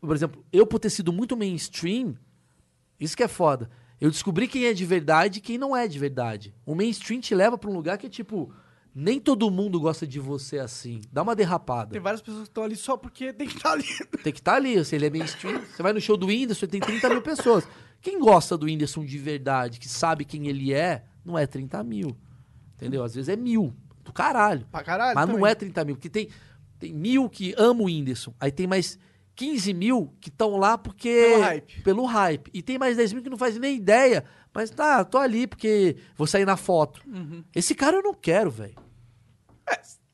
[SPEAKER 3] Por exemplo, eu por ter sido muito mainstream, isso que é foda. Eu descobri quem é de verdade e quem não é de verdade. O mainstream te leva pra um lugar que é tipo. Nem todo mundo gosta de você assim. Dá uma derrapada.
[SPEAKER 2] Tem várias pessoas que estão ali só porque tem que estar ali. (laughs)
[SPEAKER 3] Tem que estar ali. Se ele é mainstream, você vai no show do Whindersson, tem 30 mil pessoas. Quem gosta do Whindersson de verdade, que sabe quem ele é, não é 30 mil. Entendeu? Às vezes é mil. Do caralho.
[SPEAKER 2] Pra caralho.
[SPEAKER 3] Mas não
[SPEAKER 2] também.
[SPEAKER 3] é 30 mil, porque tem, tem mil que amam o Whindersson. Aí tem mais 15 mil que estão lá porque.
[SPEAKER 2] Pelo hype.
[SPEAKER 3] pelo hype. E tem mais 10 mil que não faz nem ideia. Mas tá, tô ali porque vou sair na foto.
[SPEAKER 2] Uhum.
[SPEAKER 3] Esse cara eu não quero, velho.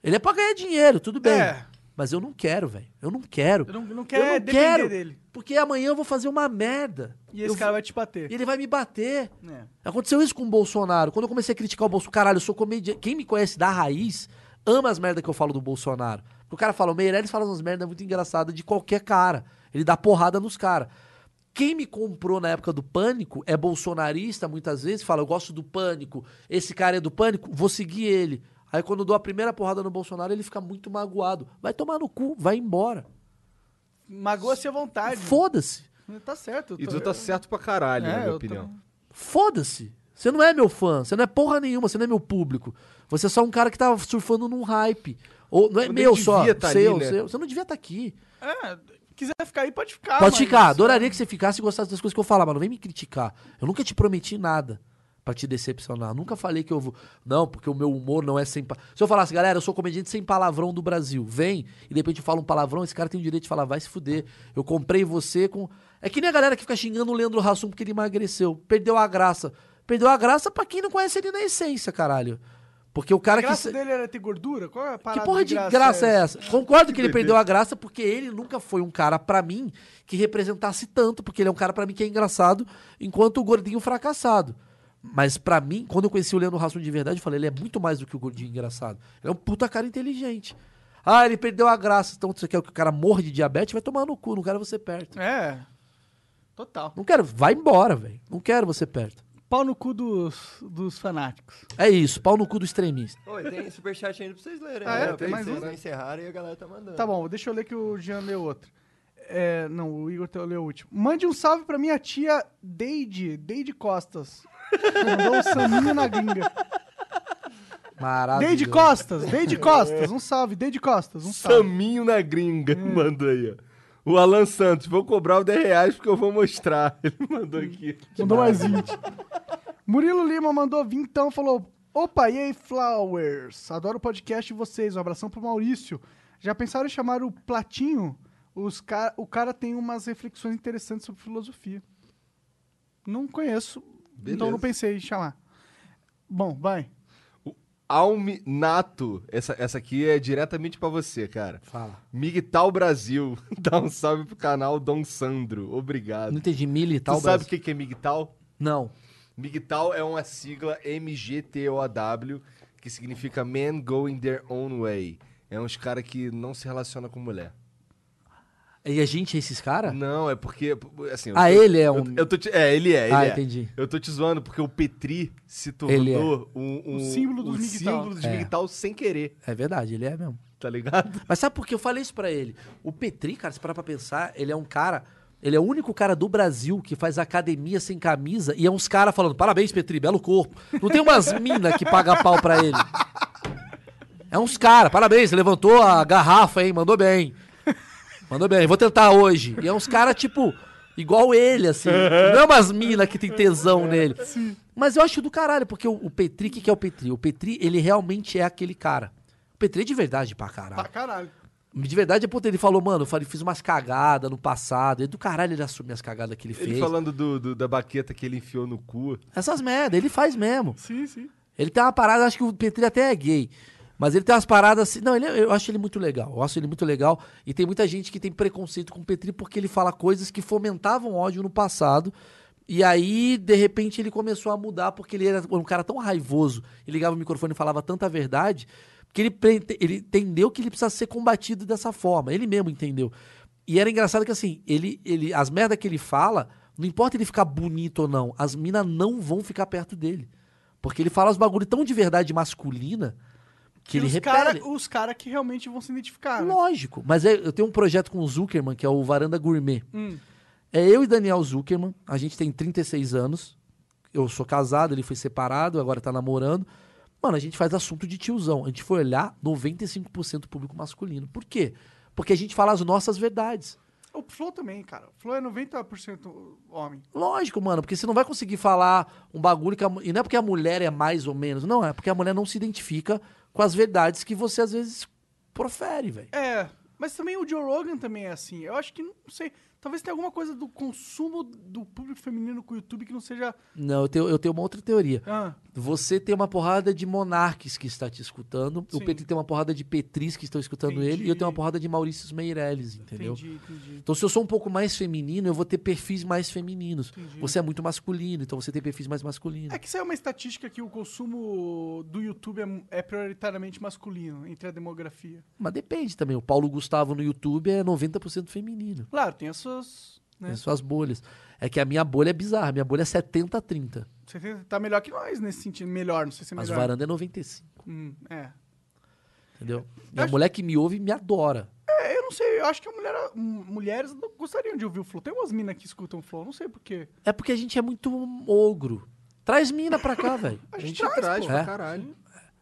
[SPEAKER 3] Ele é pra ganhar dinheiro, tudo bem.
[SPEAKER 2] É.
[SPEAKER 3] Mas eu não quero, velho. Eu não quero.
[SPEAKER 2] Eu não, não quer depender dele.
[SPEAKER 3] Porque amanhã eu vou fazer uma merda.
[SPEAKER 2] E esse
[SPEAKER 3] Eu
[SPEAKER 2] cara
[SPEAKER 3] vou-
[SPEAKER 2] vai te bater.
[SPEAKER 3] e ele vai me bater.
[SPEAKER 2] É.
[SPEAKER 3] Aconteceu isso com o Bolsonaro. Quando eu comecei a criticar o Bolsonaro, caralho, eu sou comediante. Quem me conhece da raiz ama as merdas que eu falo do Bolsonaro. Porque o cara fala, o Meirelles fala umas merdas muito engraçadas de qualquer cara. Ele dá porrada nos caras. Quem me comprou na época do pânico é bolsonarista, muitas vezes, fala, eu gosto do pânico, esse cara é do pânico, vou seguir ele. Aí quando eu dou a primeira porrada no Bolsonaro, ele fica muito magoado. Vai tomar no cu, vai embora.
[SPEAKER 2] Magoa-se à vontade.
[SPEAKER 3] Foda-se.
[SPEAKER 2] Tá certo. eu
[SPEAKER 1] E
[SPEAKER 2] tô-
[SPEAKER 1] tu tá certo pra caralho,
[SPEAKER 2] É,
[SPEAKER 1] na minha
[SPEAKER 2] eu
[SPEAKER 1] opinião.
[SPEAKER 3] Foda-se. Você não é meu fã, você não é porra nenhuma, você não é meu público. Você é só um cara que tá surfando num hype. Ou não é
[SPEAKER 1] Eu nem
[SPEAKER 3] meu só,
[SPEAKER 1] devia tá ali,
[SPEAKER 3] seu,
[SPEAKER 1] né?
[SPEAKER 3] seu. Você não devia estar aqui.
[SPEAKER 2] É, quiser ficar aí, pode ficar.
[SPEAKER 3] Pode
[SPEAKER 2] mas-
[SPEAKER 3] ficar, adoraria que você ficasse e gostasse das coisas que eu falava, mas não vem me criticar. Eu nunca te prometi nada pra te decepcionar. Nunca falei que eu vou. Não, porque o meu humor não é sem. pa- Se eu falasse, galera, eu sou comediante sem palavrão do Brasil, vem, e de repente eu falo um palavrão, esse cara tem o direito de falar, vai se fuder. Eu comprei você com. É que nem a galera que fica xingando o Leandro Hassum porque ele emagreceu. Perdeu a graça. Perdeu a graça pra quem não conhece ele na essência, caralho. Porque o cara
[SPEAKER 2] A graça
[SPEAKER 3] que. se-
[SPEAKER 2] dele era ter gordura? Qual é a parada
[SPEAKER 3] Que porra de graça é essa? Concordo que ele perdeu a graça porque ele nunca foi um cara pra mim que representasse tanto, porque ele é um cara pra mim que é engraçado, enquanto o gordinho fracassado. Mas pra mim, quando eu conheci o Leandro Hassum de verdade, eu falei, ele é muito mais do que o gordinho engraçado. Ele é um puta cara inteligente. Ah, ele perdeu a graça, então você quer que o cara morra de diabetes? Vai tomar no cu, não quero você perto.
[SPEAKER 2] É. Total.
[SPEAKER 3] Não quero, vai embora, velho. Não quero você perto.
[SPEAKER 2] Pau no cu dos, dos fanáticos.
[SPEAKER 3] É isso, pau no cu do extremista.
[SPEAKER 4] Oi, tem superchat ainda pra vocês lerem.
[SPEAKER 2] Ah,
[SPEAKER 4] né?
[SPEAKER 2] é?
[SPEAKER 4] Porque
[SPEAKER 2] Tem mais
[SPEAKER 4] vocês
[SPEAKER 2] um,
[SPEAKER 4] não
[SPEAKER 2] né?
[SPEAKER 4] encerraram e a galera tá mandando.
[SPEAKER 2] Tá bom, deixa eu ler que o Jean leu outro. É, não, o Igor te- leu o último. Mande um salve pra minha tia Deide, Deide Costas. Mandou
[SPEAKER 3] (laughs)
[SPEAKER 2] um saminho na gringa.
[SPEAKER 3] Maravilhoso.
[SPEAKER 2] Deide Costas, Deide
[SPEAKER 3] É.
[SPEAKER 2] Costas, um salve, Deide Costas, um salve.
[SPEAKER 1] Saminho na gringa,
[SPEAKER 3] É.
[SPEAKER 1] mandou aí, ó. O Alan Santos, vou cobrar os 10 reais porque eu vou mostrar. (laughs) Ele mandou aqui.
[SPEAKER 2] Mandou mais 20. (laughs) Murilo Lima mandou vintão, falou: Opa, e aí, Flowers? Adoro o podcast de vocês, um abração pro Maurício. Já pensaram em chamar o Platinho? Os ca- O cara tem umas reflexões interessantes sobre filosofia. Não conheço, então não pensei em chamar. Bom, vai.
[SPEAKER 1] Alminato, essa, essa aqui é diretamente pra você, cara.
[SPEAKER 3] Fala.
[SPEAKER 1] Migtal Brasil, (laughs) dá um salve pro canal Dom Sandro.
[SPEAKER 3] Não
[SPEAKER 1] Obrigado.
[SPEAKER 3] entendi,
[SPEAKER 1] Tu
[SPEAKER 3] militar.
[SPEAKER 1] sabe
[SPEAKER 3] o
[SPEAKER 1] o
[SPEAKER 3] Brasil.
[SPEAKER 1] que que é Migtal?
[SPEAKER 3] Não.
[SPEAKER 1] MGTOW é uma sigla MGTOW, que significa Men Going Their Own Way. É uns caras que não se relaciona com mulher.
[SPEAKER 3] E a gente é esses caras?
[SPEAKER 1] Não, é porque. Assim, eu
[SPEAKER 3] Ah,
[SPEAKER 1] tô-
[SPEAKER 3] ele é
[SPEAKER 1] eu-
[SPEAKER 3] um-
[SPEAKER 1] Eu tô te- é, ele é. Ele
[SPEAKER 3] Ah,
[SPEAKER 1] é.
[SPEAKER 3] entendi.
[SPEAKER 1] Eu tô te zoando porque o Petri se
[SPEAKER 3] Ele é.
[SPEAKER 1] tornou um, um,
[SPEAKER 2] O símbolo dos
[SPEAKER 1] um
[SPEAKER 2] MGTOW.
[SPEAKER 1] símbolo dos
[SPEAKER 3] É.
[SPEAKER 1] MGTOW sem querer,
[SPEAKER 3] É verdade, ele é mesmo.
[SPEAKER 1] tá ligado?
[SPEAKER 3] Mas sabe por que eu falei isso pra ele? O Petri, cara, se parar pra pensar, ele é um cara. Ele é o único cara do Brasil que faz academia sem camisa e é uns caras falando: parabéns, Petri, belo corpo. Não tem umas minas que paga pau pra ele. É uns caras, parabéns, levantou a garrafa, hein? Mandou bem. Mandou bem, vou tentar hoje. E é uns caras, tipo, igual ele, assim. Não é umas minas que tem tesão nele. Mas eu acho do caralho, porque o, o Petri, o que, que é o Petri? O Petri, ele realmente é aquele cara. O Petri é de verdade pra caralho.
[SPEAKER 2] Pra caralho.
[SPEAKER 3] De verdade, é puta, ele falou, mano, eu falei, fiz umas cagadas no passado. E do caralho ele assume as cagadas que ele fez.
[SPEAKER 1] Ele falando do, do- da baqueta que ele enfiou no cu.
[SPEAKER 3] Essas merda, ele faz mesmo.
[SPEAKER 2] Sim, sim.
[SPEAKER 3] Ele tem uma parada, acho que o Petri até é gay. Mas ele tem umas paradas assim. Não, ele é- eu acho ele muito legal. Eu acho ele muito legal. E tem muita gente que tem preconceito com o Petri porque ele fala coisas que fomentavam ódio no passado. E aí, de repente, ele começou a mudar porque ele era um cara tão raivoso. Ele ligava o microfone e falava tanta verdade que ele, pre- ele entendeu que ele precisa ser combatido dessa forma. Ele mesmo entendeu. E era engraçado que assim, ele, ele as merdas que ele fala, não importa ele ficar bonito ou não, as minas não vão ficar perto dele. Porque ele fala os bagulho tão de verdade masculina que ele
[SPEAKER 2] os
[SPEAKER 3] repele.
[SPEAKER 2] cara- os caras que realmente vão se identificar. né?
[SPEAKER 3] Lógico. Mas é- eu tenho um projeto com o Zuckerman, que é o Varanda Gourmet.
[SPEAKER 2] Hum.
[SPEAKER 3] É eu e Daniel Zuckerman, a gente tem 36 anos. Eu sou casado, ele foi separado, agora tá namorando. Mano, a gente faz assunto de tiozão. A gente foi olhar 95% público masculino. Por quê? Porque a gente fala as nossas verdades.
[SPEAKER 2] O Flow também, cara. O Flow é 90% homem.
[SPEAKER 3] Lógico, mano, porque você não vai conseguir falar um bagulho que a, mu- e não é porque a mulher é mais ou menos, não, é porque a mulher não se identifica com as verdades que você às vezes profere, velho.
[SPEAKER 2] É, mas também o Joe Rogan também é assim. Eu acho que, não sei, talvez tenha alguma coisa do consumo do público feminino com o YouTube que não seja...
[SPEAKER 3] Não, eu tenho, eu tenho uma outra teoria.
[SPEAKER 2] Ah,
[SPEAKER 3] Você tem uma porrada de monarques que está te escutando, o
[SPEAKER 2] Sim.
[SPEAKER 3] Petri tem uma porrada de Petris que estão escutando ele, e eu tenho uma
[SPEAKER 2] Entendi.
[SPEAKER 3] porrada de Maurícios Meirelles, entendeu?
[SPEAKER 2] entendi, entendi.
[SPEAKER 3] Então, se eu sou um pouco mais feminino, eu vou ter perfis mais femininos. Você é muito masculino, então você tem perfis mais masculinos.
[SPEAKER 2] É que isso é uma estatística que o consumo do YouTube é, é prioritariamente masculino entre a demografia.
[SPEAKER 3] Mas depende também. O Paulo Gustavo no YouTube é 90% feminino.
[SPEAKER 2] Claro, tem as suas... Né?
[SPEAKER 3] Tem suas bolhas. É que a minha bolha é bizarra. Minha bolha é 70 a 30.
[SPEAKER 2] Você tem- tá melhor que nós nesse sentido. Melhor, não sei se é
[SPEAKER 3] Mas
[SPEAKER 2] melhor.
[SPEAKER 3] o varanda é 95,
[SPEAKER 2] Hum, é.
[SPEAKER 3] entendeu? E a mulher que me ouve me adora.
[SPEAKER 2] É, eu não sei, eu acho que a mulher, m- mulheres não gostariam de ouvir o Flow. Tem umas minas que escutam o Flow, não sei porquê.
[SPEAKER 3] É porque a gente é muito ogro. Traz mina pra cá, (laughs) velho.
[SPEAKER 1] A gente traz
[SPEAKER 3] pô.
[SPEAKER 1] pra
[SPEAKER 3] É.
[SPEAKER 1] caralho.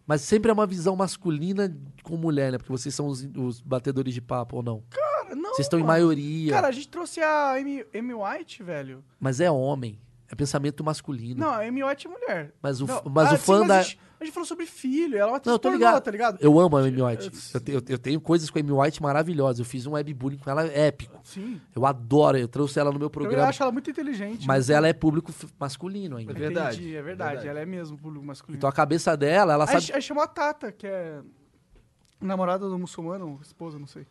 [SPEAKER 3] Mas sempre é uma visão masculina com mulher, né? Porque vocês são os, os batedores de papo ou não.
[SPEAKER 2] Cara, não,
[SPEAKER 3] Vocês estão em
[SPEAKER 2] mano.
[SPEAKER 3] maioria.
[SPEAKER 2] Cara, a gente trouxe a Amy, Amy White, velho.
[SPEAKER 3] Mas é homem. É pensamento masculino.
[SPEAKER 2] Não, a Amy White é mulher.
[SPEAKER 3] Mas o,
[SPEAKER 2] Não,
[SPEAKER 3] mas
[SPEAKER 2] ah,
[SPEAKER 3] o fã
[SPEAKER 2] sim,
[SPEAKER 3] da.
[SPEAKER 2] mas a gente- A gente falou sobre filho, ela
[SPEAKER 3] Não, eu tô
[SPEAKER 2] transtornou,
[SPEAKER 3] ligado.
[SPEAKER 2] tá ligado?
[SPEAKER 3] Eu amo a Amy White. Eu, te- eu- eu tenho coisas com a Amy White maravilhosas. Eu fiz um webbullying com ela épico.
[SPEAKER 2] Sim.
[SPEAKER 3] Eu adoro, eu trouxe ela no meu
[SPEAKER 2] Eu
[SPEAKER 3] programa.
[SPEAKER 2] acho ela muito inteligente.
[SPEAKER 3] Mas ela é público f- masculino ainda.
[SPEAKER 1] É verdade.
[SPEAKER 2] Entendi, é verdade. Ela é mesmo público masculino.
[SPEAKER 3] Então a cabeça dela, ela
[SPEAKER 2] aí,
[SPEAKER 3] sabe.
[SPEAKER 2] aí chamou a Tata, que é namorada do muçulmano, esposa, não sei.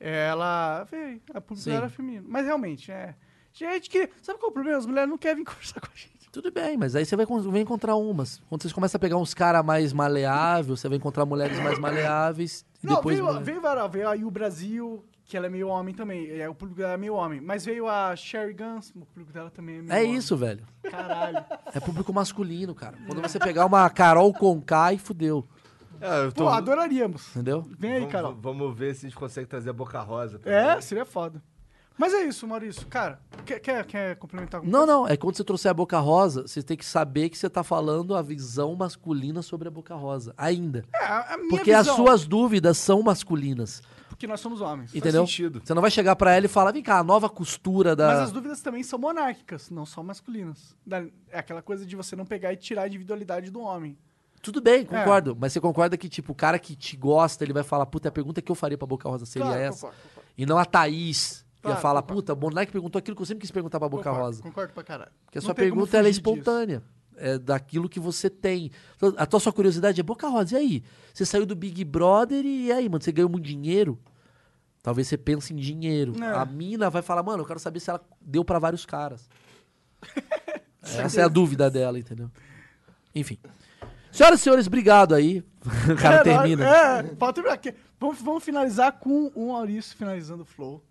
[SPEAKER 2] É, Ela. Veio, a público
[SPEAKER 3] Sim.
[SPEAKER 2] dela era feminino. Mas realmente, é. Gente que. Sabe qual é o problema? As mulheres não querem vir (laughs) conversar com a gente.
[SPEAKER 3] Tudo bem, mas aí você vai, con- vai encontrar umas. Quando vocês começam a pegar uns caras mais maleáveis, você vai encontrar mulheres mais maleáveis. E
[SPEAKER 2] Não,
[SPEAKER 3] depois.
[SPEAKER 2] veio,
[SPEAKER 3] mulher-
[SPEAKER 2] veio, várias- veio aí o Brasil, que ela é meio homem também. É, o público dela é meio homem. Mas veio a Sherry Guns, o público dela também é meio
[SPEAKER 3] É
[SPEAKER 2] homem.
[SPEAKER 3] isso, velho. (laughs)
[SPEAKER 2] Caralho.
[SPEAKER 3] É público masculino, cara. Quando você pegar uma Carol Conká e fudeu.
[SPEAKER 1] É, eu tô-
[SPEAKER 2] Pô, adoraríamos.
[SPEAKER 3] Entendeu?
[SPEAKER 2] Vem aí,
[SPEAKER 1] vamos,
[SPEAKER 2] Carol.
[SPEAKER 1] vamos ver se a gente consegue trazer a Boca Rosa. pra
[SPEAKER 2] É, seria foda. Mas é isso, Maurício. Cara, quer, quer, quer complementar alguma
[SPEAKER 3] Não, não. É quando você trouxer a Boca Rosa, você tem que saber que você tá falando a visão masculina sobre a Boca Rosa. Ainda.
[SPEAKER 2] É, a, a minha
[SPEAKER 3] Porque
[SPEAKER 2] visão,
[SPEAKER 3] as suas dúvidas são masculinas.
[SPEAKER 2] Porque nós somos homens.
[SPEAKER 3] entendeu?
[SPEAKER 1] sentido.
[SPEAKER 3] Você não vai chegar pra ela e falar, vem cá, a nova costura da.
[SPEAKER 2] Mas as dúvidas também são monárquicas, não só masculinas. Da- É aquela coisa de você não pegar e tirar a individualidade do homem.
[SPEAKER 3] Tudo
[SPEAKER 2] É.
[SPEAKER 3] bem, concordo. Mas você concorda que, tipo, o cara que te gosta, ele vai falar, puta, a pergunta que eu faria pra Boca Rosa seria
[SPEAKER 2] Claro,
[SPEAKER 3] essa.
[SPEAKER 2] concordo, concordo.
[SPEAKER 3] E não a Thaís. que ia
[SPEAKER 2] Claro,
[SPEAKER 3] falar,
[SPEAKER 2] concordo.
[SPEAKER 3] puta, Monark perguntou aquilo que eu sempre quis perguntar pra Boca
[SPEAKER 2] Concordo,
[SPEAKER 3] Rosa.
[SPEAKER 2] Concordo pra caralho.
[SPEAKER 3] Porque a
[SPEAKER 2] Não
[SPEAKER 3] sua
[SPEAKER 2] tem como
[SPEAKER 3] pergunta ela é
[SPEAKER 2] fugir disso.
[SPEAKER 3] espontânea. É daquilo que você tem. Então, A tua só curiosidade é, Boca Rosa, e aí? Você saiu do Big Brother e aí, mano, você ganhou muito dinheiro? Talvez você pense em dinheiro.
[SPEAKER 2] É.
[SPEAKER 3] A mina vai falar, mano, eu quero saber se ela deu pra
[SPEAKER 2] (laughs)
[SPEAKER 3] vários caras. Essa é a dúvida dela, entendeu? Enfim. Senhoras e senhores, obrigado aí. (laughs) O cara
[SPEAKER 2] É,
[SPEAKER 3] termina.
[SPEAKER 2] nós- É, pode terminar. Que- Vamos, vamos finalizar com o Maurício finalizando o flow.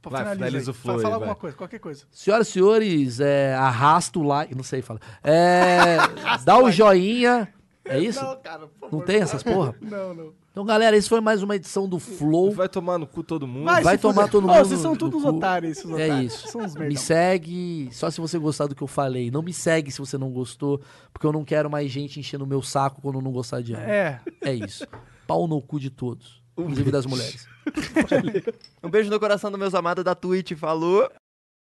[SPEAKER 2] Pô,
[SPEAKER 1] Vai, finaliza
[SPEAKER 2] aí.
[SPEAKER 1] o flow
[SPEAKER 2] Fa-
[SPEAKER 1] aí,
[SPEAKER 2] Fala
[SPEAKER 1] vai.
[SPEAKER 2] alguma coisa, qualquer coisa.
[SPEAKER 3] Senhoras e senhores, é, arrasta o like. Não sei fala. É, dá o joinha. É isso?
[SPEAKER 2] Não, cara, por favor.
[SPEAKER 3] Não tem essas porra?
[SPEAKER 2] Não, não.
[SPEAKER 3] Então, galera, isso foi mais uma edição do Flow.
[SPEAKER 1] Vai tomar no cu todo mundo.
[SPEAKER 2] Vai
[SPEAKER 3] Vai
[SPEAKER 2] se
[SPEAKER 3] tomar
[SPEAKER 2] fuder.
[SPEAKER 3] todo
[SPEAKER 2] Ô,
[SPEAKER 3] mundo
[SPEAKER 2] vocês são
[SPEAKER 3] no
[SPEAKER 2] todos
[SPEAKER 3] cu.
[SPEAKER 2] otários, esses
[SPEAKER 3] É
[SPEAKER 2] otários.
[SPEAKER 3] isso.
[SPEAKER 2] São uns
[SPEAKER 3] Me
[SPEAKER 2] merda.
[SPEAKER 3] segue só se você gostar do que eu falei. Não me segue se você não gostou, porque eu não quero mais gente enchendo o meu saco quando eu não gostar de algo. É,
[SPEAKER 2] É.
[SPEAKER 3] isso. Pau no cu de todos, inclusive das mulheres.
[SPEAKER 4] Um beijo no coração dos meus amados da Twitch, falou!